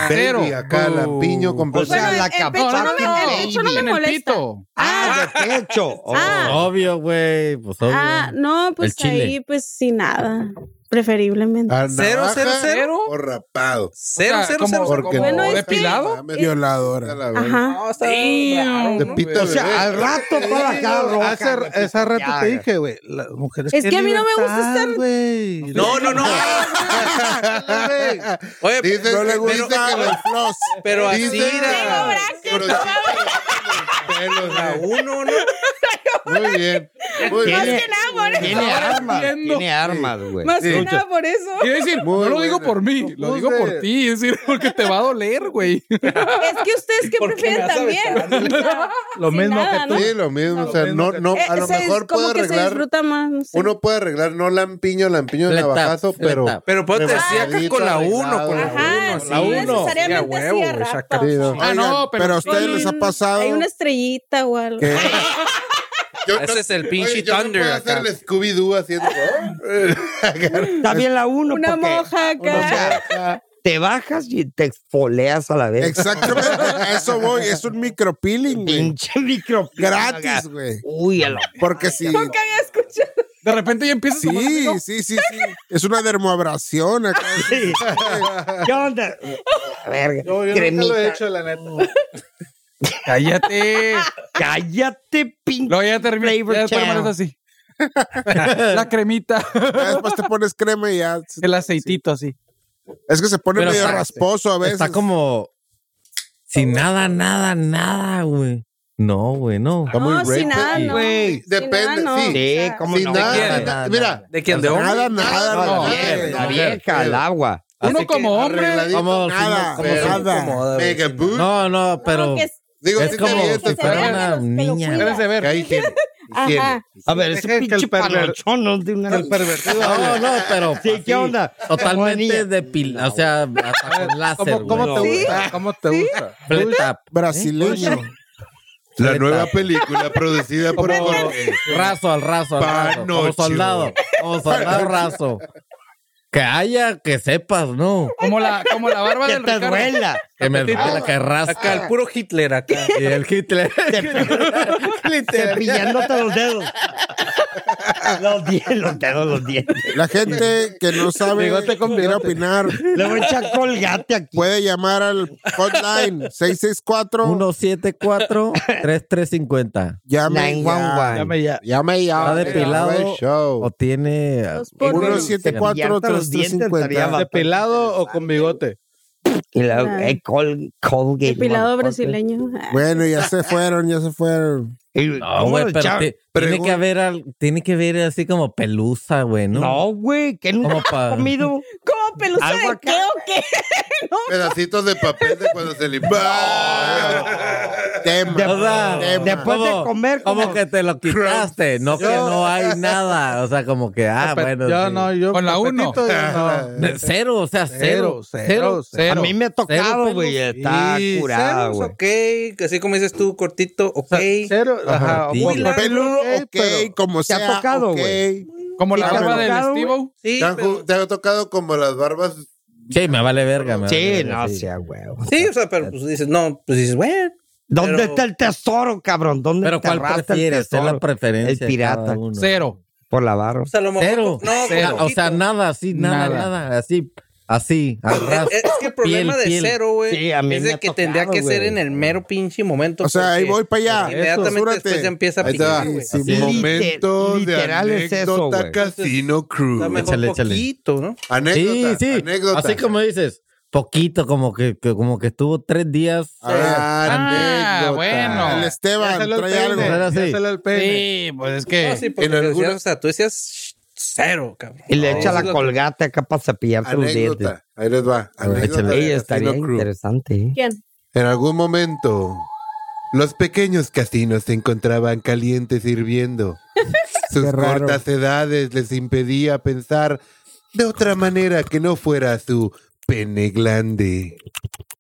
S9: Cero.
S5: Y acá lampiño con
S2: O sea,
S4: Pues, Bueno,
S2: la
S4: el pecho no
S2: capota.
S4: me- el pecho no me
S9: En el
S4: molesta.
S9: pito.
S2: Ah, de pecho. Oh.
S4: Ah.
S3: Obvio, güey. Pues obvio.
S4: Ah, no, pues
S3: chile.
S4: ahí pues sin nada, preferiblemente.
S5: ¿A
S8: Cero,
S5: navaja
S8: cero, cero.
S5: o rapado?
S8: Cero,
S9: O sea,
S8: cero,
S9: como-
S8: cero. cero.
S5: Porque
S4: Bueno,
S5: no,
S4: es
S9: depilado.
S5: mames,
S7: Violadora.
S5: la verga.
S8: <laughs>
S4: Ajá.
S8: No, está
S9: Damn.
S8: raro,
S5: De
S8: ¿no?
S5: pito
S2: O sea,
S5: <laughs> bebé.
S2: al rato toda la cara roja.
S6: Hace,
S2: güey,
S6: esa rato
S2: ya,
S6: te
S2: güey.
S6: dije, güey. Las mujeres.
S4: Es
S6: qué
S4: que a mí no me gusta
S6: libertad,
S4: estar-
S6: güey.
S8: No, no, no. Oye,
S5: Dices-
S7: No le
S5: pero-
S7: gusta
S8: pero-
S7: el floss.
S8: pero así
S5: Dices-
S8: era.
S5: Pero sí, pelos,
S8: A
S5: güey.
S8: uno, ¿no?
S5: Muy bien. Muy
S4: Más
S5: bien.
S4: que nada por eso.
S2: Tiene armas.
S9: entiendo.
S2: Tiene armas, güey.
S4: Más que
S5: Sí.
S4: nada por eso.
S9: Quiero decir,
S5: Muy
S9: no lo digo
S5: buena.
S9: por mí, lo digo por ti, es decir, porque te va a doler, güey.
S4: Es que ustedes que
S8: ¿Por qué
S4: prefieren
S8: me vas a
S4: también. <laughs>
S6: Lo
S4: Sin
S6: mismo
S4: nada,
S6: que tú.
S4: ¿no?
S5: Sí, lo mismo. O sea, no, no,
S4: Eh,
S5: a lo
S4: se dis-
S5: mejor
S4: como
S5: puedo
S4: que se
S5: arreglar.
S4: disfruta más. no sé.
S5: Uno puede arreglar, no lampiño, lampiño,
S3: Flat tap,
S5: navajazo,
S3: flat
S5: pero.
S3: tap.
S8: Pero ponte así acá
S5: Arregladito,
S8: con la uno,
S5: arreglado.
S8: con la
S4: Ajá,
S8: uno.
S4: sí,
S8: la
S4: no
S8: uno.
S4: necesariamente
S8: Sí, a huevo,
S4: así a
S8: esa
S4: rato.
S8: cara.
S5: Sí, no.
S9: Ah, no,
S7: Pero a ustedes
S4: Con-
S7: les ha pasado.
S4: Hay una estrellita o algo.
S7: que-
S5: Yo-
S8: Ese es el pinche
S5: Oye, yo no
S8: Thunder
S5: puedo
S8: acá.
S5: hacer el Scooby-Doo haciendo. ¿Eh?
S2: Está bien la uno.
S4: Una
S2: porque
S4: moja acá.
S2: <laughs> Te bajas y te exfoleas a la vez.
S7: Exactamente, a eso voy. Es un micropeeling, güey.
S2: Pinche micro.
S7: Gratis, güey.
S2: Uy, a la.
S7: Porque si.
S4: Nunca había escuchado.
S9: De repente ya empiezas a
S7: Sí,
S9: molestar, ¿no?
S7: sí, sí, sí. Es una dermoabrasión
S8: <laughs>
S7: acá.
S2: ¿Qué onda? <laughs> Verga.
S6: No, yo nunca
S2: Cremita.
S6: lo he hecho, la neta.
S9: <laughs> Cállate.
S2: Cállate, pinche.
S9: Luego ya termina.
S2: Flavor
S9: Ya después
S2: Town.
S9: amaneces así. <laughs> la cremita, <laughs>
S7: Ya después te pones crema y ya.
S9: el aceitito así.
S7: Es que se pone
S3: Pero
S7: medio
S3: está-
S7: rasposo a veces.
S3: Está como sin nada, nada, nada, güey. No, güey, no.
S5: Está muy
S4: No, sin
S5: recto
S4: nada,
S5: y-
S4: no.
S2: Güey.
S4: Sin
S5: Depende,
S4: nada, no.
S5: sí.
S4: O
S2: Sí,
S4: sea,
S2: cómo
S5: Sin
S2: no.
S5: nada,
S2: ¿Qué
S5: nada,
S2: quieres?
S5: Mira,
S8: ¿De quién? ¿De hombre?
S7: Nada, nada,
S2: No,
S7: nada.
S2: bien, la
S7: nada.
S2: vieja, al agua.
S9: Uno
S5: Así
S9: como
S5: que
S9: hombre,
S5: arregladito,
S3: como
S7: nada,
S3: como si-
S7: nada.
S5: Mega boob.
S3: No, no, pero
S4: que es-
S5: Digo,
S3: es
S5: sí te
S3: como
S5: vi,
S4: que
S3: si
S7: este
S5: te-
S4: se
S3: fuera
S4: vean
S3: una
S4: los que lo
S3: niña.
S4: cuidan.
S6: Debes de
S5: que
S6: ver.
S5: hay higiene, higiene.
S4: Ajá.
S2: A ver, ese
S6: Deja que el
S2: pinche
S6: perver-
S2: palochón no es de
S5: <laughs>
S2: una.
S6: El pervertido.
S3: No, no, pero
S2: Sí, ¿qué
S3: así,
S2: onda?
S3: Totalmente
S2: Niña.
S3: depilado, o sea, hasta con láser,
S6: ¿Cómo, cómo te
S3: güey.
S6: gusta? ¿Cómo te gusta?
S3: Flat tap,
S7: Brasileño.
S5: La nueva película producida por Jorge.
S3: raso al raso, al raso, como
S5: Panocho.
S3: soldado, como soldado raso. Que haya, que sepas, ¿no?
S9: Como la, como la barba
S2: Que
S9: del
S2: te
S9: Ricardo.
S2: duela.
S3: Que me duela, que
S8: Acá,
S3: rasca.
S8: el puro Hitler acá.
S3: Y el Hitler.
S2: Cepillándote los dedos. Los dientes, los dedos, los dientes.
S7: La gente que no sabe
S9: Bigote con
S7: quiere
S9: bigote.
S7: opinar
S2: Le voy a echar colgate aquí.
S7: puede llamar al
S3: <laughs>
S7: hotline 664
S3: 174-3350.
S7: llame ya.
S2: 911.
S6: Dame ya.
S7: Llame ya.
S3: Está depilado.
S7: Llame
S3: O
S7: show.
S3: tiene.
S4: Dos por uno.
S7: 174
S2: estaría
S7: 3350.
S6: ¿Depilado o con bigote?
S2: Y luego, eh, col, Colgate.
S4: Depilado
S2: motherfucker.
S4: brasileño.
S7: Bueno, ya se fueron, ya se fueron.
S2: Y-
S3: No, güey,
S2: ¿cómo lo
S3: pero
S2: echa-
S3: ti- tiene
S7: pregun-
S3: que haber al- tiene que ver así como pelusa, güey, ¿no?
S2: No, güey, que nunca
S3: ¿Cómo
S2: has
S3: pa-
S2: comido.
S4: ¿Cómo
S16: pelusa
S2: Algo
S16: de
S2: acá.
S16: qué o qué?
S7: Pedacitos de papel de cuando se limpiaba.
S17: Tema.
S3: O sea,
S17: tema.
S2: después de comer, como-
S3: Como que te lo quitaste. No que no hay nada. O sea, como que, ah,
S5: Pe-
S3: bueno.
S5: yo
S3: sí.
S5: no, yo.
S9: Con la
S5: papelito, yo <laughs> no.
S3: Cero, o sea, cero.
S5: Cero, cero,
S2: a
S9: Cero.
S2: mí me ha tocado,
S3: pelos.
S2: güey. Está
S5: Sí,
S2: curado,
S5: ceros,
S2: güey.
S8: Ok, así como dices tú, cortito, ok.
S5: Cero, ajá,
S3: Sí,
S5: o-
S3: la-
S17: Peludo,
S5: ok,
S17: ok,
S5: pero-
S17: como
S2: ¿Te ha
S17: sea.
S2: tocado,
S17: ok.
S2: güey?
S9: Como la
S17: Ah,
S9: barba
S17: bueno.
S9: del
S2: Tocado,
S9: Steve.
S8: Sí,
S7: ¿Te han,
S8: pero-
S7: ju- te han tocado como las barbas?
S3: Sí, me vale verga. me vale
S2: Sí,
S3: verga,
S2: no
S3: sí.
S2: sea, güey.
S8: sí, o sea, pero pues dices, no, pues dices, bueno.
S2: ¿Dónde
S8: Pero-
S2: está el tesoro, cabrón? ¿Dónde
S3: Pero ¿cuál
S2: enterraste
S3: prefieres?
S2: el
S3: Es
S2: tesoro?
S3: la preferencia.
S2: El
S3: de
S2: pirata.
S3: cada uno.
S9: Cero.
S2: Por la barra.
S8: O sea, pues, a lo mejor.
S3: Cero.
S8: No,
S9: Cero.
S3: O sea, nada, así, nada, nada.
S9: Nada.
S3: así, así, al ras.
S8: Es que el problema
S3: Piel,
S8: de
S3: piel.
S8: cero, güey,
S2: Sí, a mí
S8: es
S2: me
S8: de
S2: ha
S8: que tendría
S2: tocado,
S8: que ser
S2: güey.
S8: en el mero pinche momento.
S17: O sea, ahí
S8: porque
S17: voy para allá.
S8: Inmediatamente
S17: Eso,
S8: después
S17: súrate.
S8: ya empieza a
S7: Ahí te va.
S8: picar, güey.
S17: Sí,
S2: Así.
S17: mo-
S7: Momento
S2: literal
S7: de
S2: es eso,
S7: anécdota
S2: güey.
S7: Casino Crew.
S8: Está mejor
S3: Échale, échale.
S8: poquito, ¿no?
S7: Anécdota.
S3: Sí, sí.
S7: Anécdota.
S3: Así como dices, poquito, como que, que- como que estuvo tres días.
S17: A ver.
S9: Ah,
S7: anécdota.
S9: bueno.
S17: El
S5: Ya
S17: Esteban,
S5: salió el
S17: trae
S5: peine,
S17: algo.
S3: Era así.
S5: ya salió el peine.
S9: Sí, pues es
S8: No,
S9: que.
S8: sí, porque
S7: en alguna-
S8: decías, o sea, tú decías "Shh, cero, cabrón.
S2: Y le
S8: No,
S2: echa
S8: eso
S2: la
S8: es lo que-
S2: colgate acá para cepillarte los dientes.
S7: Anécdota. Ahí les va. Anécdota
S2: Ey,
S7: de
S2: estaría
S7: Casino Crew.
S2: interesante. ¿eh?
S4: ¿Quién?
S7: En algún momento, los pequeños casinos se encontraban calientes
S17: <laughs>
S7: hirviendo. Sus
S17: Qué raro.
S7: cortas edades les impedía pensar de otra manera que no fuera su pene glande.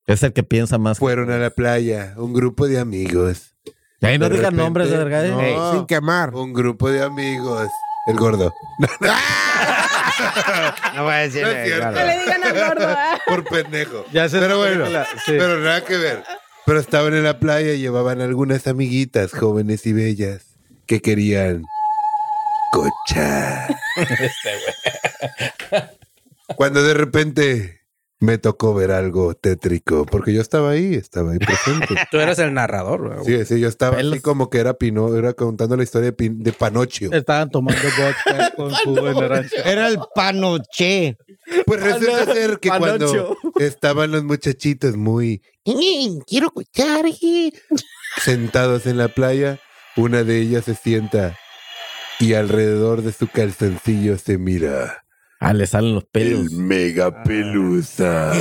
S3: Es el que piensa más.
S7: Fueron a la playa, un grupo de amigos.
S3: Y ahí no
S7: De
S3: digas
S7: repente,
S3: nombres, de verga. ¿eh?
S7: no.
S3: Ey.
S17: Sin quemar.
S7: Un grupo de amigos. El gordo. <laughs>
S2: No voy a decir.
S7: No es
S2: eh,
S7: cierto.
S4: No
S2: claro.
S4: le digan al gordo. ¿ah?
S7: Por pendejo.
S5: Ya se
S7: Pero bueno,
S5: sí.
S7: pero nada que ver. Pero estaban en la playa y llevaban algunas amiguitas jóvenes y bellas que querían cochar.
S3: Este
S7: Cuando de repente me tocó ver algo tétrico, porque yo estaba ahí, estaba ahí presente.
S8: Tú eras el narrador, güey.
S3: <laughs>
S7: Sí, sí, yo estaba así
S3: Pelos.
S7: como que era Pino, era contando la historia de, Pin- de Panochio.
S5: Estaban tomando <laughs> vodka con jugo en la rancha.
S2: Era el panoche.
S7: Pues resulta ser que
S3: Panocho.
S7: cuando estaban los muchachitos muy quiero escuchar sentados en la playa, una de ellas se sienta y alrededor de su calzoncillo se mira
S3: Ah, le salen los pelos.
S1: El mega pelusa.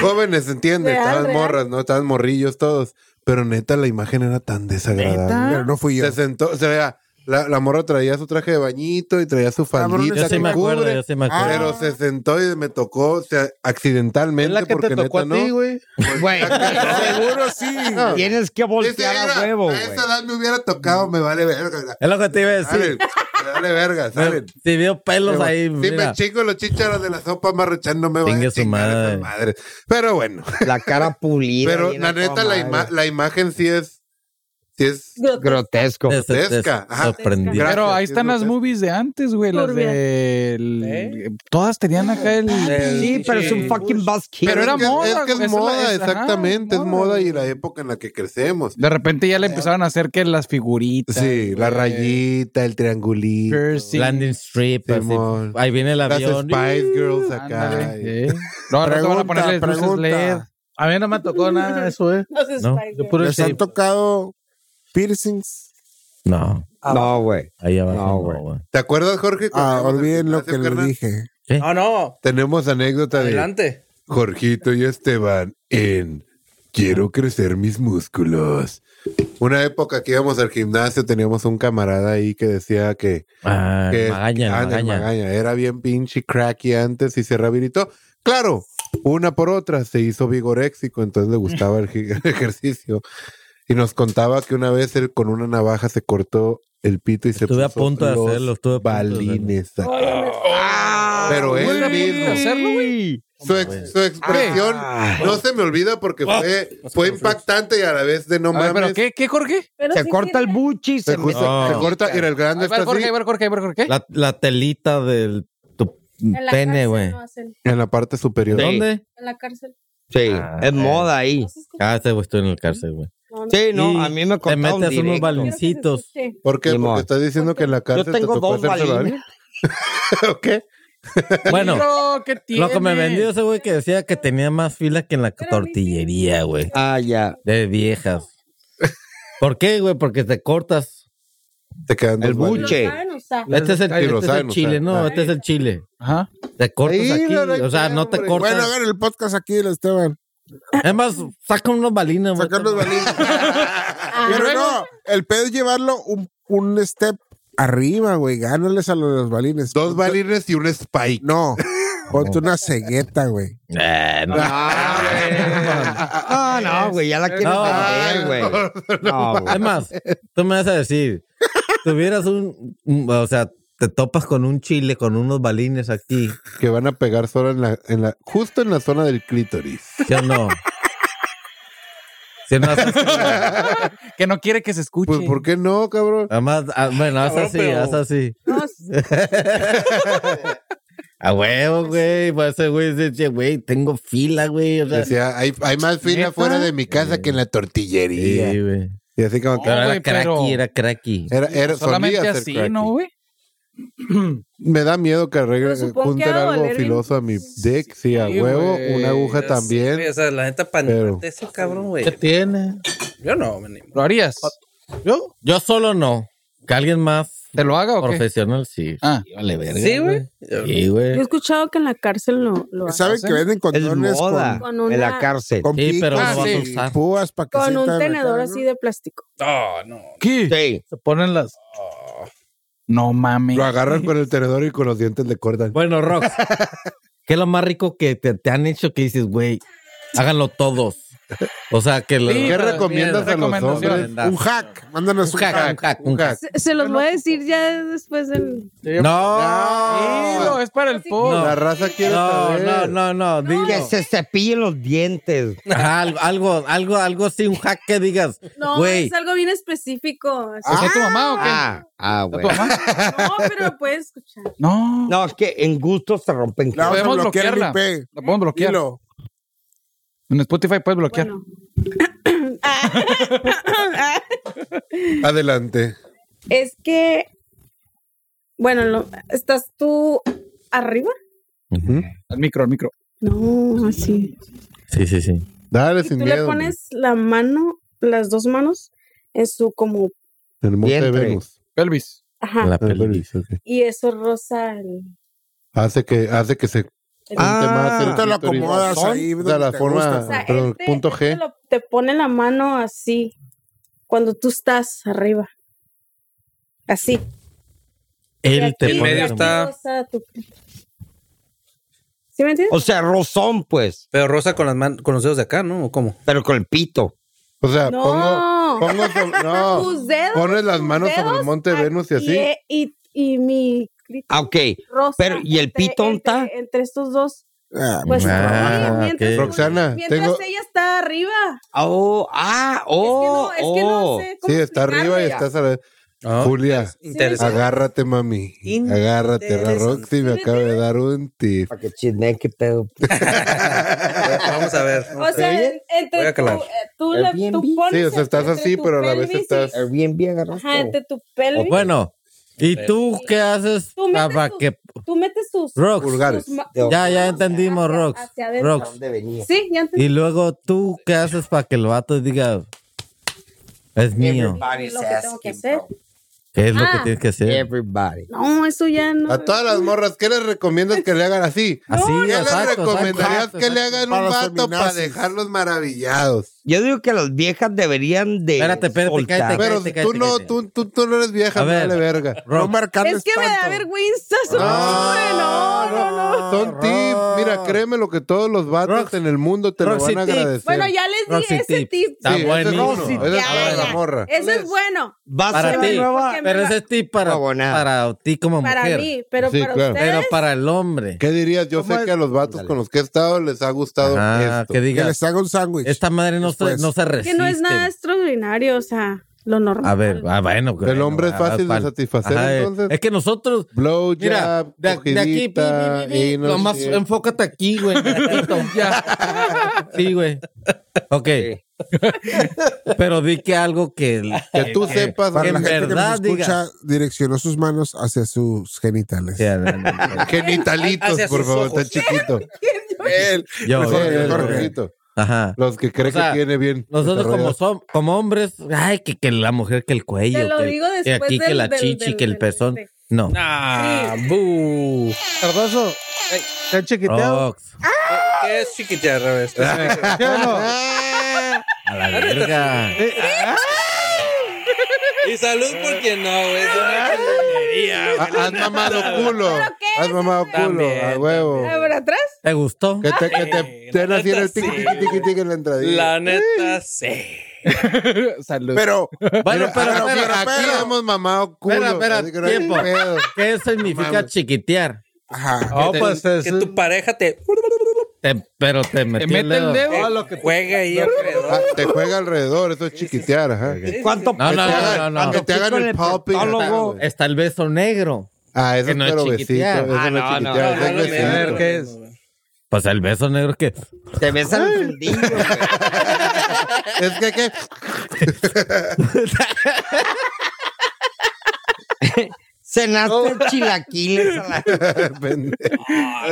S7: jóvenes, ¿entiendes?
S4: Real,
S7: Estaban
S4: real.
S7: morras, no estaban morrillos todos, pero neta la imagen era tan desagradable.
S17: Pero no fui yo.
S7: Se sentó, o sea, la, la morra traía su traje de bañito y traía su
S17: Cabrón,
S7: faldita
S3: Yo sí
S7: que
S3: me acuerdo,
S7: cubre.
S3: yo sí me acuerdo.
S7: Pero se sentó y me tocó o sea, accidentalmente
S5: Es la que
S7: porque
S5: te tocó a
S7: neta
S5: ti,
S7: <laughs> no.
S5: güey.
S7: Pues,
S2: Güey,
S17: Seguro sí.
S7: No.
S2: tienes que
S7: Dice,
S2: voltear
S7: "Mira,
S2: a huevo,
S7: a
S2: güey.
S7: esa edad me hubiera tocado, me vale verga.
S3: Es lo que te iba a
S7: Salen,
S3: decir.
S7: me vale verga,
S3: Me-
S7: salen.
S3: Si veo pelos ahí,
S7: si
S3: mira.
S7: me chingo los chícharos de la sopa marruchan, no me van
S3: Chingue
S7: a
S3: su
S7: chingar
S3: madre.
S7: esas madres. Pero bueno,
S2: La cara pulida.
S7: pero
S2: bien
S7: la
S2: a toda
S7: neta, la,
S2: madre.
S7: ima- la imagen sí es, sí es
S2: Grotesco.
S3: Te- te- te-
S7: grotesca, ajá.
S3: sorprendí.
S7: Gra-
S9: Pero
S7: Gracias,
S9: ahí están las
S7: Dios.
S9: movies de antes, güey. Las
S4: Turbia.
S9: de.
S8: ¿Eh?
S9: Todas tenían acá el.
S5: Ah,
S2: Sí, pero es un fucking bus kid.
S9: Pero
S7: es
S9: era
S7: que-
S9: moda,
S7: Es que es
S9: güey, esa es la-
S7: moda,
S9: es- ajá,
S7: exactamente.
S9: moda,
S7: es moda y
S9: güey.
S7: la época en la que crecemos.
S9: De repente ya le empezaron a hacer que las figuritas.
S7: Sí, la
S9: güey,
S7: rayita, el triangulito.
S9: piercing,
S3: Landing strip. así.
S7: Simón.
S3: Ahí viene el
S7: Las
S3: avión.
S7: Spice Girls acá.
S9: pues, ándale, sí. No, ahora te van a ponerle
S17: Pregunta,
S9: luces LED.
S17: pregunta.
S5: A mí no me tocó nada de eso, eh.
S4: No sé,
S3: No.
S4: Spice
S5: Yo
S4: Girls.
S5: puro
S17: ¿Les
S5: shape.
S17: han tocado piercings?
S3: No,
S2: No, güey.
S3: ahí abajo.
S2: No,
S3: No,
S2: güey.
S3: güey.
S7: ¿Te acuerdas, Jorge? cuando
S17: Ah,
S7: íbamos al
S17: olviden lo
S7: gimnasio,
S17: que les
S7: carnal?
S17: dije.
S8: No, no.
S7: Tenemos anécdota de
S8: Adelante.
S7: Jorgito y Esteban en Quiero crecer mis músculos. Una época que íbamos al gimnasio, teníamos un camarada ahí que decía que
S3: Ah,
S7: que-
S3: magaña,
S7: ah, del
S3: magaña.
S7: Magaña. Era bien pinche cracky antes y se rehabilitó. Claro, una por otra se hizo vigoréxico, entonces le gustaba el, gi- <laughs> el ejercicio. Y nos contaba que una vez él con una navaja se cortó el pito y
S3: Estuve
S7: se
S3: a
S7: puso
S3: punto de
S7: los
S3: hacerlo, estuve a punto de hacerlo.
S7: balines. acá.
S2: Ah,
S7: Pero él
S2: güey.
S7: mismo.
S9: ¿Hacerlo,
S2: güey?
S7: Su, ex- su expresión no se me olvida porque fue, fue impactante y a la vez de no
S9: Ah. A ver, ¿Pero
S7: mames.
S9: qué, qué, Jorge?
S4: Pero
S2: Se
S4: sí
S2: corta el
S4: sirve.
S2: buchi y
S7: Se,
S2: se
S7: justo-
S3: No.
S2: mete.
S7: se corta y el
S9: A
S7: grande
S9: ver,
S7: está así
S9: Jorge, a ver, Jorge, a ver, Jorge.
S3: La, la telita del tu
S4: En la
S3: pene,
S4: cárcel
S3: güey.
S4: lo hacen.
S7: en la parte superior.
S2: Sí.
S3: ¿Dónde?
S4: En la cárcel.
S2: Sí,
S3: Ah,
S2: es
S3: eh.
S2: moda ahí.
S4: No se escucha.
S3: Ah, este güey estuvo en el cárcel, güey.
S4: No, no.
S2: Sí,
S3: Y
S2: no, a mí me
S3: Te
S2: contaron
S3: metes unos
S2: directo.
S3: baloncitos.
S4: Quiero que se escuche.
S7: ¿Por qué?
S2: Ni modo.
S7: Porque estás diciendo que en la
S2: Yo
S7: cárcel te
S2: tengo
S7: tocó
S2: dos
S7: hacerse
S2: balines.
S7: balines. <laughs> ¿O qué?
S3: Bueno,
S9: ¿qué
S3: lo que me
S9: tiene?
S3: vendió ese güey que decía que tenía más fila que en la
S4: Pero a mí sí.
S3: tortillería, güey.
S2: Ah, ya.
S3: De viejas. ¿Por qué, güey? Porque te cortas.
S7: Te quedan
S2: El
S7: dos balines.
S2: buche.
S4: Lo saben usar.
S3: Este es el,
S7: Ay,
S3: este
S7: lo
S3: es el
S7: saben usar.
S3: chile, no,
S7: Ah.
S3: este es el chile.
S9: Ajá.
S3: Te cortas
S7: Sí,
S3: aquí.
S7: la neta,
S3: o sea, no te
S7: hombre.
S3: cortas.
S7: Bueno, hagan el podcast aquí, el Esteban.
S3: es más, saca unos balinas. güey.
S7: Sacar
S3: <laughs>
S7: los balines. Pero no, el pedo es llevarlo un, un step arriba, güey. Gánales a los, de los balines.
S5: Dos balines y un spike.
S7: No,
S5: <laughs>
S7: ponte una cegueta, güey.
S3: Eh, no.
S2: No,
S7: Ah,
S2: no, güey, ya la quiero
S3: No,
S2: vender, güey. Ah, No, güey.
S3: Es más, tú me vas a decir, tuvieras un, un- o sea, te topas con un chile, con unos balines aquí,
S5: Que van a pegar solo en la, en la, justo en la zona del clítoris.
S3: ¿sí o no? Si no haces,
S9: Que no quiere que se escuche.
S5: Pues, ¿por qué no, cabrón?
S3: además, ah, bueno, haz así, haz así.
S4: No, s-
S3: A huevo, güey, pues ese güey dice, güey, tengo fila, güey, o sea, eh, sí,
S5: Decía, hay, hay más fila
S9: ¿Neta?
S5: fuera de mi casa que en la tortillería.
S3: güey.
S5: Y así como que
S3: Pero era
S9: güey, pero-
S3: cracky, era cracky.
S5: era, era,
S9: Solamente
S5: solía ser
S9: así,
S5: cracky.
S9: ¿no, güey?
S5: Me da miedo que arregle,
S4: Pero supongo
S5: junten
S4: que va a
S5: algo
S4: doler bien.
S5: filoso a mi dick. Sí, a
S9: Sí,
S5: huevo,
S9: güey.
S5: una aguja
S8: Yo sí,
S5: también.
S8: güey, o sea, la neta, para
S5: Pero-
S8: animarte eso, cabrón, güey.
S6: ¿Qué tiene?
S8: Yo no, me animo.
S9: ¿Lo harías?
S6: Yo,
S3: Yo solo no, que alguien más
S9: ¿Te lo haga o qué?
S3: profesional, sí.
S9: Ah.
S3: Sí, vale, verga,
S8: Sí, güey.
S3: Sí,
S4: yo
S3: güey.
S4: he escuchado que en la cárcel lo, lo hacen.
S7: ¿Saben que venden
S2: Es
S7: condones
S2: moda
S7: con,
S4: con una-
S2: en la cárcel.
S7: con
S3: Sí, pero
S7: picos
S9: no vas a
S7: y
S3: usar.
S7: púas pa' que
S4: Con un
S7: sientan
S4: tenedor
S7: acá,
S4: así
S7: ¿no?
S4: de plástico.
S8: No, no.
S2: Sí.
S6: se ponen las.
S9: No mames.
S5: Lo agarran con el tenedor y con los dientes le cortan.
S3: Bueno, <laughs> Rox, ¿qué es lo más rico que te, te han hecho que dices, güey, háganlo todos? O sea, que lo...
S9: Sí,
S5: ¿Qué
S9: pero
S5: recomiendas a los
S9: recomendaciones.
S5: hombres?
S7: Un hack, mándanos un
S3: hack,
S7: hack.
S3: un hack, un hack.
S4: Se, se los voy a decir ya después del...
S9: Sí,
S3: No,
S9: no, es para el
S3: No.
S9: post.
S5: La raza quiere
S3: no,
S5: saber.
S3: no, no, no,
S2: Que
S3: dilo.
S2: se cepille los dientes.
S3: Ajá, al- algo, algo, algo así, un hack que digas,
S4: <laughs> No,
S3: güey,
S4: es algo bien específico. así.
S9: ¿Es tu mamá o qué?
S2: Ah, ah,
S9: ¿Es
S2: güey.
S9: tu mamá?
S4: No, pero lo puedes escuchar.
S9: <laughs> No.
S2: No, es que en gusto se rompen.
S7: La vamos a
S9: Podemos
S7: bloquear el
S9: bloquearla.
S7: IP.
S9: La podemos bloquear.
S7: Dilo.
S9: En Spotify puedes bloquear.
S4: Bueno.
S5: Adelante.
S4: <laughs> es que, bueno, lo- ¿estás tú arriba?
S9: Al micro, al micro.
S4: No, así.
S3: sí, sí, sí.
S5: Dale
S4: Y
S5: sin
S4: tú
S5: miedo.
S4: le pones la mano, las dos manos, en su como,
S5: güey. el monte de
S2: Vientre.
S5: Venus.
S9: Elvis.
S4: ajá,
S3: La
S5: Ah,
S3: pelvis.
S5: pelvis, ok.
S4: y eso rosa el...
S5: Hace que, hace que se junte
S2: Ah.
S5: más el
S7: tú te lo
S5: clítoris.
S7: acomodas ahí
S5: de
S7: donde
S5: la
S7: te
S5: forma,
S7: gusta.
S4: O sea, él
S5: perdón,
S4: te-
S5: punto
S4: él te
S5: G.
S4: lo- te pone la mano así, cuando tú estás arriba. Así.
S3: Él te
S8: En
S3: pone
S8: medio
S3: la
S8: está-
S4: rosa tu- ¿Sí me entiendes?
S2: O sea, rozón, pues,
S8: Pero rosa con, las man- con los dedos de acá, ¿no? ¿O cómo?
S2: pero con el pito.
S5: O sea,
S4: No.
S5: pongo,
S7: <laughs>
S5: pongo sobre- no.
S4: Tus dedos,
S5: pones las
S4: tus
S5: manos sobre el
S4: dedos
S5: monte de Venus y así.
S4: Y, y, y mi
S2: Ah, ok.
S4: rosa.
S2: Pero, ¿y el pitón está?
S4: Entre, entre estos dos.
S7: Ah,
S4: Pues,
S3: Ah,
S4: sí, mientras,
S3: ok.
S5: Roxana,
S4: mientras
S5: tengo-
S4: ella está arriba.
S2: Ah, Oh, ah, oh,
S4: es que no,
S2: oh.
S4: es que no sé cómo
S5: Sí, está arriba y
S4: explicarlo.
S5: estás a la...
S3: Ah.
S5: Julia,
S8: Interesante.
S5: agárrate, mami. Agárrate, la Roxy me acaba de dar un tip.
S2: Para que chisme, Ah, qué pedo.
S8: Vamos a ver.
S4: O sea,
S2: Oye,
S8: voy
S4: entre
S8: a
S4: tú,
S8: calar.
S4: eh, tú, la-
S2: Airbnb.
S4: tú pones
S5: Sí, o sea, estás
S4: entre
S5: así,
S4: tu
S5: pero a la vez
S4: pelvis y-
S5: estás-
S2: Bien, bien agarraste.
S4: Ajá, entre tu pelvis.
S3: Bueno, ¿y tú qué haces
S4: Tú metes
S3: para
S4: tus-
S3: que...
S4: Tú metes tus...
S3: Rox,
S5: Pulgares.
S4: tus ma-
S3: ya, ya
S4: hacia-
S3: entendimos,
S4: hacia-
S3: Rox,
S4: hacia adentro.
S3: Rox.
S4: Sí, ya entendí.
S3: Y luego tú, ¿qué haces para que el vato diga, es mío?
S4: Es lo que tengo que hacer.
S3: ¿Qué es lo que
S4: Ah.
S3: tienes que hacer?
S2: Everybody.
S4: No, eso ya no.
S3: Ah,
S5: A todas las morras, ¿qué les recomiendas que le hagan así?
S3: Así,
S5: ¿Qué les
S3: exacto,
S5: recomendarías
S3: exacto,
S5: que le
S3: exacto.
S5: hagan un
S7: Para
S5: vato para
S7: feminazis.
S5: dejarlos maravillados?
S2: Yo digo que las viejas deberían de.
S3: Espérate, espérate,
S2: soltar.
S3: cállate,
S5: Pero
S3: cállate,
S5: tú
S3: cállate,
S5: no,
S3: cállate.
S5: tú, tú, tú no eres vieja,
S3: A ver.
S5: dale verga.
S7: No
S3: Rox,
S7: marcarles
S4: Es que me da
S7: tanto.
S4: vergüenza.
S3: Ah,
S4: su-
S5: No,
S4: No, no, no.
S5: Son tips, mira, créeme lo que todos los vatos
S3: Rox-
S5: en el mundo te
S3: Ah. Roxy
S5: lo van a
S3: tips.
S5: agradecer.
S4: Bueno, ya les di
S3: Roxy
S4: ese
S3: tips.
S4: tip.
S3: Está
S5: Sí, ese es
S3: buenísimo.
S5: uno, ese es
S4: Ya,
S5: para
S4: ya.
S5: la morra.
S4: Ese es bueno
S2: Va a
S3: Para
S2: ser
S3: ti,
S2: nueva.
S4: porque me
S3: pero
S4: la-
S3: ese es tip para,
S2: Abonada.
S3: para ti como
S4: para
S3: mujer.
S4: mí, pero
S5: Sí,
S4: para
S5: claro.
S4: ustedes.
S3: Pero para el hombre.
S5: ¿Qué dirías? Yo sé que a los vatos con los que he estado les ha gustado
S3: Ah,
S5: esto.
S3: que
S7: Que
S3: digas,
S7: les haga un sándwich.
S3: esta madre no, se,
S7: Después.
S3: no se
S4: que
S3: resiste.
S4: no es nada extraordinario, o sea, lo normal.
S3: A ver, ah, bueno. bueno,
S5: hombre es
S3: ah,
S5: fácil de
S3: vale.
S5: satisfacer, entonces.
S3: Es que nosotros...
S5: Blow
S3: Mira,
S5: job,
S3: de, de aquí, pi,
S5: cogidita,
S3: pi, pi, pi,
S5: y no
S3: nomás
S5: sé.
S3: enfócate aquí,
S4: <laughs>
S3: güey. tantito, ya. Sí, güey. Ok. Pero di que algo que...
S5: que
S3: Eh,
S5: tú sepas
S7: Para
S3: en
S7: la gente que
S3: verdad
S7: nos escucha,
S3: digas.
S7: direccionó sus manos hacia sus genitales.
S3: Ya, no, no, no.
S5: genitalitos,
S8: Hacia
S5: por
S8: sus
S5: favor,
S8: ojos.
S5: tan
S7: <laughs>
S5: chiquito. Él,
S3: Yo,
S5: Mejor,
S3: yo, yo,
S5: mejor,
S3: yo.
S5: chiquito.
S3: Ajá.
S5: Los que creen
S3: O sea,
S5: que tiene bien.
S3: Nosotros como,
S5: desarrollado.
S3: som- como hombres, ay, que, que la mujer, que el cuello,
S4: Te lo
S3: que,
S4: digo
S3: que
S4: después
S3: aquí, que
S4: del-
S3: la
S4: este. del-
S3: chichi,
S4: del-
S3: que el
S4: del-
S3: pezón.
S4: del-
S3: No.
S8: Ah, bu.
S6: Cardoso,
S8: Ay,
S6: ¿Te han chiquiteado?
S3: Rox.
S8: ¿Qué es chiquitear, revés?
S6: ¿Sí o no?
S3: A la verga.
S6: Eh, ah,
S8: y salud porque no, güey. Es una chingonería, güey.
S5: Ah, Has mamado culo.
S4: ¿Pero qué?
S5: Has mamado culo.
S8: También,
S5: A huevo.
S4: ¿Ah, ¿Por atrás?
S3: ¿Te gustó?
S5: Que te, que
S7: Eh,
S5: te, te den así en el tiqui, tiqui, tiqui, tiqui en la entradilla.
S8: La neta, sí.
S9: Salud.
S7: Pero,
S3: Bueno,
S5: Mira,
S3: pero,
S5: aquí-
S3: pero,
S5: aquí
S3: pero,
S5: hemos mamado culo.
S3: Espera, espera,
S5: así que no hay
S3: tiempo.
S5: pedo.
S3: ¿qué significa chiquitear?
S7: <laughs> ajá.
S6: no,
S3: te-
S6: pues es-
S8: Que tu pareja te
S3: Te- pero te metió
S9: mete
S3: el dedo.
S9: el dedo.
S6: todo lo que-
S8: juega ahí
S5: Ah,
S8: alrededor.
S5: te juega alrededor, eso es chiquitear, ajá.
S2: ¿Y cuánto
S3: No, no,
S5: Que te
S3: no, no,
S5: hagan-
S3: no.
S5: Que te hagan
S2: Con
S5: el
S2: el
S5: popping.
S2: proctólogo.
S5: acá, güey.
S3: Está el beso negro.
S5: Ah, eso
S3: que
S5: es
S3: no es
S5: pero besito.
S3: chiquitear.
S5: Eso
S2: Ah,
S5: no es
S2: no, no,
S5: chiquitear.
S2: no,
S5: eso
S8: no,
S5: es
S8: no,
S5: besito.
S8: no,
S6: A ver, ¿qué es?
S3: Pues el beso negro es que
S2: Te besan el fundillo, güey.
S5: Es que, ¿qué?
S2: Cenaste chilaquiles a la...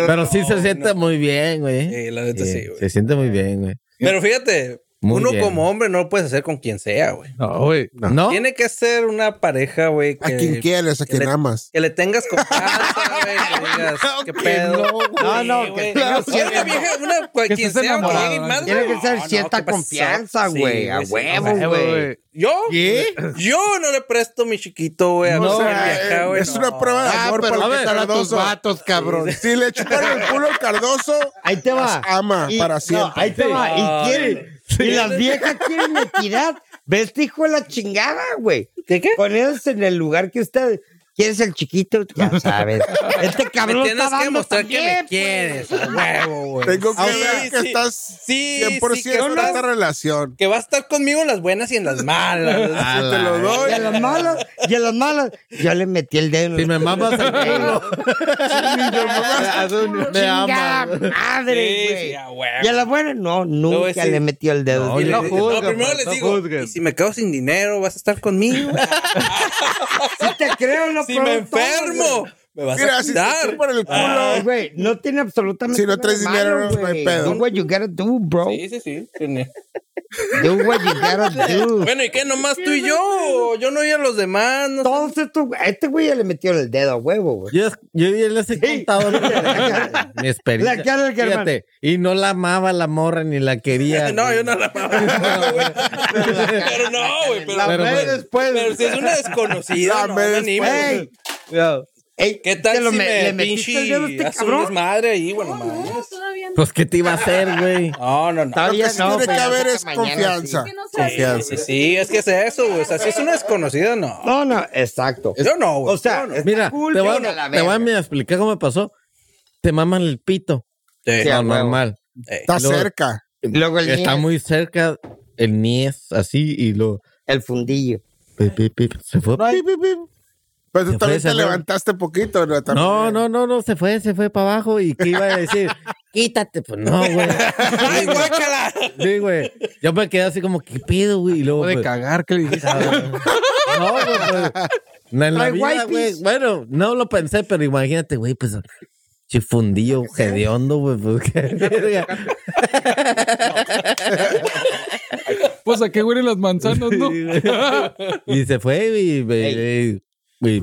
S3: Pero sí se siente muy bien, güey.
S8: Sí, la neta sí, güey.
S3: se siente muy bien, güey.
S8: Pero fíjate,
S3: Muy
S8: uno
S3: bien.
S8: como hombre no lo puedes hacer con quien sea, güey.
S6: No, güey.
S3: ¿No?
S8: Tiene que ser una pareja, güey,
S7: A quien
S8: que,
S7: quieres, a
S8: que le-
S7: quien amas.
S8: que le tengas confianza, güey. Que digas, qué pedo.
S2: No, no, que tengas
S8: Sí, Una vieja, una cual-
S9: Que
S8: quien
S9: estés
S8: sea,
S9: enamorado,
S8: güey,
S9: ¿no?
S8: manda.
S2: Tiene que ser
S8: No, no,
S2: cierta
S8: ¿qué pasó?
S2: confianza,
S8: Sí,
S2: güey. a
S8: sí,
S2: huevo, güey.
S8: ¿Yo?
S3: ¿Qué?
S8: Yo no le presto mi chiquito, güey, a
S7: O
S8: cualquier
S7: sea,
S8: vieja,
S7: eh,
S8: güey.
S7: es
S8: no.
S7: una prueba de
S5: Ah,
S7: amor
S5: pero
S7: para
S5: a
S7: el que
S5: ver, a tus
S7: Cardoso.
S5: vatos, cabrón.
S7: Si le chuparon el culo al Cardoso,
S2: Ahí te va.
S7: las ama
S2: Y-
S7: para
S2: no,
S7: siempre.
S2: ahí te va.
S8: No,
S2: Y quieren. Y las viejas quieren equidad. ¿Ves, este hijo de la chingada, güey?
S8: ¿De qué?
S2: Poneros en el lugar que usted. ¿Quieres el chiquito? Ya sabes. Este
S8: Me
S2: cabrón
S8: tienes
S2: está dando
S8: que mostrar que
S2: también, pues.
S8: me quieres, a huevo, güey.
S7: Tengo que
S8: Sí,
S7: ver que
S8: sí.
S7: estás
S8: Sí,
S7: 100%
S8: sí, que
S7: en
S8: estás-
S7: esta relación.
S8: Que va a estar conmigo en las buenas y en las malas.
S3: A
S7: Te
S3: la-
S7: lo doy.
S2: Y a las malas, y a las malas. Yo le metí el dedo. en
S3: Si
S2: el-
S3: me mamas el culo,
S2: Haz un-
S3: me
S2: Chinga
S3: amas.
S2: madre,
S8: Sí,
S2: güey.
S8: sí, a huevo.
S2: Y a las buenas, no,
S8: voy a
S2: nunca
S8: decir-
S2: le metió el dedo.
S3: No,
S8: Y
S3: Oye,
S8: luego-
S3: no
S8: no,
S3: juzguen,
S8: primero
S3: no
S8: les digo,
S3: juzguen.
S8: "Y si me quedo sin dinero, vas a estar conmigo.
S2: Si te creo, no
S8: si
S2: creo
S8: me
S2: en todo,
S8: enfermo, me vas a
S7: Mira, si te
S8: cuidar. Ah,
S7: chupan el
S2: güey.
S7: culo,
S2: Güey, no tiene absolutamente
S7: Si no
S2: nada
S7: traes
S2: de
S7: dinero,
S2: malo,
S7: no hay
S2: güey.
S7: pedo.
S2: Do what you gotta do, bro.
S8: Sí, sí, sí. tiene.
S2: Do what you gotta do.
S8: Bueno, ¿y qué? ¿Nomás tú y yo? Yo no oí a los demás. No sé.
S2: Todos estos, a este güey ya le metió el dedo a huevo, güey.
S3: Yo, yo ya les he
S2: <laughs>
S3: contado ¿no? mi experiencia.
S2: La cara del Germán.
S3: Fíjate, y no la amaba la morra ni la
S2: <laughs>
S3: quería.
S8: No,
S3: güey.
S8: yo no la <laughs> Pero no, güey. Pero,
S3: La ve
S8: después. Pero si es una desconocida,
S7: La
S8: no
S7: ve
S8: me animo.
S7: después.
S2: Ey, ey,
S8: ¿Qué tal
S2: te lo
S8: si
S2: me-
S8: me,
S2: le metiste el dedo a
S8: pinche
S2: este
S8: hace un
S2: cabrón?
S8: desmadre ahí, bueno, mames?
S4: todavía
S3: Pues, ¿qué te iba a hacer,
S2: <laughs>
S3: güey?
S8: No, no, no.
S7: Lo que
S2: Todavía
S7: sí
S2: no,
S7: tiene que
S2: pero
S7: haber es
S2: mañana sí.
S7: confianza.
S4: no sé.
S7: Confianza.
S8: Sí, sí, es que es eso, güey. O sea, si es una desconocida, no.
S2: No, no, exacto.
S8: Yo no, güey.
S2: O sea,
S8: Yo no.
S2: está
S3: Mira,
S2: cool,
S3: te, voy,
S2: pero
S3: a-
S2: la
S3: te voy a
S2: verga.
S3: medio explicar cómo me pasó. Te maman el pito.
S8: Sí.
S2: Sí, a
S3: No,
S2: huevo.
S3: normal.
S8: Eh,
S7: Está
S3: Lo-
S7: cerca.
S2: Luego el,
S3: Está
S2: niño,
S3: muy cerca el niés, así, y lo...
S2: el fundillo.
S3: se fue.
S7: Pero Pues tú
S3: Se
S7: también
S3: fue, se
S7: te
S3: fue.
S7: levantaste poquito. No, También-
S3: No, no, no, no, se fue, se fue para abajo y qué iba a decir, <laughs> quítate, pues no, güey.
S8: ¡Ay, guácala!
S3: Sí, güey. Yo me quedé así como, ¿qué pedo, güey? Y luego,
S9: de
S3: pues,
S9: cagar que le dijiste.
S3: no, güey, pues, no, en la
S2: Ay,
S3: vida,
S2: guaypis.
S3: güey. Bueno, no lo pensé, pero imagínate, güey, pues, chifundillo, hediondo, güey, pues, qué verga.
S9: Pues a qué huelen las manzanas, ¿no?
S3: Y se fue, y, y- y- y-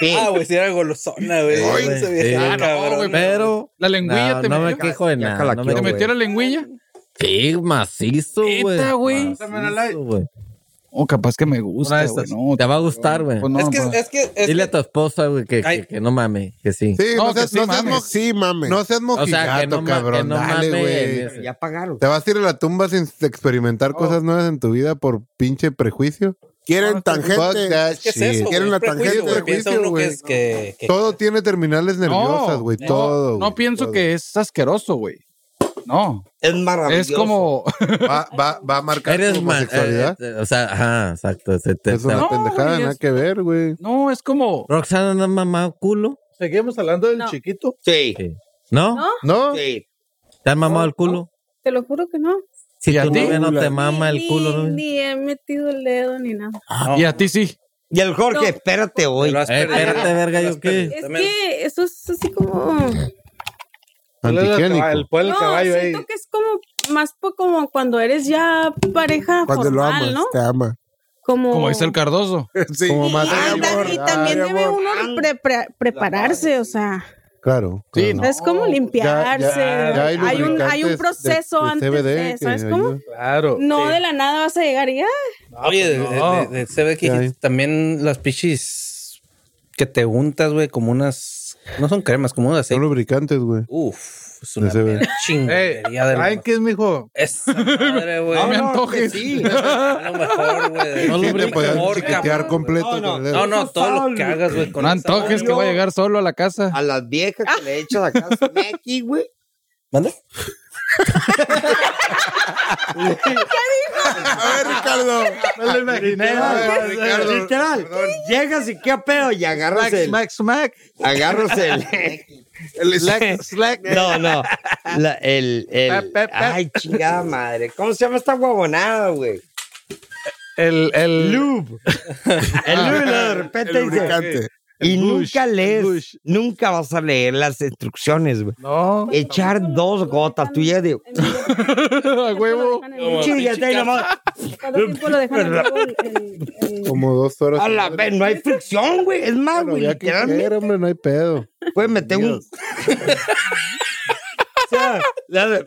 S2: Sí.
S8: Ah, güey, si era golosona, güey.
S3: Ay,
S8: Esa
S3: güey.
S8: vieja,
S3: Ah, no,
S8: cabrón.
S3: pero...
S9: La lengüilla
S3: No,
S9: te
S3: no me
S9: metió.
S3: quejo de
S2: Ya
S3: nada.
S2: jalaqueó,
S3: No me
S9: ¿Te
S2: güey.
S3: quejo.
S9: metió la lengüilla?
S3: Sí, macizo, güey.
S9: Neta, güey.
S3: Macizo, güey.
S9: O Oh, capaz que me
S3: Una
S9: gusta,
S3: de
S9: güey.
S3: estas.
S9: No,
S3: Te va a gustar, güey.
S9: pues no,
S8: Es que,
S9: pues-
S8: es que, es
S3: Dile
S8: que-
S3: a tu esposa, güey, que,
S8: Ay.
S3: que, que no mame, que sí.
S5: Sí,
S9: No,
S5: no,
S9: que
S5: seas,
S9: sí,
S5: no, seas
S9: mames.
S5: mo-
S7: Sí, mame.
S5: no seas mojigato,
S3: que no ma- que
S5: cabrón.
S3: no
S5: Dale,
S3: mames.
S5: güey.
S2: Ya pagaron.
S5: Te vas a ir a la tumba sin experimentar cosas nuevas en tu vida por pinche prejuicio.
S7: Oh. Quieren
S5: Fuck
S7: tangente.
S5: that
S8: es que es
S5: shit.
S8: eso, güey.
S7: Quieren la
S8: es prejuicio,
S7: tangente
S8: güey.
S7: de
S8: Piensa
S7: juicio,
S8: uno que
S7: güey.
S8: es que... que-
S5: Todo tiene terminales nerviosas, güey.
S9: no,
S5: todo.
S9: No
S5: güey,
S9: pienso
S5: todo.
S9: que es asqueroso, güey. No,
S2: Es maravilloso.
S9: es como
S5: Va, va, va a marcar tu
S3: Eres eh, mal.
S5: homosexualidad.
S3: o sea, ajá, exacto. se te-
S5: es una
S9: no,
S5: pendejada,
S9: güey,
S5: nada
S9: es-
S5: que ver, güey.
S9: no, es como
S3: Roxana no ha mamado culo,
S6: Seguimos hablando del
S4: No.
S6: chiquito.
S2: Sí,
S3: ¿no?
S4: No.
S5: ¿No?
S2: sí.
S3: ¿Te han mamado el culo?
S4: Te lo juro que no.
S3: Si
S9: a
S3: tu
S9: ti?
S3: novia no te mama
S4: Ni-
S3: el culo,
S4: ni,
S3: ¿no?
S4: ni he metido el dedo ni nada.
S9: y a ti sí.
S2: Y el Jorge,
S4: No.
S2: espérate
S8: Te
S2: hoy.
S8: lo has
S3: Eh,
S8: perdido,
S3: espérate,
S8: te lo
S3: verga,
S8: has
S3: ¿yo qué?
S8: perdido.
S4: Es
S8: También-
S4: que eso es así como.
S5: Antigénico.
S6: El pueblo del
S4: no,
S6: caballo ahí.
S4: siento que es como más po- como cuando eres ya pareja
S7: Cuando lo
S4: formal,
S7: amas,
S4: ¿no?
S7: te ama.
S4: como...
S9: Como dice el Cardoso.
S7: Sí.
S5: Como más
S4: Ah,
S5: de amor.
S4: y también
S5: Ah, de
S4: debe
S5: amor.
S4: uno pre- pre- prepararse, o sea,
S5: Claro.
S9: Sí,
S5: claro.
S9: no.
S4: es como limpiarse.
S5: Ya
S4: hay, un, hay un
S5: lubricantes de-
S4: proceso
S5: de
S4: antes
S5: CBD
S4: de,
S5: que
S4: ¿sabes cómo?
S5: ayuda.
S6: Claro.
S4: No de la nada vas a llegar y, ah,
S8: Oye, de- de- de- de- se ve que
S5: Ya hay.
S8: también las pichis que te untas, güey, como unas. No son cremas, como unas
S5: Son
S8: aceite.
S5: lubricantes, güey.
S8: Uf, es una
S5: Se ve.
S8: chingonería de
S6: ¿Saben
S8: la.
S6: qué es, mijo?
S8: Esa madre, güey.
S9: No me antojes.
S8: A lo
S7: <laughs>
S8: mejor, güey.
S5: Sí, te
S8: lubrica
S5: podías
S8: amor,
S5: chiquitear
S8: cabrón,
S5: completo
S2: No, no.
S5: con el
S8: güey.
S5: dedo.
S8: No, no, todo lo que hagas, güey. con
S9: No
S8: esa
S9: antojes
S8: madre.
S9: que va a llegar solo a la casa.
S2: A las viejas que le echas acá aquí, güey.
S8: ¿Mande?
S5: A ver, Ricardo.
S6: Me lo imaginé.
S5: Literal,
S6: güey.
S5: Ricardo.
S2: Literal. Llegas y qué pedo y agarras
S6: Smack,
S2: el.
S6: smack, smack.
S2: Agarras el.
S6: El slack, slack.
S2: No, no. La- el, el-
S6: Pep, pep, pep.
S2: Ay, chingada madre. ¿Cómo se llama esta guabonada, güey?
S9: El, el,
S2: Lube. El lube no, de repente
S7: El
S2: dice,
S7: lubricante.
S2: Y
S6: El bush,
S2: nunca
S6: el
S2: lees,
S6: bush.
S2: nunca vas a leer las instrucciones, güey.
S9: No,
S4: pues,
S2: Echar dos gotas, tú ya digo.
S9: a huevo.
S2: Chígate ahí nomás.
S4: ¿Cuánto tiempo lo dejan en vivo el- el- el-
S5: Como dos horas.
S2: A la vez, no hay fricción, güey. Es más,
S5: Pero
S2: güey,
S5: ya que
S2: literalmente.
S5: quiera, hombre, no hay pedo.
S2: Puedes meter un. o <laughs> sea, la de-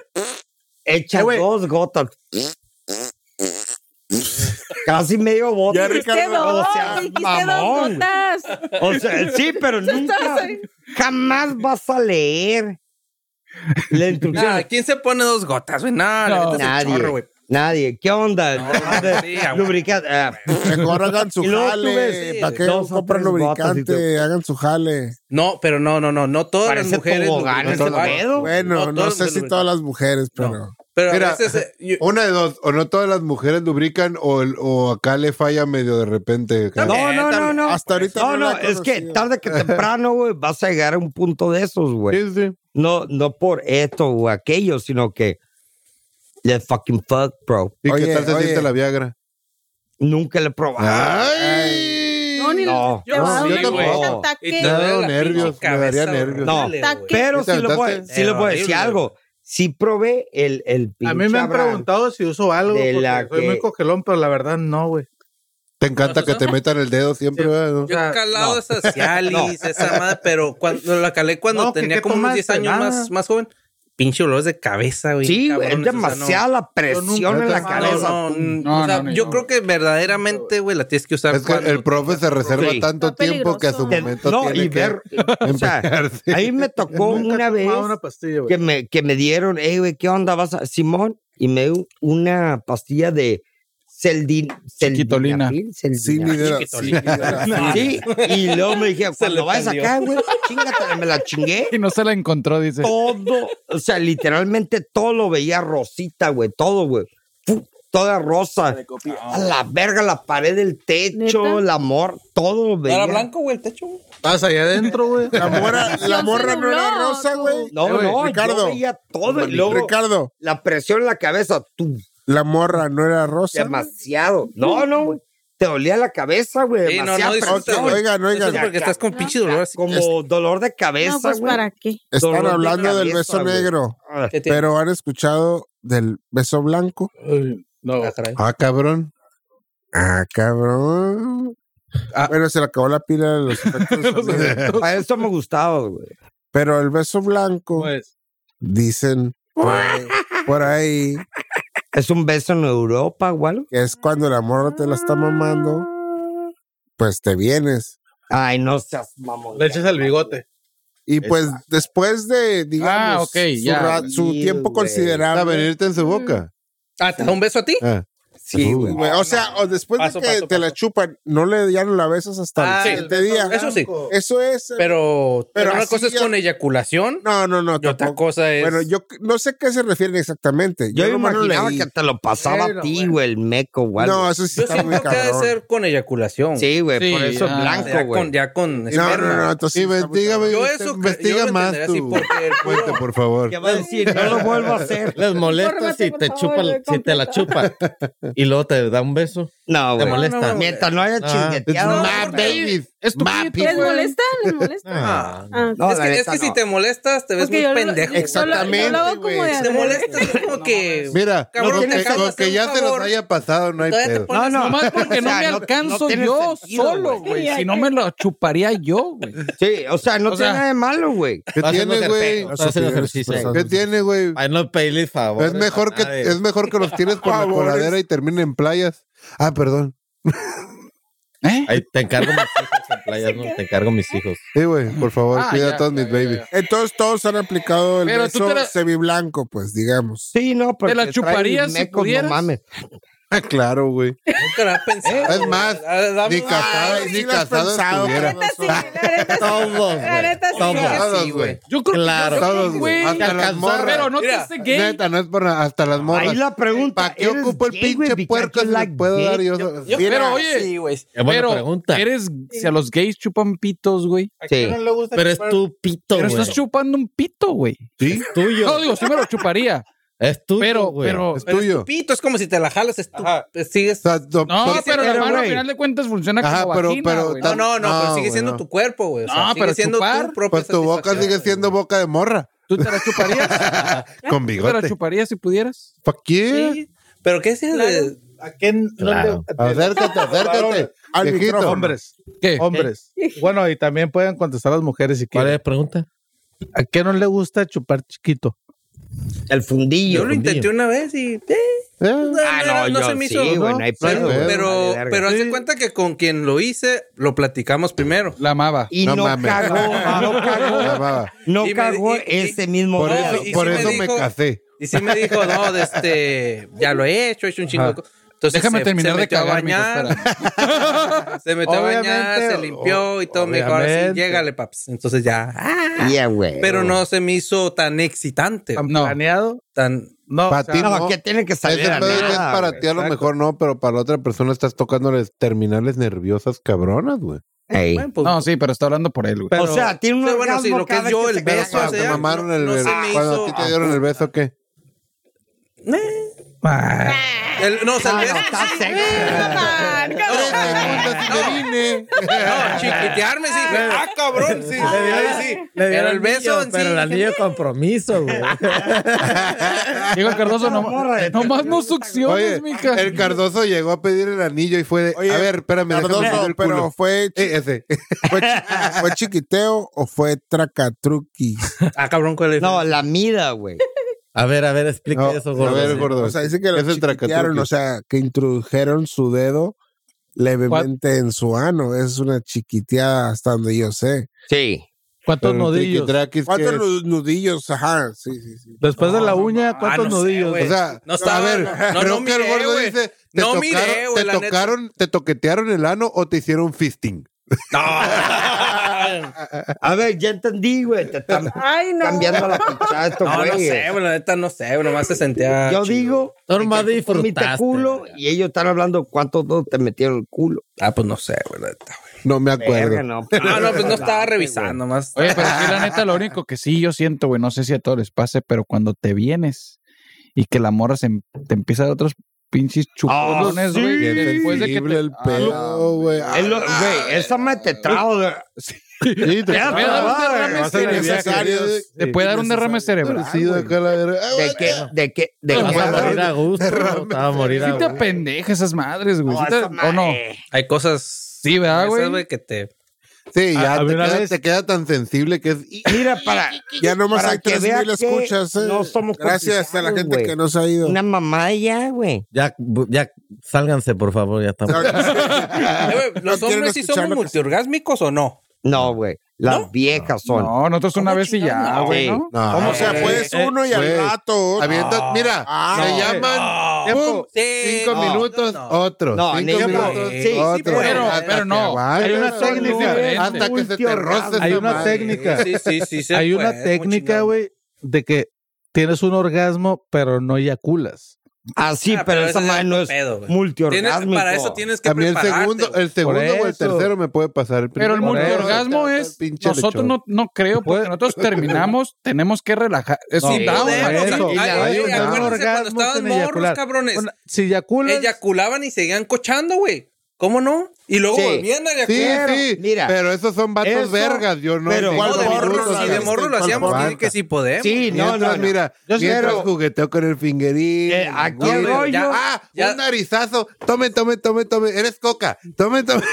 S2: echa dos gotas. Casi medio bote.
S5: Ya,
S4: Dijiste dos,
S2: o sea,
S4: dijiste dos
S2: mamón.
S4: gotas.
S2: O sea, sí, pero nunca. Jamás vas a leer la instrucción.
S8: Nah, ¿Quién se pone dos gotas, güey? Nah, la
S9: No.
S8: neta es un
S2: Nadie.
S8: chorro, güey.
S2: Nadie. ¿Qué onda?
S8: No,
S2: Te vas a-
S8: sí, a huevo.
S2: lubricante. ah,
S7: Mejor hagan su
S2: Y luego tú
S7: jale.
S2: ves,
S7: ¿Para qué
S2: dos o
S7: compran
S2: tres botas y
S7: lubricante?
S2: te-
S7: Hagan su jale.
S8: No, pero no, no, no. No todas las
S2: Parece
S8: mujeres.
S2: tobogán ese
S8: lubrican.
S2: pedo.
S7: Bueno, no
S8: todas
S7: sé
S8: las
S7: si
S8: lubrican.
S7: todas las mujeres, pero.
S8: Pero
S5: Mira,
S8: a veces. eh, yo-
S5: Una de dos, o no todas las mujeres lubrican, o, el- o acá le falla medio de repente. acá.
S2: No, no, no, no.
S7: Hasta ahorita
S2: No,
S7: no
S2: no,
S7: la he
S2: es que
S7: conocido.
S2: tarde que temprano, güey, vas a llegar a un punto de esos, güey.
S5: Sí, sí.
S2: No, no por esto o aquello, sino que. Let's fucking fuck, bro.
S5: ¿Y
S7: Oye,
S5: qué tal se
S7: oye.
S5: siente la Viagra?
S2: Nunca le he probado.
S5: ¡Ay!
S4: No, ni
S2: No.
S4: te va a dar
S8: Yo
S4: un
S8: sí, güey.
S4: pinche
S8: Y
S4: ataque.
S8: te duele
S5: No,
S8: la
S5: nervios,
S8: pinche
S5: me daría
S8: cabeza, güey.
S5: nervios.
S2: No.
S8: Dale,
S4: Ataque.
S8: güey.
S2: Pero
S5: ¿Te
S2: sí lo puedo,
S5: aventaste?
S2: sí le puedo
S8: Horrible,
S2: decir algo. Sí probé el, el
S6: A mí me han
S2: pinche Abraham.
S6: preguntado si uso algo.
S2: De
S6: porque
S2: la
S6: soy
S2: que-
S6: muy cogelón, pero la verdad no, güey.
S5: Te encanta que te metan el dedo siempre, ¿verdad? ¿no?
S8: Yo he calado esas Cialis, esa madre, pero cuando la calé cuando
S6: No, que
S8: tenía
S6: qué
S8: como unos
S6: tomaste,
S8: 10
S6: nada.
S8: años más, más joven. Pinche dolores de cabeza, güey.
S2: Sí, güey, es
S8: cabrones, o sea, no.
S2: demasiada la presión en la
S5: No,
S2: cabeza.
S8: No, no,
S9: No,
S8: o sea,
S9: no, no,
S8: yo
S9: no.
S8: creo que verdaderamente, güey, la tienes que usar.
S5: Es que
S8: cuando-
S5: el profe se reserva
S2: Sí.
S5: tanto
S4: Está
S5: tiempo que a su
S4: peligroso.
S5: momento
S2: No,
S5: tiene
S2: y
S5: que
S2: ver. O sea,
S5: empeñarse.
S2: ahí me tocó
S6: Nunca
S2: una
S6: he
S2: vez
S6: tomado una pastilla, güey. <laughs>
S2: que me, que me dieron, hey, güey, ¿qué onda? ¿Vas a Simón? Y me dio una pastilla de celdin,
S9: Chiquitolina.
S2: celdinafil,
S7: Sí, ni
S2: celdinafil.
S7: idea.
S8: Chiquitolina.
S7: Sí, ni idea.
S2: Sí, y luego me dije,
S8: le
S2: cuando vayas
S8: prendió.
S2: acá, güey, chingate, me la chingué.
S9: Y no se la encontró, dice.
S2: Todo, o sea, literalmente todo lo veía rosita, güey, todo, güey. Fu- Toda rosa. A la verga, la pared del techo,
S4: ¿Neta?
S2: el amor, todo lo
S8: No
S2: veía.
S8: Era blanco, güey, el techo, güey.
S6: Estás allá
S3: <laughs>
S6: adentro, güey.
S7: <laughs> La morra,
S4: Sí,
S7: la
S4: se
S7: morra no era
S4: nubló,
S7: rosa,
S4: tú.
S7: güey.
S2: No,
S7: Eh, güey,
S2: no, yo
S7: Ricardo.
S2: veía todo. Y luego
S7: Ricardo,
S2: la presión en la cabeza, tú,
S7: la morra no era rosa.
S2: demasiado. No, no, güey. Te dolía la cabeza, güey.
S8: Sí, no, no,
S2: demasiada
S8: disfruta,
S2: presión.
S8: güey.
S7: Oigan,
S8: Eso
S7: oigan,
S8: es porque estás con pinche dolor así.
S2: Como dolor de cabeza,
S4: No, pues
S2: güey.
S4: para qué.
S2: dolor
S7: están
S2: de
S7: hablando del
S2: cabeza,
S7: beso
S2: güey.
S7: negro,
S2: Ah,
S8: que te-
S7: pero han escuchado del beso blanco.
S9: No.
S8: Ah, caray.
S5: Ah, cabrón.
S7: Ah, cabrón.
S9: Ah.
S7: Bueno, se le acabó la pila de
S2: <laughs>
S7: los efectos de sonido.
S2: Para eso me gustaba, güey.
S7: Pero el beso blanco,
S6: Pues,
S7: dicen por ahí- por ahí,
S2: Es un beso en Europa, güey.
S7: que es cuando la morra te la está mamando, pues te vienes.
S2: Ay, no seas mamón.
S5: Pues
S6: le echas al bigote.
S7: Y pues después de, digamos,
S9: Ah, ok,
S7: su,
S9: ya.
S7: ra- su
S2: Sí, güey.
S7: tiempo
S5: A
S7: considerable. Mm.
S5: venirte en su boca.
S8: Ah, ¿te da un beso a ti?
S5: Ah.
S2: Sí, güey.
S7: güey, o sea, o después
S8: Paso,
S7: de que
S8: paso,
S7: te la
S8: paso.
S7: chupan, no le, ya no la besas hasta
S8: Ah,
S7: el
S8: sí.
S7: siguiente día.
S8: Eso sí.
S7: Eso es. eh,
S8: Pero,
S7: Pero
S8: pero una
S7: así
S8: cosa es
S7: ya-
S8: con eyaculación
S7: no, no, no.
S8: y otra
S7: tampoco.
S8: cosa es.
S7: Bueno, yo c- no sé a qué se refieren exactamente.
S2: Yo
S7: nomás lo
S2: imaginaba
S7: leí.
S2: que te lo pasaba a ti, güey, el meco, güey.
S7: No, eso sí
S8: Yo
S7: está muy
S8: siento que ha de
S7: cabrón.
S8: ser con eyaculación.
S2: sí, güey,
S9: Sí,
S2: por eso
S9: ya.
S8: O sea,
S2: blanco,
S8: Ya
S2: güey.
S8: con, ya con
S7: No,
S8: esperma.
S7: no, no, entonces sí está muy
S5: Investígame.
S8: Yo
S5: Yo
S8: eso cre-
S5: investiga
S8: yo lo
S5: más
S8: entenderé así
S5: tú.
S8: porque el culo-
S5: Fuente, por favor.
S2: ¿Qué va a
S3: <laughs>
S2: decir? No lo vuelvo a hacer.
S3: Les molesta
S4: Infórmate,
S3: si
S4: por
S3: te
S4: favor,
S3: chupa,
S4: güey,
S3: si te la chupa y luego te da un beso.
S2: No,
S3: Te
S2: güey.
S3: molesta.
S2: Mientras no haya
S3: Ah,
S2: chingueteado.
S8: no,
S2: nada,
S8: porque-
S2: baby.
S5: Babies.
S9: Es tu
S3: Mapi.
S9: pito,
S4: ¿Les
S9: güey.
S4: molesta? ¿Les molesta?
S8: Ah.
S4: Ah,
S2: No,
S8: es
S2: la
S8: que, es
S2: neta,
S8: que
S2: no.
S8: si te molestas, te ves
S4: porque
S8: muy
S4: yo lo-
S8: pendejo.
S4: yo lo- Yo lo hago
S7: Exactamente,
S4: como de
S7: güey.
S8: Si te
S4: adrede.
S8: molestas,
S4: <laughs>
S8: es
S7: <laughs>
S8: como que.
S7: Mira,
S8: Cabrón,
S7: con
S8: te
S7: que,
S8: acabas de
S7: con
S8: hacer
S7: que
S8: un
S7: ya te los
S8: favor.
S7: haya pasado, no hay
S8: Todavía te
S7: pedo.
S8: pones-
S2: No, no.
S9: Nomás porque no
S2: O sea,
S9: me
S2: no- no
S9: alcanzo
S2: tiene
S9: yo
S2: sentido,
S9: solo,
S2: güey.
S9: güey. Si no me lo chuparía yo, güey.
S2: Sí, o sea, no
S9: O
S2: tiene
S9: sea-
S2: nada de malo, güey.
S7: ¿Qué tiene, güey?
S18: Las
S3: Estás haciendo
S18: opiniones
S3: ejercicio.
S18: expresadas.
S7: ¿Qué tiene, güey?
S3: Ay, no pedirles favor. Ah, eh.
S7: Es mejor que es mejor que los tires por la
S18: Favores.
S7: coladera y terminen en playas. Ah, perdón.
S9: ¿Eh?
S3: Ahí te encargo mis hijos en playa, ¿no? Te encargo mis hijos.
S7: Sí, güey, por favor,
S9: Ah,
S7: cuida
S9: ya,
S7: a todos
S9: ya,
S7: mis
S9: ya,
S7: babies.
S9: ya.
S18: Entonces todos han aplicado el
S9: Pero tú
S18: beso
S9: te la-
S18: semiblanco, pues digamos.
S2: Sí, no, pero.
S9: la chuparías si pudieras?
S2: No mames.
S7: Ah, claro, güey.
S8: Nunca la he pensado.
S7: Es más,
S8: Ah, dame
S7: ni
S8: un-
S7: casado,
S18: Ay, sí
S7: ni
S18: lo has
S7: casado
S18: pensado,
S7: estuviera.
S18: cabrón.
S3: Todos,
S4: La neta sí.
S3: Todos.
S4: La neta sí.
S7: Todos, güey.
S9: Yo creo
S3: Claro.
S9: que yo creo
S7: Todos,
S9: que,
S7: güey. Hasta
S3: Te
S7: las
S3: alcanzaron.
S7: morras.
S9: Pero no
S8: Mira,
S9: te hace gay.
S7: Neta, no es por nada. Hasta las morras.
S2: Ahí la pregunta.
S7: ¿Para qué
S2: ¿eres
S7: ocupo el
S2: gay,
S7: pinche
S2: güey? Because
S7: puerco
S2: you
S7: si le
S2: like
S7: puedo
S2: gay?
S7: dar yo?
S8: Yo
S9: Mira,
S8: creo que
S9: oye.
S8: sí, güey.
S3: Es buena
S9: Pero
S3: pregunta.
S9: eres si a los gays chupan pitos, güey.
S2: Sí.
S5: no le gusta
S3: Pero es
S5: chupar?
S3: tu pito,
S9: Pero
S3: güey.
S9: estás chupando un pito, güey.
S7: ¿Sí?
S3: tuyo.
S9: No, digo, sí me lo chuparía.
S3: es tuyo,
S9: Pero,
S3: güey.
S9: pero.
S7: Es
S8: Pero es
S7: tuyo.
S8: tu pito, es como si te la jalas, es tu- pues,
S7: O
S8: sigues.
S7: sea, no,
S9: No,
S7: pues,
S9: pero la
S2: pero,
S9: mano al
S2: güey.
S9: final de cuentas funciona
S7: Ajá,
S9: como
S7: pero-
S9: vagina,
S7: pero
S9: güey.
S8: No, no, no,
S7: No,
S8: pero sigue
S7: güey,
S8: siendo
S7: no.
S8: tu cuerpo, güey. O sea,
S9: No,
S8: sigue
S9: pero
S8: siendo
S9: chupar,
S8: tu propia
S7: pues tu boca
S8: satisfacción,
S7: sigue
S8: güey.
S7: siendo boca de morra.
S9: ¿Tú te la
S7: <laughs>
S9: chuparías?
S7: Con
S9: ¿Tú te la
S7: bigote.
S9: chuparías si pudieras?
S7: ¿Para qué?
S8: Sí, Pero qué es el de.
S5: ¿A quién? no
S3: Claro.
S5: le-
S7: Acércate, acércate.
S18: Al
S7: Viejito.
S18: micrófono.
S5: Hombres,
S9: ¿Qué?
S5: hombres. Bueno, y también pueden contestar las mujeres si
S3: ¿Cuál
S5: quieren.
S3: es la pregunta?
S5: ¿A qué no le gusta chupar chiquito?
S2: El fundillo.
S8: Yo lo intenté una vez y. eh,
S7: Eh,
S2: Ah, no, yo sí, güey, no hay
S8: Pero,
S2: pedo, güey.
S8: pero,
S2: Vale, verga.
S8: pero hace cuenta que con quien lo hice, lo platicamos primero.
S9: La amaba.
S2: Y
S7: No
S2: no,
S7: mames.
S2: cagó,
S7: <laughs>
S2: no
S7: la
S2: cagó,
S7: baba.
S2: no
S8: Y me-
S2: cagó
S8: y- y-
S2: ese mismo
S7: Por
S8: No,
S2: día.
S7: eso,
S8: y sí
S7: por
S8: me
S7: eso me
S8: dijo-
S7: casé.
S8: Y sí me dijo, no, de este, ya lo he hecho, he hecho un chingo de cosas. Entonces
S9: Déjame
S8: se-
S9: terminar
S8: se
S9: de
S8: metió a
S9: cagar, mijo,
S8: bañar, Se metió a bañar,
S5: Obviamente,
S8: se limpió y todo. Me dijo, ahora sí,
S5: obviamente.
S8: llégale, paps. Entonces ya. ah.
S2: Ya, güey.
S8: Pero no se me hizo tan excitante,
S5: ¿Tan
S9: No.
S5: planeado?
S8: tan...
S5: No.
S7: Pa' ti
S2: No,
S7: no.
S2: que tiene que salir
S7: Ese
S2: a
S7: pedo que es
S2: nada,
S7: para
S2: güey.
S7: ti a lo mejor no, pero para la otra persona estás tocándoles terminales nerviosas cabronas, güey.
S2: Ey.
S8: Bueno, pues,
S9: No, sí, pero está hablando por él, güey.
S2: o sea, tiene un
S8: pero bueno,
S2: orgasmo
S8: sí, lo que
S2: cada
S8: es yo,
S2: que
S8: el
S2: se
S8: beso,
S2: caga,
S8: o sea,
S7: te
S2: güey.
S8: no-
S7: mamaron el
S8: no se
S7: beso.
S8: me
S7: Cuando
S8: hizo-
S7: a ti te dieron el beso, ¿qué?
S8: el- no, o sea, el
S2: Ah,
S8: beso-
S2: no, está sexy.
S7: Tres
S8: Ah,
S7: segundos y me vine.
S8: No, chiquitearme, sí. dije, Ah, cabrón, sí. ahí sí.
S3: Le
S8: Pero el
S3: dieron
S8: beso
S3: anillo,
S8: en sí.
S3: Pero el
S8: dije,
S3: anillo de compromiso, güey.
S9: Diego Cardoso, no,
S2: morra de-
S9: nomás no succiones,
S7: Oye,
S9: mija.
S7: el Cardoso llegó a pedir el anillo y fue de,
S18: Oye,
S7: a ver, espérame, déjame
S18: Cardoso,
S7: meter el
S18: pero
S7: culo.
S18: fue, chi-
S7: Eh, ese.
S18: fue, chi- fue chiquiteo o fue tracatruqui.
S8: Ah, cabrón, ¿cuál es?
S2: No, la mida, güey.
S3: A ver, a ver, explica
S7: No,
S3: eso,
S7: a
S3: gordo.
S7: ver, gordo.
S18: O sea, dice que lo
S7: Es el
S18: chiquitearon,
S7: tracatruqui.
S18: o sea, que introdujeron su dedo levemente en su ano. Es una chiquiteada hasta donde yo sé.
S2: Sí.
S5: ¿Cuántos
S7: Pero el
S5: nudillos?
S7: triquitraquis que
S18: ¿Cuántos
S7: es-
S18: nu- nudillos? Ajá, sí, sí, sí.
S5: Después de la uña, ¿cuántos
S8: Ah, no sé,
S5: nudillos?
S8: güey.
S7: O sea,
S8: No estaba-
S7: a ver,
S8: no- no,
S7: creo
S8: no
S7: que el
S8: miré,
S7: gordo
S8: güey.
S7: dice, te
S8: No
S7: tocaron,
S8: miré, güey,
S7: te
S8: la neta.
S7: tocaron, te toquetearon el ano o te hicieron fisting.
S8: No.
S2: A ver, ya entendí, güey. Te están <laughs>
S4: Ay, no.
S2: cambiando la pichada estos
S8: No, no
S2: güeyes.
S8: sé, güey, la neta no sé, güey, nomás se sentía.
S2: Yo
S8: chido.
S2: digo,
S3: No, nomás
S2: que tú comiste
S3: disfrutaste,
S2: culo
S3: verga.
S2: y ellos están hablando cuántos dos te metieron el culo.
S8: Ah, pues no sé, güey, la neta, güey.
S7: No me acuerdo.
S2: Verga, no.
S8: No, no, pues no estaba revisando, nomás.
S9: Oye, pero sí, la neta, lo único que sí yo siento, güey, no sé si a todos les pase, pero cuando te vienes y que la morra se em- te empieza a dar otros pinches chupones,
S2: sí.
S9: güey,
S7: Bien
S9: después de que
S7: sensible
S9: te...
S7: el pedo, güey.
S2: Es lo- Güey, esa me te trago de...
S7: Sí, te-
S2: Ya,
S9: Me da un derrame
S7: vas a la
S9: cerebral.
S7: necesario.
S9: Te puede dar un derrame cerebral,
S7: Sí, de
S9: güey.
S7: acá la verga. Ah,
S2: De que, de que, de
S9: Pero
S3: Vas
S2: que-
S3: a morir a gusto.
S7: Derrame.
S3: Te vas a morir a
S9: Sí te
S3: gusto.
S9: apendeja esas madres, güey.
S2: No,
S9: Sí te-
S2: esa
S9: ¿O no?
S2: madre.
S8: Hay cosas.
S9: Sí, ¿verdad,
S8: esas,
S9: güey?
S8: que te.
S7: Sí,
S5: A-
S7: ya
S5: a
S7: te
S5: mí una
S7: queda,
S5: vez-
S7: te queda tan sensible que es. y- <laughs>
S2: Mira, para,
S18: Ya nomás
S2: para
S18: hay
S2: que vea
S18: 3.000
S2: que
S18: escuchas. eh.
S2: no somos
S18: Gracias a la
S2: complicados,
S18: gente
S2: güey.
S18: que nos ha ido.
S7: <laughs>
S2: una mamá ya, güey.
S3: Ya, bu- ya, sálganse, por favor, ya estamos.
S8: Eh, güey, ¿Los
S18: quieren
S8: hombres sí somos
S18: escuchar lo que-
S8: multiorgásmicos o no?
S2: No, güey. Las viejas son.
S9: No, nosotros una vez y ya,
S2: No,
S9: güey,
S2: güey.
S9: ¿no?
S7: No,
S18: O sea,
S7: güey.
S18: puedes uno y
S7: güey.
S18: al rato. otro.
S7: Ah, eh, pues, Avienta- mira,
S18: Ah,
S7: se
S18: no,
S7: llaman pum,
S8: Sí,
S7: cinco
S8: no,
S7: minutos, otro.
S2: No,
S7: cinco
S2: ningún-
S7: minutos,
S8: sí, sí,
S7: otro.
S9: pero-
S7: Hasta
S9: pero
S7: que
S9: no.
S7: aguantes,
S5: Hay una
S7: güey.
S5: técnica.
S7: Hasta que se te roce
S5: Hay
S7: esa
S5: una
S7: madre.
S5: técnica.
S8: Sí, sí, sí. se
S5: Hay
S8: puede,
S5: una
S8: muy
S5: técnica,
S8: chingado.
S5: güey, de que tienes un orgasmo, pero no eyaculas.
S2: Así,
S8: Ah,
S2: pero, esa
S8: ese
S2: madre
S8: es
S2: no
S8: otro
S2: es
S8: pedo, güey. Tienes-
S2: multiorgásmico.
S8: Para eso tienes que
S7: A mí el
S8: prepararte,
S7: segundo,
S8: güey.
S7: el segundo
S5: Por
S7: o el
S5: eso.
S7: tercero me puede pasar. El
S9: Pero el
S5: Por eso,
S9: multiorgasmo es... Nosotros no, no creo, porque nosotros terminamos, tenemos que relajar. Es
S5: No,
S9: un
S8: Sí,
S9: down,
S8: podemos,
S9: güey.
S5: eso.
S8: güey. Ay,
S7: Hay
S8: ay,
S7: un
S8: acuérdense
S5: orgasmo
S8: cuando estaban
S5: sin
S8: morros,
S5: eyacular.
S8: cabrones.
S5: Una- si eyaculas,
S8: Eyaculaban y seguían cochando, güey. ¿Cómo no? Y luego
S2: Sí.
S8: volvían a la
S7: Sí,
S8: cueva.
S7: sí.
S2: mira,
S7: pero esos son vatos
S2: eso-
S7: vergas. Yo no.
S2: pero-
S7: de- este,
S2: ¿Cuál
S8: No, de
S2: morro
S8: morro,
S2: lo
S8: si de
S2: haciste?
S8: morro lo
S19: ¿Cuál
S8: hacíamos,
S19: morro?
S8: tiene que sí podemos.
S2: Sí, no, no,
S7: Mientras,
S2: no.
S7: Mira,
S5: Yo sí
S7: mientras
S5: creo-
S7: jugueteo con el fingerín.
S2: Eh, aquí el
S8: pero
S2: rollo.
S8: ya-
S7: ah,
S8: ya-
S7: un narizazo. Tome, tome, tome, tome. Eres coca. Tome, tome.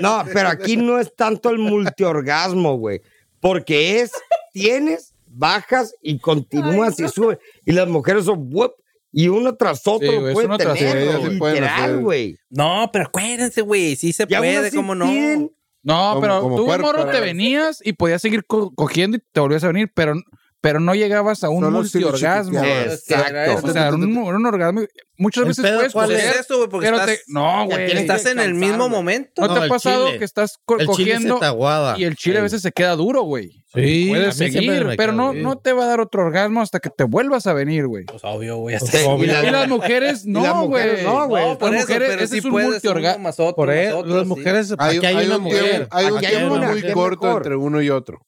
S2: No, pero aquí no es tanto el multiorgasmo, güey. Porque es, tienes, bajas y continúas y subes. Y las mujeres son, whoop, y uno tras otro
S9: Sí,
S2: lo
S9: güey, es
S2: pueden
S9: uno tras
S2: tener,
S7: otro,
S2: güey,
S7: sí pueden
S2: literal,
S7: hacer.
S2: güey.
S8: No, pero acuérdense, güey, sí se
S2: Y aún
S8: puede,
S2: así
S8: cómo no.
S2: tienen-
S9: No,
S7: Como-
S9: pero
S7: como
S9: tú,
S7: puerco,
S9: morro,
S7: la
S9: te
S7: verdad.
S9: venías y podías seguir co- cogiendo y te volvías a venir, pero, pero no llegabas a un
S19: Solo si lo
S9: multiorgasmo.
S19: chiquiteabas.
S8: Pues,
S9: O
S2: Exacto.
S9: sea, era un, era un orgasmo. Muchas
S3: ¿El
S9: veces
S3: pedo
S9: puedes
S3: cuál
S8: Pues
S9: coger,
S8: es esto, güey, porque
S9: pero
S8: estás,
S9: te- No,
S3: tienes
S9: güey.
S3: que
S8: estás en el
S3: descansar,
S8: mismo
S3: güey.
S8: momento.
S9: ¿No,
S3: No,
S9: te ha
S3: el
S9: pasado
S3: chile.
S9: que estás co-
S3: Pues, El chile se
S9: cogiendo
S3: te aguada.
S9: y el chile a veces se queda duro, güey?
S3: Sí, a mí
S9: Puedes
S3: siempre
S9: seguir,
S3: me
S9: pero
S3: queda
S9: no,
S3: duro.
S9: no te va a dar otro orgasmo hasta que te vuelvas a venir, güey.
S8: Pues obvio, güey. hasta-
S2: Y la-
S9: Y las
S8: <laughs>
S9: mujeres
S2: las
S9: no,
S2: mujeres
S9: güey.
S2: no, güey.
S9: Las
S8: No, por eso,
S9: mujeres,
S8: pero
S9: ese
S8: sí
S9: es un e-
S8: puedes uno
S9: multiorgasmo.
S8: más otro,
S5: Por
S8: más
S5: eso,
S8: otro,
S5: las
S8: sí.
S5: mujeres se
S7: Hay,
S3: Aquí hay
S7: hay
S3: una
S7: un
S3: mujer.
S7: tiempo, hay un
S2: Aquí hay
S7: tiempo
S2: una,
S7: muy
S2: aquí hay
S7: corto
S2: mejor.
S7: entre uno y otro.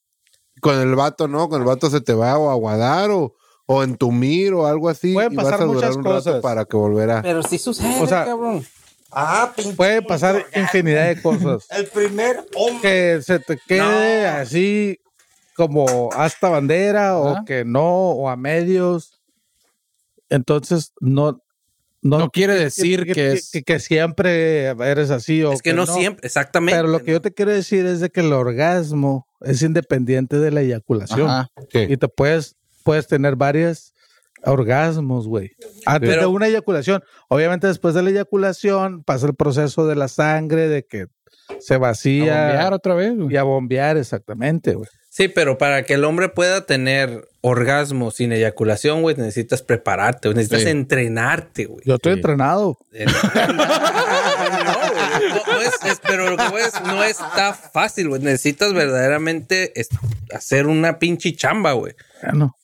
S7: Con el vato, ¿no? Con el vato se te va o a aguadar o, o entumir o algo así.
S5: Pueden
S7: y
S5: pasar
S7: vas a durar
S5: muchas
S7: un rato
S5: cosas.
S7: para que volverá.
S8: Pero sí sucede,
S5: O sea,
S8: cabrón.
S5: puede pasar infinidad de cosas.
S2: El primer hombre.
S5: que se te quede así como hasta bandera
S9: Ajá.
S5: o que no o a medios entonces no no,
S9: No quiere decir que es-
S5: que, que siempre eres así o
S8: Es que no siempre, exactamente.
S5: pero lo que yo te quiero decir es de que el orgasmo es independiente de la eyaculación
S9: Ajá.
S5: y te puedes puedes tener varias orgasmos güey antes
S8: Pero-
S5: de una eyaculación obviamente después de la eyaculación pasa el proceso de la sangre de que se
S9: Y a
S5: vacía
S9: bombear otra vez, güey.
S5: y a bombear, exactamente, güey.
S8: Sí, pero para que el hombre pueda tener orgasmo sin eyaculación, güey, necesitas prepararte, güey, necesitas
S9: Sí.
S5: <laughs>
S8: entrenarte, güey.
S5: Yo estoy
S3: Sí.
S5: entrenado.
S8: Eh, No, güey, no, no es, es- pero lo que voy es, no está fácil, güey. Necesitas verdaderamente es- hacer una pinche chamba, güey.
S5: Bueno,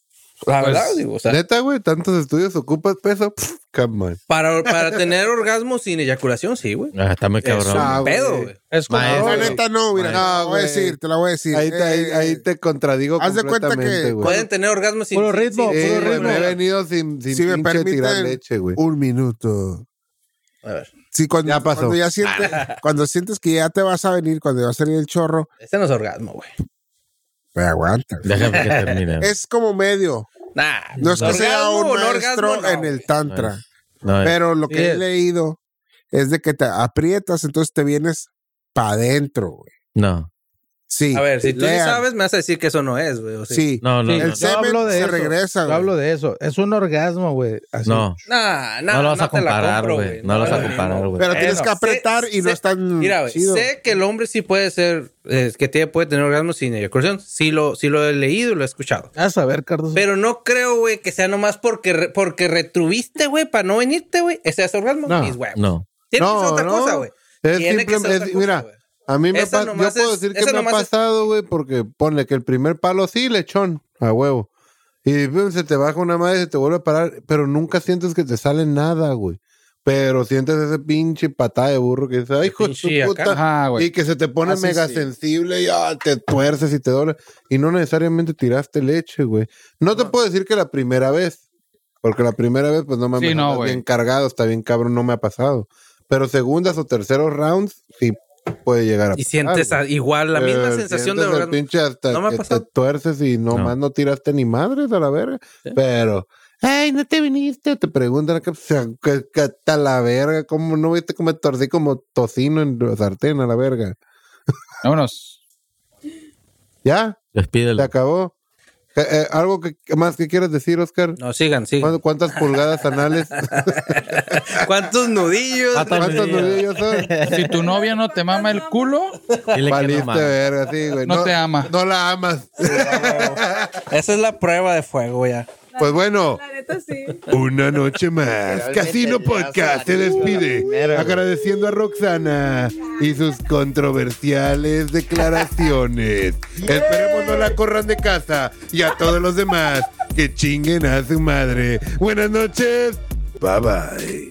S8: La verdad, digo, o sea,
S7: Neta, güey, tantos estudios ocupas peso. Pff, come on.
S8: para, para tener orgasmo sin eyaculación, sí, güey.
S3: Ah, está muy
S8: Es
S3: cabrón.
S7: Ah,
S8: un
S7: güey.
S8: pedo, güey.
S5: es como
S3: Maestro.
S19: No,
S3: Ahora,
S19: neta no, mira,
S7: Ahora,
S19: te la voy a
S7: güey.
S19: decir, te la voy a decir.
S7: Ahí te, ahí,
S19: Eh,
S7: ahí te contradigo
S19: haz de cuenta que-
S7: completamente, güey.
S8: Pueden tener orgasmo sin
S5: Puro
S8: sin-
S5: ritmo,
S8: sin-
S7: Sí,
S5: puro
S7: güey,
S5: ritmo.
S7: me he venido sin, sin
S19: Si me
S7: pinche tirar
S19: permiten-
S7: leche, güey.
S19: Un minuto.
S8: A ver, Ah,
S19: Sí, cuando
S7: Ya
S19: ya,
S7: pasó.
S19: cuando ya sientes, cuando sientes que ya te vas a venir, cuando ya va a salir el chorro,
S8: ese este no es orgasmo, güey.
S19: me aguanta.
S3: Déjame que termine.
S19: Es como medio.
S8: Nah,
S19: No es que sea
S8: orgasmo
S19: un
S8: o no
S19: maestro
S8: orgasmo, no,
S19: en el
S8: güey.
S19: tantra,
S3: No,
S19: pero lo que
S5: Sí
S19: he
S5: es.
S19: leído es de que te aprietas, entonces te vienes para adentro, güey.
S3: no,
S19: Sí.
S8: A ver, si tú sí
S19: lean.
S8: sabes, me vas a decir que eso no es, güey. o sí.
S19: Sí.
S3: no, no.
S5: Sí,
S19: El
S3: no.
S19: semen se
S5: eso.
S19: regresa,
S5: Yo
S19: güey.
S5: hablo de eso. Es un orgasmo, güey. Así.
S3: No,
S8: Nah, nah,
S3: no lo vas
S8: no
S3: a
S8: te la
S3: comparar,
S8: compro,
S3: güey. No lo vas a
S8: es lo
S3: comparar,
S8: mismo.
S3: güey.
S19: Pero tienes
S8: Bueno,
S19: que apretar
S8: sé-
S19: y no
S8: sé-
S19: es tan
S8: Mira, güey,
S19: chido.
S8: sé que el hombre sí puede ser, eh, que tiene, puede tener orgasmo sin eyaculación. Sí lo, sí lo he leído y lo he escuchado.
S5: A saber, Cardoso.
S8: Pero no creo, güey, que sea nomás porque, re- porque retruviste, güey, para no venirte, güey. Ese es orgasmo.
S7: No,
S8: mis huevos.
S3: no.
S8: Tiene que
S7: No,
S8: ser otra
S7: no.
S8: cosa, güey.
S7: Es
S8: Tiene que ser
S7: simple-
S8: otra
S7: es-
S8: cosa,
S7: mira,
S8: güey.
S7: a mí me
S8: Esa
S7: pasa, yo
S8: nomás
S7: puedo
S8: es-
S7: decir que
S8: esa
S7: me ha
S8: nomás es-
S7: pasado, güey, porque ponle que el primer palo sí, lechón, a huevo. Y pum, se te baja una madre, se te vuelve a parar, pero nunca sientes que te sale nada, güey. Pero sientes ese pinche patada de burro que dices, ay, hijo de su
S8: pinche acá".
S7: puta.
S9: Ajá, güey.
S7: y que se te pone
S9: Así
S7: mega
S9: sí.
S7: sensible y ah, te tuerces y te duele. Y no necesariamente tiraste leche, güey. No te puedo decir que la primera vez, porque la primera vez, pues no mames,
S9: Sí, no,
S7: estás
S9: güey.
S7: bien cargado, está bien cabrón, no me ha pasado. Pero segundas o terceros rounds, sí puede llegar a
S8: Y sientes a-
S7: güey.
S8: igual la misma
S7: Pero
S8: sensación de
S7: sientes Eh, el
S8: orgasmo.
S7: pinche hasta
S8: No me ha
S7: que te
S8: pasado.
S7: tuerces y
S3: No.
S7: nomás no. tiraste ni madres a la verga. Pero, ay, no te viniste. Te preguntan acá, o sea, que, que hasta la verga, ¿cómo no viste cómo me torcí como tocino en la sartén a la verga?
S9: Vámonos.
S7: ¿Ya? Se
S3: Despídelo.
S7: acabó. Eh, eh, ¿Algo que, que más que quieras decir, Oscar?
S8: No, sigan, sigan.
S7: ¿Cuán- ¿Cuántas pulgadas
S8: <laughs>
S7: anales? <laughs>
S8: ¿Cuántos nudillos?
S3: Ah, también.
S7: ¿Cuántos
S3: <laughs>
S7: nudillos son?
S9: Si tu novia no te mama el culo,
S3: Dile que no,
S7: Valiste
S3: mano.
S7: verga, sí, güey.
S9: No te ama.
S7: No la amas.
S8: Esa es la prueba de fuego ya.
S7: Pues bueno.
S4: La neta sí.
S7: <laughs> Una noche más. Casino Podcast se despide. Agradeciendo a Roxana y sus controversiales declaraciones. Esperemos no la corran de casa y a todos los demás que chinguen a su madre. Buenas noches. Bye bye.